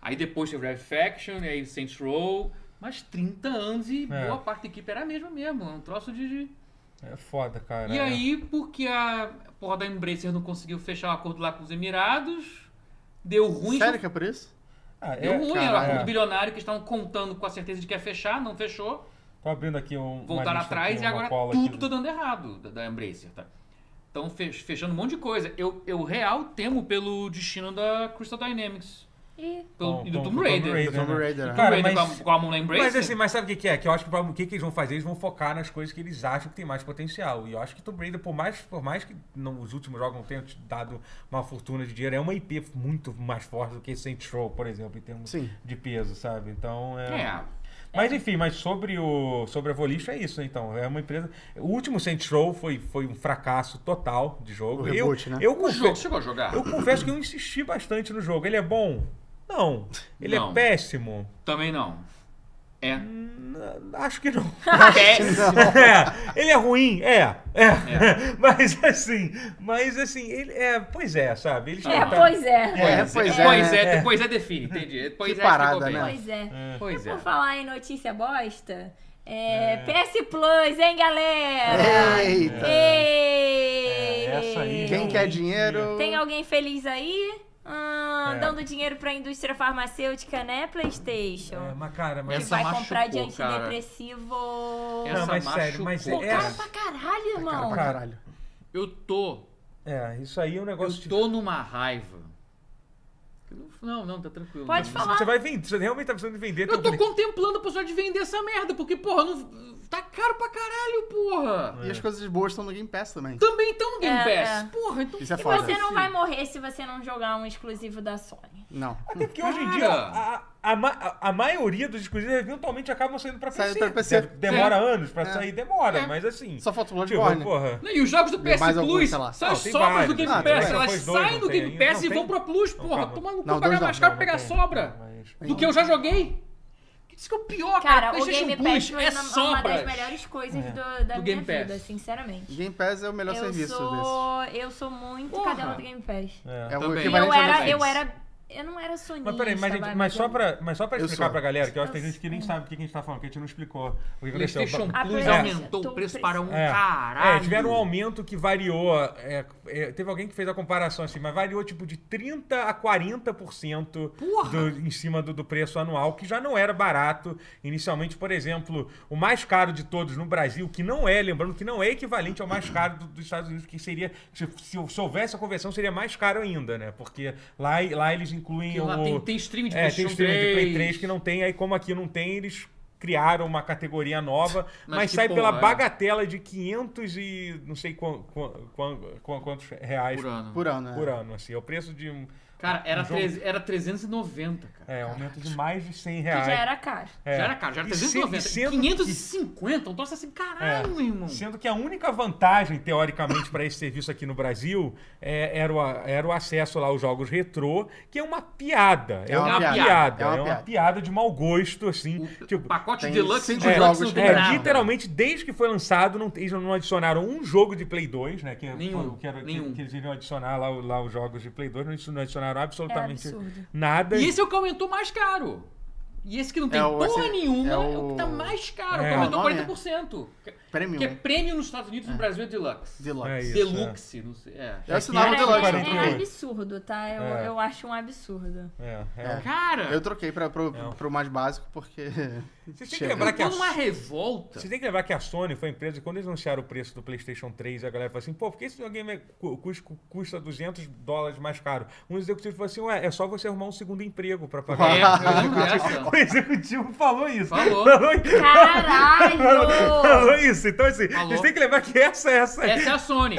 [SPEAKER 3] Aí depois teve Red Faction, e aí Saints Row, mas 30 anos e
[SPEAKER 1] É.
[SPEAKER 3] boa parte da equipe era a mesma mesmo, um troço de... de-
[SPEAKER 1] É foda, cara.
[SPEAKER 3] E
[SPEAKER 1] é.
[SPEAKER 3] aí, porque a porra da Embracer não conseguiu fechar o acordo lá com os Emirados, deu ruim...
[SPEAKER 2] Sério que é por isso?
[SPEAKER 1] Ah, é,
[SPEAKER 3] Deu ruim, era um
[SPEAKER 1] cara,
[SPEAKER 3] acordo
[SPEAKER 1] é.
[SPEAKER 3] bilionário que estavam contando com a certeza de que ia fechar, não fechou.
[SPEAKER 1] Tô abrindo aqui um. uma
[SPEAKER 3] voltaram
[SPEAKER 1] lista
[SPEAKER 3] atrás
[SPEAKER 1] aqui,
[SPEAKER 3] e
[SPEAKER 1] uma
[SPEAKER 3] agora
[SPEAKER 1] cola
[SPEAKER 3] tudo
[SPEAKER 1] aqui.
[SPEAKER 3] tá dando errado da, da Embracer, tá? Estão fechando um monte de coisa. Eu, eu real temo pelo destino da Crystal Dynamics
[SPEAKER 4] Ih,
[SPEAKER 3] pelo-
[SPEAKER 1] Com-
[SPEAKER 3] e do
[SPEAKER 1] com-
[SPEAKER 3] Tomb
[SPEAKER 1] com
[SPEAKER 3] Raider.
[SPEAKER 2] Do Tomb
[SPEAKER 1] né?
[SPEAKER 2] Raider,
[SPEAKER 3] Tomb
[SPEAKER 2] né?
[SPEAKER 1] Cara,
[SPEAKER 3] Raider
[SPEAKER 1] mas-
[SPEAKER 3] com a- com a mão na Embracer.
[SPEAKER 1] Mas assim, mas sabe o que, que é? Que eu acho que pra- o que, que eles vão fazer? Eles vão focar nas coisas que eles acham que tem mais potencial. E eu acho que Tomb Raider, por mais, por mais que não- os últimos jogos não tenham te dado uma fortuna de dinheiro, é uma IP muito mais forte do que Saints Row, por exemplo, em termos
[SPEAKER 2] Sim.
[SPEAKER 1] de peso, sabe? Então é...
[SPEAKER 3] é.
[SPEAKER 1] Mas enfim, mas sobre, o, sobre a Volition é isso, então. É uma empresa... O último Saints Row foi, foi um fracasso total de jogo.
[SPEAKER 2] O
[SPEAKER 1] Eu-
[SPEAKER 2] reboot, né?
[SPEAKER 1] Eu,
[SPEAKER 3] O jogo
[SPEAKER 1] confesso,
[SPEAKER 3] chegou a jogar.
[SPEAKER 1] eu confesso que eu insisti bastante no jogo. Ele é bom? Não. Ele é
[SPEAKER 3] Não.
[SPEAKER 1] péssimo?
[SPEAKER 3] Também não. É.
[SPEAKER 1] N- Acho que não.
[SPEAKER 3] Péssimo.
[SPEAKER 1] É, ele é ruim, é, é. Mas assim, mas assim, ele é, pois é, sabe? Eles
[SPEAKER 4] É,
[SPEAKER 1] tentaram-
[SPEAKER 4] pois é.
[SPEAKER 2] É,
[SPEAKER 3] Pois
[SPEAKER 2] pois
[SPEAKER 3] é,
[SPEAKER 2] é.
[SPEAKER 3] pois é,
[SPEAKER 2] né?
[SPEAKER 3] depois é define, entendi. Depois
[SPEAKER 2] Que
[SPEAKER 3] é ficou
[SPEAKER 2] parada,
[SPEAKER 3] bem.
[SPEAKER 2] né?
[SPEAKER 4] Pois é.
[SPEAKER 3] Pois é.
[SPEAKER 4] Por falar em notícia bosta, é, PS Plus, hein, galera?
[SPEAKER 2] Eita.
[SPEAKER 1] É,
[SPEAKER 4] Ei!
[SPEAKER 1] essa aí é
[SPEAKER 2] Quem
[SPEAKER 1] realmente-
[SPEAKER 2] quer dinheiro?
[SPEAKER 4] Tem alguém feliz aí? Ah,
[SPEAKER 1] É.
[SPEAKER 4] Dando dinheiro pra indústria farmacêutica, né, PlayStation?
[SPEAKER 1] É, mas cara,
[SPEAKER 4] que
[SPEAKER 1] mas
[SPEAKER 3] Essa
[SPEAKER 4] vai
[SPEAKER 3] machucou,
[SPEAKER 4] comprar de
[SPEAKER 3] cara.
[SPEAKER 4] antidepressivo.
[SPEAKER 1] Não,
[SPEAKER 3] Essa
[SPEAKER 1] mas sério,
[SPEAKER 3] machucou.
[SPEAKER 1] mas
[SPEAKER 4] Pô,
[SPEAKER 1] é,
[SPEAKER 4] cara pra caralho,
[SPEAKER 2] Cara,
[SPEAKER 4] irmão.
[SPEAKER 2] pra caralho.
[SPEAKER 3] Eu tô
[SPEAKER 1] é, isso aí é um negócio
[SPEAKER 3] Eu tô numa raiva. Eu não- Não, não, tá tranquilo.
[SPEAKER 4] Pode
[SPEAKER 3] Tá-
[SPEAKER 1] de...
[SPEAKER 4] falar.
[SPEAKER 1] Você vai vender, você realmente tá precisando de vender
[SPEAKER 3] Eu
[SPEAKER 1] teu
[SPEAKER 3] tô contemplando a possibilidade de vender essa merda, porque, porra, não... tá caro pra caralho, porra.
[SPEAKER 2] E as coisas boas estão no Game Pass também.
[SPEAKER 3] Também tão no Game
[SPEAKER 4] É,
[SPEAKER 3] Pass.
[SPEAKER 4] é.
[SPEAKER 3] Porra, então...
[SPEAKER 2] Isso é
[SPEAKER 4] E
[SPEAKER 2] foda.
[SPEAKER 4] você não vai morrer se você não jogar um exclusivo da Sony.
[SPEAKER 2] Não.
[SPEAKER 1] Até porque hoje em dia a,
[SPEAKER 3] Cara.
[SPEAKER 1] a, a ma- a- a maioria dos exclusivos eventualmente acabam saindo pra PC.
[SPEAKER 2] Sai pra PC.
[SPEAKER 1] De- demora
[SPEAKER 3] É.
[SPEAKER 1] anos pra
[SPEAKER 2] É.
[SPEAKER 1] sair, demora,
[SPEAKER 3] É.
[SPEAKER 1] mas assim.
[SPEAKER 2] Só falta o
[SPEAKER 1] tipo,
[SPEAKER 2] Bloodborne.
[SPEAKER 1] porra.
[SPEAKER 3] Né, E os jogos do
[SPEAKER 2] Tem
[SPEAKER 3] PS
[SPEAKER 2] mais algum,
[SPEAKER 3] Plus
[SPEAKER 2] sei lá.
[SPEAKER 3] são
[SPEAKER 1] Não,
[SPEAKER 3] as
[SPEAKER 1] tem
[SPEAKER 3] sobras do
[SPEAKER 1] vários.
[SPEAKER 3] Game
[SPEAKER 2] Ah, tem
[SPEAKER 3] Pass.
[SPEAKER 2] vários.
[SPEAKER 1] Foi
[SPEAKER 3] Elas
[SPEAKER 1] dois,
[SPEAKER 3] saem
[SPEAKER 1] não
[SPEAKER 3] do
[SPEAKER 1] tem
[SPEAKER 3] Game
[SPEAKER 1] ainda.
[SPEAKER 3] Pass
[SPEAKER 1] Não
[SPEAKER 3] e vão
[SPEAKER 1] tem.
[SPEAKER 3] pra Plus, porra.
[SPEAKER 1] calma.
[SPEAKER 3] Tomar no cu,
[SPEAKER 2] Não,
[SPEAKER 3] pagar
[SPEAKER 2] dois não,
[SPEAKER 3] mais caro
[SPEAKER 1] não,
[SPEAKER 3] pra pegar
[SPEAKER 1] tem.
[SPEAKER 3] sobra
[SPEAKER 1] Mas-
[SPEAKER 3] do que eu já joguei. Isso que é o pior, cara.
[SPEAKER 4] Cara, o
[SPEAKER 3] PlayStation
[SPEAKER 4] Game Pass
[SPEAKER 3] Plus é
[SPEAKER 4] foi uma, uma das
[SPEAKER 3] sobras.
[SPEAKER 4] melhores coisas do- da
[SPEAKER 3] Do
[SPEAKER 4] minha
[SPEAKER 3] Game Pass.
[SPEAKER 4] vida, sinceramente.
[SPEAKER 2] Game Pass é o É. melhor
[SPEAKER 4] Eu
[SPEAKER 2] serviço
[SPEAKER 4] sou, eu sou muito
[SPEAKER 3] Porra.
[SPEAKER 4] cadela do Game Pass.
[SPEAKER 1] É.
[SPEAKER 2] desse. É o
[SPEAKER 3] Também.
[SPEAKER 4] E
[SPEAKER 2] equivalente
[SPEAKER 4] eu
[SPEAKER 2] ao
[SPEAKER 4] era,
[SPEAKER 2] Netflix.
[SPEAKER 4] eu era. Eu não era sonista.
[SPEAKER 1] Mas peraí, mas, gente,
[SPEAKER 4] vai,
[SPEAKER 1] mas, só
[SPEAKER 4] eu-
[SPEAKER 1] pra, mas só pra
[SPEAKER 2] Eu
[SPEAKER 1] explicar
[SPEAKER 2] sou.
[SPEAKER 1] pra galera, que eu acho que tem
[SPEAKER 4] Eu
[SPEAKER 1] gente que nem sabe o que que a gente tá falando, que a gente não explicou. O que aconteceu.
[SPEAKER 3] PlayStation
[SPEAKER 4] A
[SPEAKER 3] Plus
[SPEAKER 4] PlayStation
[SPEAKER 3] aumentou o
[SPEAKER 4] aumentou
[SPEAKER 3] preço
[SPEAKER 4] o preço.
[SPEAKER 3] para um
[SPEAKER 1] É.
[SPEAKER 3] caralho.
[SPEAKER 1] É, tiveram um aumento que variou. é, é, teve alguém que fez a comparação assim, mas variou tipo de 30% a 40% do,
[SPEAKER 3] Porra!
[SPEAKER 1] em cima do, do preço anual, que já não era barato. Inicialmente, por exemplo, o mais caro de todos no Brasil, que não é, lembrando que não é equivalente ao mais caro do- dos Estados Unidos, que seria, se, se, se houvesse a conversão, seria mais caro ainda, né? Porque lá, lá eles incluem
[SPEAKER 3] Porque
[SPEAKER 1] o.
[SPEAKER 3] lá tem, tem stream de
[SPEAKER 1] É, tem
[SPEAKER 3] PlayStation
[SPEAKER 1] streaming de Play 3 que não tem, aí como aqui não tem, eles criaram uma categoria nova, mas,
[SPEAKER 3] Mas que
[SPEAKER 1] sai pela
[SPEAKER 3] porra, é.
[SPEAKER 1] bagatela de 500 e não sei quan- quan- quan- quan- quantos reais
[SPEAKER 3] Por ano.
[SPEAKER 2] Por ano, né?
[SPEAKER 1] por ano, assim. É o preço de um,
[SPEAKER 3] Cara, era,
[SPEAKER 1] Um jogo-
[SPEAKER 3] treze- era 390, cara.
[SPEAKER 1] É, aumento de mais de 100
[SPEAKER 4] Que
[SPEAKER 1] reais.
[SPEAKER 4] já era caro.
[SPEAKER 1] É.
[SPEAKER 3] Já era caro, já era
[SPEAKER 1] E se-
[SPEAKER 3] 390.
[SPEAKER 1] e sendo
[SPEAKER 3] 550, um troço assim, caralho,
[SPEAKER 1] É.
[SPEAKER 3] meu irmão.
[SPEAKER 1] Sendo que a única vantagem, teoricamente, para esse serviço aqui no Brasil é- era, o, a- era o acesso lá aos jogos retrô, que é uma piada. É, uma, piada. É uma, piada. de mau gosto, assim.
[SPEAKER 3] O
[SPEAKER 1] tipo,
[SPEAKER 3] pacote
[SPEAKER 2] tem
[SPEAKER 3] deluxe
[SPEAKER 2] cinco
[SPEAKER 3] de deluxe
[SPEAKER 2] jogos
[SPEAKER 3] não tem
[SPEAKER 1] é,
[SPEAKER 3] nada.
[SPEAKER 1] literalmente, desde que foi lançado, não, eles não adicionaram um jogo de Play 2, né? Que, é-
[SPEAKER 3] Nenhum,
[SPEAKER 1] que, era- que-
[SPEAKER 3] nenhum.
[SPEAKER 1] que eles iriam adicionar lá, o- lá os jogos de Play 2, não adicionaram- não adicionaram
[SPEAKER 4] É
[SPEAKER 1] absolutamente
[SPEAKER 4] absurdo.
[SPEAKER 1] nada.
[SPEAKER 3] E esse é o que aumentou mais caro. E esse que não tem
[SPEAKER 2] É o-
[SPEAKER 3] porra
[SPEAKER 2] esse-
[SPEAKER 3] nenhuma é
[SPEAKER 2] é
[SPEAKER 3] o...
[SPEAKER 2] o-
[SPEAKER 3] que tá mais caro,
[SPEAKER 1] É.
[SPEAKER 3] que aumentou
[SPEAKER 2] Qual o nome?
[SPEAKER 3] 40%. Que é
[SPEAKER 2] Premium. né?
[SPEAKER 3] prêmio nos Estados Unidos e no Brasil é deluxe.
[SPEAKER 2] Deluxe.
[SPEAKER 1] É isso,
[SPEAKER 3] deluxe, não sei. É.
[SPEAKER 2] Eu assinava o
[SPEAKER 1] Cara,
[SPEAKER 2] Deluxe. né?
[SPEAKER 1] agora-
[SPEAKER 2] não
[SPEAKER 1] é-
[SPEAKER 2] troquei.
[SPEAKER 4] é absurdo, tá? Eu,
[SPEAKER 1] É.
[SPEAKER 4] eu acho um absurdo.
[SPEAKER 1] É, é.
[SPEAKER 2] É.
[SPEAKER 3] Cara,
[SPEAKER 2] Eu troquei pra, pro, pro mais básico porque.
[SPEAKER 1] Vocês têm que
[SPEAKER 2] Chega.
[SPEAKER 1] lembrar que é
[SPEAKER 3] foi
[SPEAKER 1] a
[SPEAKER 3] uma revolta.
[SPEAKER 1] Você tem que lembrar que a Sony foi a empresa que, quando eles anunciaram o preço do PlayStation 3, a galera falou assim: pô, por que esse videogame é cu- cus- cu- custa 200 dólares mais caro? Um executivo falou assim: ué, é só você arrumar um segundo emprego pra pagar.
[SPEAKER 3] É, eu lembro dessa.
[SPEAKER 1] O executivo falou isso.
[SPEAKER 3] Falou.
[SPEAKER 1] isso.
[SPEAKER 4] Caralho!
[SPEAKER 1] Falou isso. Então, assim,
[SPEAKER 3] Falou.
[SPEAKER 1] vocês têm que lembrar que essa, essa.
[SPEAKER 3] Essa é a Sony.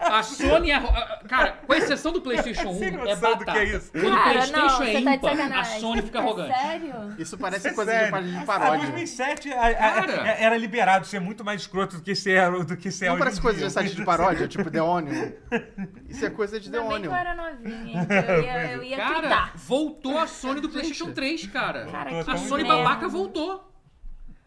[SPEAKER 3] A Sony é. a- a- Cara, com exceção do PlayStation
[SPEAKER 1] Sem
[SPEAKER 3] 1, é
[SPEAKER 1] noção do
[SPEAKER 3] batata.
[SPEAKER 1] que é isso.
[SPEAKER 3] Quando o
[SPEAKER 4] Cara,
[SPEAKER 3] PlayStation
[SPEAKER 4] não,
[SPEAKER 3] é
[SPEAKER 4] você tá de
[SPEAKER 3] ímpar, a
[SPEAKER 4] sacanagem.
[SPEAKER 3] Sony fica
[SPEAKER 4] É
[SPEAKER 3] arrogante.
[SPEAKER 4] Sério?
[SPEAKER 2] Isso parece
[SPEAKER 1] É
[SPEAKER 2] coisa
[SPEAKER 1] sério. é
[SPEAKER 2] de página de
[SPEAKER 1] Em
[SPEAKER 2] paródia.
[SPEAKER 1] 2007 a- a-
[SPEAKER 3] Cara.
[SPEAKER 1] a- era liberado ser muito mais escroto do que ser, do que ser
[SPEAKER 2] Não
[SPEAKER 1] hoje
[SPEAKER 2] parece
[SPEAKER 1] em
[SPEAKER 2] coisa
[SPEAKER 1] dia.
[SPEAKER 2] de site de paródia, tipo The Onion. Isso é coisa de The
[SPEAKER 4] Ainda bem que eu
[SPEAKER 2] Onion.
[SPEAKER 4] era novinha, então eu ia, eu ia
[SPEAKER 3] Cara,
[SPEAKER 4] gritar.
[SPEAKER 3] voltou a Sony do PlayStation 3, cara.
[SPEAKER 4] Cara, é?
[SPEAKER 1] Voltou,
[SPEAKER 4] que
[SPEAKER 3] A
[SPEAKER 1] tá
[SPEAKER 3] Sony
[SPEAKER 1] muito bom.
[SPEAKER 3] babaca voltou.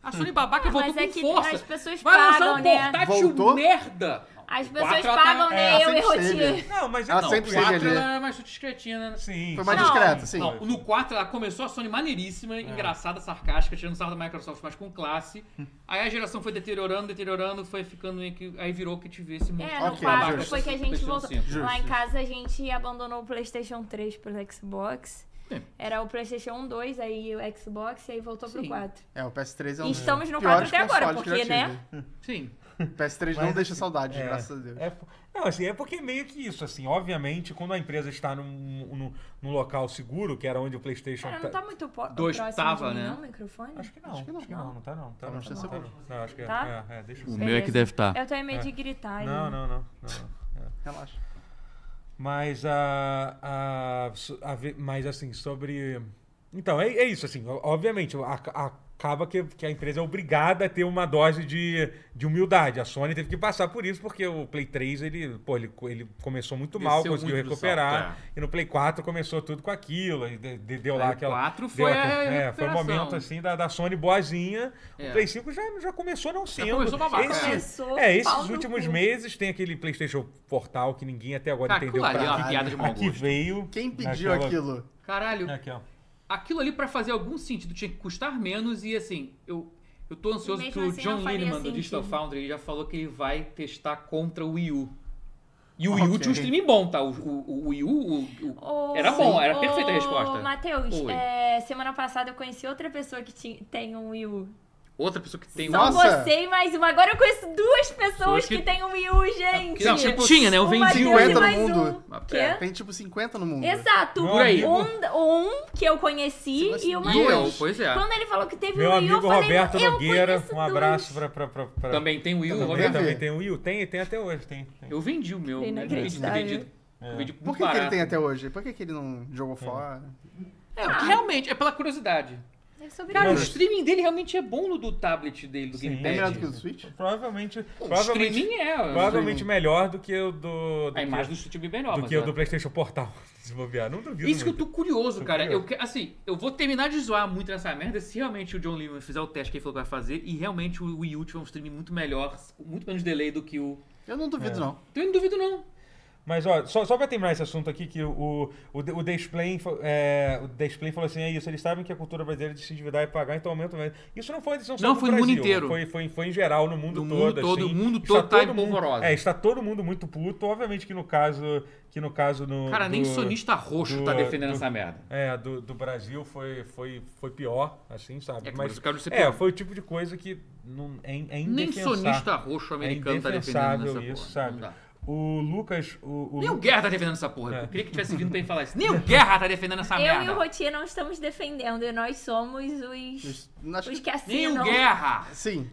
[SPEAKER 3] A Sony babaca voltou
[SPEAKER 4] Mas é
[SPEAKER 3] com
[SPEAKER 4] que as
[SPEAKER 3] força.
[SPEAKER 4] pessoas
[SPEAKER 3] Vai lançar
[SPEAKER 4] pagam,
[SPEAKER 3] um
[SPEAKER 4] né?
[SPEAKER 3] portátil
[SPEAKER 2] Voltou?
[SPEAKER 3] merda.
[SPEAKER 4] As pessoas
[SPEAKER 3] Quatro ela tá-
[SPEAKER 4] pagam,
[SPEAKER 1] é,
[SPEAKER 4] né?
[SPEAKER 2] ela
[SPEAKER 4] Eu e
[SPEAKER 2] sempre
[SPEAKER 4] Rotier.
[SPEAKER 2] esteve.
[SPEAKER 1] Não, mas é,
[SPEAKER 2] Ela
[SPEAKER 1] não,
[SPEAKER 2] sempre
[SPEAKER 1] o-
[SPEAKER 2] chega
[SPEAKER 3] Quatro
[SPEAKER 2] ali.
[SPEAKER 3] ela era mais discretinha, né?
[SPEAKER 1] Sim.
[SPEAKER 2] Foi mais assim.
[SPEAKER 1] sim.
[SPEAKER 2] discreto, sim.
[SPEAKER 3] Não, no 4 ela começou a Sony maneiríssima, engraçada, sarcástica, tirando sarro da Microsoft, mas com classe. Aí a geração foi deteriorando, deteriorando, foi ficando meio que. Aí virou que tive esse monstro.
[SPEAKER 4] É, no
[SPEAKER 2] Ok,
[SPEAKER 4] quarto
[SPEAKER 2] justo.
[SPEAKER 4] foi que a gente
[SPEAKER 3] PlayStation
[SPEAKER 4] voltou.
[SPEAKER 3] 5.
[SPEAKER 2] Justo,
[SPEAKER 4] Lá em
[SPEAKER 2] justo.
[SPEAKER 4] casa a gente abandonou o PlayStation 3 pro Xbox.
[SPEAKER 2] É.
[SPEAKER 3] Sim.
[SPEAKER 4] Era o PlayStation 1, 2, aí o Xbox e aí voltou pro
[SPEAKER 3] Sim.
[SPEAKER 4] 4.
[SPEAKER 2] É, o PS3 é um
[SPEAKER 4] E
[SPEAKER 2] dos
[SPEAKER 4] estamos no
[SPEAKER 2] piores
[SPEAKER 4] 4 até agora,
[SPEAKER 2] consoles que
[SPEAKER 4] porque,
[SPEAKER 2] eu já
[SPEAKER 4] né?
[SPEAKER 2] tive.
[SPEAKER 3] Sim.
[SPEAKER 2] O PS3 não
[SPEAKER 1] Mas-
[SPEAKER 2] deixa saudade,
[SPEAKER 1] É,
[SPEAKER 2] graças a Deus.
[SPEAKER 1] é po- não, assim, é porque meio que isso, assim, obviamente, quando a empresa está num, num, num local seguro, que era onde o Playstation...
[SPEAKER 4] Cara, não tá muito po-
[SPEAKER 3] Dois
[SPEAKER 4] próximo
[SPEAKER 3] tava,
[SPEAKER 4] de mim,
[SPEAKER 3] né?
[SPEAKER 4] não, o microfone?
[SPEAKER 1] Acho que não, acho que não, não, tá não. Tá,
[SPEAKER 2] Tá,
[SPEAKER 1] não,
[SPEAKER 2] mas
[SPEAKER 1] tá
[SPEAKER 2] tá
[SPEAKER 1] não, tá
[SPEAKER 2] bom.
[SPEAKER 1] não. Não, acho que é,
[SPEAKER 4] Tá?
[SPEAKER 1] é, é, deixa eu
[SPEAKER 2] Hum.
[SPEAKER 3] O
[SPEAKER 1] ver.
[SPEAKER 3] meu é que deve estar.
[SPEAKER 4] Eu tenho medo
[SPEAKER 1] É.
[SPEAKER 4] de gritar.
[SPEAKER 1] Não,
[SPEAKER 4] né?
[SPEAKER 1] não, não, não, não.
[SPEAKER 2] Relaxa.
[SPEAKER 1] Mas a, a, so- a ve- mas assim, sobre. Então, é, é isso, assim, o- obviamente, a- a- acaba que, que a empresa é obrigada a ter uma dose de, de humildade. A Sony teve que passar por isso, porque o Play 3, ele, pô, ele, co- ele começou muito mal,
[SPEAKER 3] Desceu
[SPEAKER 1] conseguiu
[SPEAKER 3] muito do é.
[SPEAKER 1] recuperar.
[SPEAKER 3] salto,
[SPEAKER 1] E no Play 4 começou tudo com aquilo, e de- de- deu lá
[SPEAKER 3] Aí o
[SPEAKER 1] aquela.
[SPEAKER 3] 4
[SPEAKER 1] deu
[SPEAKER 3] foi a
[SPEAKER 1] é, foi o
[SPEAKER 3] recuperação.
[SPEAKER 1] momento assim da, da Sony boazinha.
[SPEAKER 3] É.
[SPEAKER 1] O Play 5 já, já começou não sendo.
[SPEAKER 3] começou babaca,
[SPEAKER 1] Esse-
[SPEAKER 3] né?
[SPEAKER 4] Começou,
[SPEAKER 1] é,
[SPEAKER 4] pau
[SPEAKER 1] esses
[SPEAKER 4] no
[SPEAKER 1] últimos
[SPEAKER 4] cu.
[SPEAKER 1] meses tem aquele PlayStation Portal que ninguém até agora
[SPEAKER 3] Ah,
[SPEAKER 1] entendeu
[SPEAKER 3] aquilo ali é uma
[SPEAKER 1] pra que-
[SPEAKER 3] piada de mau
[SPEAKER 1] a que
[SPEAKER 3] gosto.
[SPEAKER 1] veio.
[SPEAKER 2] Quem pediu
[SPEAKER 1] Naquela-
[SPEAKER 2] aquilo?
[SPEAKER 3] Caralho,
[SPEAKER 1] Aqui, ó.
[SPEAKER 3] aquilo ali pra fazer algum sentido tinha que custar menos e assim, eu, eu tô ansioso
[SPEAKER 4] Mesmo
[SPEAKER 3] que o
[SPEAKER 4] assim,
[SPEAKER 3] John
[SPEAKER 4] não faria
[SPEAKER 3] Lineman do
[SPEAKER 4] sentido.
[SPEAKER 3] Digital Foundry ele já falou que ele vai testar contra o Wii U. E o Wii U
[SPEAKER 2] Ok.
[SPEAKER 3] tinha um streaming bom, tá? O, o, o Wii U o- o-
[SPEAKER 4] Ô,
[SPEAKER 3] era bom, era
[SPEAKER 4] ô,
[SPEAKER 3] perfeita a resposta.
[SPEAKER 4] Matheus,
[SPEAKER 3] Oi.
[SPEAKER 4] é, semana passada eu conheci outra pessoa que ti- tem um Wii U.
[SPEAKER 3] Outra pessoa que tem
[SPEAKER 4] São
[SPEAKER 3] um.
[SPEAKER 2] Nossa.
[SPEAKER 4] você e mais uma. Agora eu conheço duas pessoas
[SPEAKER 3] Pessoas
[SPEAKER 4] que,
[SPEAKER 3] que-
[SPEAKER 4] têm um Wii U, gente.
[SPEAKER 3] Não, tipo, tinha, né? Eu
[SPEAKER 4] O
[SPEAKER 3] vendi
[SPEAKER 4] Matheus e
[SPEAKER 2] Cinquenta no
[SPEAKER 4] mais
[SPEAKER 2] mundo.
[SPEAKER 4] Um.
[SPEAKER 3] É.
[SPEAKER 4] Quê?
[SPEAKER 2] Tem tipo 50 no mundo.
[SPEAKER 4] Exato.
[SPEAKER 1] Meu
[SPEAKER 4] Um-
[SPEAKER 3] amigo.
[SPEAKER 4] Um, um que eu conheci
[SPEAKER 2] Você
[SPEAKER 4] e o
[SPEAKER 2] vai-
[SPEAKER 3] E eu,
[SPEAKER 4] Matheus.
[SPEAKER 3] pois é.
[SPEAKER 4] Quando ele falou que teve
[SPEAKER 1] Meu
[SPEAKER 4] um Wii U,
[SPEAKER 1] amigo
[SPEAKER 4] eu falei,
[SPEAKER 1] Roberto
[SPEAKER 4] eu
[SPEAKER 1] Nogueira,
[SPEAKER 4] conheço
[SPEAKER 1] um abraço pra. pra, pra, pra-
[SPEAKER 3] Também tem o Wii U,
[SPEAKER 1] Também,
[SPEAKER 3] Roberto.
[SPEAKER 1] também
[SPEAKER 2] ver.
[SPEAKER 1] tem o Will. Tem, tem até hoje, tem. tem.
[SPEAKER 3] Eu vendi o meu.
[SPEAKER 4] É
[SPEAKER 3] né? Eu vendi,
[SPEAKER 4] inacreditável.
[SPEAKER 3] vendi,
[SPEAKER 1] É.
[SPEAKER 3] eu vendi muito
[SPEAKER 2] Por que, que ele
[SPEAKER 3] barato.
[SPEAKER 2] tem até hoje? Por que, que ele não jogou fora?
[SPEAKER 3] É, porque realmente, é pela curiosidade.
[SPEAKER 4] É sobre
[SPEAKER 3] Cara, o
[SPEAKER 1] Mas-
[SPEAKER 4] isso.
[SPEAKER 3] streaming dele realmente é bom no do tablet dele, do
[SPEAKER 1] Sim.
[SPEAKER 2] É melhor do
[SPEAKER 3] Gamepad.
[SPEAKER 2] que o do Switch?
[SPEAKER 1] Provavelmente.
[SPEAKER 3] O
[SPEAKER 1] provavelmente
[SPEAKER 3] Um streaming é.
[SPEAKER 1] provavelmente melhor do que o do. do
[SPEAKER 3] A imagem do
[SPEAKER 1] que,
[SPEAKER 3] streaming é melhor.
[SPEAKER 1] do,
[SPEAKER 3] mas
[SPEAKER 1] que o
[SPEAKER 3] é.
[SPEAKER 1] do PlayStation Portal. Se bobear, não duvido.
[SPEAKER 3] Isso que eu
[SPEAKER 1] muito.
[SPEAKER 3] tô curioso,
[SPEAKER 1] Tô
[SPEAKER 3] cara. Eu,
[SPEAKER 1] curioso.
[SPEAKER 3] que- assim, eu vou terminar de zoar muito nessa merda se realmente o John Lehman fizer o teste que ele falou que vai fazer e realmente o Wii U tiver um streaming muito melhor, com muito menos delay do que o...
[SPEAKER 2] Eu não duvido,
[SPEAKER 1] É.
[SPEAKER 2] não.
[SPEAKER 3] Então eu não duvido, não.
[SPEAKER 1] Mas, ó, só, só pra terminar esse assunto aqui, que o, o, o Display, fa- é, o Display falou assim, é isso, eles sabem que a cultura brasileira de se endividar e pagar, então aumenta o mesmo. Isso não foi uma decisão só
[SPEAKER 3] Não,
[SPEAKER 1] do
[SPEAKER 3] foi no mundo
[SPEAKER 1] Brasil, né?
[SPEAKER 3] inteiro.
[SPEAKER 1] Foi, foi, foi em geral, no mundo
[SPEAKER 3] No
[SPEAKER 1] todo.
[SPEAKER 3] mundo todo,
[SPEAKER 1] assim.
[SPEAKER 3] o mundo
[SPEAKER 1] Está
[SPEAKER 3] todo tá em
[SPEAKER 1] mundo-
[SPEAKER 3] polvorosa.
[SPEAKER 1] É, está todo mundo muito puto, obviamente que no caso... Que no caso no,
[SPEAKER 3] Cara, nem
[SPEAKER 1] do-
[SPEAKER 3] sonista roxo
[SPEAKER 1] do-
[SPEAKER 3] tá defendendo
[SPEAKER 1] do-
[SPEAKER 3] essa merda.
[SPEAKER 1] É, do, do Brasil foi, foi, foi pior, assim, sabe?
[SPEAKER 3] É que o cara ser
[SPEAKER 1] é,
[SPEAKER 3] pior.
[SPEAKER 1] foi o tipo de coisa que não, é, é
[SPEAKER 3] Nem
[SPEAKER 1] indefensável. É
[SPEAKER 3] sonista roxo americano tá defendendo
[SPEAKER 1] indefensável
[SPEAKER 3] essa
[SPEAKER 1] isso,
[SPEAKER 3] porra.
[SPEAKER 1] sabe?
[SPEAKER 3] Não dá.
[SPEAKER 1] O Lucas... O, o
[SPEAKER 3] Nem o
[SPEAKER 1] Lu-
[SPEAKER 3] Guerra tá defendendo essa porra.
[SPEAKER 1] É.
[SPEAKER 3] Eu queria que tivesse vindo pra ele falar isso. Nem o Guerra tá defendendo essa
[SPEAKER 4] Eu e o
[SPEAKER 3] merda.
[SPEAKER 4] Rotier não estamos defendendo, e nós somos os,
[SPEAKER 2] Os- Acho
[SPEAKER 4] os
[SPEAKER 2] que...
[SPEAKER 4] que
[SPEAKER 3] Nem
[SPEAKER 4] assinam.
[SPEAKER 3] o Guerra.
[SPEAKER 2] Sim,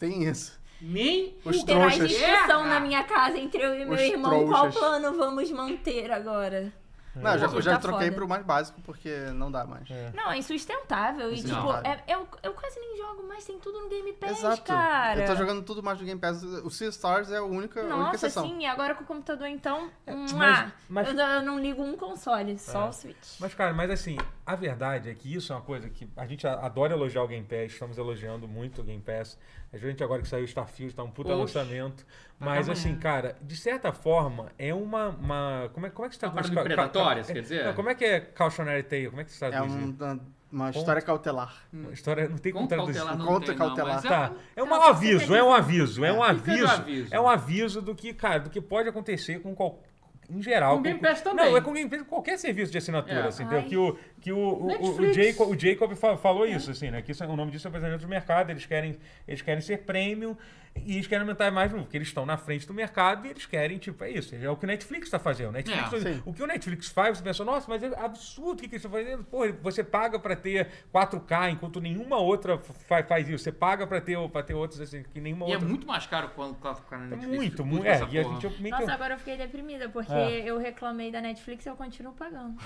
[SPEAKER 2] tem isso.
[SPEAKER 3] Nem
[SPEAKER 2] Os
[SPEAKER 3] o
[SPEAKER 4] Terá
[SPEAKER 2] trouxas.
[SPEAKER 4] discussão
[SPEAKER 3] Guerra.
[SPEAKER 4] na minha casa entre eu e meu
[SPEAKER 2] Os
[SPEAKER 4] irmão. Qual
[SPEAKER 2] trouxas.
[SPEAKER 4] plano vamos manter agora?
[SPEAKER 2] Não, eu já, eu já
[SPEAKER 4] Tá
[SPEAKER 2] troquei
[SPEAKER 4] foda.
[SPEAKER 2] pro mais básico, porque não dá mais.
[SPEAKER 4] Não, é insustentável. E, tipo,
[SPEAKER 2] Insustentável.
[SPEAKER 4] é- eu, eu quase nem jogo, mas tem tudo no Game Pass,
[SPEAKER 2] Exato.
[SPEAKER 4] cara.
[SPEAKER 2] Eu tô jogando tudo mais do Game Pass. O Sea Stars é a única, a É, única
[SPEAKER 4] Nossa,
[SPEAKER 2] exceção.
[SPEAKER 4] sim, agora com o computador, então.
[SPEAKER 1] mas-
[SPEAKER 4] mua.
[SPEAKER 1] mas-
[SPEAKER 4] Eu, eu não ligo um console,
[SPEAKER 2] É.
[SPEAKER 4] só o Switch.
[SPEAKER 1] Mas, cara, mas assim, a verdade é que isso é uma coisa que a gente a- adora elogiar o Game Pass, estamos elogiando muito o Game Pass. A gente agora que saiu o Starfield, tá um puta
[SPEAKER 3] Oxe,
[SPEAKER 1] lançamento. Mas,
[SPEAKER 3] acabar.
[SPEAKER 1] assim, cara, de certa forma, é uma. uma- como, é, como é que se
[SPEAKER 3] Uma
[SPEAKER 1] traduz?
[SPEAKER 3] parada meio
[SPEAKER 1] ca- ca-
[SPEAKER 3] predatória, você
[SPEAKER 1] é-
[SPEAKER 3] quer dizer?
[SPEAKER 1] não, como é que é cautionary tale? Como é que se
[SPEAKER 2] É
[SPEAKER 1] traduz? isso?
[SPEAKER 2] uma, uma história cautelar.
[SPEAKER 1] Uma história não tem como
[SPEAKER 3] Conta
[SPEAKER 1] traduzir.
[SPEAKER 3] cautelar não
[SPEAKER 2] Conta
[SPEAKER 3] tem,
[SPEAKER 2] cautelar.
[SPEAKER 3] Não, mas é-
[SPEAKER 1] Tá. É um
[SPEAKER 4] Então,
[SPEAKER 1] aviso, é um aviso, é um
[SPEAKER 3] Fica de
[SPEAKER 1] aviso.
[SPEAKER 3] aviso.
[SPEAKER 1] É um aviso do que, cara, do que pode acontecer com qual em geral.
[SPEAKER 3] Com Game Pass também.
[SPEAKER 1] Não, é com Game Pass, qualquer serviço de assinatura,
[SPEAKER 3] É.
[SPEAKER 1] assim, entendeu?
[SPEAKER 4] Ai.
[SPEAKER 1] Que o, que o, o, o- o
[SPEAKER 3] Netflix.
[SPEAKER 1] Jacob, o Jacob fa- falou isso, assim, né? Que isso é- o nome disso é presidente do mercado, eles querem, eles querem ser premium e eles querem aumentar mais, porque eles estão na frente do mercado e eles querem, tipo, é isso. É o que o Netflix está fazendo. O Netflix
[SPEAKER 3] É.
[SPEAKER 2] Sim.
[SPEAKER 1] o que o Netflix faz, você pensa, nossa, mas é absurdo o que, que eles estão fazendo. Pô, você paga para ter 4K, enquanto nenhuma outra fa- faz isso. Você paga para ter, pra ter outros, assim, que nenhuma
[SPEAKER 3] E é
[SPEAKER 1] outra.
[SPEAKER 3] muito mais caro quando colocar na
[SPEAKER 1] É
[SPEAKER 3] Netflix.
[SPEAKER 1] muito,
[SPEAKER 3] Fico
[SPEAKER 1] muito.
[SPEAKER 3] com
[SPEAKER 1] É,
[SPEAKER 3] essa
[SPEAKER 1] e a
[SPEAKER 3] porra.
[SPEAKER 1] gente meio que.
[SPEAKER 4] Nossa, agora eu fiquei deprimida, porque
[SPEAKER 1] É.
[SPEAKER 4] eu reclamei da Netflix e eu continuo pagando.
[SPEAKER 1] um-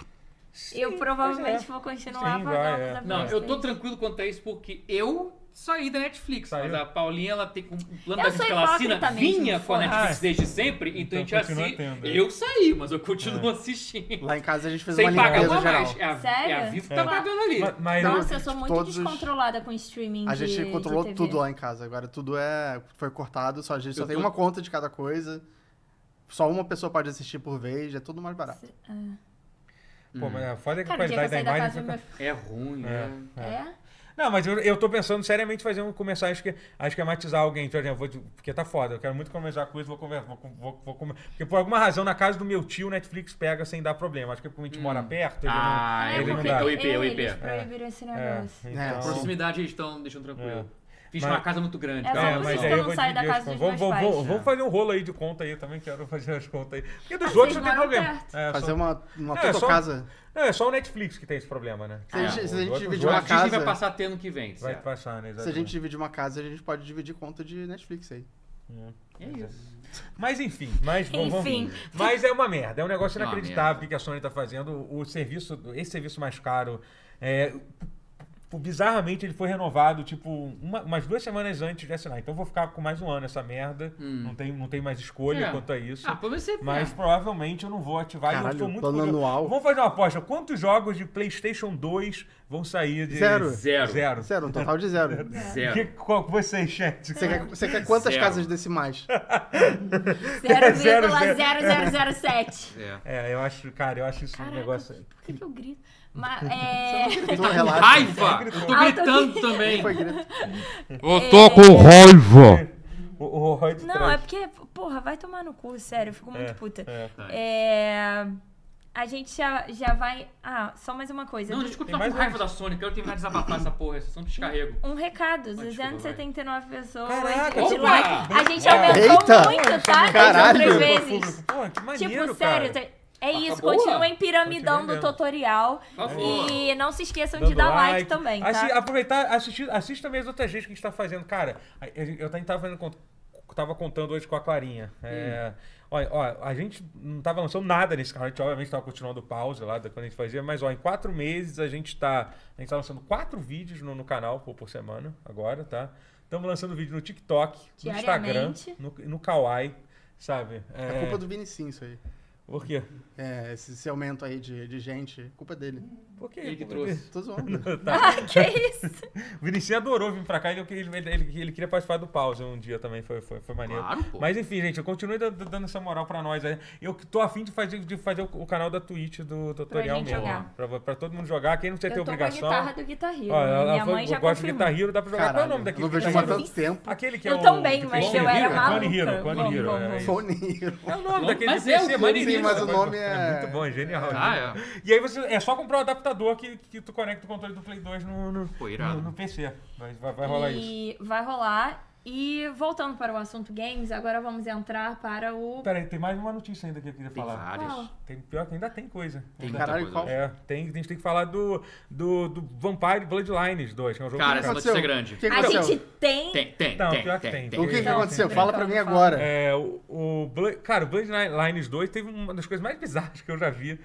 [SPEAKER 1] Sim,
[SPEAKER 4] eu provavelmente
[SPEAKER 1] pois é.
[SPEAKER 4] vou continuar
[SPEAKER 1] Sim, vai,
[SPEAKER 4] pagando.
[SPEAKER 1] é.
[SPEAKER 4] da
[SPEAKER 3] Não, eu tô
[SPEAKER 4] Netflix.
[SPEAKER 3] tranquilo quanto a isso porque eu saí da Netflix.
[SPEAKER 1] Saiu?
[SPEAKER 3] Mas a Paulinha, ela tem um plano
[SPEAKER 4] Eu
[SPEAKER 3] da gente
[SPEAKER 4] sou
[SPEAKER 3] que ela assina,
[SPEAKER 4] hipócrita mesmo,
[SPEAKER 3] vinha com a
[SPEAKER 4] foda-se.
[SPEAKER 3] Netflix
[SPEAKER 1] Ah,
[SPEAKER 3] desde sempre,
[SPEAKER 1] então
[SPEAKER 3] então, a gente
[SPEAKER 1] continua
[SPEAKER 3] assiste.
[SPEAKER 1] tendo, é.
[SPEAKER 3] Eu saí, mas eu continuo assistindo.
[SPEAKER 2] Lá em casa a gente fez
[SPEAKER 3] Sem
[SPEAKER 2] uma
[SPEAKER 3] pagar
[SPEAKER 2] limpeza
[SPEAKER 3] uma
[SPEAKER 2] geral.
[SPEAKER 3] mais. É a,
[SPEAKER 4] Sério?
[SPEAKER 3] é a Vivo que tá
[SPEAKER 1] É.
[SPEAKER 3] pagando ali.
[SPEAKER 1] Ma- Mas,
[SPEAKER 4] Nossa, eu sou muito
[SPEAKER 2] todos os-
[SPEAKER 4] descontrolada com streaming.
[SPEAKER 2] A
[SPEAKER 4] de-
[SPEAKER 2] gente
[SPEAKER 4] de
[SPEAKER 2] controlou
[SPEAKER 4] TV.
[SPEAKER 2] tudo lá em casa. Agora tudo é foi cortado, só a gente só
[SPEAKER 3] Eu
[SPEAKER 2] tem
[SPEAKER 3] tô-
[SPEAKER 2] uma conta de cada coisa. Só uma pessoa pode assistir por vez, é tudo mais barato.
[SPEAKER 1] pô, mas a foda é que a
[SPEAKER 4] Cara, o dia que
[SPEAKER 1] qualidade da
[SPEAKER 4] eu saí da
[SPEAKER 1] imagem.
[SPEAKER 4] casa do meu
[SPEAKER 1] fica-
[SPEAKER 4] filho.
[SPEAKER 3] É ruim, né?
[SPEAKER 2] tá-
[SPEAKER 4] É?
[SPEAKER 1] Não, mas eu, eu tô pensando seriamente em fazer um começar a esque- a esquematizar alguém. Por exemplo, vou de- porque tá foda. Eu quero muito começar com isso, vou conversar. Vou, com- vou, vou com- porque por alguma razão, na casa do meu tio, o Netflix pega sem dar problema. Acho que é porque a gente mora perto. ele não-
[SPEAKER 3] Hum. Ah,
[SPEAKER 4] É,
[SPEAKER 1] ele
[SPEAKER 3] eu
[SPEAKER 1] não
[SPEAKER 4] porque
[SPEAKER 1] dá.
[SPEAKER 3] é o IP, é o
[SPEAKER 4] eles
[SPEAKER 3] IP.
[SPEAKER 4] proibiram esse
[SPEAKER 1] É,
[SPEAKER 4] negócio.
[SPEAKER 1] então-
[SPEAKER 2] É,
[SPEAKER 3] Proximidade eles estão deixando tranquilo.
[SPEAKER 1] É.
[SPEAKER 3] Fiz
[SPEAKER 1] Mas-
[SPEAKER 3] uma casa muito grande.
[SPEAKER 4] É,
[SPEAKER 3] tá?
[SPEAKER 1] É,
[SPEAKER 4] por
[SPEAKER 1] mas
[SPEAKER 4] isso
[SPEAKER 1] aí
[SPEAKER 4] que eu
[SPEAKER 1] eu
[SPEAKER 4] não
[SPEAKER 1] vou
[SPEAKER 4] saio
[SPEAKER 1] dividir
[SPEAKER 4] da
[SPEAKER 1] as
[SPEAKER 4] casa
[SPEAKER 1] contas. Vamos,
[SPEAKER 4] dos meus
[SPEAKER 1] vamos-
[SPEAKER 4] pais.
[SPEAKER 1] vamos fazer um rolo aí de conta aí, eu também quero fazer as contas aí. Porque dos
[SPEAKER 4] Ah,
[SPEAKER 1] outros
[SPEAKER 4] vocês
[SPEAKER 1] não tem
[SPEAKER 4] moram
[SPEAKER 1] problema.
[SPEAKER 4] perto.
[SPEAKER 1] É,
[SPEAKER 2] Fazer
[SPEAKER 1] só,
[SPEAKER 2] uma, uma
[SPEAKER 1] É, só-
[SPEAKER 2] fotocasa.
[SPEAKER 1] não, é só o Netflix que tem esse problema, né?
[SPEAKER 2] Se a gente-
[SPEAKER 1] Os
[SPEAKER 2] se a gente
[SPEAKER 1] outros-
[SPEAKER 2] dividir
[SPEAKER 1] os
[SPEAKER 2] uma
[SPEAKER 1] outros
[SPEAKER 3] A Disney
[SPEAKER 2] casa-
[SPEAKER 3] vai passar até ano que vem.
[SPEAKER 1] Vai
[SPEAKER 3] certo?
[SPEAKER 1] passar, né?
[SPEAKER 2] Se a gente
[SPEAKER 1] exatamente.
[SPEAKER 2] dividir uma casa, a gente pode dividir conta de Netflix aí.
[SPEAKER 3] É isso.
[SPEAKER 1] Mas enfim, mas vamos, vamos-
[SPEAKER 4] Enfim.
[SPEAKER 1] Mas é uma merda, é um negócio
[SPEAKER 3] É uma
[SPEAKER 1] inacreditável
[SPEAKER 3] merda.
[SPEAKER 1] o que que a Sony tá fazendo. O serviço, esse serviço mais caro, é, o- bizarramente ele foi renovado, tipo, uma- umas duas semanas antes de assinar. Então eu vou ficar com mais um ano essa merda. Não, tem, não tem mais escolha
[SPEAKER 3] Hum. É.
[SPEAKER 1] quanto a isso.
[SPEAKER 3] Ah, pelo menos você.
[SPEAKER 1] Mas provavelmente eu não vou ativar e eu
[SPEAKER 2] É. Caralho,
[SPEAKER 1] estou muito
[SPEAKER 2] plano
[SPEAKER 1] curioso.
[SPEAKER 2] anual.
[SPEAKER 1] Vamos fazer uma aposta. Quantos jogos de PlayStation 2 vão sair de.
[SPEAKER 2] Zero.
[SPEAKER 3] Zero.
[SPEAKER 1] Zero.
[SPEAKER 2] Zero, um total de zero.
[SPEAKER 3] Zero.
[SPEAKER 1] Que, qual que vocês, chat?
[SPEAKER 2] Você quer, você quer quantas
[SPEAKER 3] Zero.
[SPEAKER 2] casas decimais?
[SPEAKER 4] 0,0007.
[SPEAKER 3] É.
[SPEAKER 1] É, eu acho, cara, eu acho isso um
[SPEAKER 4] Caraca,
[SPEAKER 1] negócio.
[SPEAKER 4] Por que, que eu grito? Mas, é...
[SPEAKER 2] Então
[SPEAKER 3] Tá com
[SPEAKER 2] relaxa.
[SPEAKER 3] raiva! Eu
[SPEAKER 4] Ah,
[SPEAKER 3] tô
[SPEAKER 4] eu tô
[SPEAKER 3] gritando também.
[SPEAKER 2] Foi grito.
[SPEAKER 6] Eu tô com raiva.
[SPEAKER 1] O, o Rod
[SPEAKER 4] Não, é
[SPEAKER 1] traz.
[SPEAKER 4] porque, porra, vai tomar no cu, sério, eu fico muito puta.
[SPEAKER 1] é.
[SPEAKER 3] Tá.
[SPEAKER 4] É, A gente já, já vai. Ah, só mais uma coisa.
[SPEAKER 3] Não,
[SPEAKER 4] Do-
[SPEAKER 3] desculpa,
[SPEAKER 1] Tem
[SPEAKER 3] eu tô
[SPEAKER 1] mais
[SPEAKER 3] com raiva da Sony, quero terminar de desabafar essa porra, essa sessão de descarrego.
[SPEAKER 4] Um recado,
[SPEAKER 3] desculpa,
[SPEAKER 4] 279 pessoas.
[SPEAKER 1] Caraca, tipo,
[SPEAKER 4] gente,
[SPEAKER 3] opa!
[SPEAKER 4] like. A gente
[SPEAKER 1] Opa!
[SPEAKER 4] aumentou
[SPEAKER 2] Eita!
[SPEAKER 4] muito, tá?
[SPEAKER 2] Caralho!
[SPEAKER 4] Das outras vezes.
[SPEAKER 1] Público. Pô, que maneiro,
[SPEAKER 4] tipo, sério,
[SPEAKER 1] cara.
[SPEAKER 4] tá- é isso.
[SPEAKER 3] boa.
[SPEAKER 4] Continuem piramidão
[SPEAKER 1] Continue
[SPEAKER 4] no
[SPEAKER 1] mesmo.
[SPEAKER 4] tutorial.
[SPEAKER 3] Por favor.
[SPEAKER 4] E não se esqueçam de
[SPEAKER 1] Dando
[SPEAKER 4] dar like, também, tá?
[SPEAKER 1] Assi- aproveitar, assistir, assiste também as outras vezes que a gente tá fazendo. Cara, eu, eu também tava fazendo cont- tava contando hoje com a Clarinha. É,
[SPEAKER 4] Hum.
[SPEAKER 1] olha, ó, a gente não tava lançando nada nesse canal. A gente, obviamente, tava continuando o pause lá da, quando a gente fazia. Mas, ó, em quatro meses a gente tá, a gente tá lançando quatro vídeos no, no canal por, por semana agora, tá? Estamos lançando vídeo no TikTok, no Instagram,
[SPEAKER 4] Diariamente.
[SPEAKER 1] no, no Kawaii, sabe?
[SPEAKER 2] É culpa do Vinicinho isso aí.
[SPEAKER 1] Por quê?
[SPEAKER 2] É, esse, esse aumento aí de, de gente, é culpa dele.
[SPEAKER 1] Por quê?
[SPEAKER 3] Ele que
[SPEAKER 1] Por quê?
[SPEAKER 3] trouxe.
[SPEAKER 2] Tô zoando.
[SPEAKER 3] é
[SPEAKER 4] que isso?
[SPEAKER 1] O Vinicius adorou vir pra cá e ele, ele, ele- ele queria participar do pause um dia também, foi, foi, foi maneiro.
[SPEAKER 3] Claro, pô.
[SPEAKER 1] Mas enfim, gente, eu continuo dando, dando essa moral pra nós. aí. Eu que tô afim de fazer, de fazer o, o canal da Twitch do tutorial
[SPEAKER 4] gente
[SPEAKER 1] mesmo.
[SPEAKER 4] jogar.
[SPEAKER 1] Pra, pra todo mundo jogar, quem não precisa
[SPEAKER 4] Eu
[SPEAKER 1] ter
[SPEAKER 4] tô com
[SPEAKER 1] obrigação.
[SPEAKER 4] a guitarra do guitarriro.
[SPEAKER 1] Ó, ela- ela
[SPEAKER 4] Minha mãe
[SPEAKER 1] falou,
[SPEAKER 4] já
[SPEAKER 1] gosta de
[SPEAKER 4] confirmou.
[SPEAKER 1] Guitar Hero, dá pra jogar. Qual é o nome daquele?
[SPEAKER 2] não vejo
[SPEAKER 1] Guitar
[SPEAKER 2] há
[SPEAKER 4] mais
[SPEAKER 1] Hero?
[SPEAKER 2] tanto tempo.
[SPEAKER 1] Aquele que é
[SPEAKER 4] Eu
[SPEAKER 1] o.
[SPEAKER 4] também,
[SPEAKER 1] que
[SPEAKER 4] mas
[SPEAKER 1] tem-
[SPEAKER 4] eu era maluca.
[SPEAKER 1] Clone Hero,
[SPEAKER 4] Bom,
[SPEAKER 1] Clone Hero.
[SPEAKER 4] bom,
[SPEAKER 1] é
[SPEAKER 4] bom.
[SPEAKER 1] isso.
[SPEAKER 2] Foneiro.
[SPEAKER 1] É o nome
[SPEAKER 3] Não,
[SPEAKER 1] daquele
[SPEAKER 3] mas
[SPEAKER 1] de
[SPEAKER 3] é,
[SPEAKER 1] PC,
[SPEAKER 3] o
[SPEAKER 1] maneiro.
[SPEAKER 3] Sim, mas
[SPEAKER 2] o nome é-
[SPEAKER 1] muito bom, né? é genial.
[SPEAKER 3] Ah,
[SPEAKER 1] né?
[SPEAKER 3] é.
[SPEAKER 1] E aí você é só comprar o adaptador que, que tu conecta o controle do Play 2 no, no,
[SPEAKER 3] Pô, irado.
[SPEAKER 1] no- no PC. Vai, vai, vai rolar isso.
[SPEAKER 4] e vai rolar. E voltando para o assunto games, agora vamos entrar para o.
[SPEAKER 1] Peraí, tem mais uma notícia ainda que eu queria
[SPEAKER 3] Tem
[SPEAKER 1] falar.
[SPEAKER 3] várias.
[SPEAKER 4] Fala.
[SPEAKER 1] Tem, pior que ainda tem coisa.
[SPEAKER 3] Tem muita
[SPEAKER 2] Caralho,
[SPEAKER 3] coisa
[SPEAKER 2] qual?
[SPEAKER 3] hoje.
[SPEAKER 1] É, tem, a gente tem que falar do, do, do Vampire Bloodlines 2, que é um jogo
[SPEAKER 3] Cara,
[SPEAKER 1] que
[SPEAKER 3] essa notícia é grande.
[SPEAKER 2] O que
[SPEAKER 4] A
[SPEAKER 2] aconteceu?
[SPEAKER 4] gente tem.
[SPEAKER 3] Tem, tem,
[SPEAKER 1] Não,
[SPEAKER 3] tem,
[SPEAKER 1] pior que
[SPEAKER 3] tem,
[SPEAKER 1] tem.
[SPEAKER 3] tem. Um
[SPEAKER 2] O que, que
[SPEAKER 4] Não,
[SPEAKER 2] aconteceu?
[SPEAKER 4] tem.
[SPEAKER 2] Fala pra mim
[SPEAKER 4] Brincando,
[SPEAKER 2] agora.
[SPEAKER 1] é, o, o Blood- cara, o Bloodlines 2 teve uma das coisas mais bizarras que eu já vi.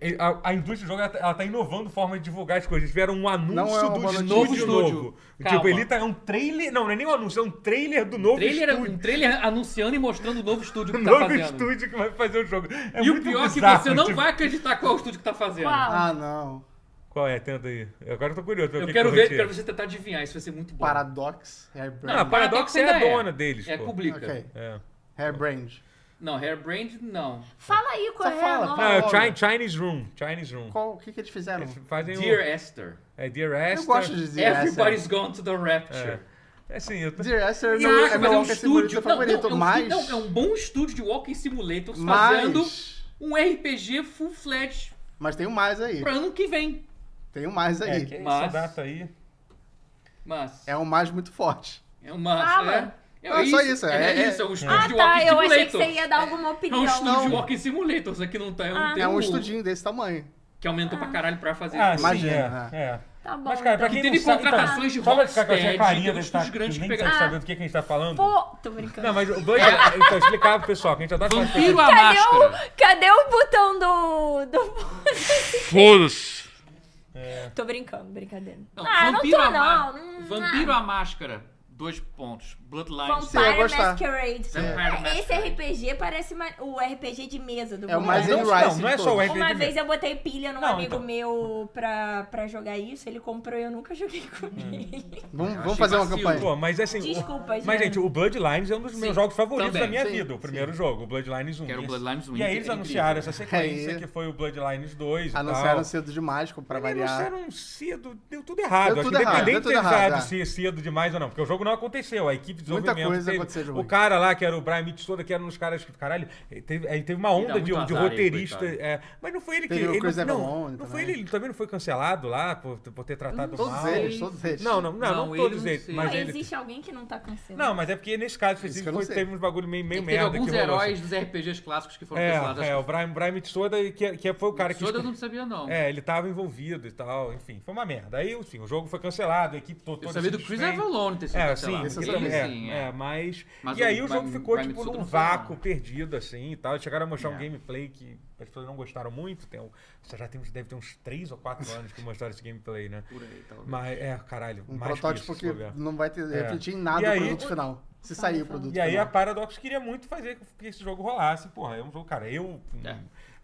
[SPEAKER 1] ele- a, a indústria do jogo ela tá, ela tá inovando forma de divulgar as coisas. Eles tiveram um anúncio
[SPEAKER 2] Não é uma
[SPEAKER 1] do
[SPEAKER 2] boa
[SPEAKER 1] estúdio
[SPEAKER 3] notícia. Novo
[SPEAKER 1] novo.
[SPEAKER 3] estúdio.
[SPEAKER 1] Tipo,
[SPEAKER 3] Calma.
[SPEAKER 1] ele tá, é um trailer. Não, não é nem um anúncio, é um trailer do novo
[SPEAKER 3] Trailer,
[SPEAKER 1] estúdio.
[SPEAKER 3] um trailer anunciando e mostrando o novo estúdio
[SPEAKER 1] O
[SPEAKER 3] que tá
[SPEAKER 1] novo
[SPEAKER 3] fazendo.
[SPEAKER 1] estúdio que vai fazer o jogo. É
[SPEAKER 3] e o
[SPEAKER 1] muito
[SPEAKER 3] pior é que
[SPEAKER 1] bizarro,
[SPEAKER 3] você não
[SPEAKER 1] tipo-
[SPEAKER 3] vai acreditar qual é o estúdio que tá fazendo.
[SPEAKER 4] Qual?
[SPEAKER 2] Ah, não.
[SPEAKER 1] Qual é? Tenta aí. Agora eu tô curioso. pra
[SPEAKER 3] Eu
[SPEAKER 1] que
[SPEAKER 3] quero
[SPEAKER 1] que
[SPEAKER 3] ver,
[SPEAKER 1] retiro.
[SPEAKER 3] quero você tentar adivinhar, isso vai ser muito bom.
[SPEAKER 2] Paradox,
[SPEAKER 1] Não, a
[SPEAKER 2] Hairbrand.
[SPEAKER 1] Paradox
[SPEAKER 3] Paradox
[SPEAKER 1] ainda é
[SPEAKER 3] ainda é.
[SPEAKER 1] dona deles.
[SPEAKER 3] É,
[SPEAKER 1] pô.
[SPEAKER 3] publica.
[SPEAKER 2] Ok,
[SPEAKER 1] É.
[SPEAKER 2] Hairbrand.
[SPEAKER 3] Não, Hairbrand, não.
[SPEAKER 4] Fala aí qual
[SPEAKER 2] Só
[SPEAKER 4] é
[SPEAKER 2] fala,
[SPEAKER 4] a nova.
[SPEAKER 1] Não, é o
[SPEAKER 2] logo.
[SPEAKER 1] Chi- Chinese Room. Chinese Room.
[SPEAKER 2] Qual, é o que que eles fizeram?
[SPEAKER 1] Eles fazem
[SPEAKER 3] Dear
[SPEAKER 1] o.
[SPEAKER 3] Esther.
[SPEAKER 1] É Dear Esther.
[SPEAKER 2] Eu gosto de dizer
[SPEAKER 3] Everybody's
[SPEAKER 2] essa.
[SPEAKER 3] gone to the
[SPEAKER 1] É.
[SPEAKER 3] Rapture.
[SPEAKER 1] É assim, eu tô.
[SPEAKER 2] Dear Esther
[SPEAKER 3] Eu
[SPEAKER 2] não
[SPEAKER 3] acho,
[SPEAKER 2] é
[SPEAKER 3] mas
[SPEAKER 2] meu
[SPEAKER 3] é um
[SPEAKER 2] Walking Simulator
[SPEAKER 3] estúdio. Não, não,
[SPEAKER 2] favorito,
[SPEAKER 3] é um-
[SPEAKER 2] mas...
[SPEAKER 3] não, é um bom estúdio de Walking Simulators fazendo
[SPEAKER 2] Mas...
[SPEAKER 3] um RPG full-fledged
[SPEAKER 2] Mas tem um mais aí.
[SPEAKER 3] pra ano que vem.
[SPEAKER 2] Tem um mais
[SPEAKER 1] É, que
[SPEAKER 2] aí.
[SPEAKER 1] é essa
[SPEAKER 3] Mas-
[SPEAKER 1] data aí.
[SPEAKER 3] Mas.
[SPEAKER 2] É um mais muito forte.
[SPEAKER 3] É uma.
[SPEAKER 4] Fala.
[SPEAKER 3] É,
[SPEAKER 2] Não,
[SPEAKER 3] é
[SPEAKER 2] só
[SPEAKER 3] isso,
[SPEAKER 2] isso,
[SPEAKER 3] É,
[SPEAKER 2] é-
[SPEAKER 3] isso, é um estúdio
[SPEAKER 4] Ah,
[SPEAKER 3] de
[SPEAKER 4] tá.
[SPEAKER 3] Walking
[SPEAKER 4] Eu achei que
[SPEAKER 3] Simulators.
[SPEAKER 4] você ia dar alguma
[SPEAKER 3] É um
[SPEAKER 4] opinião.
[SPEAKER 3] estúdio de
[SPEAKER 2] Não.
[SPEAKER 3] Walking Simulators, aqui não tá. Não
[SPEAKER 4] Ah.
[SPEAKER 3] tem
[SPEAKER 2] É um
[SPEAKER 3] o-
[SPEAKER 2] estudinho desse tamanho.
[SPEAKER 3] Que aumentou pra caralho pra fazer.
[SPEAKER 1] Ah,
[SPEAKER 3] isso.
[SPEAKER 1] sim,
[SPEAKER 2] Imagina,
[SPEAKER 1] é,
[SPEAKER 2] né?
[SPEAKER 1] é.
[SPEAKER 4] Tá bom.
[SPEAKER 1] Mas, cara, pra
[SPEAKER 4] então.
[SPEAKER 1] quem
[SPEAKER 3] teve
[SPEAKER 1] não sabe, então,
[SPEAKER 3] contratações de
[SPEAKER 1] só pra ficar com essa
[SPEAKER 3] Rocksteady,
[SPEAKER 1] clarinha
[SPEAKER 3] teve
[SPEAKER 1] desse tá,
[SPEAKER 3] estúdios grandes
[SPEAKER 1] nem
[SPEAKER 3] que
[SPEAKER 1] deve
[SPEAKER 4] pegaram-
[SPEAKER 1] saber do que, que a gente tá falando.
[SPEAKER 4] Pô, tô brincando.
[SPEAKER 1] Não, mas o Blood...
[SPEAKER 2] Ah.
[SPEAKER 1] então, explicar pro pessoal, que a gente tá adora... falar-
[SPEAKER 3] Vampiro à
[SPEAKER 4] Cadê o,
[SPEAKER 3] máscara.
[SPEAKER 4] cadê o botão do. do...
[SPEAKER 6] Foda-se.
[SPEAKER 4] tô brincando, brincadeira.
[SPEAKER 3] É. Não,
[SPEAKER 4] ah, não
[SPEAKER 3] Vampiro
[SPEAKER 4] tô,
[SPEAKER 3] à
[SPEAKER 4] não.
[SPEAKER 3] Máscara.
[SPEAKER 4] Hum,
[SPEAKER 3] Vampiro à máscara. Dois pontos. Bloodlines.
[SPEAKER 2] Você ia
[SPEAKER 4] Vampire
[SPEAKER 2] gostar.
[SPEAKER 4] Masquerade.
[SPEAKER 3] Vampire
[SPEAKER 4] Esse RPG parece ma- o RPG de mesa do
[SPEAKER 2] É o
[SPEAKER 4] Vampire.
[SPEAKER 2] mais
[SPEAKER 1] Não,
[SPEAKER 2] Mas
[SPEAKER 1] não,
[SPEAKER 2] ele
[SPEAKER 1] não é
[SPEAKER 2] rise
[SPEAKER 1] só o
[SPEAKER 2] todo.
[SPEAKER 1] RPG
[SPEAKER 4] Uma
[SPEAKER 1] mesmo.
[SPEAKER 4] vez eu botei pilha num
[SPEAKER 1] Não,
[SPEAKER 4] amigo
[SPEAKER 1] então.
[SPEAKER 4] meu pra, pra jogar isso, ele comprou e eu nunca joguei com
[SPEAKER 1] Hum.
[SPEAKER 4] ele.
[SPEAKER 2] Vamos,
[SPEAKER 3] É,
[SPEAKER 2] vamos
[SPEAKER 3] Eu achei
[SPEAKER 2] fazer uma
[SPEAKER 3] vacilo.
[SPEAKER 2] campanha.
[SPEAKER 1] Pô, mas assim... o-
[SPEAKER 4] Desculpa, gente.
[SPEAKER 1] Mas, gente, o Bloodlines é um dos meus jogos favoritos
[SPEAKER 3] também,
[SPEAKER 1] da minha
[SPEAKER 2] sim,
[SPEAKER 1] vida, o primeiro jogo, o Bloodlines 1.
[SPEAKER 3] Que era o
[SPEAKER 1] Esse-
[SPEAKER 3] Bloodlines 1,
[SPEAKER 1] E é né? aí é. eles
[SPEAKER 3] incrível.
[SPEAKER 1] anunciaram essa sequência,
[SPEAKER 2] Aí-
[SPEAKER 1] que foi o Bloodlines 2 e
[SPEAKER 2] Anunciaram
[SPEAKER 1] tal.
[SPEAKER 2] cedo demais como pra
[SPEAKER 1] Mas
[SPEAKER 2] variar.
[SPEAKER 1] Anunciaram um cedo, deu tudo errado.
[SPEAKER 2] Deu
[SPEAKER 1] Acho
[SPEAKER 2] tudo
[SPEAKER 1] que
[SPEAKER 2] errado,
[SPEAKER 1] independente
[SPEAKER 2] deu
[SPEAKER 1] de
[SPEAKER 2] tudo errado,
[SPEAKER 1] errado,
[SPEAKER 2] é.
[SPEAKER 1] se é cedo demais ou não, porque o jogo não aconteceu. A equipe de
[SPEAKER 2] Muita
[SPEAKER 1] desenvolvimento
[SPEAKER 2] coisa
[SPEAKER 1] teve-
[SPEAKER 2] aconteceu de
[SPEAKER 1] O
[SPEAKER 2] ruim.
[SPEAKER 1] cara lá, que era o Brian Mitsuda, que era um dos caras que, caralho, eh, teve, aí teve uma
[SPEAKER 3] dá
[SPEAKER 1] onda de, um,
[SPEAKER 3] muito
[SPEAKER 1] de
[SPEAKER 3] azar ele,
[SPEAKER 1] roteirista.
[SPEAKER 3] coitado.
[SPEAKER 1] é, mas não foi ele que.
[SPEAKER 2] Teve o
[SPEAKER 1] Ele
[SPEAKER 2] Chris
[SPEAKER 1] não, não,
[SPEAKER 2] Avalon
[SPEAKER 1] não foi ele,
[SPEAKER 2] também.
[SPEAKER 1] ele também não foi cancelado lá por, por ter tratado
[SPEAKER 2] Todos
[SPEAKER 1] tá mal.
[SPEAKER 2] eles, todos eles.
[SPEAKER 1] Não, não, não, não,
[SPEAKER 3] Não, ele
[SPEAKER 1] todos
[SPEAKER 3] não
[SPEAKER 1] eles.
[SPEAKER 3] sei.
[SPEAKER 1] Mas
[SPEAKER 4] Pô,
[SPEAKER 1] ele-
[SPEAKER 4] existe alguém que não tá cancelando.
[SPEAKER 1] Não, mas é porque nesse caso
[SPEAKER 2] que
[SPEAKER 1] específico
[SPEAKER 2] eu não
[SPEAKER 1] foi-
[SPEAKER 2] sei.
[SPEAKER 1] teve uns bagulho meio, meio
[SPEAKER 3] Teve
[SPEAKER 1] merda
[SPEAKER 3] alguns
[SPEAKER 1] que rolou,
[SPEAKER 3] heróis
[SPEAKER 1] assim.
[SPEAKER 3] dos RPGs clássicos que foram cancelados.
[SPEAKER 1] É, é,
[SPEAKER 3] acho
[SPEAKER 1] o Brian, Brian Mitsuda, que, que foi o cara
[SPEAKER 3] que
[SPEAKER 1] que.
[SPEAKER 3] Soda eu não sabia, não.
[SPEAKER 1] É, ele tava envolvido e tal, enfim, foi uma merda. Aí, enfim, o jogo foi cancelado, a equipe toda.
[SPEAKER 3] Eu sabia do Chris Avalone ter sido
[SPEAKER 1] É, sim,
[SPEAKER 3] cancelado.
[SPEAKER 2] esse
[SPEAKER 1] aquele
[SPEAKER 2] eu
[SPEAKER 3] Ele,
[SPEAKER 1] é,
[SPEAKER 3] sim,
[SPEAKER 1] é,
[SPEAKER 3] é.
[SPEAKER 1] mas.
[SPEAKER 3] Mas
[SPEAKER 1] e aí
[SPEAKER 3] o
[SPEAKER 1] o jogo
[SPEAKER 3] Brian-
[SPEAKER 1] ficou,
[SPEAKER 3] Brian
[SPEAKER 1] tipo,
[SPEAKER 3] Mitsuda
[SPEAKER 1] num
[SPEAKER 3] não foi nada.
[SPEAKER 1] vácuo perdido, assim e tal. Eles chegaram a mostrar um
[SPEAKER 3] É.
[SPEAKER 1] gameplay que as pessoas não gostaram muito. Tem, um- isso já tem, uns- deve ter uns 3 ou 4 anos que mostraram esse gameplay, né?
[SPEAKER 3] Por aí, então. talvez.
[SPEAKER 1] Mas, é, caralho,
[SPEAKER 2] Um
[SPEAKER 1] mais
[SPEAKER 2] protótipo
[SPEAKER 1] que,
[SPEAKER 2] que
[SPEAKER 1] isso, se bobear.
[SPEAKER 2] não vai ter, refletir em nada
[SPEAKER 1] E aí-
[SPEAKER 2] o produto final. Se sair o produto
[SPEAKER 1] E aí a
[SPEAKER 2] final.
[SPEAKER 1] Paradox queria muito fazer que esse jogo rolasse. Porra, é um jogo, cara, eu.
[SPEAKER 3] É.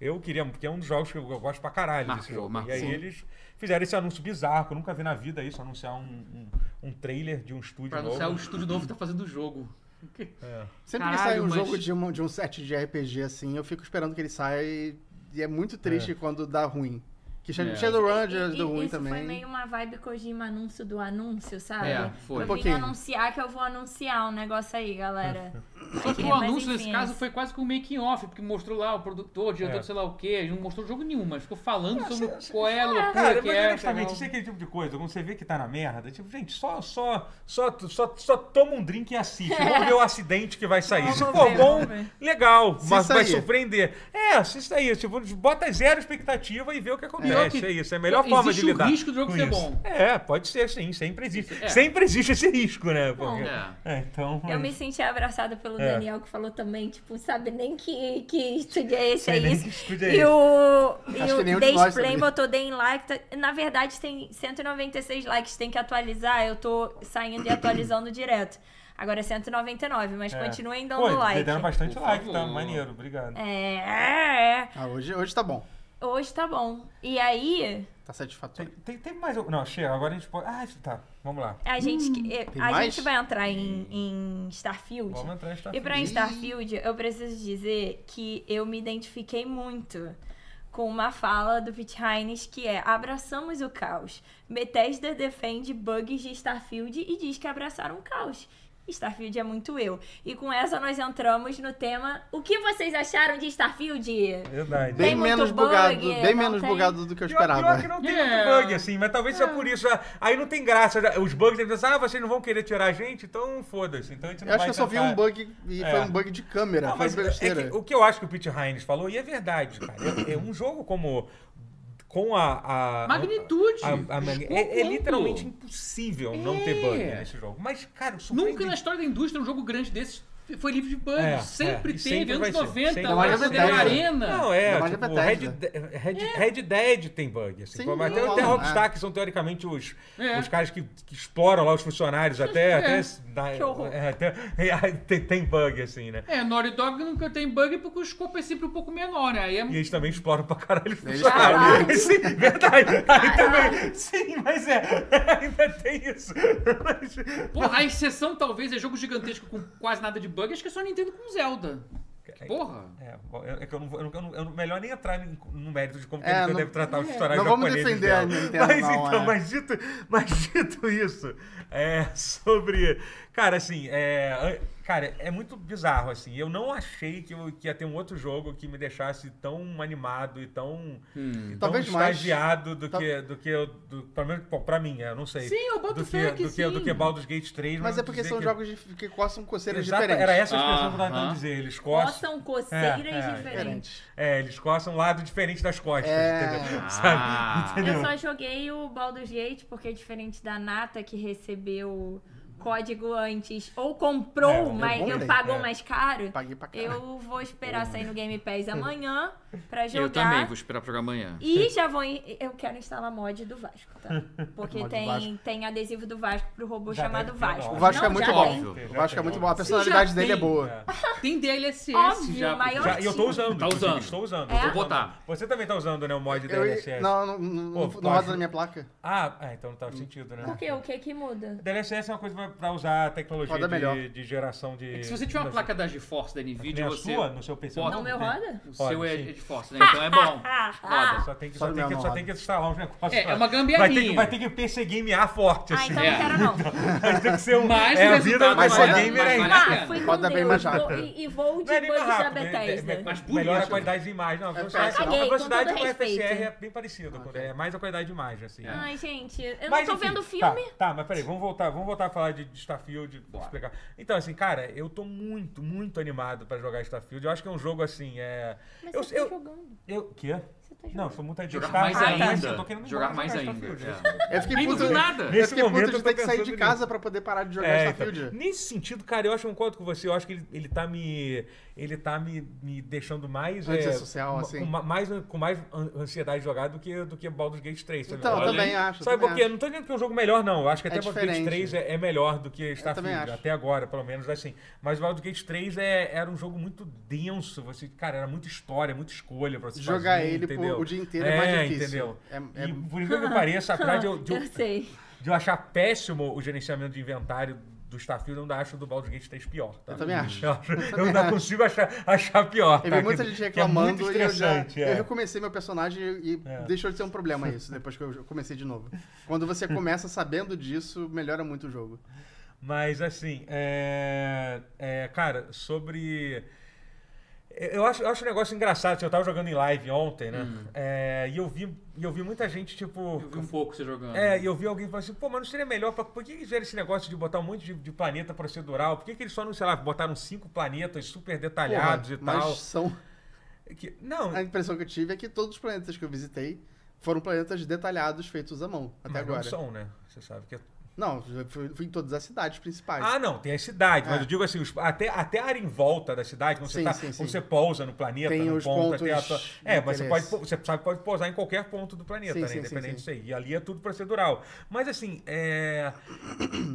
[SPEAKER 1] Eu queria, porque é um dos jogos que eu eu gosto pra caralho desse
[SPEAKER 3] Marcou,
[SPEAKER 1] jogo.
[SPEAKER 3] marcou.
[SPEAKER 1] E aí eles fizeram esse anúncio bizarro, que eu nunca vi na vida isso, anunciar um, um, um trailer de um estúdio
[SPEAKER 3] Pra
[SPEAKER 1] novo.
[SPEAKER 3] anunciar o estúdio novo que tá fazendo o jogo.
[SPEAKER 2] Sempre que sai
[SPEAKER 3] Caralho,
[SPEAKER 2] um
[SPEAKER 3] mas-
[SPEAKER 2] jogo de um, de um set de RPG assim, eu fico esperando que ele saia e, e é muito triste quando dá ruim. Que Shadow
[SPEAKER 3] É.
[SPEAKER 2] Shadowrun
[SPEAKER 4] E-
[SPEAKER 2] já
[SPEAKER 4] e-
[SPEAKER 2] deu ruim
[SPEAKER 4] isso
[SPEAKER 2] também.
[SPEAKER 4] foi meio uma vibe Kojima anúncio do anúncio, sabe?
[SPEAKER 3] É, foi.
[SPEAKER 4] Eu
[SPEAKER 2] Um
[SPEAKER 4] vim
[SPEAKER 2] pouquinho.
[SPEAKER 4] anunciar que eu vou anunciar um negócio aí, galera.
[SPEAKER 3] Só que
[SPEAKER 4] É,
[SPEAKER 3] o
[SPEAKER 4] mas
[SPEAKER 3] anúncio
[SPEAKER 4] enfim,
[SPEAKER 3] nesse
[SPEAKER 4] é
[SPEAKER 3] caso
[SPEAKER 4] isso.
[SPEAKER 3] foi quase que um making-off, porque mostrou lá o produtor, o diretor,
[SPEAKER 1] É.
[SPEAKER 3] sei lá o quê, não mostrou jogo nenhum, mas ficou falando sobre
[SPEAKER 1] cê- cê-
[SPEAKER 3] qual é a loucura
[SPEAKER 1] Cara,
[SPEAKER 3] que
[SPEAKER 1] mas
[SPEAKER 3] é.
[SPEAKER 1] honestamente, isso é aquele tipo de coisa, quando você vê que tá na merda, tipo, gente, só, só, só, só, só toma um drink e assiste. Vamos ver o acidente que vai sair. Se for
[SPEAKER 4] ver,
[SPEAKER 1] É bom,
[SPEAKER 4] vamos ver.
[SPEAKER 1] legal,
[SPEAKER 2] Se
[SPEAKER 1] mas vai
[SPEAKER 2] sair.
[SPEAKER 1] surpreender. É, assista isso, tipo, bota zero expectativa e vê o que
[SPEAKER 3] Pior
[SPEAKER 1] acontece.
[SPEAKER 3] que-
[SPEAKER 1] É isso, é a melhor
[SPEAKER 3] Então,
[SPEAKER 1] forma de
[SPEAKER 3] existe o
[SPEAKER 1] lidar.
[SPEAKER 3] risco do jogo
[SPEAKER 1] com
[SPEAKER 3] ser
[SPEAKER 1] isso.
[SPEAKER 3] bom.
[SPEAKER 1] É, pode ser, sim, sempre existe.
[SPEAKER 3] É.
[SPEAKER 1] Sempre existe esse risco, né? Porque-
[SPEAKER 3] é.
[SPEAKER 1] É, então.
[SPEAKER 4] Eu me senti abraçada pelo
[SPEAKER 1] É.
[SPEAKER 4] Daniel, que falou também, tipo, sabe nem que, que estúdio é esse,
[SPEAKER 1] Sei
[SPEAKER 4] é
[SPEAKER 1] nem
[SPEAKER 4] isso.
[SPEAKER 1] que estúdio é
[SPEAKER 4] E o,
[SPEAKER 2] Acho que
[SPEAKER 4] e
[SPEAKER 2] nenhum
[SPEAKER 4] o
[SPEAKER 2] de nós
[SPEAKER 4] Display
[SPEAKER 2] sabia.
[SPEAKER 4] botou Day in Like. tá- Na verdade, tem 196 likes, tem que atualizar. Eu tô saindo e atualizando direto. Agora é 199, mas
[SPEAKER 1] É.
[SPEAKER 4] continuem dando
[SPEAKER 1] Pô,
[SPEAKER 2] tá
[SPEAKER 1] eles
[SPEAKER 4] like.
[SPEAKER 1] Deram bastante
[SPEAKER 3] Por
[SPEAKER 1] like, tá?
[SPEAKER 3] favor.
[SPEAKER 1] Maneiro, obrigado.
[SPEAKER 4] É, é, é.
[SPEAKER 2] Ah, hoje, hoje tá bom.
[SPEAKER 4] Hoje tá bom. E aí,
[SPEAKER 2] Tá
[SPEAKER 1] Tem,
[SPEAKER 2] satisfatório.
[SPEAKER 1] tem, tem mais. algum- Não, chega, agora a gente pode. Ah, tá, vamos lá.
[SPEAKER 4] a gente, que- eh,
[SPEAKER 2] Hum, tem
[SPEAKER 4] a
[SPEAKER 2] mais?
[SPEAKER 4] gente vai entrar em, em Starfield.
[SPEAKER 1] Vamos entrar em Starfield.
[SPEAKER 4] E pra Starfield, eu preciso dizer que eu me identifiquei muito com uma fala do Pete Hines que é abraçamos o caos. Bethesda defende bugs de Starfield e diz que abraçaram o caos. Starfield é muito eu. E com essa nós entramos no tema O que vocês acharam de Starfield?
[SPEAKER 1] Verdade.
[SPEAKER 2] Bem
[SPEAKER 4] Tem muito
[SPEAKER 2] menos
[SPEAKER 4] bug, é,
[SPEAKER 2] bugado,
[SPEAKER 4] não
[SPEAKER 2] bem menos
[SPEAKER 4] tem-
[SPEAKER 2] bugado do que eu
[SPEAKER 1] Pior- Pior
[SPEAKER 2] esperava.
[SPEAKER 1] que não tem
[SPEAKER 3] É.
[SPEAKER 1] muito bug, assim, mas talvez seja por isso. ah, Aí não tem graça. já- Os bugs devem pensar, ah, vocês não vão querer tirar a gente, então foda-se. Então a gente não
[SPEAKER 2] Eu acho
[SPEAKER 1] vai
[SPEAKER 2] que eu só vi
[SPEAKER 1] tentar.
[SPEAKER 2] um bug e
[SPEAKER 1] É.
[SPEAKER 2] foi um bug de câmera.
[SPEAKER 1] Não,
[SPEAKER 2] foi
[SPEAKER 1] mas é
[SPEAKER 2] besteira.
[SPEAKER 1] que o que eu acho que o Pete Hines falou, e é verdade, cara, é, é um jogo como. Com a. a
[SPEAKER 3] Magnitude!
[SPEAKER 1] a- a- a- é, é
[SPEAKER 3] Quanto?
[SPEAKER 1] literalmente impossível não ter bug
[SPEAKER 3] É.
[SPEAKER 1] nesse jogo. Mas, cara, surpreende
[SPEAKER 3] Nunca na história da indústria um jogo grande desse Foi livre de bugs.
[SPEAKER 1] É,
[SPEAKER 3] sempre
[SPEAKER 1] é. E
[SPEAKER 3] teve,
[SPEAKER 1] sempre vai
[SPEAKER 3] anos
[SPEAKER 1] ser.
[SPEAKER 3] 90,
[SPEAKER 1] Sempre
[SPEAKER 3] lá
[SPEAKER 2] vai
[SPEAKER 3] no
[SPEAKER 2] ser.
[SPEAKER 3] Poder
[SPEAKER 2] Não,
[SPEAKER 3] Arena.
[SPEAKER 1] Não, é,
[SPEAKER 2] Ainda mais
[SPEAKER 1] tipo,
[SPEAKER 2] a
[SPEAKER 1] Red,
[SPEAKER 2] Bethesda.
[SPEAKER 1] De- Red, Red Dead tem bug. Assim,
[SPEAKER 2] Sim,
[SPEAKER 1] como até,
[SPEAKER 2] não,
[SPEAKER 1] até
[SPEAKER 2] não,
[SPEAKER 1] Rockstar, que são teoricamente os,
[SPEAKER 3] É.
[SPEAKER 1] os caras que, que exploram lá os funcionários, até.
[SPEAKER 3] É.
[SPEAKER 1] até, dá-
[SPEAKER 4] Que horror.
[SPEAKER 1] é, até- tem, tem bug, assim, né?
[SPEAKER 3] É, Naughty Dog nunca tem bug porque o escopo é sempre um pouco menor, né? Aí é
[SPEAKER 1] E eles também exploram pra caralho os
[SPEAKER 2] Eles
[SPEAKER 1] funcionários. Sim, verdade. Aí também. Sim, mas é. Ainda tem isso. Mas,
[SPEAKER 3] Porra, a exceção talvez é jogo gigantesco com quase nada de bug, acho que é só Nintendo com Zelda. Porra.
[SPEAKER 1] É, bom, é que eu não, vou- eu não- eu não- eu não- melhor nem entrar em- no mérito de como que
[SPEAKER 2] É,
[SPEAKER 1] a Nintendo
[SPEAKER 2] não-
[SPEAKER 1] deve tratar os funcionários
[SPEAKER 2] não vamos
[SPEAKER 1] japoneses
[SPEAKER 2] defender
[SPEAKER 1] dela.
[SPEAKER 2] a Nintendo,
[SPEAKER 1] Mas
[SPEAKER 2] não,
[SPEAKER 1] então,
[SPEAKER 2] é.
[SPEAKER 1] mas, dito, mas dito isso, é, sobre... Cara, assim, é, an- cara, é muito bizarro, assim. Eu não achei que, eu- que ia ter um outro jogo que me deixasse tão animado e tão, e tão
[SPEAKER 2] Hum. Talvez mais.
[SPEAKER 1] estagiado do
[SPEAKER 2] Tal-
[SPEAKER 1] que, do que eu, do, pelo menos bom, pra mim, é, eu não sei.
[SPEAKER 3] Sim, eu boto
[SPEAKER 1] do
[SPEAKER 3] fé
[SPEAKER 1] que,
[SPEAKER 3] que
[SPEAKER 1] do que, do
[SPEAKER 3] sim.
[SPEAKER 1] que Baldur's Gate 3.
[SPEAKER 2] Mas é
[SPEAKER 1] vamos
[SPEAKER 2] porque
[SPEAKER 1] dizer
[SPEAKER 2] são
[SPEAKER 1] que-
[SPEAKER 2] jogos de- que coçam coceiras
[SPEAKER 1] Exato,
[SPEAKER 2] diferentes.
[SPEAKER 1] Era essa a expressão que eu
[SPEAKER 3] Aham.
[SPEAKER 1] tava dizer. Eles coçam...
[SPEAKER 4] Coçam coceiras
[SPEAKER 1] É, é,
[SPEAKER 4] diferentes.
[SPEAKER 2] Diferente.
[SPEAKER 1] É, eles coçam um lado diferente das costas,
[SPEAKER 2] É.
[SPEAKER 1] entendeu?
[SPEAKER 3] Ah.
[SPEAKER 1] Sabe? Entendeu?
[SPEAKER 4] Eu só joguei o Baldur's Gate porque é diferente da Nata que recebeu código antes ou comprou,
[SPEAKER 1] É, eu
[SPEAKER 4] mas
[SPEAKER 2] comprei,
[SPEAKER 4] pagou
[SPEAKER 1] é.
[SPEAKER 4] mais caro.
[SPEAKER 2] Paguei pra caralho.
[SPEAKER 4] Eu vou esperar sair no Game Pass amanhã pra jogar.
[SPEAKER 3] Eu também, vou esperar pra jogar amanhã.
[SPEAKER 4] E já vou. in- Eu quero instalar mod do Vasco, tá? Porque
[SPEAKER 2] Mod do
[SPEAKER 4] tem,
[SPEAKER 2] Vasco.
[SPEAKER 4] tem adesivo do Vasco pro robô
[SPEAKER 1] Já
[SPEAKER 4] chamado
[SPEAKER 1] deve ter,
[SPEAKER 4] Vasco.
[SPEAKER 1] não.
[SPEAKER 2] O Vasco
[SPEAKER 4] Não,
[SPEAKER 2] é muito
[SPEAKER 4] já
[SPEAKER 3] bom.
[SPEAKER 4] tem.
[SPEAKER 2] óbvio. O Vasco é muito bom. A personalidade
[SPEAKER 3] já
[SPEAKER 2] dele é
[SPEAKER 3] tem.
[SPEAKER 2] boa.
[SPEAKER 3] Tem DLSS
[SPEAKER 4] Óbvio,
[SPEAKER 3] já.
[SPEAKER 4] maior-
[SPEAKER 1] Já- e eu tô usando.
[SPEAKER 3] Tá
[SPEAKER 1] inclusive,
[SPEAKER 3] usando.
[SPEAKER 1] Estou usando.
[SPEAKER 4] É?
[SPEAKER 1] estou
[SPEAKER 3] Vou
[SPEAKER 1] usando.
[SPEAKER 3] botar.
[SPEAKER 1] Você também tá usando, né, o mod da
[SPEAKER 2] Eu-
[SPEAKER 1] DLSS.
[SPEAKER 2] Não, não, não,
[SPEAKER 1] Pô,
[SPEAKER 2] não roda
[SPEAKER 1] pode.
[SPEAKER 2] na minha placa.
[SPEAKER 1] Ah, é, então não tá sentido, né?
[SPEAKER 4] Por quê? O que que muda?
[SPEAKER 1] DLSS é uma coisa pra- pra usar a tecnologia
[SPEAKER 2] Roda melhor.
[SPEAKER 1] de, de geração de...
[SPEAKER 3] É que se você tiver uma placa da GeForce da
[SPEAKER 1] Que nem
[SPEAKER 3] Nvidia,
[SPEAKER 1] é a
[SPEAKER 3] você.
[SPEAKER 1] sua, no seu PC.
[SPEAKER 3] Bota- um
[SPEAKER 4] Não, meu
[SPEAKER 1] tem.
[SPEAKER 4] roda? Ah,
[SPEAKER 3] O
[SPEAKER 1] Pode,
[SPEAKER 3] seu é
[SPEAKER 1] sim.
[SPEAKER 3] de GeForce, né? Então é bom. Roda.
[SPEAKER 1] Só tem que,
[SPEAKER 2] Só
[SPEAKER 1] só
[SPEAKER 2] no
[SPEAKER 1] tem
[SPEAKER 2] meu
[SPEAKER 1] que,
[SPEAKER 2] não
[SPEAKER 1] só
[SPEAKER 2] roda.
[SPEAKER 1] tem que instalar uns negócios.
[SPEAKER 3] É,
[SPEAKER 1] lá.
[SPEAKER 3] é uma gambiarrinha.
[SPEAKER 1] vai, ter que, vai ter que PC gamear forte,
[SPEAKER 4] Ah,
[SPEAKER 1] assim.
[SPEAKER 4] então
[SPEAKER 3] É.
[SPEAKER 4] não quero não.
[SPEAKER 1] Vai ter que ser um...
[SPEAKER 3] Mas
[SPEAKER 1] é
[SPEAKER 3] o
[SPEAKER 1] a vida
[SPEAKER 3] resultado
[SPEAKER 1] do
[SPEAKER 2] vai
[SPEAKER 1] PC
[SPEAKER 2] dar-
[SPEAKER 1] gamer
[SPEAKER 3] mas
[SPEAKER 1] é
[SPEAKER 3] vai
[SPEAKER 1] isso.
[SPEAKER 3] Bacana.
[SPEAKER 4] Ah, fui com
[SPEAKER 2] Roda bem
[SPEAKER 4] Deus.
[SPEAKER 2] mais
[SPEAKER 4] Vou,
[SPEAKER 2] rápido.
[SPEAKER 4] e, e vou de
[SPEAKER 1] Não é nem mais
[SPEAKER 4] bugs da
[SPEAKER 1] rápido, é- é-
[SPEAKER 4] Bethesda.
[SPEAKER 1] é-
[SPEAKER 3] Mas bonito.
[SPEAKER 1] melhora a qualidade de imagem.
[SPEAKER 3] É
[SPEAKER 1] Não, a velocidade,
[SPEAKER 2] fácil,
[SPEAKER 1] a
[SPEAKER 4] não.
[SPEAKER 1] velocidade
[SPEAKER 4] Caguei,
[SPEAKER 1] com o
[SPEAKER 4] com todo
[SPEAKER 1] FSR é
[SPEAKER 4] respeito.
[SPEAKER 1] bem parecida.
[SPEAKER 3] Ah,
[SPEAKER 1] com- É mais a qualidade de imagem, assim.
[SPEAKER 3] É.
[SPEAKER 4] Ai, gente, eu
[SPEAKER 1] Mas,
[SPEAKER 4] não tô
[SPEAKER 1] enfim,
[SPEAKER 4] vendo
[SPEAKER 1] tá,
[SPEAKER 4] filme.
[SPEAKER 1] Tá, mas peraí, vamos voltar, vamos voltar a falar de, de Starfield, de explicar. Então, assim, cara, eu tô muito, muito animado pra jogar Starfield. Eu acho que é um jogo assim, é.
[SPEAKER 4] Mas
[SPEAKER 1] eu,
[SPEAKER 4] você tá
[SPEAKER 1] eu,
[SPEAKER 4] jogando.
[SPEAKER 1] eu, quê?
[SPEAKER 4] Você tá
[SPEAKER 1] Não, eu
[SPEAKER 4] jogando.
[SPEAKER 1] sou muito adiantado. assim,
[SPEAKER 3] Jogar mais
[SPEAKER 4] Ah, tá.
[SPEAKER 1] Eu tô
[SPEAKER 3] ainda.
[SPEAKER 1] querendo ir
[SPEAKER 3] Jogar
[SPEAKER 1] embora
[SPEAKER 3] mais
[SPEAKER 1] jogar
[SPEAKER 3] ainda.
[SPEAKER 1] Starfield,
[SPEAKER 3] é.
[SPEAKER 2] Eu fiquei
[SPEAKER 3] Nem
[SPEAKER 2] puto,
[SPEAKER 3] do nada.
[SPEAKER 2] Eu
[SPEAKER 1] Nesse
[SPEAKER 2] fiquei puto
[SPEAKER 1] momento eu
[SPEAKER 2] de
[SPEAKER 1] tô
[SPEAKER 2] ter que sair
[SPEAKER 1] pensando
[SPEAKER 2] de
[SPEAKER 1] nisso.
[SPEAKER 2] casa pra poder parar de jogar
[SPEAKER 1] É, então,
[SPEAKER 2] Starfield.
[SPEAKER 1] nesse sentido, cara, eu acho um concordo com você. Eu acho que ele, ele tá me. Ele tá me, me deixando mais. é,
[SPEAKER 2] Antissocial,
[SPEAKER 1] ma-
[SPEAKER 2] assim.
[SPEAKER 1] Com, ma- mais, com mais an- ansiedade de jogar do que, do que Baldur's Gate 3. sabe?
[SPEAKER 2] Então, eu
[SPEAKER 3] Olha
[SPEAKER 2] também
[SPEAKER 3] aí.
[SPEAKER 2] acho.
[SPEAKER 1] Sabe
[SPEAKER 2] também
[SPEAKER 1] por quê?
[SPEAKER 2] acho.
[SPEAKER 1] Não tô dizendo que é um jogo melhor, não. Eu acho que até
[SPEAKER 2] É
[SPEAKER 1] o Baldur's Gate
[SPEAKER 2] diferente.
[SPEAKER 1] 3 é, é melhor do que
[SPEAKER 2] também
[SPEAKER 1] Starfield,
[SPEAKER 2] acho.
[SPEAKER 1] até agora, pelo menos assim. Mas o Baldur's Gate 3 é- era um jogo muito denso. Você, cara, era muita história, muita escolha pra você
[SPEAKER 2] Jogar
[SPEAKER 1] fazer,
[SPEAKER 2] ele por-
[SPEAKER 1] entendeu?
[SPEAKER 2] o dia inteiro é mais difícil.
[SPEAKER 1] Entendeu?
[SPEAKER 2] É- é-
[SPEAKER 1] E por incrível que pareça, apesar de eu, de eu-
[SPEAKER 4] Eu sei.
[SPEAKER 1] de eu achar péssimo o gerenciamento de inventário do Starfield, eu ainda acho do Baldur's Gate 3 pior. Tá?
[SPEAKER 2] Eu também acho.
[SPEAKER 1] Eu, acho- eu ainda consigo achar, achar pior.
[SPEAKER 2] Eu
[SPEAKER 1] tá?
[SPEAKER 2] vi muita
[SPEAKER 1] Que-
[SPEAKER 2] gente
[SPEAKER 1] que é
[SPEAKER 2] reclamando
[SPEAKER 1] muito
[SPEAKER 2] e eu já.
[SPEAKER 1] estressante, é.
[SPEAKER 2] Eu recomecei meu personagem e e
[SPEAKER 1] É.
[SPEAKER 2] deixou de ser um problema isso, depois que eu comecei de novo. Quando você começa sabendo disso, melhora muito o jogo.
[SPEAKER 1] Mas assim, é, é, cara, sobre. Eu acho, eu acho um negócio engraçado. assim, Eu tava jogando em live ontem, né?
[SPEAKER 2] Hum.
[SPEAKER 1] É, e eu vi, e eu vi muita gente, tipo.
[SPEAKER 3] Eu vi um pouco você jogando.
[SPEAKER 1] É, e eu vi alguém falando assim, pô, mas não seria melhor, pra, por que que fizeram esse negócio de botar um monte de, de planeta procedural? Por que, que eles só não, sei lá, botaram cinco planetas super detalhados
[SPEAKER 2] Porra,
[SPEAKER 1] e tal?
[SPEAKER 2] Mas são.
[SPEAKER 1] É Que- não, tá,
[SPEAKER 2] A impressão que eu tive é que todos os planetas que eu visitei foram planetas detalhados feitos à mão, até
[SPEAKER 1] mas
[SPEAKER 2] agora.
[SPEAKER 1] não são, né? Você sabe que é
[SPEAKER 2] Não, eu fui, fui em todas as cidades principais.
[SPEAKER 1] Ah, não, tem a cidade, mas
[SPEAKER 2] É.
[SPEAKER 1] eu digo assim, os- até, até a área em volta da cidade, quando,
[SPEAKER 2] Sim,
[SPEAKER 1] você, tá,
[SPEAKER 2] sim,
[SPEAKER 1] quando
[SPEAKER 2] sim.
[SPEAKER 1] você pousa no planeta,
[SPEAKER 2] Tem
[SPEAKER 1] no
[SPEAKER 2] os
[SPEAKER 1] ponto, até a
[SPEAKER 2] pontos
[SPEAKER 1] tua-
[SPEAKER 2] de
[SPEAKER 1] É, mas você pode,
[SPEAKER 2] interesse.
[SPEAKER 1] pou- você sabe, pode pousar em qualquer ponto do planeta,
[SPEAKER 2] Sim,
[SPEAKER 1] né?
[SPEAKER 2] sim, sim,
[SPEAKER 1] Independente
[SPEAKER 2] sim.
[SPEAKER 1] disso aí. E ali é tudo procedural. Mas assim, é.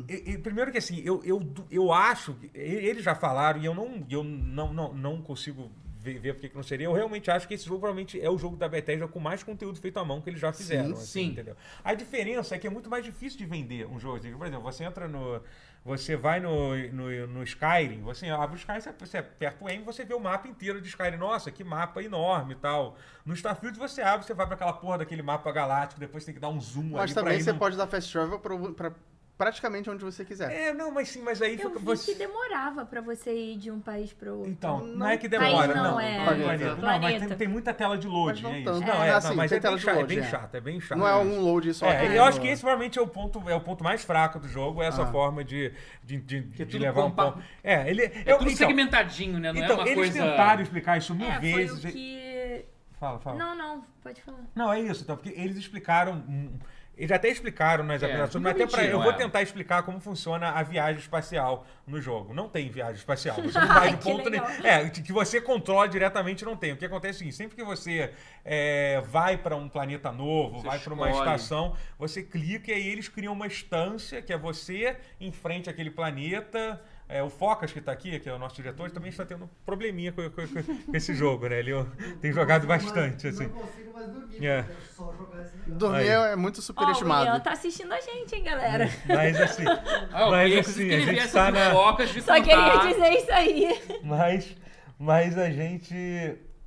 [SPEAKER 1] e- e primeiro que assim, eu, eu, du- eu acho, que- e- eles já falaram, e eu não, eu não, não, não consigo ver, ver porque que não seria, eu realmente acho que esse jogo provavelmente é o jogo da Bethesda com mais conteúdo feito à mão que eles já fizeram. assim,
[SPEAKER 3] sim.
[SPEAKER 1] entendeu? A diferença é que é muito mais difícil de vender um jogo. assim. Por exemplo, você entra no. Você vai no, no, no Skyrim, você abre o Skyrim, você, você aperta o M, você vê o mapa inteiro de Skyrim. Nossa, que mapa enorme e tal. No Starfield você abre, você vai pra aquela porra daquele mapa galáctico, depois tem que dar um zoom
[SPEAKER 2] Mas
[SPEAKER 1] ali pra
[SPEAKER 2] também
[SPEAKER 1] ir
[SPEAKER 2] você
[SPEAKER 1] num-
[SPEAKER 2] pode dar fast travel pro- pra, praticamente onde você quiser.
[SPEAKER 1] É, não, mas sim, mas aí
[SPEAKER 4] Eu
[SPEAKER 1] fica-
[SPEAKER 4] vi que demorava pra você ir de um país pro outro.
[SPEAKER 1] Então, não,
[SPEAKER 2] Não
[SPEAKER 1] é que
[SPEAKER 2] tem.
[SPEAKER 1] demora,
[SPEAKER 4] Mas não,
[SPEAKER 1] não.
[SPEAKER 4] é-
[SPEAKER 1] Planeta. Não, mas
[SPEAKER 4] Planeta.
[SPEAKER 1] tem, tem muita tela de load,
[SPEAKER 2] Mas não
[SPEAKER 1] é isso.
[SPEAKER 2] tanto.
[SPEAKER 1] Não,
[SPEAKER 2] É,
[SPEAKER 1] é,
[SPEAKER 2] assim,
[SPEAKER 1] não, mas
[SPEAKER 2] tem
[SPEAKER 1] é
[SPEAKER 2] tela
[SPEAKER 1] bem,
[SPEAKER 2] de
[SPEAKER 1] chato, é
[SPEAKER 2] load,
[SPEAKER 1] bem
[SPEAKER 2] é.
[SPEAKER 1] chato, é bem chato.
[SPEAKER 2] Não é um load só.
[SPEAKER 1] É,
[SPEAKER 2] que
[SPEAKER 1] eu
[SPEAKER 2] é
[SPEAKER 1] acho
[SPEAKER 2] no-
[SPEAKER 1] que esse provavelmente é o ponto, é o ponto mais fraco do jogo, é essa
[SPEAKER 2] Ah.
[SPEAKER 1] forma de, de, de, de
[SPEAKER 3] tudo
[SPEAKER 1] levar um
[SPEAKER 3] compacto.
[SPEAKER 1] pouco. É, ele.
[SPEAKER 3] É tudo segmentadinho, né? Não
[SPEAKER 1] então,
[SPEAKER 3] é uma
[SPEAKER 1] eles
[SPEAKER 3] coisa.
[SPEAKER 1] tentaram explicar isso mil
[SPEAKER 4] É, foi
[SPEAKER 1] vezes.
[SPEAKER 4] o que...
[SPEAKER 1] Fala, fala.
[SPEAKER 4] Não, não, pode falar.
[SPEAKER 1] Não, é isso, então, porque eles explicaram. hum, Eles até explicaram nas
[SPEAKER 3] É,
[SPEAKER 1] apresentações,
[SPEAKER 3] não
[SPEAKER 1] mas até pra,
[SPEAKER 3] mentiram,
[SPEAKER 1] eu vou
[SPEAKER 3] é.
[SPEAKER 1] tentar explicar como funciona a viagem espacial no jogo. Não tem viagem espacial. Você não vai de
[SPEAKER 4] Que
[SPEAKER 1] ponto nenhum.
[SPEAKER 4] legal.
[SPEAKER 1] É, que que você controla diretamente não tem. O que acontece é o seguinte, sempre que você é, vai para um planeta novo,
[SPEAKER 3] Você
[SPEAKER 1] vai para uma
[SPEAKER 3] escolhe.
[SPEAKER 1] estação, você clica e aí eles criam uma estância que é você em frente àquele planeta. É, o Focas que está aqui, que é o nosso diretor, ele também está tendo um probleminha com, com- com- com esse jogo, né? Ele ó, tem jogado
[SPEAKER 5] Não consigo mais-
[SPEAKER 1] bastante, assim.
[SPEAKER 5] Não consigo mais dormir.
[SPEAKER 1] É.
[SPEAKER 5] porque É só jogar esse negócio.
[SPEAKER 2] Dormir
[SPEAKER 1] Aí.
[SPEAKER 2] é muito
[SPEAKER 4] Ó, o Ian
[SPEAKER 2] superestimado.
[SPEAKER 4] tá assistindo a gente, hein, galera?
[SPEAKER 1] Mas assim,
[SPEAKER 3] Ah, eu
[SPEAKER 1] Mas,
[SPEAKER 3] queria,
[SPEAKER 1] assim,
[SPEAKER 3] inclusive, que
[SPEAKER 1] a
[SPEAKER 3] ele
[SPEAKER 1] gente
[SPEAKER 3] viesse
[SPEAKER 1] tá
[SPEAKER 3] aqui
[SPEAKER 1] na-
[SPEAKER 3] no Focas de
[SPEAKER 4] Só queria dizer isso aí.
[SPEAKER 1] mas, mas a gente.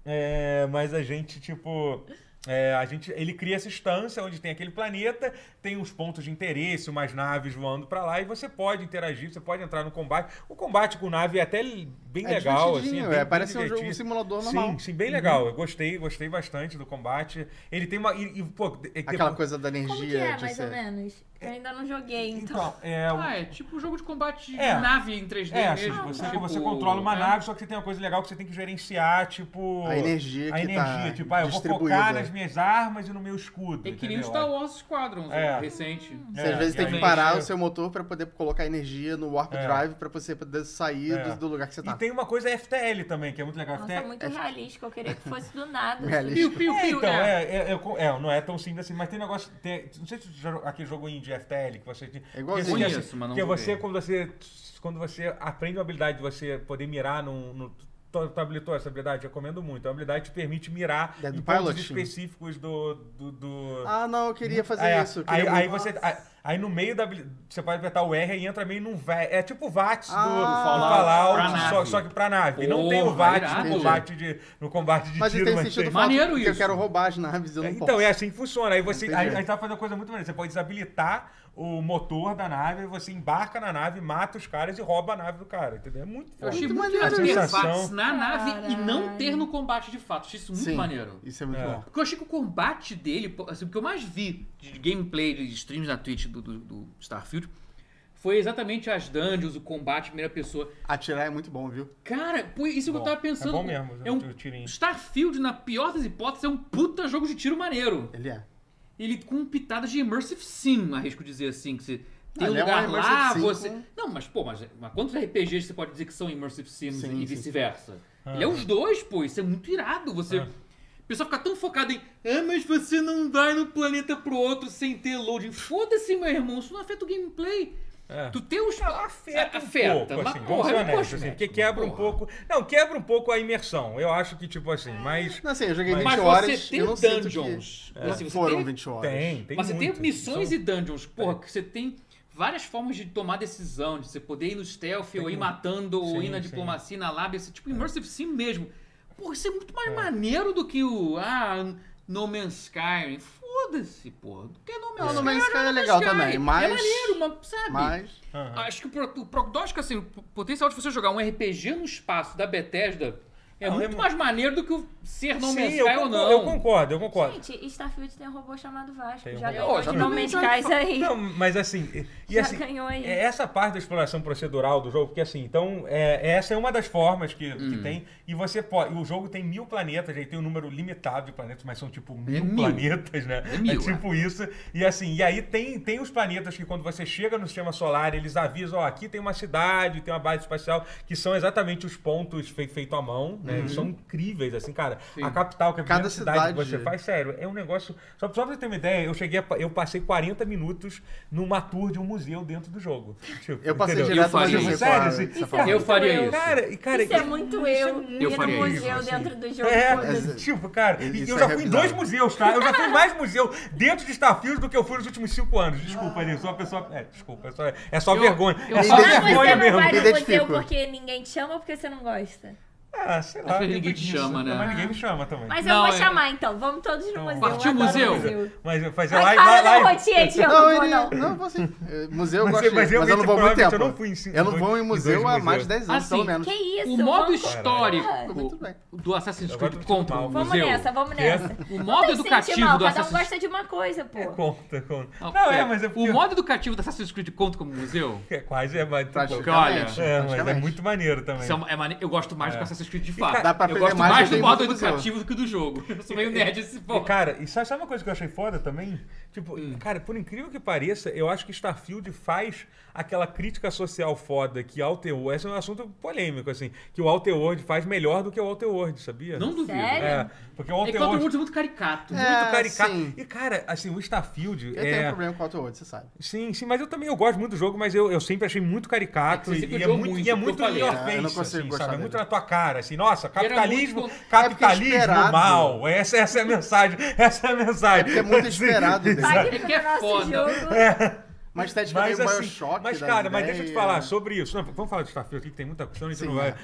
[SPEAKER 1] é, mas a gente, tipo. é, a gente, ele cria essa estância onde tem aquele planeta, tem uns pontos de interesse, umas naves voando pra lá, e você pode interagir, você pode entrar no combate. O combate com nave é até bem
[SPEAKER 2] É
[SPEAKER 1] legal. Assim,
[SPEAKER 2] divertidinho,
[SPEAKER 1] bem-
[SPEAKER 2] é,
[SPEAKER 1] bem
[SPEAKER 2] parece um, jogo, um
[SPEAKER 1] divertido.
[SPEAKER 2] simulador normal. Uhum.
[SPEAKER 1] Sim, sim, bem legal. Eu gostei, gostei bastante do combate. Ele tem uma. E, e, pô, de- de-
[SPEAKER 2] Aquela coisa da
[SPEAKER 4] Como que
[SPEAKER 2] energia
[SPEAKER 4] é,
[SPEAKER 2] de
[SPEAKER 4] mais
[SPEAKER 2] ser.
[SPEAKER 4] ou menos? Eu ainda não joguei, então.
[SPEAKER 1] Então, é, o-
[SPEAKER 3] Ah, é tipo um jogo de combate de
[SPEAKER 1] É.
[SPEAKER 3] nave em 3D
[SPEAKER 1] É, assim,
[SPEAKER 3] mesmo.
[SPEAKER 1] você,
[SPEAKER 3] tipo,
[SPEAKER 1] você controla uma
[SPEAKER 3] né?
[SPEAKER 1] nave, só que você tem uma coisa legal que você tem que gerenciar, tipo.
[SPEAKER 2] A energia
[SPEAKER 1] a
[SPEAKER 2] que tá
[SPEAKER 1] energia, tipo, ah, eu vou focar
[SPEAKER 2] distribuída.
[SPEAKER 1] nas minhas armas e no meu escudo.
[SPEAKER 3] É que nem o
[SPEAKER 1] entendeu?
[SPEAKER 3] Star Wars Squadron,
[SPEAKER 1] É.
[SPEAKER 3] recente.
[SPEAKER 2] Você às
[SPEAKER 1] É,
[SPEAKER 2] vezes
[SPEAKER 1] e
[SPEAKER 2] tem
[SPEAKER 1] aí-
[SPEAKER 2] que parar o seu motor pra poder colocar energia no warp
[SPEAKER 1] É.
[SPEAKER 2] drive pra você poder sair
[SPEAKER 1] É.
[SPEAKER 2] do, do lugar que você
[SPEAKER 1] E
[SPEAKER 2] tá.
[SPEAKER 1] tem uma coisa FTL também, que é muito legal.
[SPEAKER 4] Nossa,
[SPEAKER 1] FTL
[SPEAKER 4] muito realístico. Eu queria que fosse do nada.
[SPEAKER 2] Realista.
[SPEAKER 3] Piu, piu,
[SPEAKER 1] É,
[SPEAKER 3] piu,
[SPEAKER 1] então,
[SPEAKER 3] né?
[SPEAKER 1] é, é, é, co- é, não é tão simples assim, mas tem negócio. tem- não sei se você já jogou aquele jogo indie FTL que você tinha.
[SPEAKER 2] É igualzinho.
[SPEAKER 1] Porque,
[SPEAKER 3] Conheço, mas não
[SPEAKER 1] porque
[SPEAKER 3] joguei.
[SPEAKER 1] você, quando você. Quando você aprende uma habilidade de você poder mirar num. num- tu- tu habilitou essa habilidade, recomendo muito. É uma habilidade que te permite mirar
[SPEAKER 2] É do
[SPEAKER 1] em pontos
[SPEAKER 2] Pilot.
[SPEAKER 1] específicos do. do, do-
[SPEAKER 2] Ah, não, eu queria fazer
[SPEAKER 1] Aí,
[SPEAKER 2] isso. eu
[SPEAKER 1] É, Aí,
[SPEAKER 2] queria um- Ah,
[SPEAKER 1] aí
[SPEAKER 2] muito-
[SPEAKER 1] você. Aí, aí no meio da. habili- Você pode apertar o R e entra meio num VAT. É tipo o VAT do,
[SPEAKER 2] Ah,
[SPEAKER 1] do
[SPEAKER 3] Fallout,
[SPEAKER 1] Fallout,
[SPEAKER 3] pra
[SPEAKER 1] só,
[SPEAKER 3] nave.
[SPEAKER 1] só que pra nave. não tem tipo o
[SPEAKER 3] Porra,
[SPEAKER 1] VAT
[SPEAKER 3] irado.
[SPEAKER 1] no combate de, no combate de
[SPEAKER 2] Mas
[SPEAKER 1] tiro,
[SPEAKER 2] ele tem
[SPEAKER 1] mas
[SPEAKER 2] sentido
[SPEAKER 1] tem.
[SPEAKER 2] fato,
[SPEAKER 3] Maneiro
[SPEAKER 2] porque
[SPEAKER 3] isso.
[SPEAKER 2] eu quero roubar as naves, eu não
[SPEAKER 1] Então,
[SPEAKER 2] posso.
[SPEAKER 1] é assim que funciona. Aí você.
[SPEAKER 2] Entendi.
[SPEAKER 1] Aí, aí tá fazendo uma coisa muito maneira. Você pode desabilitar o motor da nave, aí você embarca na nave, mata os caras e rouba a nave do cara, entendeu? É muito
[SPEAKER 3] Eu achei
[SPEAKER 1] foda.
[SPEAKER 2] Muito
[SPEAKER 3] muito
[SPEAKER 2] maneiro
[SPEAKER 3] legal ter
[SPEAKER 1] isso.
[SPEAKER 3] VATs na nave e não
[SPEAKER 4] Caralho.
[SPEAKER 3] ter no combate de fato. Achei isso muito
[SPEAKER 2] Sim,
[SPEAKER 3] maneiro.
[SPEAKER 2] Isso é muito
[SPEAKER 1] É.
[SPEAKER 2] bom.
[SPEAKER 3] Porque eu achei que o combate dele, pô, assim, o que eu mais vi de gameplay, de streams na Twitch do, do- do Starfield, foi exatamente as dungeons, o combate em primeira pessoa.
[SPEAKER 2] Atirar é muito bom, viu?
[SPEAKER 3] Cara, pô, isso que eu
[SPEAKER 1] Bom,
[SPEAKER 3] tava pensando.
[SPEAKER 1] É bom mesmo,
[SPEAKER 3] é um
[SPEAKER 1] o tirinho.
[SPEAKER 3] Starfield, na pior das hipóteses, é um puta jogo de tiro maneiro.
[SPEAKER 2] Ele é.
[SPEAKER 3] Ele com pitadas de Immersive Sim, arrisco dizer assim, que você tem
[SPEAKER 2] Ah,
[SPEAKER 3] um
[SPEAKER 2] ele é um
[SPEAKER 3] lugar
[SPEAKER 2] immersive
[SPEAKER 3] lá,
[SPEAKER 2] sim
[SPEAKER 3] você...
[SPEAKER 2] com-
[SPEAKER 3] Não, mas pô, mas, mas quantos RPGs você pode dizer que são Immersive Sims
[SPEAKER 2] Sim,
[SPEAKER 3] e
[SPEAKER 2] sim.
[SPEAKER 3] vice-versa?
[SPEAKER 1] Ah.
[SPEAKER 3] Ele é os dois, pô, isso é muito irado, você...
[SPEAKER 1] Ah.
[SPEAKER 3] O pessoal fica tão focado em, ah, mas você não vai no planeta pro outro sem ter loading. Foda-se, meu irmão, isso não afeta o gameplay.
[SPEAKER 1] É.
[SPEAKER 3] Tu tem os... É,
[SPEAKER 1] afeta,
[SPEAKER 3] Afeta,
[SPEAKER 1] um pouco,
[SPEAKER 3] mas,
[SPEAKER 1] assim, vamos
[SPEAKER 3] porra,
[SPEAKER 1] ser
[SPEAKER 3] é um
[SPEAKER 1] honestos, assim,
[SPEAKER 3] cosmético,
[SPEAKER 1] porque quebra um
[SPEAKER 3] porra.
[SPEAKER 1] pouco, não, quebra um pouco a imersão, eu acho que, tipo assim, mas
[SPEAKER 2] Não, assim, eu joguei
[SPEAKER 1] Mas
[SPEAKER 2] 20
[SPEAKER 3] Mas
[SPEAKER 2] horas.
[SPEAKER 3] você tem
[SPEAKER 2] eu não sinto que-
[SPEAKER 3] dungeons.
[SPEAKER 2] Não
[SPEAKER 3] Assim, você
[SPEAKER 2] foram
[SPEAKER 3] tem-
[SPEAKER 2] 20 horas.
[SPEAKER 1] É. tem, tem
[SPEAKER 3] Mas você tem
[SPEAKER 1] muitas,
[SPEAKER 3] missões
[SPEAKER 1] são- É.
[SPEAKER 3] e dungeons, porra, que você tem várias formas de tomar decisão, de você poder ir no stealth, ou ir
[SPEAKER 1] muito.
[SPEAKER 3] matando, ou
[SPEAKER 1] Sim,
[SPEAKER 3] ir na
[SPEAKER 1] sim.
[SPEAKER 3] diplomacia, na lábia, esse tipo immersive sim mesmo. Porra, isso é muito mais maneiro do que o ah, No Man's Sky. Foda-se, porra. Do que No Man's
[SPEAKER 2] Não,
[SPEAKER 3] Sky.
[SPEAKER 2] No Man's Sky
[SPEAKER 3] No
[SPEAKER 2] é legal
[SPEAKER 3] Sky.
[SPEAKER 2] também, mas-
[SPEAKER 3] É maneiro, mas, sabe?
[SPEAKER 2] Mas.
[SPEAKER 1] Aham.
[SPEAKER 3] Acho que o pro- o prognóstico, assim, o potencial de você jogar um RPG no espaço da Bethesda é
[SPEAKER 1] Não, é
[SPEAKER 3] muito
[SPEAKER 1] mu-
[SPEAKER 3] mais maneiro do que o ser No Man's
[SPEAKER 1] Sim,
[SPEAKER 3] Sky
[SPEAKER 1] eu
[SPEAKER 3] ou
[SPEAKER 1] concordo,
[SPEAKER 3] não.
[SPEAKER 1] eu concordo, eu concordo.
[SPEAKER 4] Gente, Starfield tem um robô chamado Vasco.
[SPEAKER 1] Tem um
[SPEAKER 4] já
[SPEAKER 1] robô.
[SPEAKER 4] ganhou
[SPEAKER 3] Ó, já
[SPEAKER 4] de No Man's Skies aí.
[SPEAKER 1] Não, mas assim, e- e
[SPEAKER 4] Já
[SPEAKER 1] assim,
[SPEAKER 4] ganhou aí.
[SPEAKER 1] é essa parte da exploração procedural do jogo, porque assim, então, é, essa é uma das formas que, que tem, e você pode, e o jogo tem mil planetas, aí tem um número limitado de planetas, mas são tipo mil,
[SPEAKER 3] mil.
[SPEAKER 1] planetas, né?
[SPEAKER 3] É mil,
[SPEAKER 1] tipo isso, e assim, e aí tem, tem os planetas que quando você chega no sistema solar, eles avisam, ó, aqui tem uma cidade, tem uma base espacial, que são exatamente os pontos fei- feito à mão, né? Eles são incríveis, assim, cara, a capital, que é a
[SPEAKER 2] Cada
[SPEAKER 1] primeira cidade, que
[SPEAKER 2] cidade-
[SPEAKER 1] você faz, sério, é um negócio. Só, só pra você ter uma ideia, eu cheguei a pa- eu passei 40 minutos numa tour de um museu dentro do jogo. Tipo,
[SPEAKER 2] Eu passei
[SPEAKER 1] entendeu?
[SPEAKER 2] direto,
[SPEAKER 3] Eu
[SPEAKER 2] mas eu
[SPEAKER 3] faria
[SPEAKER 2] sei
[SPEAKER 1] isso. Sério,
[SPEAKER 2] qual é
[SPEAKER 1] assim,
[SPEAKER 2] que você
[SPEAKER 4] isso
[SPEAKER 2] fala.
[SPEAKER 4] é
[SPEAKER 3] Eu faria
[SPEAKER 4] muito
[SPEAKER 3] isso.
[SPEAKER 1] Cara, e cara,
[SPEAKER 4] Isso é muito eu.
[SPEAKER 3] Eu
[SPEAKER 4] ir no
[SPEAKER 3] faria
[SPEAKER 4] museu
[SPEAKER 1] isso,
[SPEAKER 4] dentro do jogo.
[SPEAKER 1] É,
[SPEAKER 4] foda-se.
[SPEAKER 2] Mas-
[SPEAKER 1] tipo, cara, e
[SPEAKER 2] Isso
[SPEAKER 1] eu
[SPEAKER 2] é
[SPEAKER 1] já fui em
[SPEAKER 2] bizarro.
[SPEAKER 1] dois museus, tá? Eu já fui em mais museu dentro de Starfield do que eu fui nos últimos cinco anos. Desculpa, ali, só a pessoa. É, desculpa, é só, é só
[SPEAKER 3] Eu-
[SPEAKER 1] vergonha.
[SPEAKER 3] eu
[SPEAKER 1] é
[SPEAKER 3] só-
[SPEAKER 1] só
[SPEAKER 2] Ah,
[SPEAKER 4] Mas
[SPEAKER 1] vergonha
[SPEAKER 4] você não
[SPEAKER 1] mesmo.
[SPEAKER 4] vai no museu
[SPEAKER 2] Identifico.
[SPEAKER 4] porque ninguém te chama ou porque você não gosta?
[SPEAKER 1] Ah, sei
[SPEAKER 3] Acho
[SPEAKER 1] lá.
[SPEAKER 3] que
[SPEAKER 1] tem
[SPEAKER 3] ninguém te
[SPEAKER 1] preguiça.
[SPEAKER 3] chama, né?
[SPEAKER 1] Mas ninguém me chama também.
[SPEAKER 4] Mas
[SPEAKER 3] Não,
[SPEAKER 4] eu vou
[SPEAKER 3] é-
[SPEAKER 4] chamar então. Vamos todos no museu.
[SPEAKER 3] Partiu
[SPEAKER 4] eu adoro
[SPEAKER 3] museu?
[SPEAKER 1] Mas eu fazia
[SPEAKER 4] A
[SPEAKER 1] lá e lá,
[SPEAKER 4] cara
[SPEAKER 1] lá
[SPEAKER 4] da
[SPEAKER 1] e-
[SPEAKER 4] Rotinha, Tiago,
[SPEAKER 2] Não,
[SPEAKER 4] não vou
[SPEAKER 2] ele.
[SPEAKER 4] não.
[SPEAKER 1] um
[SPEAKER 2] Não, vou assim. é, Museu eu
[SPEAKER 1] Mas-
[SPEAKER 2] gosto de ir,
[SPEAKER 1] mas
[SPEAKER 2] mas eu
[SPEAKER 1] realmente,
[SPEAKER 2] não vou há muito
[SPEAKER 1] provavelmente,
[SPEAKER 2] tempo.
[SPEAKER 1] eu não fui em cinco-
[SPEAKER 2] Eu não vou em
[SPEAKER 1] em
[SPEAKER 2] museu
[SPEAKER 1] dois
[SPEAKER 2] há
[SPEAKER 1] museus.
[SPEAKER 2] mais de 10 anos,
[SPEAKER 3] Assim,
[SPEAKER 2] pelo menos.
[SPEAKER 4] Que isso?
[SPEAKER 3] O modo
[SPEAKER 4] vamos-
[SPEAKER 3] histórico
[SPEAKER 4] Caralho.
[SPEAKER 2] Ah, Muito bem.
[SPEAKER 3] do Assassin's
[SPEAKER 1] Agora
[SPEAKER 3] Creed
[SPEAKER 1] eu tô
[SPEAKER 3] contra
[SPEAKER 1] mal.
[SPEAKER 3] o
[SPEAKER 4] Vamos
[SPEAKER 3] museu.
[SPEAKER 4] nessa, vamos
[SPEAKER 1] é?
[SPEAKER 4] nessa.
[SPEAKER 3] O
[SPEAKER 4] Não
[SPEAKER 3] modo
[SPEAKER 4] tem sentido,
[SPEAKER 3] educativo
[SPEAKER 4] mal. Cada
[SPEAKER 3] do
[SPEAKER 4] um
[SPEAKER 3] Assassin's
[SPEAKER 4] gosta de uma coisa, pô.
[SPEAKER 1] Conta, conta.
[SPEAKER 3] Não,
[SPEAKER 1] Não, é,
[SPEAKER 3] pera,
[SPEAKER 1] mas é porque.
[SPEAKER 3] O modo educativo do Assassin's Creed conta como museu?
[SPEAKER 1] É, quase é mais.
[SPEAKER 2] Praticamente.
[SPEAKER 3] olha,
[SPEAKER 1] É, mas é
[SPEAKER 2] praticamente.
[SPEAKER 1] muito maneiro também.
[SPEAKER 3] Isso é uma- é mane- Eu gosto mais do que o
[SPEAKER 1] É.
[SPEAKER 3] Assassin's Creed de fato.
[SPEAKER 2] Dá pra
[SPEAKER 3] eu
[SPEAKER 2] aprender
[SPEAKER 3] gosto
[SPEAKER 2] mais
[SPEAKER 3] mais
[SPEAKER 2] do
[SPEAKER 3] do
[SPEAKER 2] que
[SPEAKER 3] modo
[SPEAKER 2] do museu.
[SPEAKER 3] educativo do que do jogo. Eu sou meio nerd esse
[SPEAKER 1] E,
[SPEAKER 3] ponto.
[SPEAKER 1] cara, e sabe sabe uma coisa que eu achei foda também? Tipo,
[SPEAKER 2] Hum.
[SPEAKER 1] cara, por incrível que pareça, eu acho que Starfield faz aquela crítica social foda que Alterworld... Esse é um assunto polêmico, assim. Que o Alterworld faz melhor do que o Alterworld, sabia?
[SPEAKER 3] Não duvido.
[SPEAKER 4] Sério?
[SPEAKER 1] É, porque o
[SPEAKER 3] É que todo
[SPEAKER 1] Alterworld...
[SPEAKER 3] mundo é muito caricato.
[SPEAKER 2] É.
[SPEAKER 1] muito caricato.
[SPEAKER 2] sim.
[SPEAKER 1] E, cara, assim, o Starfield...
[SPEAKER 2] Eu
[SPEAKER 1] é...
[SPEAKER 2] tenho um problema com o Outer Worlds, você sabe.
[SPEAKER 1] Sim, sim, mas eu também eu gosto muito do jogo, mas eu, eu sempre achei muito caricato
[SPEAKER 3] É que você
[SPEAKER 1] e, e
[SPEAKER 3] sempre
[SPEAKER 1] é
[SPEAKER 3] jogou
[SPEAKER 1] muito,
[SPEAKER 3] muito,
[SPEAKER 1] e é
[SPEAKER 3] isso que eu
[SPEAKER 1] muito in
[SPEAKER 3] falei.
[SPEAKER 1] your
[SPEAKER 3] É, eu
[SPEAKER 1] face,
[SPEAKER 2] não consigo
[SPEAKER 1] assim,
[SPEAKER 2] gostar
[SPEAKER 1] sabe? É
[SPEAKER 2] dele.
[SPEAKER 1] muito na tua cara, assim, nossa,
[SPEAKER 3] era muito
[SPEAKER 1] capitalismo,
[SPEAKER 3] bom. É porque
[SPEAKER 1] capitalismo
[SPEAKER 2] esperado.
[SPEAKER 1] mal. Essa, essa é a mensagem, essa é a mensagem.
[SPEAKER 2] Porque é muito esperado dele.
[SPEAKER 4] Sai
[SPEAKER 3] É que é
[SPEAKER 4] do nosso
[SPEAKER 3] foda.
[SPEAKER 4] jogo.
[SPEAKER 1] É,
[SPEAKER 2] Mas estética
[SPEAKER 1] Mas,
[SPEAKER 2] meio
[SPEAKER 1] assim,
[SPEAKER 2] Bioshock.
[SPEAKER 1] mas
[SPEAKER 2] da
[SPEAKER 1] cara, mas deixa eu te
[SPEAKER 2] ideia.
[SPEAKER 1] falar sobre isso. Não, vamos falar de Starfield aqui, que tem muita questão, a gente
[SPEAKER 2] Sim,
[SPEAKER 1] não vai.
[SPEAKER 2] é.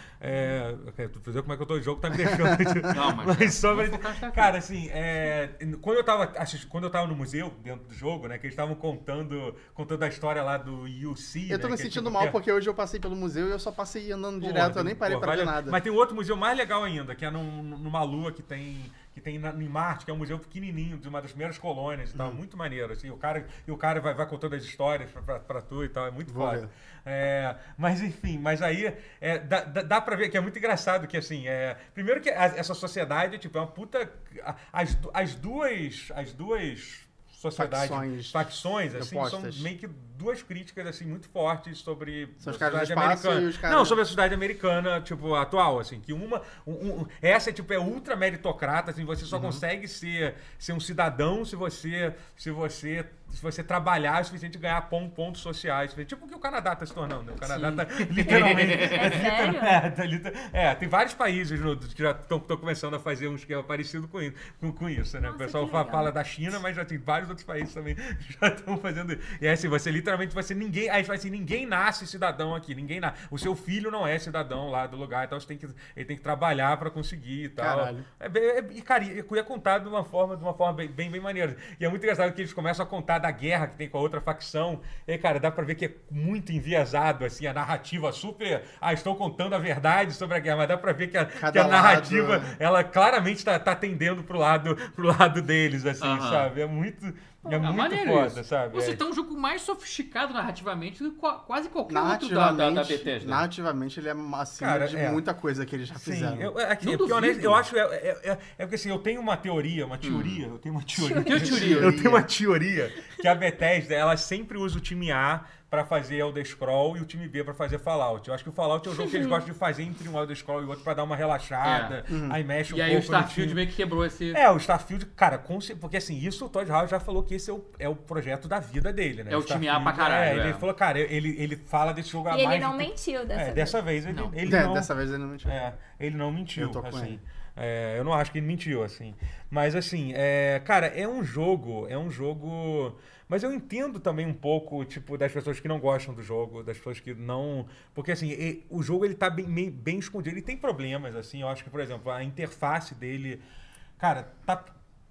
[SPEAKER 1] É, é, tu fazer como é que eu tô de jogo, tá me deixando.
[SPEAKER 3] Não, mas-
[SPEAKER 1] mas sobre.
[SPEAKER 3] vamos focar no Starfield.
[SPEAKER 1] Cara, assim, é, quando, eu tava assisti- quando eu tava no museu, dentro do jogo, né, que eles estavam contando, contando a história lá do UC.
[SPEAKER 2] Eu tô
[SPEAKER 1] né,
[SPEAKER 2] me
[SPEAKER 1] que é
[SPEAKER 2] sentindo
[SPEAKER 1] tipo-
[SPEAKER 2] mal
[SPEAKER 1] é-
[SPEAKER 2] porque hoje eu passei pelo museu e eu só passei andando
[SPEAKER 1] Porra,
[SPEAKER 2] direto, eu
[SPEAKER 1] tem-
[SPEAKER 2] nem parei
[SPEAKER 1] porra,
[SPEAKER 2] pra ver
[SPEAKER 1] vale-
[SPEAKER 2] nada.
[SPEAKER 1] Mas tem outro museu mais legal ainda, que é num- numa lua que tem que tem na, em Marte, que é um museu pequenininho, de uma das primeiras colônias
[SPEAKER 2] Hum.
[SPEAKER 1] e tal, muito maneiro, assim, o cara, e o cara vai, vai contando as histórias pra, pra, pra tu e tal, é muito
[SPEAKER 2] Vou
[SPEAKER 1] foda.
[SPEAKER 2] ver.
[SPEAKER 1] É, mas enfim, mas aí é, dá, dá, dá pra ver que é muito engraçado que, assim, é, primeiro que a- essa sociedade, tipo, é uma puta... a- As, du- as duas... As duas sociedades,
[SPEAKER 2] Facções.
[SPEAKER 1] facções, assim, são
[SPEAKER 2] Opostas.
[SPEAKER 1] meio que duas críticas, assim, muito fortes sobre
[SPEAKER 2] São os
[SPEAKER 1] a
[SPEAKER 2] caras do
[SPEAKER 1] sociedade
[SPEAKER 2] espaço
[SPEAKER 1] americana.
[SPEAKER 2] e os caras-
[SPEAKER 1] Não, sobre a sociedade americana, tipo, atual, assim, que uma. um- um- essa tipo, é ultra meritocrata, assim, você
[SPEAKER 4] Uhum.
[SPEAKER 1] só consegue ser, ser um cidadão se você, se você. Se você trabalhar o suficiente e ganhar pon- pontos sociais. Tipo o que o Canadá está se tornando. né? O Canadá está literalmente.
[SPEAKER 4] É sério?
[SPEAKER 1] É, tá liter- é, tem vários países no- que já estão começando a fazer um esquema parecido com isso, com, com isso né?
[SPEAKER 4] Nossa,
[SPEAKER 1] o pessoal
[SPEAKER 4] que
[SPEAKER 1] fa-
[SPEAKER 4] legal.
[SPEAKER 1] fala da China, mas já tem vários outros países também que já estão fazendo isso. E é assim, você literalmente vai ser ninguém. Aí vai assim, ninguém nasce cidadão aqui, ninguém nasce. O seu filho não é cidadão lá do lugar, então você tem que, ele tem que trabalhar para conseguir e tal.
[SPEAKER 2] Caralho.
[SPEAKER 1] É, bem- é, e, cara, e e é contado de uma forma, de uma forma bem, bem, bem maneira. E é muito engraçado que eles começam a contar da guerra que tem com a outra facção. E, aí, cara, dá pra ver que é muito enviesado, assim, a narrativa super... Ah, estou contando a verdade sobre a guerra, mas dá pra ver que a, que a
[SPEAKER 2] lado,
[SPEAKER 1] narrativa,
[SPEAKER 2] né?
[SPEAKER 1] ela claramente tá, tá tendendo pro lado, pro lado deles, assim,
[SPEAKER 3] Aham.
[SPEAKER 1] sabe? É muito... É
[SPEAKER 3] Ah,
[SPEAKER 1] muito
[SPEAKER 3] maneiro
[SPEAKER 1] foda,
[SPEAKER 3] isso.
[SPEAKER 1] sabe?
[SPEAKER 3] Você
[SPEAKER 1] É.
[SPEAKER 3] tem um jogo mais sofisticado narrativamente do que qua- quase qualquer outro da, da, da
[SPEAKER 2] Narrativamente,
[SPEAKER 3] Bethesda.
[SPEAKER 2] narrativamente ele é acima
[SPEAKER 1] Cara,
[SPEAKER 2] de
[SPEAKER 1] é.
[SPEAKER 2] muita coisa que eles já fizeram.
[SPEAKER 1] Sim, eu, é, aqui,
[SPEAKER 3] Não
[SPEAKER 1] é porque, honesto,
[SPEAKER 3] duvido.
[SPEAKER 1] eu acho. É, é, é- é porque assim, eu tenho uma teoria, uma
[SPEAKER 3] Hum.
[SPEAKER 1] teoria. Eu tenho uma teoria.
[SPEAKER 3] Tem teoria.
[SPEAKER 1] Eu tenho uma teoria que a Bethesda, ela sempre usa o time A pra fazer Elder Scroll e o time B pra fazer Fallout. Eu acho que o Fallout é o jogo
[SPEAKER 3] Uhum.
[SPEAKER 1] que eles gostam de fazer entre um Elder Scroll e outro pra dar uma relaxada, aí mexe um
[SPEAKER 3] É. E aí o
[SPEAKER 1] pouco no
[SPEAKER 3] Starfield
[SPEAKER 1] time.
[SPEAKER 3] meio que quebrou esse.
[SPEAKER 1] É, o Starfield, cara, com cer- porque assim, isso o Todd Howard já falou que esse é o, é o projeto da vida dele, né?
[SPEAKER 3] É o time A pra
[SPEAKER 1] Starfield,
[SPEAKER 3] caralho,
[SPEAKER 1] É,
[SPEAKER 3] é.
[SPEAKER 1] ele falou, cara, ele, ele fala desse jogo há
[SPEAKER 4] E
[SPEAKER 1] mais...
[SPEAKER 4] ele
[SPEAKER 1] do
[SPEAKER 4] não
[SPEAKER 1] que-
[SPEAKER 4] mentiu dessa
[SPEAKER 1] É,
[SPEAKER 4] vez.
[SPEAKER 1] dessa vez ele,
[SPEAKER 3] Não.
[SPEAKER 1] ele
[SPEAKER 2] É,
[SPEAKER 1] não...
[SPEAKER 2] Dessa vez ele não mentiu.
[SPEAKER 1] É, ele não mentiu,
[SPEAKER 2] Eu tô com
[SPEAKER 1] assim.
[SPEAKER 2] ele.
[SPEAKER 1] É, eu não acho que ele mentiu, assim. Mas assim, é, cara, é um jogo, é um jogo. Mas eu entendo também um pouco, tipo, das pessoas que não gostam do jogo, das pessoas que não. Porque assim, e- o jogo ele tá bem, meio- bem escondido, ele tem problemas, assim. Eu acho que, por exemplo, a interface dele, cara, tá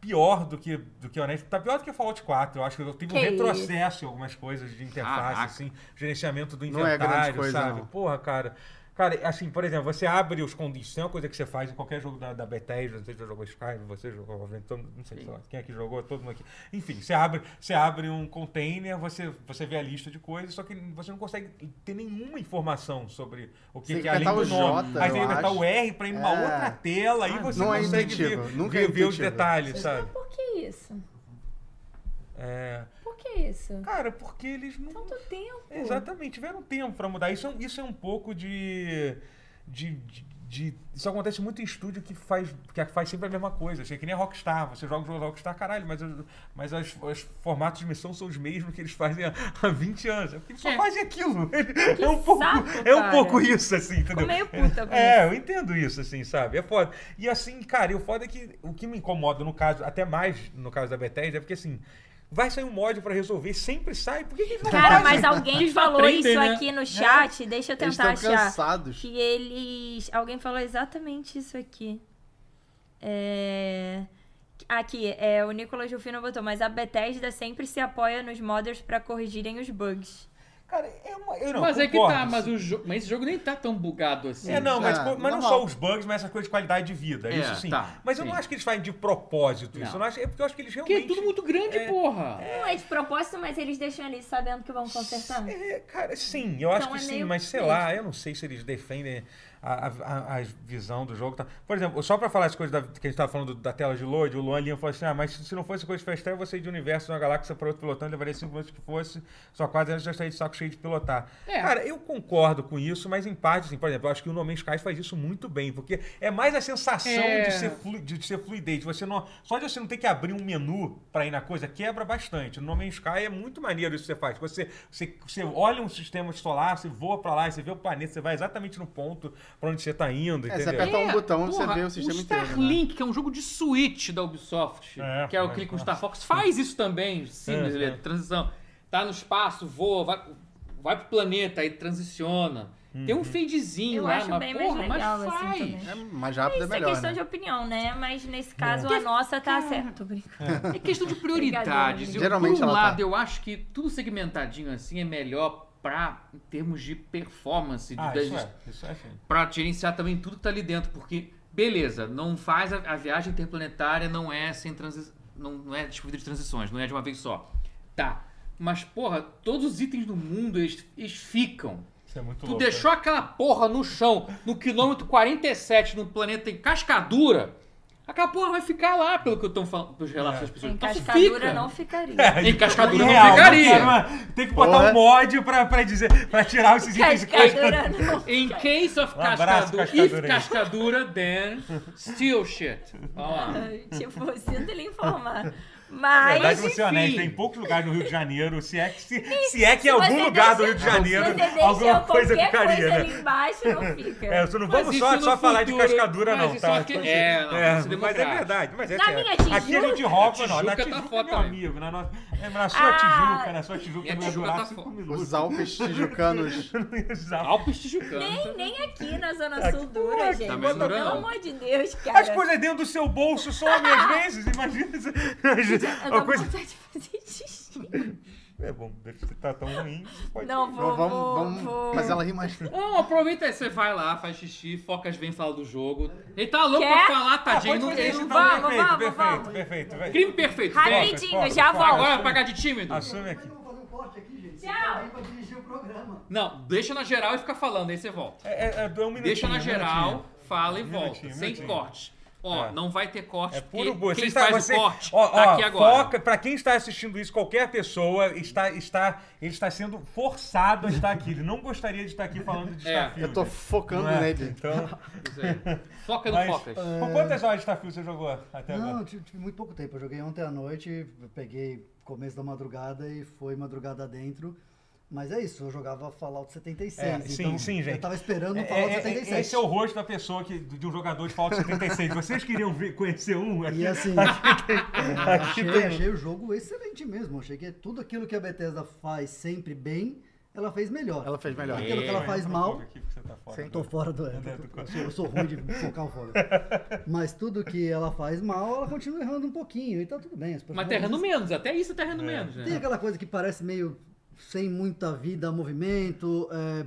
[SPEAKER 1] pior do que do que honesto, tá pior do que Fallout 4. Eu acho que eu tive um
[SPEAKER 4] Que isso.
[SPEAKER 1] retrocesso em algumas coisas de interface,
[SPEAKER 3] Caraca.
[SPEAKER 1] assim, gerenciamento do
[SPEAKER 2] Não é
[SPEAKER 1] inventário,
[SPEAKER 2] grande coisa,
[SPEAKER 1] sabe?
[SPEAKER 2] não.
[SPEAKER 1] Porra, cara. Cara, assim, por exemplo, você abre os condições, isso é uma coisa que você faz em qualquer jogo da, da Bethesda, você já jogou Skyrim, você jogou, obviamente, todo- não sei sei lá, quem é que jogou, todo mundo aqui. Enfim, você abre, você abre um container, você, você vê a lista de coisas, só que você não consegue ter nenhuma informação sobre o que,
[SPEAKER 2] Você
[SPEAKER 1] que é
[SPEAKER 2] tem que
[SPEAKER 1] além do
[SPEAKER 2] apertar o
[SPEAKER 1] nome.
[SPEAKER 2] J,
[SPEAKER 1] aí tem
[SPEAKER 2] eu
[SPEAKER 1] que apertar
[SPEAKER 2] acho.
[SPEAKER 1] o R pra ir numa
[SPEAKER 2] É.
[SPEAKER 1] outra tela, aí você
[SPEAKER 2] não é
[SPEAKER 1] consegue ver,
[SPEAKER 2] intuitivo, nunca é
[SPEAKER 1] ver, ver os
[SPEAKER 2] intuitivo.
[SPEAKER 1] detalhes, sabe?
[SPEAKER 4] Por que isso?
[SPEAKER 1] É,
[SPEAKER 4] Por que isso? Então
[SPEAKER 1] cara, porque eles não...
[SPEAKER 4] Tanto tempo.
[SPEAKER 1] Exatamente, tiveram tempo pra mudar. Isso é, um- isso é um pouco de, de, de- de- Isso acontece muito em estúdio que faz, que faz sempre a mesma coisa. Assim, é que nem a Rockstar. Você joga o jogo da Rockstar, caralho, mas, os- mas as- os formatos de missão são os mesmos que eles fazem há, há 20 anos. É porque eles só
[SPEAKER 3] É.
[SPEAKER 1] fazem aquilo.
[SPEAKER 4] Que
[SPEAKER 1] é um pouco,
[SPEAKER 4] saco,
[SPEAKER 1] é um
[SPEAKER 4] cara.
[SPEAKER 1] pouco isso, assim, entendeu?
[SPEAKER 4] Fico meio puta com
[SPEAKER 1] É,
[SPEAKER 4] isso.
[SPEAKER 1] eu entendo isso, assim, sabe? É foda. E assim, cara, e o foda é que o que me incomoda no caso, até mais no caso da Bethesda, é porque assim. Vai sair um mod pra resolver, sempre sai. Por que, que eles não
[SPEAKER 4] Cara,
[SPEAKER 1] fazem?
[SPEAKER 4] mas alguém
[SPEAKER 3] Eles
[SPEAKER 4] falou
[SPEAKER 3] aprendem,
[SPEAKER 4] isso
[SPEAKER 3] né?
[SPEAKER 4] aqui no chat. Deixa eu
[SPEAKER 2] Eles
[SPEAKER 4] tentar
[SPEAKER 2] estão
[SPEAKER 4] achar.
[SPEAKER 2] cansados.
[SPEAKER 4] Que eles. Alguém falou exatamente isso aqui. É. Aqui, é, o Nicolas Rufino botou, mas a Bethesda sempre se apoia nos modders pra corrigirem os bugs.
[SPEAKER 1] Cara, é uma, eu não
[SPEAKER 3] mas é que
[SPEAKER 1] concordo,
[SPEAKER 3] tá, mas,
[SPEAKER 1] assim.
[SPEAKER 3] o jo- mas esse jogo nem tá tão bugado assim.
[SPEAKER 1] É, não, mas,
[SPEAKER 2] Ah,
[SPEAKER 1] tipo, mas não
[SPEAKER 2] normal.
[SPEAKER 1] só os bugs, mas essa coisa de qualidade de vida,
[SPEAKER 3] É,
[SPEAKER 1] isso sim.
[SPEAKER 3] tá,
[SPEAKER 1] mas eu
[SPEAKER 3] sim.
[SPEAKER 1] não acho que eles fazem de propósito isso.
[SPEAKER 3] Não.
[SPEAKER 1] Eu não acho, é porque eu acho que eles
[SPEAKER 3] Porque
[SPEAKER 1] realmente.
[SPEAKER 3] é tudo muito grande, porra.
[SPEAKER 4] Não é de propósito, mas eles deixam ali sabendo que vão consertar.
[SPEAKER 1] É, cara, sim, eu acho
[SPEAKER 4] Então
[SPEAKER 1] que
[SPEAKER 4] é
[SPEAKER 1] sim,
[SPEAKER 4] meio
[SPEAKER 1] mas sei
[SPEAKER 4] diferente.
[SPEAKER 1] lá, eu não sei se eles defendem a, a, a- a visão do jogo. e tal. Por exemplo, só pra falar as coisas da- que a gente tava falando da tela de load, o Luan Lima falou assim: ah, mas se não fosse coisa de festel, você ia de um universo de uma galáxia para outro pilotando, levaria cinco minutos que fosse, só quase anos já estaria de saco cheio de pilotar.
[SPEAKER 3] É.
[SPEAKER 1] Cara, eu concordo com isso, mas em parte, assim, por exemplo, eu acho que o No Man's Sky faz isso muito bem, porque é mais a sensação
[SPEAKER 3] É.
[SPEAKER 1] de, ser flu, de, de ser fluidez. Você não, só de você não ter que abrir um menu pra ir na coisa quebra bastante. No Man's Sky é muito maneiro isso que você faz. Você, você, você olha um sistema solar, você voa pra lá, você vê o planeta, você vai exatamente no ponto pra onde você tá indo,
[SPEAKER 2] É, você
[SPEAKER 1] entendeu?
[SPEAKER 2] aperta- Apertar um botão, você vê o sistema
[SPEAKER 3] o
[SPEAKER 2] inteiro, né?
[SPEAKER 3] Starlink, que é um jogo de Switch da Ubisoft,
[SPEAKER 1] É,
[SPEAKER 3] que é o
[SPEAKER 1] mas-
[SPEAKER 3] que com Star Fox, faz isso também, sim,
[SPEAKER 1] É,
[SPEAKER 3] ele-
[SPEAKER 1] é.
[SPEAKER 3] transição. Tá no espaço, voa, vai, vai pro planeta, aí transiciona.
[SPEAKER 1] Uhum.
[SPEAKER 3] Tem um fadezinho
[SPEAKER 4] Eu
[SPEAKER 3] lá,
[SPEAKER 4] acho
[SPEAKER 3] mas
[SPEAKER 4] bem mais
[SPEAKER 3] porra,
[SPEAKER 4] legal,
[SPEAKER 3] mas
[SPEAKER 4] assim,
[SPEAKER 3] faz.
[SPEAKER 4] também.
[SPEAKER 2] É mais rápido, é
[SPEAKER 4] Isso é
[SPEAKER 2] melhor.
[SPEAKER 4] questão
[SPEAKER 2] Né?
[SPEAKER 4] de opinião, né? Mas nesse caso a nossa tá certa.
[SPEAKER 3] É questão de prioridades.
[SPEAKER 4] Obrigada,
[SPEAKER 3] Eu,
[SPEAKER 2] Geralmente
[SPEAKER 3] por um
[SPEAKER 2] ela tá.
[SPEAKER 3] lado, eu acho que tudo segmentadinho assim é melhor pra, em termos de performance, de,
[SPEAKER 1] Ah,
[SPEAKER 3] das-
[SPEAKER 1] isso é, isso é assim.
[SPEAKER 3] pra gerenciar também tudo que tá ali dentro, porque, beleza, não faz a, a viagem interplanetária, não é sem transi não, não é descobrida de transições, não é de uma vez só. Tá. Mas, porra, todos os itens do mundo, eles, eles ficam.
[SPEAKER 1] Isso é muito
[SPEAKER 3] Tu
[SPEAKER 1] louco.
[SPEAKER 3] deixou aquela porra no chão, no quilômetro 47, no planeta em cascadura, aquela porra vai ficar lá, pelo que eu tô falando, pelos relatos
[SPEAKER 1] É.
[SPEAKER 3] das pessoas.
[SPEAKER 4] Em
[SPEAKER 3] Então,
[SPEAKER 4] cascadura
[SPEAKER 3] fica.
[SPEAKER 4] não ficaria.
[SPEAKER 1] né?
[SPEAKER 3] Em cascadura não
[SPEAKER 1] Real,
[SPEAKER 3] ficaria.
[SPEAKER 1] uma- tem que botar
[SPEAKER 2] Porra.
[SPEAKER 1] um mod pra, pra dizer, pra tirar esses itens de cascadura.
[SPEAKER 4] Cascadura não.
[SPEAKER 3] In case of
[SPEAKER 1] Um abraço,
[SPEAKER 3] cascadura,
[SPEAKER 1] cascadura
[SPEAKER 3] if
[SPEAKER 1] aí.
[SPEAKER 3] cascadura, then still shit. Vamos lá.
[SPEAKER 4] tipo, sinto ele informar.
[SPEAKER 1] Na
[SPEAKER 4] Mas.
[SPEAKER 1] verdade,
[SPEAKER 3] Mas,
[SPEAKER 1] você é honesto,
[SPEAKER 3] enfim.
[SPEAKER 1] tem poucos lugares no Rio de Janeiro, se é que, se, se é que em
[SPEAKER 4] você
[SPEAKER 1] algum lugar
[SPEAKER 4] deixa-
[SPEAKER 1] do Rio de Janeiro
[SPEAKER 4] se você deixa
[SPEAKER 1] alguma coisa
[SPEAKER 4] qualquer
[SPEAKER 1] ficaria,
[SPEAKER 4] coisa
[SPEAKER 1] né?
[SPEAKER 4] ali embaixo, não fica.
[SPEAKER 1] É, você não
[SPEAKER 3] Mas
[SPEAKER 1] vamos
[SPEAKER 3] isso
[SPEAKER 1] só,
[SPEAKER 3] no
[SPEAKER 1] só falar de
[SPEAKER 3] futuro,
[SPEAKER 1] cascadura,
[SPEAKER 3] mas
[SPEAKER 1] não,
[SPEAKER 3] isso
[SPEAKER 1] tá?
[SPEAKER 3] aqui- é, não, tem que ser
[SPEAKER 1] mas é
[SPEAKER 3] democrático.
[SPEAKER 1] verdade. Mas é
[SPEAKER 4] Na
[SPEAKER 1] sério.
[SPEAKER 4] minha Tijuca-
[SPEAKER 1] Aqui a gente rouba, não. Na
[SPEAKER 3] Tijuca tá
[SPEAKER 1] Tijuca,
[SPEAKER 3] foda
[SPEAKER 1] meu
[SPEAKER 3] também.
[SPEAKER 1] amigo. Na, nossa, é, na sua
[SPEAKER 4] Ah,
[SPEAKER 1] Tijuca, na sua Tijuca,
[SPEAKER 3] minha
[SPEAKER 1] não ia
[SPEAKER 3] Tijuca
[SPEAKER 1] durar
[SPEAKER 3] tá
[SPEAKER 1] cinco
[SPEAKER 3] foda.
[SPEAKER 1] minutos.
[SPEAKER 2] Os Alpes tijucanos.
[SPEAKER 1] Não ia usar.
[SPEAKER 3] Alpes Tijucanos.
[SPEAKER 4] Nem, nem aqui na Zona
[SPEAKER 1] Aqui,
[SPEAKER 4] Sul dura, gente.
[SPEAKER 3] também não dura,
[SPEAKER 4] Pelo
[SPEAKER 3] não.
[SPEAKER 4] amor de Deus, cara.
[SPEAKER 1] As coisas dentro do seu bolso somem às vezes, imagina. isso.
[SPEAKER 4] Eu
[SPEAKER 1] Uma
[SPEAKER 4] tô
[SPEAKER 1] coisa...
[SPEAKER 4] com vontade de fazer xixi.
[SPEAKER 1] É bom, você tá tão ruim, você pode...
[SPEAKER 4] Não, vou,
[SPEAKER 2] vamos,
[SPEAKER 4] vou,
[SPEAKER 2] vamos
[SPEAKER 4] vou.
[SPEAKER 2] fazer um- ela rir mais.
[SPEAKER 3] Não, aproveita aí, você vai lá, faz xixi, Focas vem falar do jogo. Ele tá louco
[SPEAKER 4] Quer?
[SPEAKER 3] pra falar,
[SPEAKER 1] Ah,
[SPEAKER 3] tadinho.
[SPEAKER 1] pode
[SPEAKER 3] não-
[SPEAKER 1] fazer isso,
[SPEAKER 3] ele-
[SPEAKER 1] então,
[SPEAKER 4] Vamos, vamos,
[SPEAKER 1] perfeito,
[SPEAKER 4] vamos.
[SPEAKER 1] perfeito, perfeito. vai.
[SPEAKER 3] Crime perfeito.
[SPEAKER 1] Rapidinho.
[SPEAKER 3] vem.
[SPEAKER 4] Rapidinho,
[SPEAKER 1] Foca,
[SPEAKER 4] já
[SPEAKER 1] foca,
[SPEAKER 4] volto.
[SPEAKER 3] Agora vai pagar de tímido?
[SPEAKER 1] Assume aqui.
[SPEAKER 5] Mas eu vou fazer um corte aqui, gente.
[SPEAKER 4] Tchau.
[SPEAKER 5] Tem alguém pra dirigir o programa.
[SPEAKER 3] Não, deixa na geral e fica falando, aí você volta.
[SPEAKER 1] É, é, é um minutinho.
[SPEAKER 3] Deixa na
[SPEAKER 1] um
[SPEAKER 3] geral,
[SPEAKER 1] minutinho.
[SPEAKER 3] fala e
[SPEAKER 1] Um
[SPEAKER 3] volta,
[SPEAKER 1] minutinho, um
[SPEAKER 3] sem
[SPEAKER 1] minutinho.
[SPEAKER 3] corte. Ó,
[SPEAKER 1] É.
[SPEAKER 3] não vai ter corte,
[SPEAKER 1] É
[SPEAKER 3] porque
[SPEAKER 1] puro boa.
[SPEAKER 3] quem
[SPEAKER 1] Você está,
[SPEAKER 3] faz
[SPEAKER 1] você,
[SPEAKER 3] o corte
[SPEAKER 1] ó,
[SPEAKER 3] tá
[SPEAKER 1] ó,
[SPEAKER 3] aqui agora.
[SPEAKER 1] Foca, pra quem está assistindo isso, qualquer pessoa está, está, ele está sendo forçado a estar aqui. Ele não gostaria de estar aqui falando de
[SPEAKER 3] É,
[SPEAKER 1] desafio.
[SPEAKER 2] Eu tô
[SPEAKER 1] né?
[SPEAKER 2] focando
[SPEAKER 1] Não é?
[SPEAKER 2] nele.
[SPEAKER 1] Então,
[SPEAKER 3] Isso aí. Foca no
[SPEAKER 1] mas, ah,
[SPEAKER 3] Focas.
[SPEAKER 1] por quantas horas de desafio você jogou até
[SPEAKER 5] Não,
[SPEAKER 1] agora?
[SPEAKER 5] eu tive tive muito pouco tempo. Eu joguei ontem à noite, peguei começo da madrugada e foi madrugada dentro. Mas é isso, eu jogava Fallout 76.
[SPEAKER 1] É, sim,
[SPEAKER 5] então
[SPEAKER 1] sim, gente.
[SPEAKER 5] Eu tava esperando o
[SPEAKER 1] É,
[SPEAKER 5] Fallout
[SPEAKER 1] é, é,
[SPEAKER 5] 77.
[SPEAKER 1] esse é o rosto da pessoa que, de um jogador de Fallout 76. Vocês queriam ver, conhecer um? Aqui,
[SPEAKER 5] E assim,
[SPEAKER 1] aqui
[SPEAKER 5] achei,
[SPEAKER 1] tem-
[SPEAKER 5] achei o jogo excelente mesmo. Achei que tudo aquilo que a Bethesda faz sempre bem, ela fez melhor.
[SPEAKER 2] Ela fez melhor.
[SPEAKER 5] Aquilo que ela faz mal,
[SPEAKER 1] Aqui que você tá fora.
[SPEAKER 5] eu tô fora do. Eu, tô- eu sou, eu sou ruim de focar o fogo. Mas tudo que ela faz mal, ela continua errando um pouquinho. E tá tudo bem.
[SPEAKER 3] Mas
[SPEAKER 5] as personagens-
[SPEAKER 3] tá errando menos, até isso tá
[SPEAKER 1] É.
[SPEAKER 3] errando menos,
[SPEAKER 5] Tem
[SPEAKER 3] né?
[SPEAKER 5] aquela coisa que parece meio sem muita vida, movimento, é,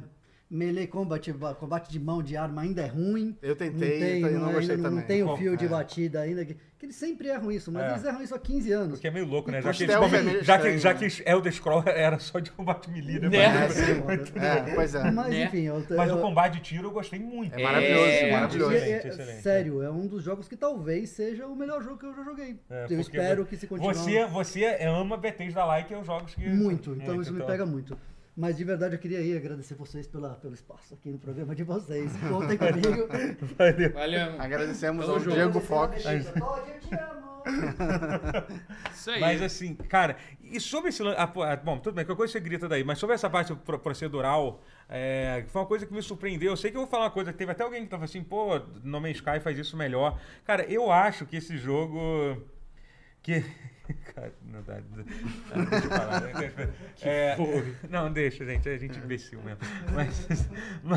[SPEAKER 5] melee combat, ba- combate de mão de arma ainda é ruim.
[SPEAKER 2] Eu tentei,
[SPEAKER 5] tem,
[SPEAKER 2] então eu não
[SPEAKER 5] é,
[SPEAKER 2] gostei
[SPEAKER 5] ainda Não
[SPEAKER 2] também.
[SPEAKER 5] tem o
[SPEAKER 1] Bom,
[SPEAKER 5] fio de
[SPEAKER 1] é.
[SPEAKER 5] batida ainda, que, que eles sempre erram isso, mas
[SPEAKER 1] É.
[SPEAKER 5] eles erram isso há 15 anos.
[SPEAKER 1] Porque é meio louco, né? Já que,
[SPEAKER 2] Pastel
[SPEAKER 1] eles comem-
[SPEAKER 2] vermelho
[SPEAKER 1] já, que,
[SPEAKER 2] estranho,
[SPEAKER 1] já
[SPEAKER 2] né?
[SPEAKER 1] que Elder Scroll era só de combate melee, né?
[SPEAKER 3] Né?
[SPEAKER 1] Mas-
[SPEAKER 5] É, sim,
[SPEAKER 2] É, pois é.
[SPEAKER 5] Mas
[SPEAKER 3] Né?
[SPEAKER 5] enfim, eu,
[SPEAKER 1] Mas o
[SPEAKER 5] eu-
[SPEAKER 1] combate de tiro eu gostei muito.
[SPEAKER 2] É maravilhoso,
[SPEAKER 3] É,
[SPEAKER 2] maravilhoso.
[SPEAKER 5] é- é-
[SPEAKER 1] Excelente, excelente.
[SPEAKER 5] sério, é um dos jogos que talvez seja o melhor jogo que eu já joguei.
[SPEAKER 1] É, porque
[SPEAKER 5] eu espero que se continue.
[SPEAKER 1] Você, é você ama Bethesda Like é os jogos que. é,
[SPEAKER 5] Muito, então isso me pega muito. Mas de verdade eu queria aí agradecer vocês pela, pelo espaço aqui no programa de vocês. Contem comigo.
[SPEAKER 1] Valeu.
[SPEAKER 3] Valeu.
[SPEAKER 2] Agradecemos ao
[SPEAKER 3] Tamo junto.
[SPEAKER 2] Diego Fox.
[SPEAKER 5] Todd, eu te amo.
[SPEAKER 3] Isso aí.
[SPEAKER 1] Mas assim, cara, e sobre esse. lan- ah, pô, ah, Bom, tudo bem, qualquer coisa você grita daí, mas sobre essa parte pro- procedural, é, foi uma coisa que me surpreendeu. Eu sei que eu vou falar uma coisa que teve até alguém que tava assim, pô, No Man's Sky faz isso melhor. Cara, eu acho que esse jogo. Que. Cara, não dá. não dá- Deixa eu parar, né? Deixa- é, não, deixa, gente. A gente é imbecil mesmo. Mas,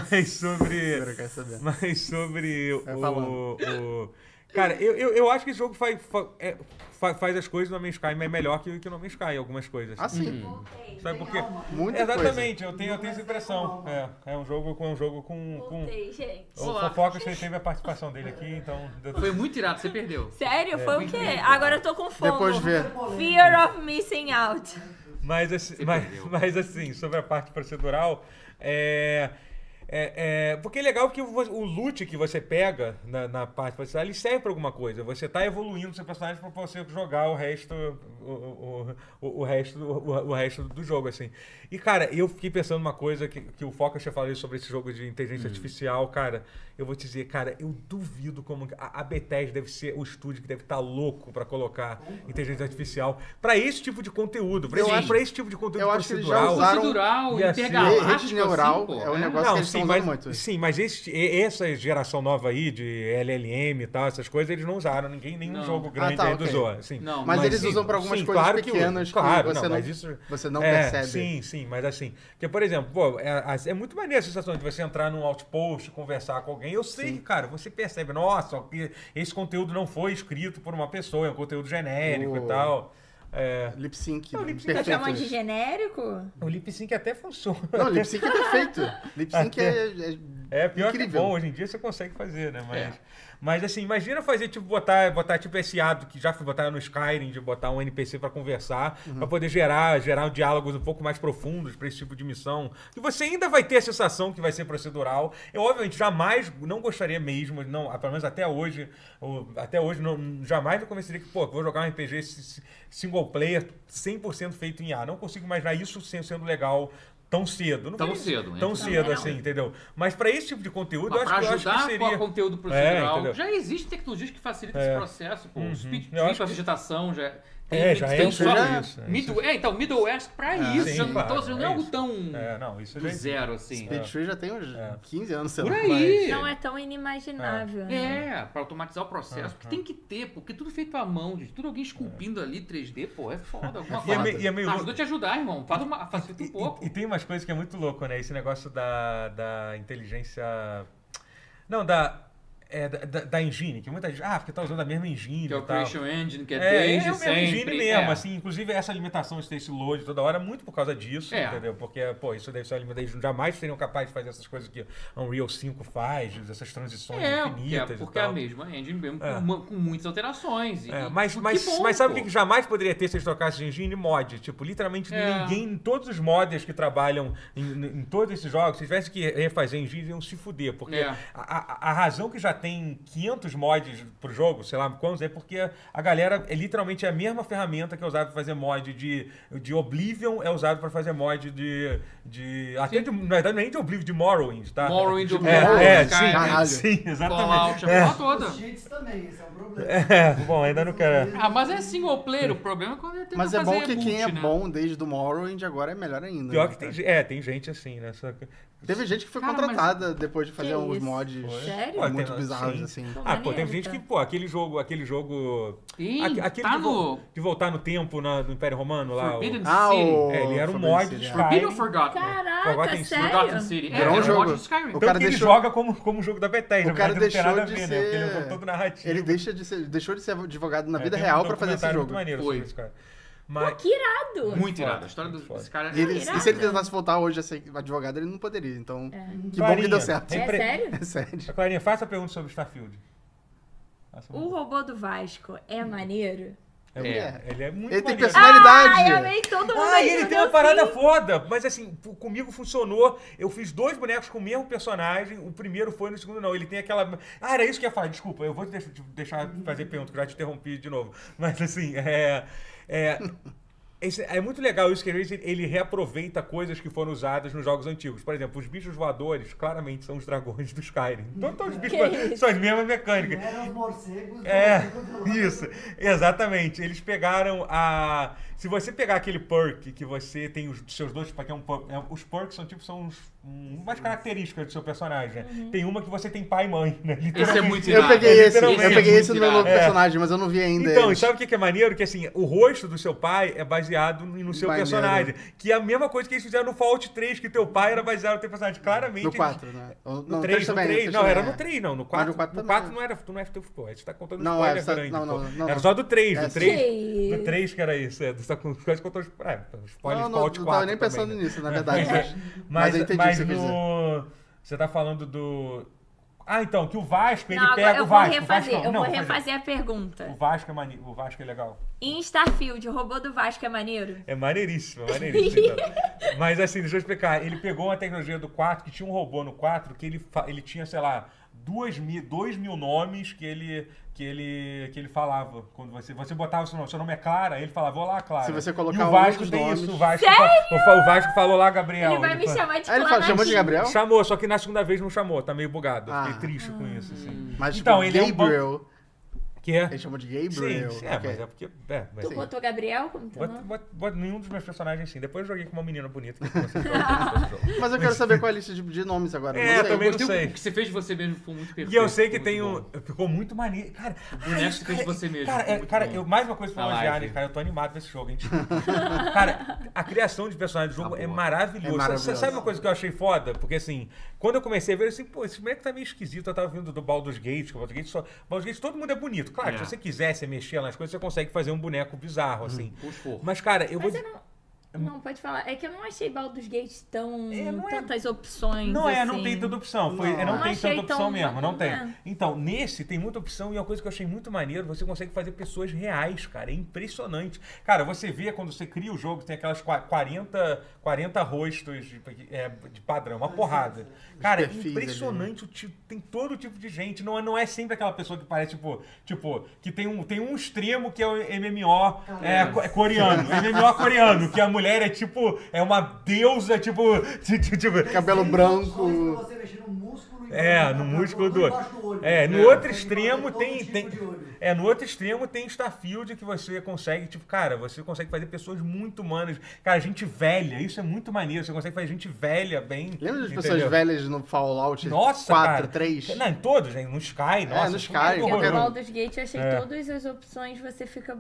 [SPEAKER 1] mas sobre.
[SPEAKER 2] quero saber. um
[SPEAKER 1] Mas sobre o,
[SPEAKER 2] Vai falando.
[SPEAKER 1] o- Cara, eu, eu, eu acho que esse jogo faz, fa- é, fa- faz as coisas do No Man's Sky mas melhor que, que o No Man's Sky, algumas coisas. assim,
[SPEAKER 2] Ah, sim.
[SPEAKER 1] Sabe por quê?
[SPEAKER 2] Muita coisa.
[SPEAKER 1] Hum. Exatamente, eu tenho, eu tenho essa impressão. É, é um jogo com. É um jogo com, com...
[SPEAKER 4] Voltei, gente.
[SPEAKER 1] O
[SPEAKER 3] Olá.
[SPEAKER 1] Fofocas teve- teve a participação dele aqui, então. deu tudo
[SPEAKER 3] Foi muito irado, você perdeu.
[SPEAKER 4] Sério?
[SPEAKER 1] É.
[SPEAKER 4] Foi o quê? Agora eu tô com fome.
[SPEAKER 2] Depois vê.
[SPEAKER 4] Fear of missing out.
[SPEAKER 1] Mas assim, mas,
[SPEAKER 3] perdeu.
[SPEAKER 1] mas assim, sobre a parte procedural, é. é- é- porque é legal que vo- o loot que você pega na, na parte procedural, ele serve pra alguma coisa. Você tá evoluindo seu personagem pra você jogar o resto, o, o, o- o resto, o, o resto do jogo, assim. E, cara, eu fiquei pensando uma coisa que, que o Focus já falou sobre esse jogo de inteligência artificial, cara. Eu vou te dizer, cara, eu duvido como a, a Bethesda deve ser o estúdio que deve estar louco pra colocar inteligência artificial pra esse tipo de conteúdo. Pra
[SPEAKER 2] Eu
[SPEAKER 1] esse,
[SPEAKER 2] acho-
[SPEAKER 1] pra esse tipo de conteúdo
[SPEAKER 2] eu acho que eles já
[SPEAKER 1] procedural.
[SPEAKER 2] usaram
[SPEAKER 3] Procedural,
[SPEAKER 1] e assim,
[SPEAKER 3] intergaláctico,
[SPEAKER 2] rede neural
[SPEAKER 3] assim, pô,
[SPEAKER 2] é um
[SPEAKER 3] né?
[SPEAKER 2] negócio- que eles estão
[SPEAKER 1] mas,
[SPEAKER 2] usando muito.
[SPEAKER 1] sim, mas esse- e- essa geração nova aí de LLM e tal, essas coisas, eles não usaram. Ninguém, nenhum
[SPEAKER 3] Não.
[SPEAKER 1] jogo grande
[SPEAKER 2] Ah, tá,
[SPEAKER 1] aí
[SPEAKER 2] ok.
[SPEAKER 1] usou. Assim.
[SPEAKER 3] Não,
[SPEAKER 2] Mas,
[SPEAKER 3] Mas
[SPEAKER 2] eles
[SPEAKER 1] sim,
[SPEAKER 2] usam pra algumas
[SPEAKER 1] sim,
[SPEAKER 2] coisas
[SPEAKER 1] claro que
[SPEAKER 2] pequenas que,
[SPEAKER 1] claro,
[SPEAKER 2] você,
[SPEAKER 1] não,
[SPEAKER 2] não,
[SPEAKER 1] mas isso-
[SPEAKER 2] você não
[SPEAKER 1] É,
[SPEAKER 2] percebe.
[SPEAKER 1] Sim, sim, mas assim. Porque, por exemplo, pô, é, a- é muito maneiro a sensação de você entrar num outpost, conversar com alguém. Eu sei que, cara, você percebe, nossa, que esse conteúdo não foi escrito por uma pessoa, é um conteúdo genérico
[SPEAKER 2] Oh.
[SPEAKER 1] e tal. É,
[SPEAKER 2] Lip sync.
[SPEAKER 1] Não, lip sync é
[SPEAKER 2] perfeito.
[SPEAKER 4] Chama de genérico?
[SPEAKER 1] o lip sync até funciona.
[SPEAKER 2] Não, lip sync é perfeito. Lip sync é, é,
[SPEAKER 1] É, pior que
[SPEAKER 2] incrível.
[SPEAKER 1] é bom, hoje em dia você consegue fazer, né? Mas, mas assim, imagina fazer, tipo, botar, botar tipo esse ado que já botaram no Skyrim, de botar um NPC pra conversar, pra poder gerar, gerar diálogos um pouco mais profundos pra esse tipo de missão. Que você ainda vai ter a sensação que vai ser procedural. Eu, obviamente, jamais, não gostaria mesmo, não, ah, pelo menos até hoje, ou- até hoje, não, jamais eu convenceria que, pô, vou jogar um RPG s- s- single player 100% feito em A. Não consigo imaginar isso sendo sendo legal tão cedo. Não
[SPEAKER 3] Tão
[SPEAKER 1] vem-
[SPEAKER 3] cedo, né?
[SPEAKER 1] Tão
[SPEAKER 3] Não,
[SPEAKER 1] cedo,
[SPEAKER 4] não.
[SPEAKER 1] assim, entendeu? Mas pra esse tipo de conteúdo, eu
[SPEAKER 3] Mas
[SPEAKER 1] acho,
[SPEAKER 3] pra
[SPEAKER 1] que- eu acho que
[SPEAKER 3] ajudar com o
[SPEAKER 1] seria. É,
[SPEAKER 3] conteúdo procedural,
[SPEAKER 1] entendeu? É. Uhum.
[SPEAKER 3] já existem tecnologias que facilitam esse processo, pô. O Speed
[SPEAKER 1] Eu acho
[SPEAKER 3] Trip, a vegetação, já...
[SPEAKER 1] É, já
[SPEAKER 3] tem
[SPEAKER 1] é
[SPEAKER 3] só-
[SPEAKER 1] já- isso, é
[SPEAKER 3] Middle, é, então, Middle West pra isso.
[SPEAKER 1] sim,
[SPEAKER 3] já não-
[SPEAKER 1] claro,
[SPEAKER 3] então, assim, não
[SPEAKER 1] é
[SPEAKER 3] é algo
[SPEAKER 1] isso.
[SPEAKER 3] tão
[SPEAKER 1] É, não, isso
[SPEAKER 3] do
[SPEAKER 1] já existe.
[SPEAKER 3] zero, assim.
[SPEAKER 2] Speed Tree já tem uns
[SPEAKER 1] É.
[SPEAKER 2] 15 anos, sei lá.
[SPEAKER 3] Por aí.
[SPEAKER 4] Não é tão inimaginável. né?
[SPEAKER 3] É, pra automatizar o processo, que tem que ter, porque tudo feito à mão, gente. Tudo alguém esculpindo ali 3D, pô, é foda. Alguma
[SPEAKER 1] E é
[SPEAKER 3] coisa. Tá,
[SPEAKER 1] meio, e é meio louco.
[SPEAKER 3] Ajuda a te ajudar, irmão. Faz uma, facilita
[SPEAKER 1] E,
[SPEAKER 3] um pouco.
[SPEAKER 1] e- e tem umas coisas que é muito louco, né? Esse negócio da, da inteligência. Não, da. é, da, da- da engine, que muita gente. Ah, porque tá usando a mesma engine.
[SPEAKER 3] que é
[SPEAKER 1] e
[SPEAKER 3] o
[SPEAKER 1] tal.
[SPEAKER 3] Creation Engine, que é,
[SPEAKER 1] É, é
[SPEAKER 3] desde
[SPEAKER 1] o mesmo
[SPEAKER 3] sempre.
[SPEAKER 1] engine mesmo,
[SPEAKER 3] é.
[SPEAKER 1] assim. Inclusive, essa limitação de ter esse load toda hora é muito por causa disso,
[SPEAKER 3] É.
[SPEAKER 1] entendeu? Porque, pô, isso deve ser uma limitação. Jamais seriam capazes de fazer essas coisas que Unreal 5 faz, essas transições
[SPEAKER 3] É, porque, é,
[SPEAKER 1] infinitas e
[SPEAKER 3] porque é
[SPEAKER 1] tal.
[SPEAKER 3] a mesma engine mesmo,
[SPEAKER 1] É.
[SPEAKER 3] com, uma- com muitas alterações. e-
[SPEAKER 1] É,
[SPEAKER 3] e-
[SPEAKER 1] mas,
[SPEAKER 3] que
[SPEAKER 1] mas,
[SPEAKER 3] bom,
[SPEAKER 1] mas sabe o
[SPEAKER 3] pô.
[SPEAKER 1] que que jamais poderia ter se eles tocassem engine mod? Tipo, literalmente
[SPEAKER 3] É.
[SPEAKER 1] ninguém, todos os modders que trabalham em, em todos esses jogos, se tivesse que refazer engine, iam se fuder. Porque
[SPEAKER 3] É.
[SPEAKER 1] a, a- a razão que já tem 500 mods pro jogo, sei lá quantos, é porque a galera é literalmente a mesma ferramenta que é usada pra fazer mod de, de Oblivion, é usado pra fazer mod de. de até de, na verdade, é nem de Oblivion, de Morrowind, tá?
[SPEAKER 3] Morrowind,
[SPEAKER 1] de,
[SPEAKER 2] Oblivion,
[SPEAKER 1] é, é,
[SPEAKER 3] Skyrim,
[SPEAKER 1] sim, É.
[SPEAKER 2] Caralho.
[SPEAKER 1] sim, exatamente.
[SPEAKER 3] Fallout, a porra toda.
[SPEAKER 5] Os cheats também, esse é um problema.
[SPEAKER 1] É, bom, ainda não quero.
[SPEAKER 3] Ah, mas é single player, o problema é quando ele tenta
[SPEAKER 2] Mas é
[SPEAKER 3] fazer
[SPEAKER 2] bom que quem é
[SPEAKER 3] boot, né?
[SPEAKER 2] bom desde o Morrowind agora é melhor ainda.
[SPEAKER 1] Pior
[SPEAKER 2] né,
[SPEAKER 1] que tem,
[SPEAKER 2] cara?
[SPEAKER 1] ge- é, tem gente assim, né? Só que-
[SPEAKER 2] Teve gente que foi
[SPEAKER 3] Cara, mas-
[SPEAKER 2] contratada depois de fazer
[SPEAKER 4] Que
[SPEAKER 2] uns
[SPEAKER 4] isso?
[SPEAKER 2] mods
[SPEAKER 4] Sério?
[SPEAKER 1] Pô,
[SPEAKER 2] muito
[SPEAKER 1] tem-
[SPEAKER 2] bizarros,
[SPEAKER 1] sim.
[SPEAKER 2] assim.
[SPEAKER 1] Ah, pô, tem
[SPEAKER 4] Maneiro,
[SPEAKER 1] gente
[SPEAKER 4] tá.
[SPEAKER 1] que, pô, aquele jogo, aquele jogo.
[SPEAKER 3] Tem,
[SPEAKER 1] aque- aquele
[SPEAKER 3] então. tá
[SPEAKER 1] de, vo-
[SPEAKER 3] no
[SPEAKER 1] de voltar no tempo na- no Império Romano lá. O,
[SPEAKER 3] Forbidden
[SPEAKER 2] Ah,
[SPEAKER 4] assim?
[SPEAKER 3] City.
[SPEAKER 2] o...
[SPEAKER 1] é, ele era um
[SPEAKER 2] Forbidden
[SPEAKER 1] mod
[SPEAKER 2] City,
[SPEAKER 1] de
[SPEAKER 2] é.
[SPEAKER 1] Skyrim.
[SPEAKER 3] Forbidden or Forgotten.
[SPEAKER 1] Forgotten
[SPEAKER 4] Caraca,
[SPEAKER 1] City.
[SPEAKER 3] Forgotten
[SPEAKER 4] sério?
[SPEAKER 3] City. É,
[SPEAKER 2] Virou um
[SPEAKER 3] era um
[SPEAKER 2] jogo.
[SPEAKER 3] mod de Skyrim.
[SPEAKER 2] O
[SPEAKER 1] Tanto
[SPEAKER 2] cara
[SPEAKER 1] que ele
[SPEAKER 2] deixou-
[SPEAKER 1] joga como, como um jogo da Bethesda.
[SPEAKER 2] O cara
[SPEAKER 1] mas não tem nada a ver,
[SPEAKER 2] deixou de
[SPEAKER 1] né? Porque ele é um
[SPEAKER 2] ser-
[SPEAKER 1] jogo todo narrativo.
[SPEAKER 2] Ele deixa de ser- deixou de ser advogado na
[SPEAKER 1] É,
[SPEAKER 2] vida
[SPEAKER 1] tem um
[SPEAKER 2] real pra fazer esse
[SPEAKER 1] documentário
[SPEAKER 2] jogo.
[SPEAKER 1] Muito maneiro
[SPEAKER 3] Foi.
[SPEAKER 1] sobre esse cara. Mas,
[SPEAKER 4] Tá Que irado!
[SPEAKER 3] Muito
[SPEAKER 1] Foda,
[SPEAKER 3] irado. A história do-
[SPEAKER 1] foda.
[SPEAKER 3] desse cara é
[SPEAKER 2] E, ele- e se ele
[SPEAKER 4] é Irado.
[SPEAKER 2] tentasse voltar hoje a ser advogado, ele não poderia. Então, que bom
[SPEAKER 1] Clarinha,
[SPEAKER 2] que deu certo.
[SPEAKER 1] tem
[SPEAKER 4] É
[SPEAKER 1] pre-
[SPEAKER 4] sério?
[SPEAKER 2] É sério.
[SPEAKER 1] Clarinha, faça a pergunta sobre Starfield. Faça
[SPEAKER 4] O
[SPEAKER 1] uma-
[SPEAKER 4] robô do Vasco é maneiro?
[SPEAKER 1] É,
[SPEAKER 3] Uh, É.
[SPEAKER 1] Ele é muito
[SPEAKER 2] Ele tem
[SPEAKER 1] maneiro.
[SPEAKER 4] Ai, eu
[SPEAKER 2] personalidade.
[SPEAKER 4] amei que todo mundo
[SPEAKER 1] Ah,
[SPEAKER 4] aí
[SPEAKER 1] e ele tem
[SPEAKER 4] mandou
[SPEAKER 1] uma parada
[SPEAKER 4] sim.
[SPEAKER 1] foda, mas assim, p- comigo funcionou. Eu fiz dois bonecos com o mesmo personagem, o primeiro foi, no segundo não. Ele tem aquela. Ah, era isso que eu ia falar, desculpa, eu vou te deix- te deixar fazer pergunta, que eu já te interrompi de novo. Mas assim, é. É, esse- é muito legal isso que às vezes ele- ele reaproveita coisas que foram usadas nos jogos antigos. Por exemplo, os bichos voadores claramente são os dragões do Skyrim. Então, então os bichos
[SPEAKER 4] Que
[SPEAKER 1] voadores são as mesmas mecânicas.
[SPEAKER 5] Não eram os morcegos.
[SPEAKER 1] É,
[SPEAKER 5] não, não, não.
[SPEAKER 1] isso, exatamente. Eles pegaram a. Se você pegar aquele perk que você tem os seus dois, tipo, aqui é um perk, é, os perks são tipo são uns, um- umas características do seu personagem. né? Tem uma que você tem pai e mãe, né?
[SPEAKER 3] Esse é
[SPEAKER 1] literalmente.
[SPEAKER 3] muito irado.
[SPEAKER 2] Eu peguei esse, eu
[SPEAKER 1] Literalmente.
[SPEAKER 2] peguei esse no meu novo
[SPEAKER 1] É.
[SPEAKER 2] personagem, mas eu não vi ainda
[SPEAKER 1] Então, e
[SPEAKER 2] ele.
[SPEAKER 1] sabe o que que é maneiro? Que assim, o rosto do seu pai é base- baseado no no seu
[SPEAKER 2] Maneiro.
[SPEAKER 1] personagem. Que é a mesma coisa que eles fizeram no Fallout 3, que teu pai era baseado no teu personagem. Claramente.
[SPEAKER 2] No
[SPEAKER 1] eles-
[SPEAKER 2] 4, né? Ou-
[SPEAKER 1] No 3,
[SPEAKER 2] no três
[SPEAKER 1] no
[SPEAKER 2] também,
[SPEAKER 1] 3.
[SPEAKER 2] três
[SPEAKER 1] Não,
[SPEAKER 2] também,
[SPEAKER 1] era
[SPEAKER 2] é.
[SPEAKER 1] no 3, não. No
[SPEAKER 2] Mas
[SPEAKER 1] 4,
[SPEAKER 2] no
[SPEAKER 1] no 4,
[SPEAKER 2] 4 também
[SPEAKER 1] não era, tu não é teu spoiler. Você tá contando
[SPEAKER 2] Não,
[SPEAKER 1] spoiler
[SPEAKER 2] é, só-
[SPEAKER 1] grande.
[SPEAKER 2] não,
[SPEAKER 1] pô.
[SPEAKER 2] não, não.
[SPEAKER 1] era só do 3,
[SPEAKER 2] É,
[SPEAKER 1] do
[SPEAKER 2] sim.
[SPEAKER 1] 3.
[SPEAKER 4] Que
[SPEAKER 1] Do 3 que era isso, é, tu tá com- quase contando os- é, spoiler
[SPEAKER 2] Não,
[SPEAKER 1] de
[SPEAKER 2] não,
[SPEAKER 1] Fallout 4
[SPEAKER 2] não tava nem
[SPEAKER 1] também,
[SPEAKER 2] pensando
[SPEAKER 1] né?
[SPEAKER 2] nisso, na verdade.
[SPEAKER 1] Mas,
[SPEAKER 2] mas eu entendi
[SPEAKER 1] mas
[SPEAKER 2] o que você quis
[SPEAKER 1] no... Você tá falando do... Ah, então, que o Vasco, ele
[SPEAKER 4] Não, agora
[SPEAKER 1] pega
[SPEAKER 4] eu
[SPEAKER 1] o
[SPEAKER 4] vou
[SPEAKER 1] Vasco. o Vasco
[SPEAKER 4] refazer,
[SPEAKER 1] não,
[SPEAKER 4] eu
[SPEAKER 1] não,
[SPEAKER 4] vou
[SPEAKER 1] fazer.
[SPEAKER 4] refazer a pergunta.
[SPEAKER 1] O Vasco é maneiro, o Vasco é legal.
[SPEAKER 4] Em Starfield, o robô do Vasco é maneiro?
[SPEAKER 1] É maneiríssimo, é maneiríssimo. então. Mas assim, deixa eu explicar. Ele pegou uma tecnologia do 4, que tinha um robô no 4, que ele, fa- ele tinha, sei lá, duas mil, dois mil nomes que ele, que ele, que ele falava. Quando você, você botava o seu nome, seu nome é Clara, ele falava, olá, Clara.
[SPEAKER 2] Se você colocar
[SPEAKER 1] e o
[SPEAKER 2] um
[SPEAKER 1] Vasco
[SPEAKER 2] dos
[SPEAKER 1] tem
[SPEAKER 2] nomes-
[SPEAKER 1] isso. O Vasco, fa- o fa- o Vasco falou lá, Gabriel.
[SPEAKER 4] Ele vai me
[SPEAKER 1] fa-
[SPEAKER 4] chamar de
[SPEAKER 2] Aí Ah, ele fala, chamou de
[SPEAKER 4] Clonadinho.
[SPEAKER 2] Gabriel?
[SPEAKER 1] Chamou, só que na segunda vez não chamou, tá meio bugado. Fiquei
[SPEAKER 2] Ah.
[SPEAKER 1] triste com isso, assim.
[SPEAKER 2] Mas
[SPEAKER 1] Então,
[SPEAKER 2] tipo,
[SPEAKER 1] ele é um bom-
[SPEAKER 2] Gabriel.
[SPEAKER 1] Que é.
[SPEAKER 2] Ele chamou de
[SPEAKER 1] Sim,
[SPEAKER 2] Gabriel.
[SPEAKER 1] sim, é,
[SPEAKER 2] ok.
[SPEAKER 1] mas é porque. É, mas
[SPEAKER 4] Tu botou Gabriel como teu
[SPEAKER 1] Bota,
[SPEAKER 4] nome?
[SPEAKER 1] bota- bota nenhum dos meus personagens assim. Depois eu joguei com uma menina bonita que assim. você jogo.
[SPEAKER 2] Mas eu quero saber qual é a lista de, de nomes agora.
[SPEAKER 1] É,
[SPEAKER 2] não sei.
[SPEAKER 1] também- Eu não
[SPEAKER 3] Gostei,
[SPEAKER 1] sei.
[SPEAKER 3] O que você fez de você mesmo foi muito perfeito.
[SPEAKER 1] E eu sei que
[SPEAKER 3] foi
[SPEAKER 1] tem
[SPEAKER 3] muito
[SPEAKER 1] um.
[SPEAKER 3] bom.
[SPEAKER 1] Ficou muito maneiro. Cara, é
[SPEAKER 3] boneco que fez você mesmo,
[SPEAKER 1] Cara,
[SPEAKER 3] ficou
[SPEAKER 1] é,
[SPEAKER 3] muito
[SPEAKER 1] cara
[SPEAKER 3] bom.
[SPEAKER 1] eu, mais uma coisa pra
[SPEAKER 3] A
[SPEAKER 1] elogiar,
[SPEAKER 3] live.
[SPEAKER 1] né, cara. Eu tô animado pra esse jogo, hein? cara, a criação de personagem do jogo
[SPEAKER 3] Tá
[SPEAKER 1] é
[SPEAKER 3] boa.
[SPEAKER 1] maravilhosa.
[SPEAKER 2] É
[SPEAKER 1] Você
[SPEAKER 2] maravilhoso.
[SPEAKER 1] sabe uma coisa que eu achei foda? Porque assim, quando eu comecei a ver, eu assim, pô, esse moleque tá meio esquisito. Eu tava vindo do Baldur's Gate, que o Baldur's Gate só. Baldur's Gate todo mundo é bonito. Claro,
[SPEAKER 3] É. Uhum.
[SPEAKER 1] se você quisesse mexer nas coisas, você consegue fazer um boneco bizarro, assim.
[SPEAKER 3] Com esforço.
[SPEAKER 1] Mas, cara, eu
[SPEAKER 4] Mas
[SPEAKER 1] vou.
[SPEAKER 4] eu não... Não, pode falar. É que eu não achei Baldur's Gate tão...
[SPEAKER 1] É, não é-
[SPEAKER 4] tantas opções,
[SPEAKER 1] Não é, não
[SPEAKER 4] assim.
[SPEAKER 1] tem tanta opção. Foi, é,
[SPEAKER 2] Não.
[SPEAKER 1] não,
[SPEAKER 4] Não
[SPEAKER 1] tem
[SPEAKER 4] achei
[SPEAKER 1] tanta opção
[SPEAKER 4] tão-
[SPEAKER 1] mesmo, não tem.
[SPEAKER 4] é.
[SPEAKER 1] Então, nesse tem muita opção e é uma coisa que eu achei muito maneiro, você consegue fazer pessoas reais, cara. É impressionante. Cara, você vê quando você cria o jogo, tem aquelas qua- 40, 40 rostos de, é, de padrão, uma porrada. Cara, é
[SPEAKER 2] perfis ali, né?
[SPEAKER 1] impressionante. o ti- Tem todo tipo de gente. Não é, não é sempre aquela pessoa que parece, tipo, tipo que tem um, tem um extremo que é o MMO é, co- é coreano. MMO coreano, que a mulher é tipo, é uma deusa, tipo, tipo
[SPEAKER 2] É Cabelo
[SPEAKER 5] Tem opções pra
[SPEAKER 2] branco.
[SPEAKER 5] você mexer no músculo e
[SPEAKER 1] é,
[SPEAKER 5] colocar
[SPEAKER 1] no
[SPEAKER 5] pra-
[SPEAKER 1] músculo do.
[SPEAKER 5] embaixo olho.
[SPEAKER 1] É, no
[SPEAKER 5] Tem
[SPEAKER 1] outro
[SPEAKER 5] que
[SPEAKER 1] extremo
[SPEAKER 5] fazer todo
[SPEAKER 1] tem.
[SPEAKER 5] tipo
[SPEAKER 1] tem
[SPEAKER 5] de olho.
[SPEAKER 1] é, no outro extremo tem Starfield que você consegue, tipo, cara, você consegue fazer pessoas muito humanas. Cara, gente velha, isso é muito maneiro. Você consegue fazer gente velha bem.
[SPEAKER 2] Lembra das
[SPEAKER 1] entendeu?
[SPEAKER 2] pessoas velhas no Fallout
[SPEAKER 1] Nossa,
[SPEAKER 2] 4,
[SPEAKER 1] cara.
[SPEAKER 2] 3?
[SPEAKER 1] Não, em todos, né? No Sky, nossa.
[SPEAKER 2] no
[SPEAKER 1] isso
[SPEAKER 2] Sky,
[SPEAKER 1] é muito
[SPEAKER 4] Porque
[SPEAKER 2] qualquer
[SPEAKER 4] no
[SPEAKER 1] horroroso.
[SPEAKER 4] Baldur's Gate eu achei
[SPEAKER 1] É.
[SPEAKER 4] todas as opções, você fica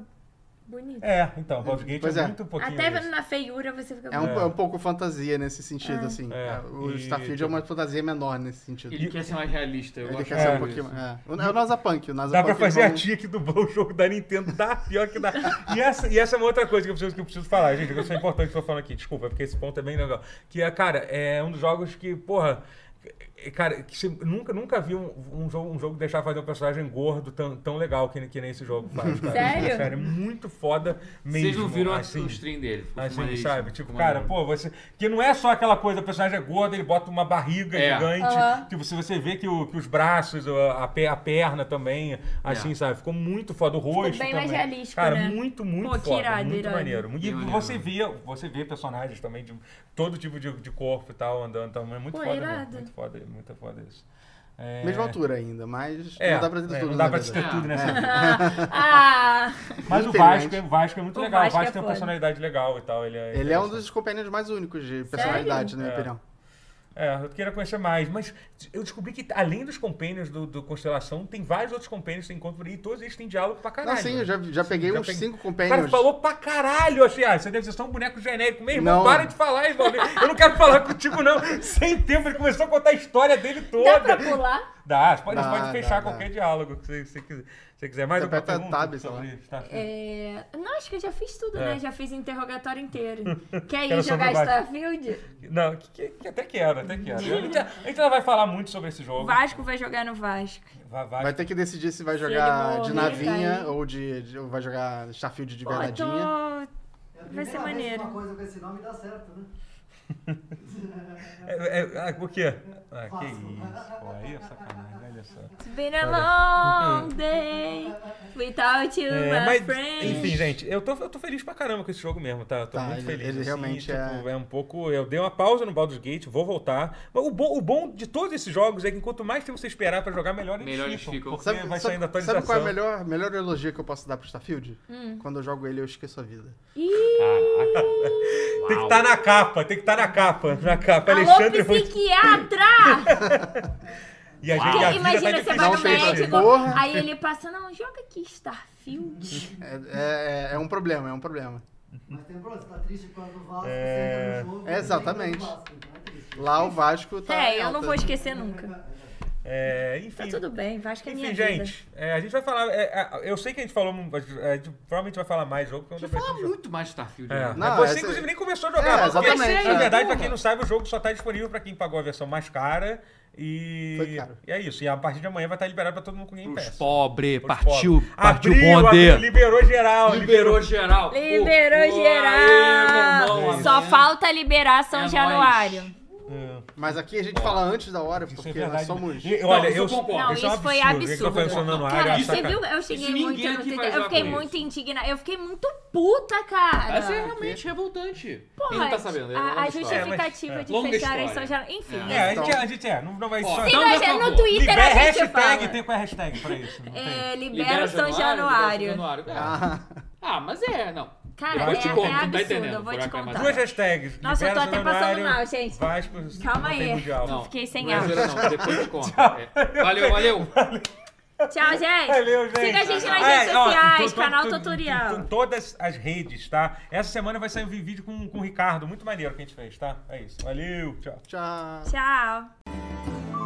[SPEAKER 4] bonito.
[SPEAKER 1] É, então, Baldur's Gate
[SPEAKER 2] Pois
[SPEAKER 1] é,
[SPEAKER 2] é.
[SPEAKER 1] muito pouquinho.
[SPEAKER 4] Até
[SPEAKER 1] disso.
[SPEAKER 4] na feiura você fica
[SPEAKER 2] É um, é um pouco fantasia nesse sentido, assim.
[SPEAKER 1] É.
[SPEAKER 2] O
[SPEAKER 1] E-
[SPEAKER 2] Starfield é uma fantasia menor nesse sentido.
[SPEAKER 3] Ele quer ser mais realista. Eu
[SPEAKER 2] Ele
[SPEAKER 3] gosto
[SPEAKER 2] quer ser
[SPEAKER 1] é.
[SPEAKER 2] um pouquinho. É, O- é o Nazapunk. O Nazapunk
[SPEAKER 1] Dá pra
[SPEAKER 2] ele
[SPEAKER 1] fazer
[SPEAKER 2] vai-
[SPEAKER 1] a tia que dublou o jogo da Nintendo, dá pior que dá. E essa, e essa é uma outra coisa que eu preciso, que eu preciso falar, gente, que eu sou importante que eu tô falando aqui, desculpa, porque esse ponto é bem legal. Que é, cara, é um dos jogos que, porra. é, Cara, que você nunca, nunca vi um, um jogo, um jogo deixar fazer um personagem gordo tão, tão legal que, nem- que nem esse jogo faz. Cara.
[SPEAKER 4] Sério?
[SPEAKER 1] é muito foda mesmo.
[SPEAKER 3] Vocês não viram a-
[SPEAKER 1] assim.
[SPEAKER 3] o stream dele. ficou
[SPEAKER 1] Assim,
[SPEAKER 3] maneiríssimo,
[SPEAKER 1] sabe?
[SPEAKER 3] ficou
[SPEAKER 1] Tipo, cara,
[SPEAKER 2] é?
[SPEAKER 3] maneiro.
[SPEAKER 1] pô, você. Que não é só aquela coisa, o personagem é gordo, ele bota uma barriga
[SPEAKER 3] É.
[SPEAKER 1] gigante.
[SPEAKER 4] Aham.
[SPEAKER 1] Tipo, se você vê que, o- que os braços, a, a pe- a perna também, assim,
[SPEAKER 3] É.
[SPEAKER 1] sabe? Ficou muito foda. O rosto.
[SPEAKER 4] bem
[SPEAKER 1] também.
[SPEAKER 4] mais realístico,
[SPEAKER 1] Cara,
[SPEAKER 4] né?
[SPEAKER 1] muito, muito
[SPEAKER 4] Pô, que
[SPEAKER 1] foda.
[SPEAKER 4] irado,
[SPEAKER 1] muito
[SPEAKER 4] irado.
[SPEAKER 1] maneiro. E
[SPEAKER 3] Que maneiro.
[SPEAKER 1] você vê, você vê personagens também de todo tipo de, de corpo e tal, andando também. É muito
[SPEAKER 4] Pô,
[SPEAKER 1] foda,
[SPEAKER 4] irado.
[SPEAKER 1] mesmo, muito foda, muito foda isso. É...
[SPEAKER 2] Mesma altura ainda, mas
[SPEAKER 1] É,
[SPEAKER 2] não dá pra ter
[SPEAKER 1] é,
[SPEAKER 2] tudo. né,
[SPEAKER 1] Não
[SPEAKER 2] na
[SPEAKER 1] dá pra
[SPEAKER 2] vida.
[SPEAKER 1] ter tudo
[SPEAKER 3] É.
[SPEAKER 1] nessa vida.
[SPEAKER 4] Ah!
[SPEAKER 1] Mas o
[SPEAKER 2] Infelizmente.
[SPEAKER 1] Vasco, é- o Vasco é muito
[SPEAKER 4] O
[SPEAKER 1] legal.
[SPEAKER 4] Vasco
[SPEAKER 1] o Vasco
[SPEAKER 4] é
[SPEAKER 1] tem uma
[SPEAKER 4] foda.
[SPEAKER 1] personalidade legal e tal. Ele é,
[SPEAKER 2] Ele é um
[SPEAKER 1] interessante.
[SPEAKER 2] dos companions mais únicos de personalidade, na minha
[SPEAKER 1] É.
[SPEAKER 2] opinião.
[SPEAKER 1] É, eu queria conhecer mais, mas eu descobri que além dos companions do, do Constelação, tem vários outros companions que você encontra por aí, e todos eles têm diálogo pra
[SPEAKER 2] Não,
[SPEAKER 1] caralho.
[SPEAKER 2] sim, eu já, já peguei
[SPEAKER 1] já
[SPEAKER 2] uns
[SPEAKER 1] peguei.
[SPEAKER 2] cinco
[SPEAKER 1] O
[SPEAKER 2] companions.
[SPEAKER 1] cara falou pra caralho, eu achei, ah, você deve ser só um boneco genérico. Meu irmão,
[SPEAKER 2] Não.
[SPEAKER 1] para de falar, irmão. Eu não quero falar contigo, não. Sem tempo, ele começou a contar a história dele
[SPEAKER 4] Dá
[SPEAKER 1] toda.
[SPEAKER 4] pra pular?
[SPEAKER 1] Dá, você pode,
[SPEAKER 2] Dá,
[SPEAKER 1] você pode
[SPEAKER 2] dá,
[SPEAKER 1] fechar
[SPEAKER 2] dá.
[SPEAKER 1] qualquer diálogo que você, você quiser. Se você quiser mais
[SPEAKER 2] Você
[SPEAKER 1] alguma
[SPEAKER 2] aperta
[SPEAKER 1] pergunta
[SPEAKER 2] tab, sei
[SPEAKER 1] sobre
[SPEAKER 2] lá.
[SPEAKER 1] isso, tá?
[SPEAKER 4] É... Não, acho que eu já fiz tudo,
[SPEAKER 1] É.
[SPEAKER 4] né? Já fiz interrogatório inteiro. Quer
[SPEAKER 1] Quero
[SPEAKER 4] ir
[SPEAKER 1] só
[SPEAKER 4] jogar
[SPEAKER 1] ver Vasco.
[SPEAKER 4] Starfield?
[SPEAKER 1] Não, que, que- que até quero, até quero. A gente, a gente ainda vai falar muito sobre esse jogo.
[SPEAKER 4] Vasco vai jogar no Vasco.
[SPEAKER 1] Vai, vai.
[SPEAKER 2] Vai ter que decidir se vai
[SPEAKER 4] Se ele
[SPEAKER 2] jogar de
[SPEAKER 4] morrer,
[SPEAKER 2] navinha
[SPEAKER 4] cair.
[SPEAKER 2] ou de, de- ou vai jogar Starfield de
[SPEAKER 4] Pô, então eu tô...
[SPEAKER 2] verdadeinha.
[SPEAKER 5] É a
[SPEAKER 4] Vai
[SPEAKER 5] primeira
[SPEAKER 4] ser
[SPEAKER 5] vez que
[SPEAKER 4] maneiro.
[SPEAKER 5] Uma coisa com esse nome dá certo, né?
[SPEAKER 1] É, é, ah, por quê? Ah, que isso, pô. Aí é sacanagem, olha só.
[SPEAKER 4] It's been a long day without you,
[SPEAKER 1] É,
[SPEAKER 4] my
[SPEAKER 1] mas,
[SPEAKER 4] friend.
[SPEAKER 1] enfim, gente, eu tô, eu tô feliz pra caramba com esse jogo mesmo, tá? Eu tô
[SPEAKER 2] Tá,
[SPEAKER 1] muito
[SPEAKER 2] ele-
[SPEAKER 1] feliz.
[SPEAKER 2] ele
[SPEAKER 1] assim,
[SPEAKER 2] realmente
[SPEAKER 1] tipo,
[SPEAKER 2] é-
[SPEAKER 1] um pouco. Eu dei uma pausa no Baldur's Gate, vou voltar. Mas o bom, o bom de todos esses jogos é que quanto mais tempo você esperar pra jogar, melhor eles
[SPEAKER 3] Melhor eles
[SPEAKER 1] ficam.
[SPEAKER 3] ficam.
[SPEAKER 1] Porque vai saindo atualização.
[SPEAKER 2] sabe qual é a melhor, melhor elogio que eu posso dar pro Starfield?
[SPEAKER 4] Hum.
[SPEAKER 2] Quando eu jogo ele, eu esqueço a vida.
[SPEAKER 4] Ih,
[SPEAKER 3] Caraca.
[SPEAKER 1] Tem que
[SPEAKER 3] Uau.
[SPEAKER 1] estar na capa, tem que estar na capa. Na capa.
[SPEAKER 4] alô,
[SPEAKER 1] Alexandre Rodrigues.
[SPEAKER 4] psiquiatra!
[SPEAKER 1] E a
[SPEAKER 3] Uau.
[SPEAKER 1] gente e a
[SPEAKER 3] Porque
[SPEAKER 1] vida tá
[SPEAKER 4] Imagina, você
[SPEAKER 1] difícil
[SPEAKER 4] vai
[SPEAKER 2] não
[SPEAKER 4] no
[SPEAKER 1] de
[SPEAKER 2] tem,
[SPEAKER 1] esquecer.
[SPEAKER 4] médico,
[SPEAKER 2] porra.
[SPEAKER 4] aí ele passa, não, joga aqui Starfield.
[SPEAKER 2] É, é- é um problema, é um problema.
[SPEAKER 5] Mas tem problema, você tá triste por causa do Vasco, você entra no jogo.
[SPEAKER 2] É, exatamente.
[SPEAKER 5] você entra no Vasco, então é triste.
[SPEAKER 2] Lá o Vasco tá.
[SPEAKER 4] É,
[SPEAKER 2] em
[SPEAKER 4] eu não
[SPEAKER 2] alta.
[SPEAKER 4] vou esquecer nunca.
[SPEAKER 1] É, enfim.
[SPEAKER 4] Tá tudo bem, Vasco é minha
[SPEAKER 1] Enfim,
[SPEAKER 4] vida.
[SPEAKER 1] gente, é, a gente vai falar. é, é, eu sei que a gente falou. mu- A gente, a gente provavelmente vai falar mais jogo. porque
[SPEAKER 3] Você
[SPEAKER 1] eu não
[SPEAKER 3] fala
[SPEAKER 1] sei se-
[SPEAKER 3] muito mais de Starfield.
[SPEAKER 1] É.
[SPEAKER 3] né?
[SPEAKER 2] Não,
[SPEAKER 1] você,
[SPEAKER 2] essa-
[SPEAKER 1] inclusive, nem começou a
[SPEAKER 2] É,
[SPEAKER 1] jogar. porque, assim,
[SPEAKER 2] exatamente,
[SPEAKER 1] Na
[SPEAKER 2] é.
[SPEAKER 1] verdade, pra
[SPEAKER 3] Porra.
[SPEAKER 1] quem não sabe, o jogo só tá disponível pra quem pagou a versão mais cara.
[SPEAKER 2] Foi
[SPEAKER 1] E,
[SPEAKER 2] caro.
[SPEAKER 1] e é isso. E a partir de amanhã vai estar liberado pra todo mundo com Game
[SPEAKER 3] Os
[SPEAKER 1] Pass.
[SPEAKER 3] é pobre,
[SPEAKER 1] Pros
[SPEAKER 3] partiu,
[SPEAKER 1] pobres.
[SPEAKER 3] partiu
[SPEAKER 1] Abriu, abriu,
[SPEAKER 3] bonde.
[SPEAKER 1] Liberou geral.
[SPEAKER 3] Liberou geral.
[SPEAKER 4] Liberou
[SPEAKER 3] Pô,
[SPEAKER 4] geral!
[SPEAKER 3] aê, meu irmão,
[SPEAKER 4] Só
[SPEAKER 3] amanhã.
[SPEAKER 4] falta liberar São
[SPEAKER 3] É
[SPEAKER 4] Januário.
[SPEAKER 3] nóis.
[SPEAKER 1] É,
[SPEAKER 2] Mas aqui a gente fala antes da hora,
[SPEAKER 1] isso é
[SPEAKER 2] porque nós
[SPEAKER 1] verdade.
[SPEAKER 2] somos.
[SPEAKER 1] E, olha,
[SPEAKER 3] Não,
[SPEAKER 1] eu,
[SPEAKER 3] isso eu concordo.
[SPEAKER 4] Não,
[SPEAKER 1] é um
[SPEAKER 4] isso foi
[SPEAKER 1] Ver que
[SPEAKER 4] absurdo.
[SPEAKER 1] tá funcionando
[SPEAKER 3] Não,
[SPEAKER 1] área,
[SPEAKER 4] Cara,
[SPEAKER 1] é
[SPEAKER 4] você
[SPEAKER 1] saca-
[SPEAKER 4] viu? Eu cheguei
[SPEAKER 3] Isso
[SPEAKER 4] muito.
[SPEAKER 3] ninguém
[SPEAKER 4] Eu, não
[SPEAKER 3] aqui vai
[SPEAKER 4] entendi- eu
[SPEAKER 3] jogar
[SPEAKER 4] fiquei
[SPEAKER 3] com
[SPEAKER 4] muito
[SPEAKER 3] isso.
[SPEAKER 4] indignada. Eu fiquei muito puta, cara.
[SPEAKER 3] Essa é realmente revoltante. Quem não tá sabendo? é
[SPEAKER 4] Ah, a,
[SPEAKER 3] longa
[SPEAKER 4] a
[SPEAKER 3] história.
[SPEAKER 1] justificação
[SPEAKER 4] justificativa
[SPEAKER 1] É,
[SPEAKER 4] de
[SPEAKER 3] longa
[SPEAKER 4] fechar a
[SPEAKER 3] história.
[SPEAKER 4] São Januário. Enfim.
[SPEAKER 1] É, a gente, a gente é. Não, não vai
[SPEAKER 3] Ó,
[SPEAKER 1] só.
[SPEAKER 3] então,
[SPEAKER 4] Siga a
[SPEAKER 3] por
[SPEAKER 4] gente no
[SPEAKER 3] favor,
[SPEAKER 4] Twitter,
[SPEAKER 1] libera
[SPEAKER 4] a gente
[SPEAKER 1] hashtag.
[SPEAKER 3] um
[SPEAKER 4] fala.
[SPEAKER 1] Tem qual é a hashtag pra isso? Não
[SPEAKER 4] É,
[SPEAKER 1] tem?
[SPEAKER 4] libera São Januário.
[SPEAKER 3] libera São Januário. É.
[SPEAKER 2] Ah,
[SPEAKER 3] Ah, mas é, não.
[SPEAKER 4] Cara,
[SPEAKER 3] Eu
[SPEAKER 4] é,
[SPEAKER 3] te conto,
[SPEAKER 4] é
[SPEAKER 3] não tá
[SPEAKER 4] absurdo,
[SPEAKER 3] entendendo,
[SPEAKER 4] eu vou te
[SPEAKER 3] buraco é
[SPEAKER 4] contar.
[SPEAKER 3] mais
[SPEAKER 1] Duas hashtags.
[SPEAKER 4] Tá. Nossa, eu tô
[SPEAKER 1] libera
[SPEAKER 4] até
[SPEAKER 1] Januário,
[SPEAKER 4] passando mal, gente.
[SPEAKER 1] Vasco,
[SPEAKER 4] Calma
[SPEAKER 1] não tem
[SPEAKER 4] aí.
[SPEAKER 1] mundial.
[SPEAKER 4] Não. fiquei sem
[SPEAKER 3] não é
[SPEAKER 4] ar.
[SPEAKER 3] zoeira, não. Depois te conto. É. Valeu, valeu.
[SPEAKER 4] Tchau, gente.
[SPEAKER 1] Valeu, gente.
[SPEAKER 4] Siga a gente nas
[SPEAKER 1] Ah,
[SPEAKER 4] redes
[SPEAKER 1] ó,
[SPEAKER 4] sociais,
[SPEAKER 1] to- to-
[SPEAKER 4] canal
[SPEAKER 1] to-
[SPEAKER 4] tutorial.
[SPEAKER 1] to- Todas as redes, tá? Essa semana vai sair um vídeo com, com o Ricardo, muito maneiro que a gente fez, tá? É isso. Valeu, tchau.
[SPEAKER 2] tchau.
[SPEAKER 4] Tchau.